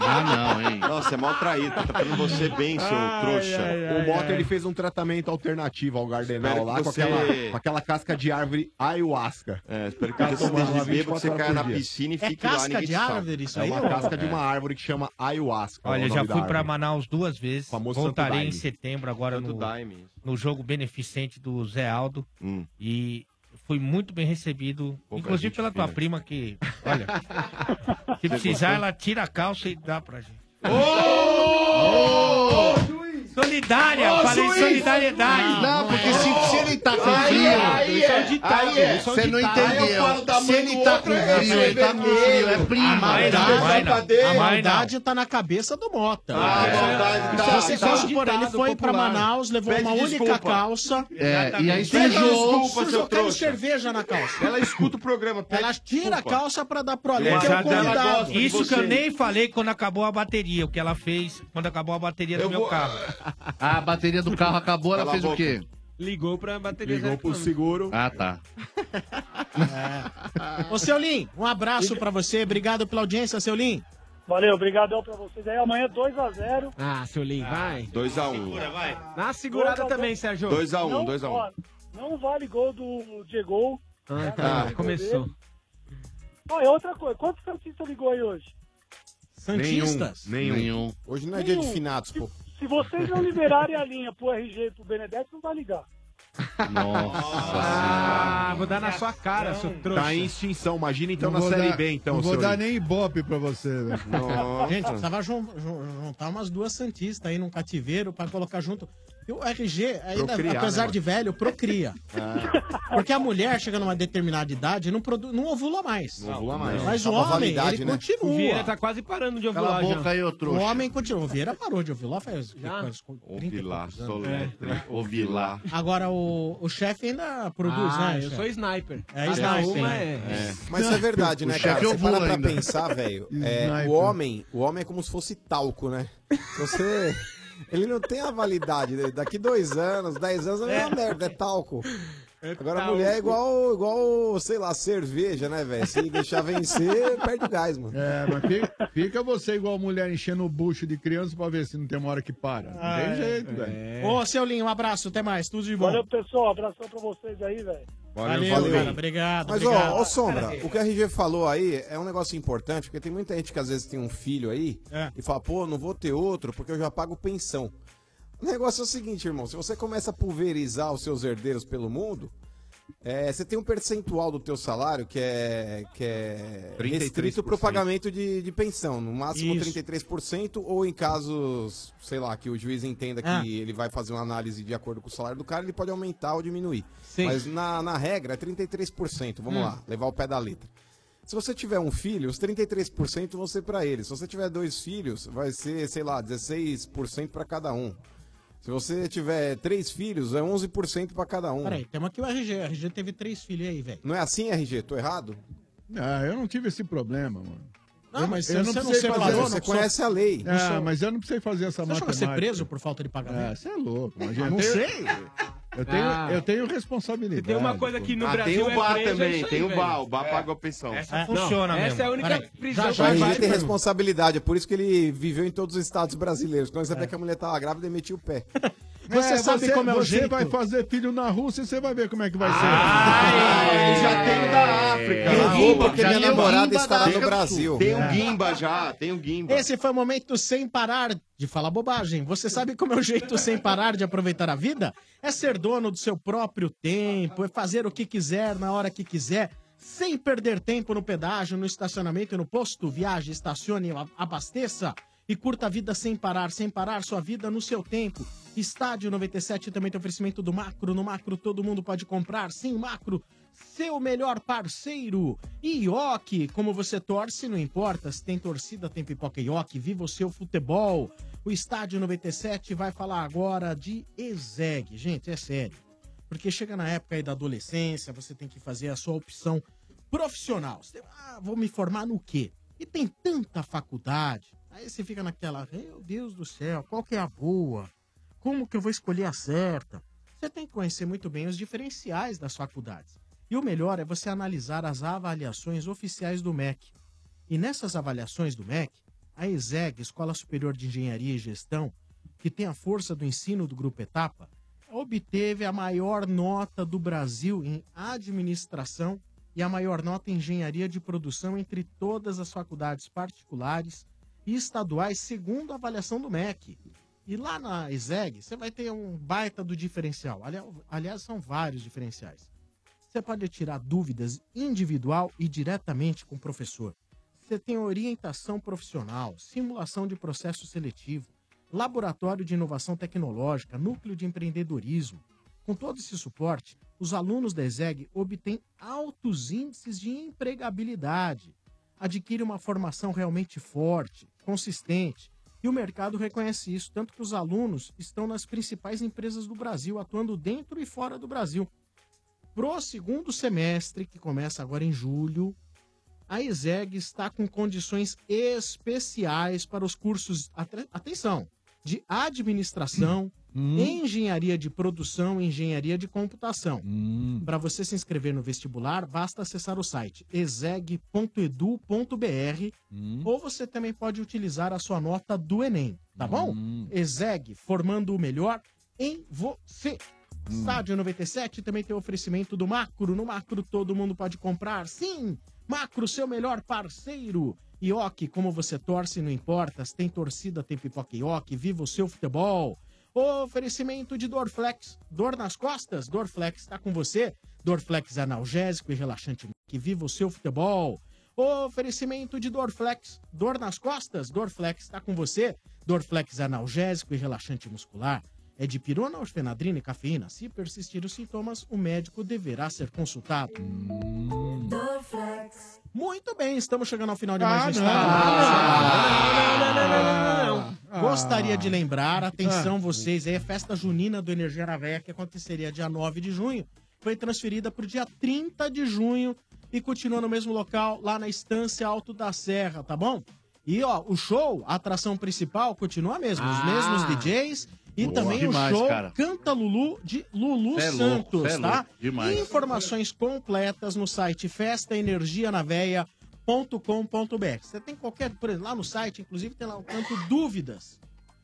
[SPEAKER 12] Ah, não, hein? Nossa, é mal traído. Tá tratando você bem, seu trouxa.
[SPEAKER 9] o Mota
[SPEAKER 10] Tá?
[SPEAKER 9] ele fez um tratamento alternativo ao Gardenal
[SPEAKER 12] Espero
[SPEAKER 9] lá
[SPEAKER 12] que
[SPEAKER 9] com,
[SPEAKER 12] você-
[SPEAKER 9] aquela, com aquela casca de árvore ayahuasca.
[SPEAKER 12] É, espero que você esteja de bêbado, você caia na piscina e
[SPEAKER 9] É
[SPEAKER 12] fique lá.
[SPEAKER 9] casca
[SPEAKER 12] ninguém
[SPEAKER 9] de
[SPEAKER 12] te sabe.
[SPEAKER 9] árvore, isso aí, ó. É.
[SPEAKER 12] árvore que chama ayahuasca.
[SPEAKER 9] é
[SPEAKER 3] Olha,
[SPEAKER 9] o
[SPEAKER 3] já
[SPEAKER 9] nome da
[SPEAKER 3] fui
[SPEAKER 9] árvore.
[SPEAKER 3] pra Manaus duas vezes.
[SPEAKER 9] Famoso Santo
[SPEAKER 3] Voltarei
[SPEAKER 9] Daime.
[SPEAKER 3] em setembro agora
[SPEAKER 12] Santo
[SPEAKER 3] no,
[SPEAKER 12] Daime.
[SPEAKER 3] no jogo beneficente do Zé Aldo.
[SPEAKER 12] Hum.
[SPEAKER 3] E fui muito bem recebido,
[SPEAKER 12] Pouca
[SPEAKER 3] inclusive
[SPEAKER 12] gente
[SPEAKER 3] pela tua
[SPEAKER 12] fina.
[SPEAKER 3] prima que, olha, se precisar ela tira a calça e dá pra gente. Oh! Solidária,
[SPEAKER 5] Ô,
[SPEAKER 3] falei
[SPEAKER 5] juiz!
[SPEAKER 3] solidariedade.
[SPEAKER 5] Não, porque se, se ele tá com frio,
[SPEAKER 3] Isso é um ditado, isso é um
[SPEAKER 5] você não
[SPEAKER 3] ditado. Aí eu
[SPEAKER 5] entendeu.
[SPEAKER 3] falo da
[SPEAKER 5] Se
[SPEAKER 3] mãe
[SPEAKER 5] ele
[SPEAKER 3] do
[SPEAKER 5] tá com
[SPEAKER 3] outro, é
[SPEAKER 5] frio, ele tá com
[SPEAKER 2] vermelho.
[SPEAKER 5] frio, é
[SPEAKER 2] A
[SPEAKER 5] prima.
[SPEAKER 2] maldade, a maldade
[SPEAKER 5] tá na cabeça do Mota.
[SPEAKER 2] Ah, é. Se você for por ele foi pra Manaus, levou uma única calça.
[SPEAKER 5] É, e aí
[SPEAKER 2] Pede
[SPEAKER 5] sujou.
[SPEAKER 2] desculpa, seu trouxa. cerveja na calça.
[SPEAKER 12] Ela escuta o programa.
[SPEAKER 2] Ela tira a calça pra dar pro Ale, que é o
[SPEAKER 3] Exatamente.
[SPEAKER 2] convidado.
[SPEAKER 3] Isso que eu nem falei quando acabou a bateria, o que ela fez quando acabou a bateria do meu carro.
[SPEAKER 25] Ah, A bateria do carro acabou, ela
[SPEAKER 3] Cala a
[SPEAKER 25] fez o
[SPEAKER 3] boca.
[SPEAKER 25] quê?
[SPEAKER 10] Ligou pra bateria
[SPEAKER 25] Ligou pro
[SPEAKER 9] seguro.
[SPEAKER 25] Ah, tá.
[SPEAKER 2] Ô, seu Lin, um abraço pra você. Obrigado pela audiência, seu Lin.
[SPEAKER 23] Valeu, obrigadão pra vocês aí. Amanhã 2x0.
[SPEAKER 10] Ah, seu Lin, vai.
[SPEAKER 12] 2x1.
[SPEAKER 23] vai.
[SPEAKER 10] Dá uma segurada também, Sérgio.
[SPEAKER 12] 2x1,
[SPEAKER 23] Não,
[SPEAKER 12] 2x1.
[SPEAKER 23] ó, Não vale gol do Diego.
[SPEAKER 10] Ah,
[SPEAKER 12] tá,
[SPEAKER 23] Vai
[SPEAKER 12] começou.
[SPEAKER 23] perder. Ó, e outra coisa, quantos Santistas ligou aí hoje?
[SPEAKER 6] Santistas?
[SPEAKER 9] Nenhum.
[SPEAKER 6] Hoje não é dia de
[SPEAKER 23] Nenhum.
[SPEAKER 6] finados, pô.
[SPEAKER 23] Se vocês não liberarem a linha pro RG e pro Benedetti, não vai ligar.
[SPEAKER 10] Ah, vou dar na sua cara, seu trouxa.
[SPEAKER 9] Tá em extinção, imagina então
[SPEAKER 10] Não
[SPEAKER 9] na
[SPEAKER 10] vou
[SPEAKER 9] Série
[SPEAKER 10] dar-
[SPEAKER 9] B, então,
[SPEAKER 7] não vou
[SPEAKER 9] seu
[SPEAKER 7] dar
[SPEAKER 9] Lin.
[SPEAKER 7] nem ibope pra você, né? velho.
[SPEAKER 2] Gente, precisava jun- jun- juntar umas duas Santistas aí num cativeiro pra colocar junto. E o RG, ainda,
[SPEAKER 25] Procriar,
[SPEAKER 2] apesar
[SPEAKER 25] né,
[SPEAKER 2] de velho, procria. Porque a mulher chega numa determinada idade não, produ... não ovula mais.
[SPEAKER 25] Não ovula mais.
[SPEAKER 10] Tá
[SPEAKER 2] Mas o
[SPEAKER 25] Acaba a
[SPEAKER 2] homem,
[SPEAKER 25] validade,
[SPEAKER 2] ele
[SPEAKER 25] né?
[SPEAKER 2] continua.
[SPEAKER 10] O Vieira tá quase parando de ovular
[SPEAKER 2] Cala a
[SPEAKER 10] já.
[SPEAKER 2] boca aí, ô trouxa. O homem continua. O Vieira parou de ovular faz... faz 30 e
[SPEAKER 12] Ovilar,
[SPEAKER 2] poucos anos.
[SPEAKER 12] soletre.
[SPEAKER 25] Ovilar.
[SPEAKER 2] Agora o, o chefe ainda produz,
[SPEAKER 10] Ah,
[SPEAKER 2] né?
[SPEAKER 10] eu sou sniper.
[SPEAKER 2] É
[SPEAKER 10] Cada
[SPEAKER 2] sniper.
[SPEAKER 10] uma é-
[SPEAKER 6] É. Mas isso é verdade, né,
[SPEAKER 25] O
[SPEAKER 6] cara?
[SPEAKER 25] chefe
[SPEAKER 6] Você
[SPEAKER 25] ovula
[SPEAKER 6] para pra
[SPEAKER 25] ainda.
[SPEAKER 6] pensar, velho. é,
[SPEAKER 25] Sniper.
[SPEAKER 6] o homem, o homem é como se fosse talco, né? Você. Ele não tem a validade. né? Daqui dois anos, dez anos é uma merda, é talco. Agora a
[SPEAKER 25] talco.
[SPEAKER 6] mulher é igual, igual, sei lá, cerveja, né, velho? Se deixar vencer, perde o gás, mano.
[SPEAKER 7] É, mas fica, fica você igual mulher enchendo o bucho de criança pra ver se não tem uma hora que para. Não
[SPEAKER 2] Ah,
[SPEAKER 7] tem
[SPEAKER 2] é.
[SPEAKER 7] jeito, velho.
[SPEAKER 2] Ô, seu Linho, um abraço, até mais, tudo de bom.
[SPEAKER 23] Valeu, pessoal. Abração pra vocês aí, velho.
[SPEAKER 2] Valeu, cara, obrigado,
[SPEAKER 6] Mas,
[SPEAKER 2] obrigado. É.
[SPEAKER 6] ó, ô Sombra,
[SPEAKER 2] Cara,
[SPEAKER 6] o que a RG falou aí é um negócio importante, porque tem muita gente que às vezes tem um filho aí
[SPEAKER 2] É.
[SPEAKER 6] e fala, pô, não vou ter outro porque eu já pago pensão. O negócio é o seguinte, irmão, se você começa a pulverizar os seus herdeiros pelo mundo, é, você tem um percentual do teu salário que é, que é
[SPEAKER 25] 33%.
[SPEAKER 6] restrito para o pagamento de, de pensão, no máximo
[SPEAKER 25] Isso.
[SPEAKER 6] 33%, ou em casos, sei lá, que o juiz entenda que
[SPEAKER 25] Ah.
[SPEAKER 6] ele vai fazer uma análise de acordo com o salário do cara, ele pode aumentar ou diminuir.
[SPEAKER 25] Sim.
[SPEAKER 6] Mas na, na regra é 33%. Vamos
[SPEAKER 25] Hum.
[SPEAKER 6] lá, levar o pé da letra. Se você tiver um filho, os 33% vão ser para ele. Se você tiver dois filhos, vai ser, sei lá, 16% para cada um. Se você tiver três filhos, é 11% para cada um.
[SPEAKER 2] Peraí, temos aqui o RG. O RG teve três filhos aí, velho.
[SPEAKER 6] Não é assim, RG? Tô errado?
[SPEAKER 7] Ah, eu não tive esse problema, mano.
[SPEAKER 2] Não,
[SPEAKER 7] Eu
[SPEAKER 2] mas você
[SPEAKER 7] eu
[SPEAKER 2] não
[SPEAKER 7] precisei
[SPEAKER 2] separou,
[SPEAKER 7] fazer-
[SPEAKER 2] não Você precisou- conhece a lei.
[SPEAKER 7] Ah,
[SPEAKER 2] Não sou-
[SPEAKER 7] mas eu não precisei fazer essa
[SPEAKER 2] Você achou que
[SPEAKER 7] matemática.
[SPEAKER 2] você é preso por falta de
[SPEAKER 7] Ah,
[SPEAKER 2] pagamento?
[SPEAKER 7] você é louco. mas
[SPEAKER 2] Ah,
[SPEAKER 7] eu
[SPEAKER 2] não
[SPEAKER 7] tenho-
[SPEAKER 2] sei.
[SPEAKER 7] Eu tenho,
[SPEAKER 2] Ah.
[SPEAKER 7] eu tenho responsabilidade.
[SPEAKER 10] E tem uma coisa que no
[SPEAKER 7] pô.
[SPEAKER 10] Brasil
[SPEAKER 12] Ah, tem o
[SPEAKER 10] é
[SPEAKER 12] bar
[SPEAKER 10] preso, é
[SPEAKER 12] também,
[SPEAKER 10] isso aí,
[SPEAKER 12] tem um- o
[SPEAKER 10] velho.
[SPEAKER 12] bar, o bar
[SPEAKER 10] É.
[SPEAKER 12] paga a pensão.
[SPEAKER 6] Tá
[SPEAKER 10] Essa É. funciona Não, essa mesmo. é a única Peraí. prisão
[SPEAKER 6] Já,
[SPEAKER 10] que
[SPEAKER 6] já,
[SPEAKER 10] vai
[SPEAKER 6] a
[SPEAKER 10] vai,
[SPEAKER 6] RG tem
[SPEAKER 10] mano.
[SPEAKER 6] responsabilidade, é por isso que ele viveu em todos os estados brasileiros. Quando ele sabia que a mulher tava grávida, ele metia o pé.
[SPEAKER 2] Você sabe como é o
[SPEAKER 7] Você
[SPEAKER 2] jeito? Ah,
[SPEAKER 7] vai fazer filho na Rússia e você vai ver como é que vai ser.
[SPEAKER 2] é,
[SPEAKER 12] já tem da África.
[SPEAKER 7] Tem
[SPEAKER 12] lá,
[SPEAKER 7] guimba,
[SPEAKER 12] ó,
[SPEAKER 7] porque
[SPEAKER 12] já
[SPEAKER 7] minha
[SPEAKER 12] tem o
[SPEAKER 7] namorada
[SPEAKER 12] guimba
[SPEAKER 7] está
[SPEAKER 12] da
[SPEAKER 7] lá no
[SPEAKER 12] África do
[SPEAKER 7] Brasil.
[SPEAKER 12] Sul. Tem
[SPEAKER 2] É.
[SPEAKER 12] o Gimba já, Ah, tem um o Gimba.
[SPEAKER 2] Esse foi o momento sem parar de falar bobagem. Você sabe como é o jeito sem parar de aproveitar a vida? É ser dono do seu próprio tempo, é fazer o que quiser na hora que quiser, sem perder tempo no pedágio, no estacionamento e no posto. Viaje, estacione, a- abasteça e curta a vida sem parar, sem parar sua vida no seu tempo. Estádio 97 também tem oferecimento do Macro. No Macro todo mundo pode comprar. Sim, Macro seu melhor parceiro. Ioki, como você torce, não importa. Se tem torcida, tem pipoca Ioki. Viva o seu futebol. O Estádio 97 vai falar agora de Ezeg. Gente, é sério. Porque chega na época aí da adolescência, você tem que fazer a sua opção profissional. Você tem, ah, vou me formar no quê? E tem tanta faculdade. Aí você fica naquela, meu Deus do céu, qual que é a boa? Como que eu vou escolher a certa? Você tem que conhecer muito bem os diferenciais das faculdades. E o melhor é você analisar as avaliações oficiais do MEC. E nessas avaliações do MEC, a ESEG, Escola Superior de Engenharia e Gestão, que tem a força do ensino do Grupo Etapa, obteve a maior nota do Brasil em administração e a maior nota em engenharia de produção entre todas as faculdades particulares e estaduais, segundo a avaliação do MEC. E lá na ESEG, você vai ter um baita do diferencial. Ali- Aliás, são vários diferenciais. Você pode tirar dúvidas individual e diretamente com o professor. Você tem orientação profissional, simulação de processo seletivo, laboratório de inovação tecnológica, núcleo de empreendedorismo. Com todo esse suporte, os alunos da ESEG obtêm altos índices de empregabilidade, adquire uma formação realmente forte, consistente, e o mercado reconhece isso, tanto que os alunos estão nas principais empresas do Brasil, atuando dentro e fora do Brasil pro segundo semestre, que começa agora em julho, a ESEG está com condições especiais para os cursos, atre- atenção, de administração, engenharia de produção e engenharia de computação. Para você se inscrever no vestibular, basta acessar o site exeg.edu.br ou você também pode utilizar a sua nota do Enem, tá bom? ESEG, formando o melhor em você. Estádio 97 também tem oferecimento do Macro. No Macro todo mundo pode comprar. Sim, Macro, seu melhor parceiro. Ioki, como você torce, não importa. Se tem torcida, tem pipoca Ioki. Viva o seu futebol. Oferecimento de Dorflex. Dor nas costas? Dorflex está com você. Dorflex analgésico e relaxante. Que viva o seu futebol. Oferecimento de Dorflex. Dor nas costas? Dorflex está com você. Dorflex analgésico e relaxante muscular é de pirona, orfenadrina e cafeína. Se persistir os sintomas, o médico deverá ser consultado. Muito bem, estamos chegando ao
[SPEAKER 6] Ah,
[SPEAKER 2] final de mais um Estado. Ah, Gostaria de
[SPEAKER 3] Ah.
[SPEAKER 2] lembrar,
[SPEAKER 25] Ah.
[SPEAKER 2] atenção vocês, aí a festa junina do Energia na Véia, que aconteceria dia 9 de junho, foi transferida para o dia 30 de junho e continua no mesmo local, lá na Estância Alto da Serra, tá bom? E ó, o show, a atração principal, continua mesmo, os
[SPEAKER 25] Ah.
[SPEAKER 2] mesmos DJs e
[SPEAKER 25] Boa.
[SPEAKER 2] também
[SPEAKER 25] Demais,
[SPEAKER 2] o show
[SPEAKER 25] cara.
[SPEAKER 2] Canta Lulu de Lulu
[SPEAKER 25] Cê é louco,
[SPEAKER 2] Santos,
[SPEAKER 25] cê é
[SPEAKER 2] tá?
[SPEAKER 25] louco, demais.
[SPEAKER 2] Informações completas no site festaenergianaveia.com.br. Você tem qualquer, por exemplo, lá no site, inclusive tem lá o canto dúvidas.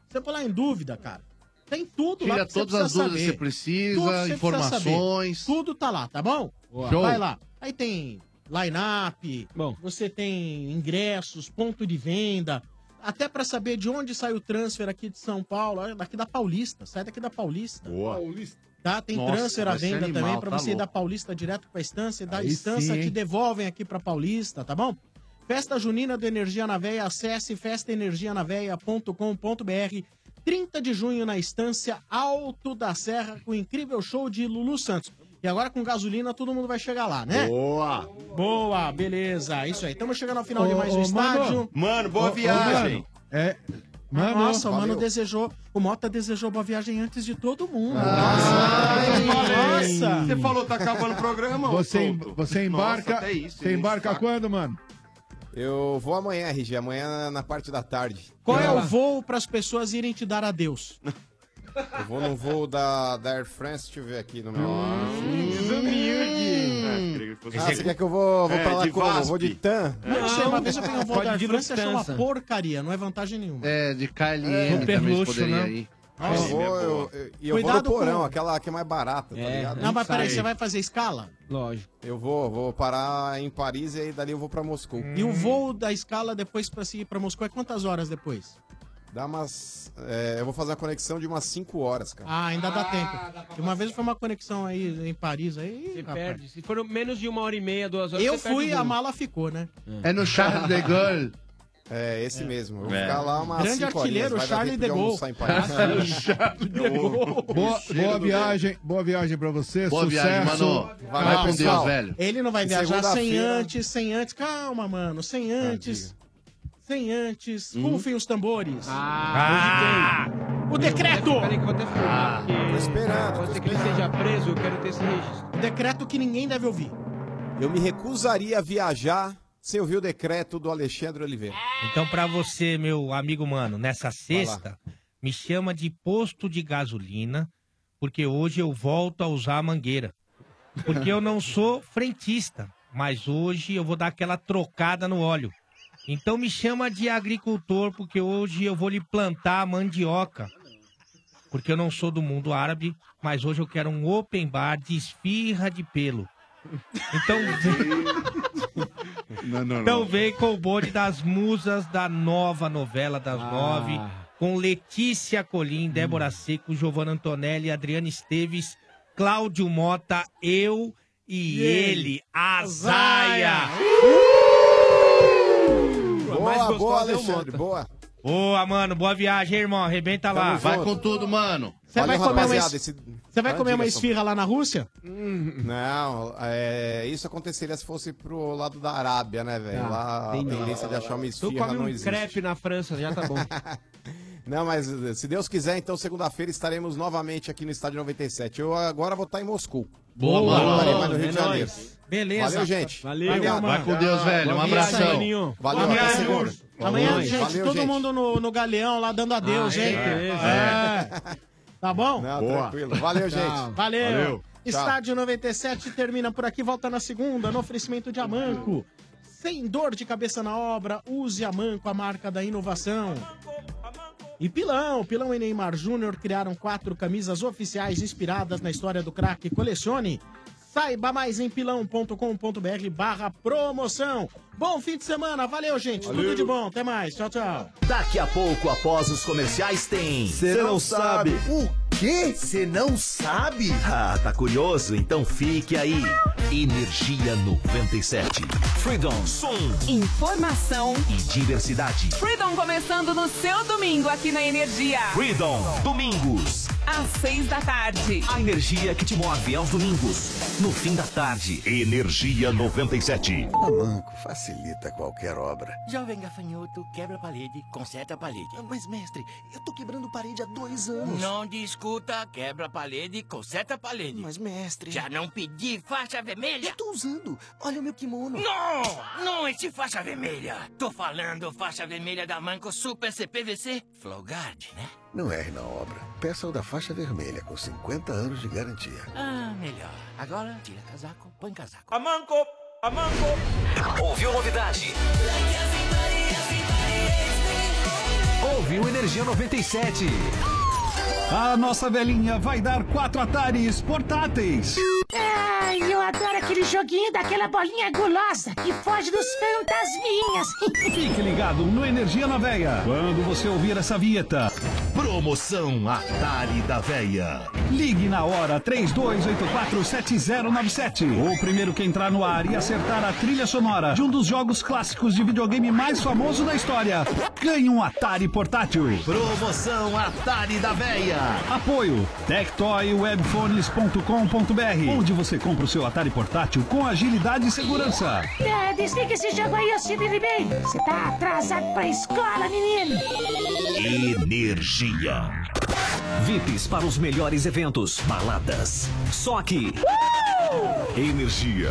[SPEAKER 2] Você põe lá em dúvida, cara. Tem tudo lá
[SPEAKER 25] Tira
[SPEAKER 2] que você
[SPEAKER 25] todas as
[SPEAKER 2] precisa
[SPEAKER 25] dúvidas que
[SPEAKER 2] saber.
[SPEAKER 25] você precisa,
[SPEAKER 2] Tudo que você
[SPEAKER 25] informações.
[SPEAKER 2] saber. Tudo tá lá, tá bom?
[SPEAKER 25] Boa.
[SPEAKER 2] Vai
[SPEAKER 25] Show.
[SPEAKER 2] lá. Aí tem line-up, você tem ingressos, ponto de venda, até pra saber de onde sai o transfer aqui de São Paulo, olha, daqui da Paulista, sai daqui da Paulista.
[SPEAKER 25] Boa.
[SPEAKER 2] Tá? Tem
[SPEAKER 25] Nossa,
[SPEAKER 2] transfer à
[SPEAKER 25] vai ser
[SPEAKER 2] venda
[SPEAKER 25] animal,
[SPEAKER 2] também pra
[SPEAKER 25] tá
[SPEAKER 2] você ir da
[SPEAKER 25] louco.
[SPEAKER 2] Paulista direto pra Estância e da
[SPEAKER 25] Aí
[SPEAKER 2] Estância
[SPEAKER 25] sim,
[SPEAKER 2] te
[SPEAKER 25] hein?
[SPEAKER 2] devolvem aqui pra Paulista, tá bom? Festa Junina do Energia na Veia, acesse festaenergianaveia.com.br 30 de junho na Estância Alto da Serra com o incrível show de Lulu Santos. E agora com gasolina todo mundo vai chegar lá, né? Boa! Boa, beleza. Isso aí. Estamos chegando ao final de
[SPEAKER 7] Ô,
[SPEAKER 2] mais
[SPEAKER 7] ô,
[SPEAKER 2] um estádio.
[SPEAKER 7] Mano, Mano, boa Ô, ô, viagem. Mano,
[SPEAKER 2] É.
[SPEAKER 7] Mano,
[SPEAKER 2] Nossa, o mano
[SPEAKER 7] valeu.
[SPEAKER 2] desejou. O Mota desejou boa viagem antes de todo mundo.
[SPEAKER 6] Ah,
[SPEAKER 12] Ai,
[SPEAKER 2] Nossa! Nossa!
[SPEAKER 12] Você falou, tá acabando o programa?
[SPEAKER 7] Você, em-
[SPEAKER 12] Pronto.
[SPEAKER 7] você embarca.
[SPEAKER 12] Nossa, até isso,
[SPEAKER 7] você
[SPEAKER 12] gente,
[SPEAKER 7] embarca
[SPEAKER 12] saca.
[SPEAKER 7] quando, mano?
[SPEAKER 6] Eu vou amanhã, RG, amanhã na parte da tarde.
[SPEAKER 2] Qual é o voo para as pessoas irem te dar adeus?
[SPEAKER 6] Ah, Eu vou no voo da, da Air France, deixa eu ver aqui no meu.
[SPEAKER 2] Hum.
[SPEAKER 6] Ah, você quer que eu vou, vou pra lá como? Eu Vou de TAM?
[SPEAKER 2] Não, não sei, uma vez eu peguei um voo
[SPEAKER 6] Pode
[SPEAKER 2] da
[SPEAKER 6] ir de
[SPEAKER 2] França e achou uma
[SPEAKER 6] Lufthansa.
[SPEAKER 2] porcaria, não é vantagem nenhuma.
[SPEAKER 25] É, de KLM
[SPEAKER 2] É,
[SPEAKER 25] também
[SPEAKER 2] hiperluxo,
[SPEAKER 25] poderia
[SPEAKER 2] né?
[SPEAKER 25] ir.
[SPEAKER 6] eu vou, eu, eu, e eu vou no
[SPEAKER 2] Cuidado
[SPEAKER 6] porão,
[SPEAKER 2] com-
[SPEAKER 6] aquela que é mais barata, tá ligado?
[SPEAKER 2] Não, mas peraí, você vai fazer escala?
[SPEAKER 10] Lógico.
[SPEAKER 6] Eu vou, vou parar em Paris e aí dali eu vou pra Moscou.
[SPEAKER 2] E o voo da escala depois pra seguir pra Moscou é quantas horas depois?
[SPEAKER 6] Dá umas. é, eu vou fazer uma conexão de umas 5 horas, cara.
[SPEAKER 2] Ah, ainda dá tempo. uma vez foi uma conexão aí em Paris, aí.
[SPEAKER 10] Você
[SPEAKER 2] rapaz.
[SPEAKER 10] perde. Se for menos de uma hora e meia, duas horas,
[SPEAKER 2] Eu
[SPEAKER 10] você perde
[SPEAKER 2] fui,
[SPEAKER 10] o
[SPEAKER 2] a
[SPEAKER 10] voo.
[SPEAKER 2] mala ficou, né?
[SPEAKER 6] É no
[SPEAKER 10] Charles de Gaulle.
[SPEAKER 6] É, esse mesmo. Eu vou
[SPEAKER 10] É.
[SPEAKER 6] ficar lá umas
[SPEAKER 2] Grande
[SPEAKER 6] cinco
[SPEAKER 2] artilheiro,
[SPEAKER 6] horinhas, vai dar
[SPEAKER 2] Charlie
[SPEAKER 6] tempo
[SPEAKER 2] de
[SPEAKER 6] de
[SPEAKER 2] Gaulle.
[SPEAKER 6] almoçar em Paris.
[SPEAKER 2] Ah, sim. Charles de Gaulle.
[SPEAKER 7] Boa,
[SPEAKER 6] Cheiro
[SPEAKER 7] boa
[SPEAKER 6] do
[SPEAKER 7] viagem, boa viagem pra você.
[SPEAKER 2] Boa
[SPEAKER 7] sucesso.
[SPEAKER 2] viagem, mano.
[SPEAKER 7] Vai,
[SPEAKER 2] Vai
[SPEAKER 7] com
[SPEAKER 2] pessoal.
[SPEAKER 7] Deus, velho.
[SPEAKER 2] Ele não vai
[SPEAKER 7] E
[SPEAKER 2] viajar sem
[SPEAKER 7] segunda-feira-
[SPEAKER 2] antes, sem antes. Calma, mano. Sem antes. sem antes. Rufem os tambores.
[SPEAKER 10] Hum? Ah!
[SPEAKER 2] O decreto! Ah.
[SPEAKER 10] Peraí que eu vou até filmar, porque... Tô esperando. Pode ser que ele seja preso, eu quero ter esse registro.
[SPEAKER 2] O Um decreto que ninguém deve ouvir.
[SPEAKER 6] Eu me recusaria a viajar sem ouvir o decreto do Alexandre Oliveira.
[SPEAKER 2] É.
[SPEAKER 3] Então, pra você, meu amigo mano, nessa sexta, me chama de posto de gasolina, porque hoje eu volto a usar a mangueira. Porque eu não sou frentista, mas hoje eu vou dar aquela trocada no óleo. Então me chama de agricultor, porque hoje eu vou lhe plantar a mandioca. Porque eu não sou do mundo árabe, mas hoje eu quero um open bar de esfirra de pelo. Então
[SPEAKER 5] Não, não,
[SPEAKER 3] Então vem com o bonde das musas da nova novela das
[SPEAKER 4] Ah.
[SPEAKER 3] nove, com Letícia Colim,
[SPEAKER 4] Hum.
[SPEAKER 3] Débora Seco, Giovanna Antonelli, Adriana Esteves, Cláudio Mota, eu e,
[SPEAKER 4] E
[SPEAKER 3] ele,
[SPEAKER 4] ele,
[SPEAKER 3] Azaia.
[SPEAKER 16] uh!
[SPEAKER 6] Boa,
[SPEAKER 2] é
[SPEAKER 6] boa, Alexandre, boa.
[SPEAKER 3] Boa, mano, boa viagem, irmão, arrebenta lá.
[SPEAKER 6] Tamo Vai junto. com
[SPEAKER 2] tudo, mano. Você
[SPEAKER 6] Valeu,
[SPEAKER 2] vai comer uma, es-
[SPEAKER 6] rapaziada, esse-
[SPEAKER 2] Você vai
[SPEAKER 6] Ah,
[SPEAKER 2] comer uma
[SPEAKER 6] diga, Sombra.
[SPEAKER 2] esfirra lá na Rússia?
[SPEAKER 6] Não, é, isso aconteceria se fosse pro lado da Arábia, né, velho?
[SPEAKER 10] Ah,
[SPEAKER 6] Lá a
[SPEAKER 10] entendi.
[SPEAKER 6] tendência de achar uma
[SPEAKER 10] Tu
[SPEAKER 6] esfirra
[SPEAKER 10] come
[SPEAKER 6] não
[SPEAKER 10] um
[SPEAKER 6] existe.
[SPEAKER 10] crepe na França, já tá bom.
[SPEAKER 6] Não, mas se Deus quiser, então segunda-feira estaremos novamente aqui no Estádio 97. Eu agora vou estar em Moscou.
[SPEAKER 10] Boa,
[SPEAKER 6] Não
[SPEAKER 10] mano.
[SPEAKER 6] estarei mais no Rio de
[SPEAKER 10] É
[SPEAKER 6] Janeiro.
[SPEAKER 10] nóis. Beleza.
[SPEAKER 6] Valeu, gente.
[SPEAKER 10] Valeu,
[SPEAKER 6] Obrigado.
[SPEAKER 10] mano. Vai com Deus, velho. Um
[SPEAKER 6] Boa
[SPEAKER 10] abração.
[SPEAKER 6] viagem,
[SPEAKER 10] Maninho.
[SPEAKER 6] Valeu,
[SPEAKER 2] Boa
[SPEAKER 6] até
[SPEAKER 2] viagem.
[SPEAKER 6] segunda.
[SPEAKER 2] Amanhã, gente,
[SPEAKER 6] Valeu,
[SPEAKER 2] todo
[SPEAKER 6] gente.
[SPEAKER 2] mundo no, no galeão lá dando adeus,
[SPEAKER 6] Ah, é,
[SPEAKER 2] hein?
[SPEAKER 6] é,
[SPEAKER 2] É. Tá bom?
[SPEAKER 6] Não, tranquilo. Valeu, gente.
[SPEAKER 2] Tchau. Valeu.
[SPEAKER 6] Valeu.
[SPEAKER 2] Estádio 97 termina por aqui, volta na segunda, no oferecimento de Amanco. Sem dor de cabeça na obra, use Amanco, a marca da inovação. E Pilão, Pilão e Neymar Júnior criaram quatro camisas oficiais inspiradas na história do craque. Colecione. Saiba mais em pilão.com.br barra promoção. Bom fim de semana, valeu gente, tudo de bom, até mais, tchau, tchau.
[SPEAKER 13] Daqui a pouco, após os comerciais, tem.
[SPEAKER 2] Cê não sabe.
[SPEAKER 13] O quê? Você não sabe? Ah, tá curioso? Então fique aí. Energia 97. Freedom. Som
[SPEAKER 14] Informação.
[SPEAKER 13] e diversidade.
[SPEAKER 14] Freedom começando no seu domingo aqui na Energia.
[SPEAKER 13] Freedom. Domingos.
[SPEAKER 14] Às seis da tarde.
[SPEAKER 13] A energia que te move aos domingos. No fim da tarde. Energia 97.
[SPEAKER 24] A Manco facilita qualquer obra.
[SPEAKER 26] Jovem gafanhoto, quebra a parede, conserta a parede.
[SPEAKER 13] Mas, mestre, eu tô quebrando parede há dois anos.
[SPEAKER 26] Não discuta, quebra a parede, conserta a parede.
[SPEAKER 13] Mas, mestre.
[SPEAKER 26] Já não pedi faixa vermelha?
[SPEAKER 13] Tô usando. Olha o meu kimono.
[SPEAKER 26] Não! Não esse faixa vermelha! Tô falando faixa vermelha da Manco Super CPVC Flowguard, né?
[SPEAKER 24] Não erre na obra. Peça o da faixa vermelha com 50 anos de garantia.
[SPEAKER 26] Ah, melhor. Agora, tira casaco, põe casaco.
[SPEAKER 24] A Manco! A Manco!
[SPEAKER 13] Ouviu novidade? Ouviu Energia 97.
[SPEAKER 27] A nossa velhinha vai dar quatro atares portáteis.
[SPEAKER 16] Ai, eu adoro aquele joguinho daquela bolinha gulosa que foge dos fantasminhas.
[SPEAKER 27] Fique ligado no Energia na Veia. Quando você ouvir essa vinheta.
[SPEAKER 13] Promoção Atari da Veia.
[SPEAKER 27] Ligue na hora 32847097. O primeiro que entrar no ar e acertar a trilha sonora de um dos jogos clássicos de videogame mais famoso da história ganha um Atari portátil.
[SPEAKER 13] Promoção Atari da Veia.
[SPEAKER 27] Apoio tectoywebphones.com.br, onde você compra o seu Atari portátil com agilidade e segurança.
[SPEAKER 16] Ah, desliga esse jogo aí, ô Steve Ribeiro. Você tá atrasado pra escola, menino.
[SPEAKER 13] Energia. VIPs para os melhores
[SPEAKER 16] Uh!
[SPEAKER 13] eventos, baladas. Só aqui. Energia.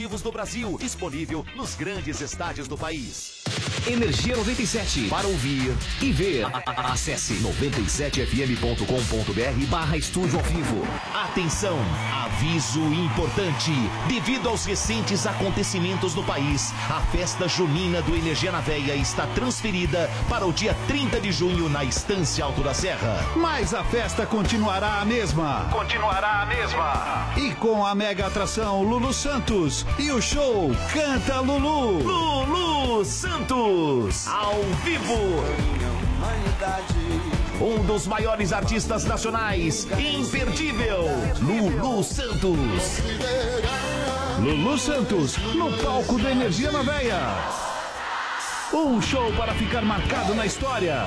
[SPEAKER 13] do Brasil, disponível nos grandes estádios do país.
[SPEAKER 28] Energia 97. Para ouvir e ver. Acesse 97fm.com.br barra estúdio ao vivo.
[SPEAKER 13] Atenção, aviso importante. Devido aos recentes acontecimentos no país, a festa junina do Energia na Veia está transferida para o dia 30 de junho na Estância Alto da Serra.
[SPEAKER 27] Mas a festa continuará a mesma.
[SPEAKER 13] Continuará a mesma.
[SPEAKER 27] E com a mega atração Lulu Santos e o show Canta Lulu.
[SPEAKER 13] Lulu Santos, ao vivo. Um dos maiores artistas nacionais, imperdível, Lulu Santos.
[SPEAKER 27] Lulu Santos, no palco da Energia na Veia. Um show para ficar marcado na história.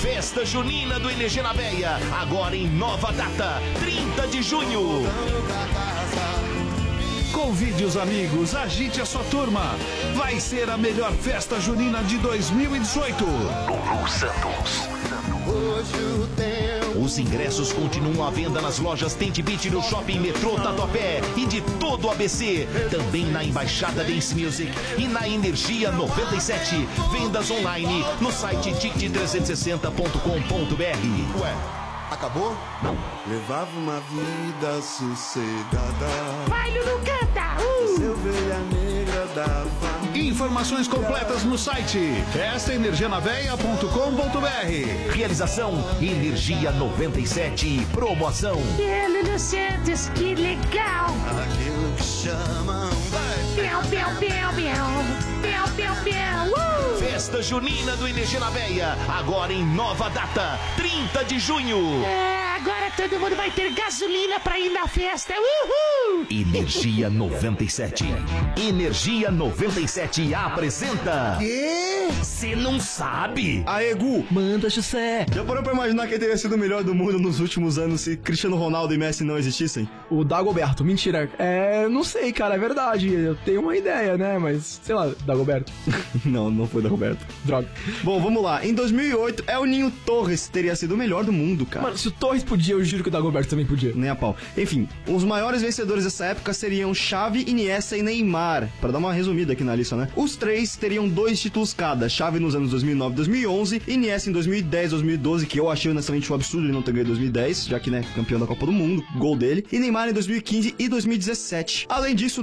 [SPEAKER 13] Festa Junina do Energia na Veia, agora em nova data, 30 de junho.
[SPEAKER 27] Convide os amigos, agite a sua turma. Vai ser a melhor festa junina de 2018.
[SPEAKER 13] Lulu Santos. Os ingressos continuam à venda nas lojas Tente Beat do Shopping Metrô Tatuapé e de todo o ABC. Também na Embaixada Dance Music e na Energia 97. Vendas online no site ticket360.com.br. Ué, acabou? Não.
[SPEAKER 12] Levava uma vida sossegada.
[SPEAKER 16] Vai, Lulu, canta! Uh!
[SPEAKER 12] Ovelha negra da família.
[SPEAKER 27] Informações completas no site festaenergianaveia.com.br.
[SPEAKER 13] Realização Energia 97. Promoção.
[SPEAKER 16] E Lulu Santos, que legal!
[SPEAKER 12] Aquilo que chamam.
[SPEAKER 16] Piau, piau, piau, piau. Piau, piau, piau. Uh!
[SPEAKER 13] Festa Junina do Energia na Veia, agora em nova data, 30 de junho.
[SPEAKER 16] É, agora todo mundo vai ter gasolina pra ir na festa. Uhul!
[SPEAKER 13] Energia 97. Energia 97 apresenta. Quê? Você não sabe?
[SPEAKER 9] Aê, Gu! Manda, José! Já parou pra imaginar quem teria sido o melhor do mundo nos últimos anos se Cristiano Ronaldo e Messi não existissem? O Dagoberto, mentira. É, não sei, cara, é verdade. Eu tenho uma ideia, né? Mas, sei lá, Dagoberto. não, não foi Dagoberto. Droga. Bom, vamos lá. Em 2008, El Ninho Torres teria sido o melhor do mundo, cara. Mano, se o Torres podia, eu juro que o Dagoberto também podia. Nem a pau. Enfim, os maiores vencedores dessa época seriam Xavi, Iniesta e Neymar. Pra dar uma resumida aqui na lista, né? Os três teriam dois títulos cada. Xavi nos anos 2009 e 2011, Iniesta em 2010 2012, que eu achei honestamente um absurdo ele não ter ganho em 2010, já que, né, campeão da Copa do Mundo, gol dele. E Neymar em 2015 e 2017. Além disso,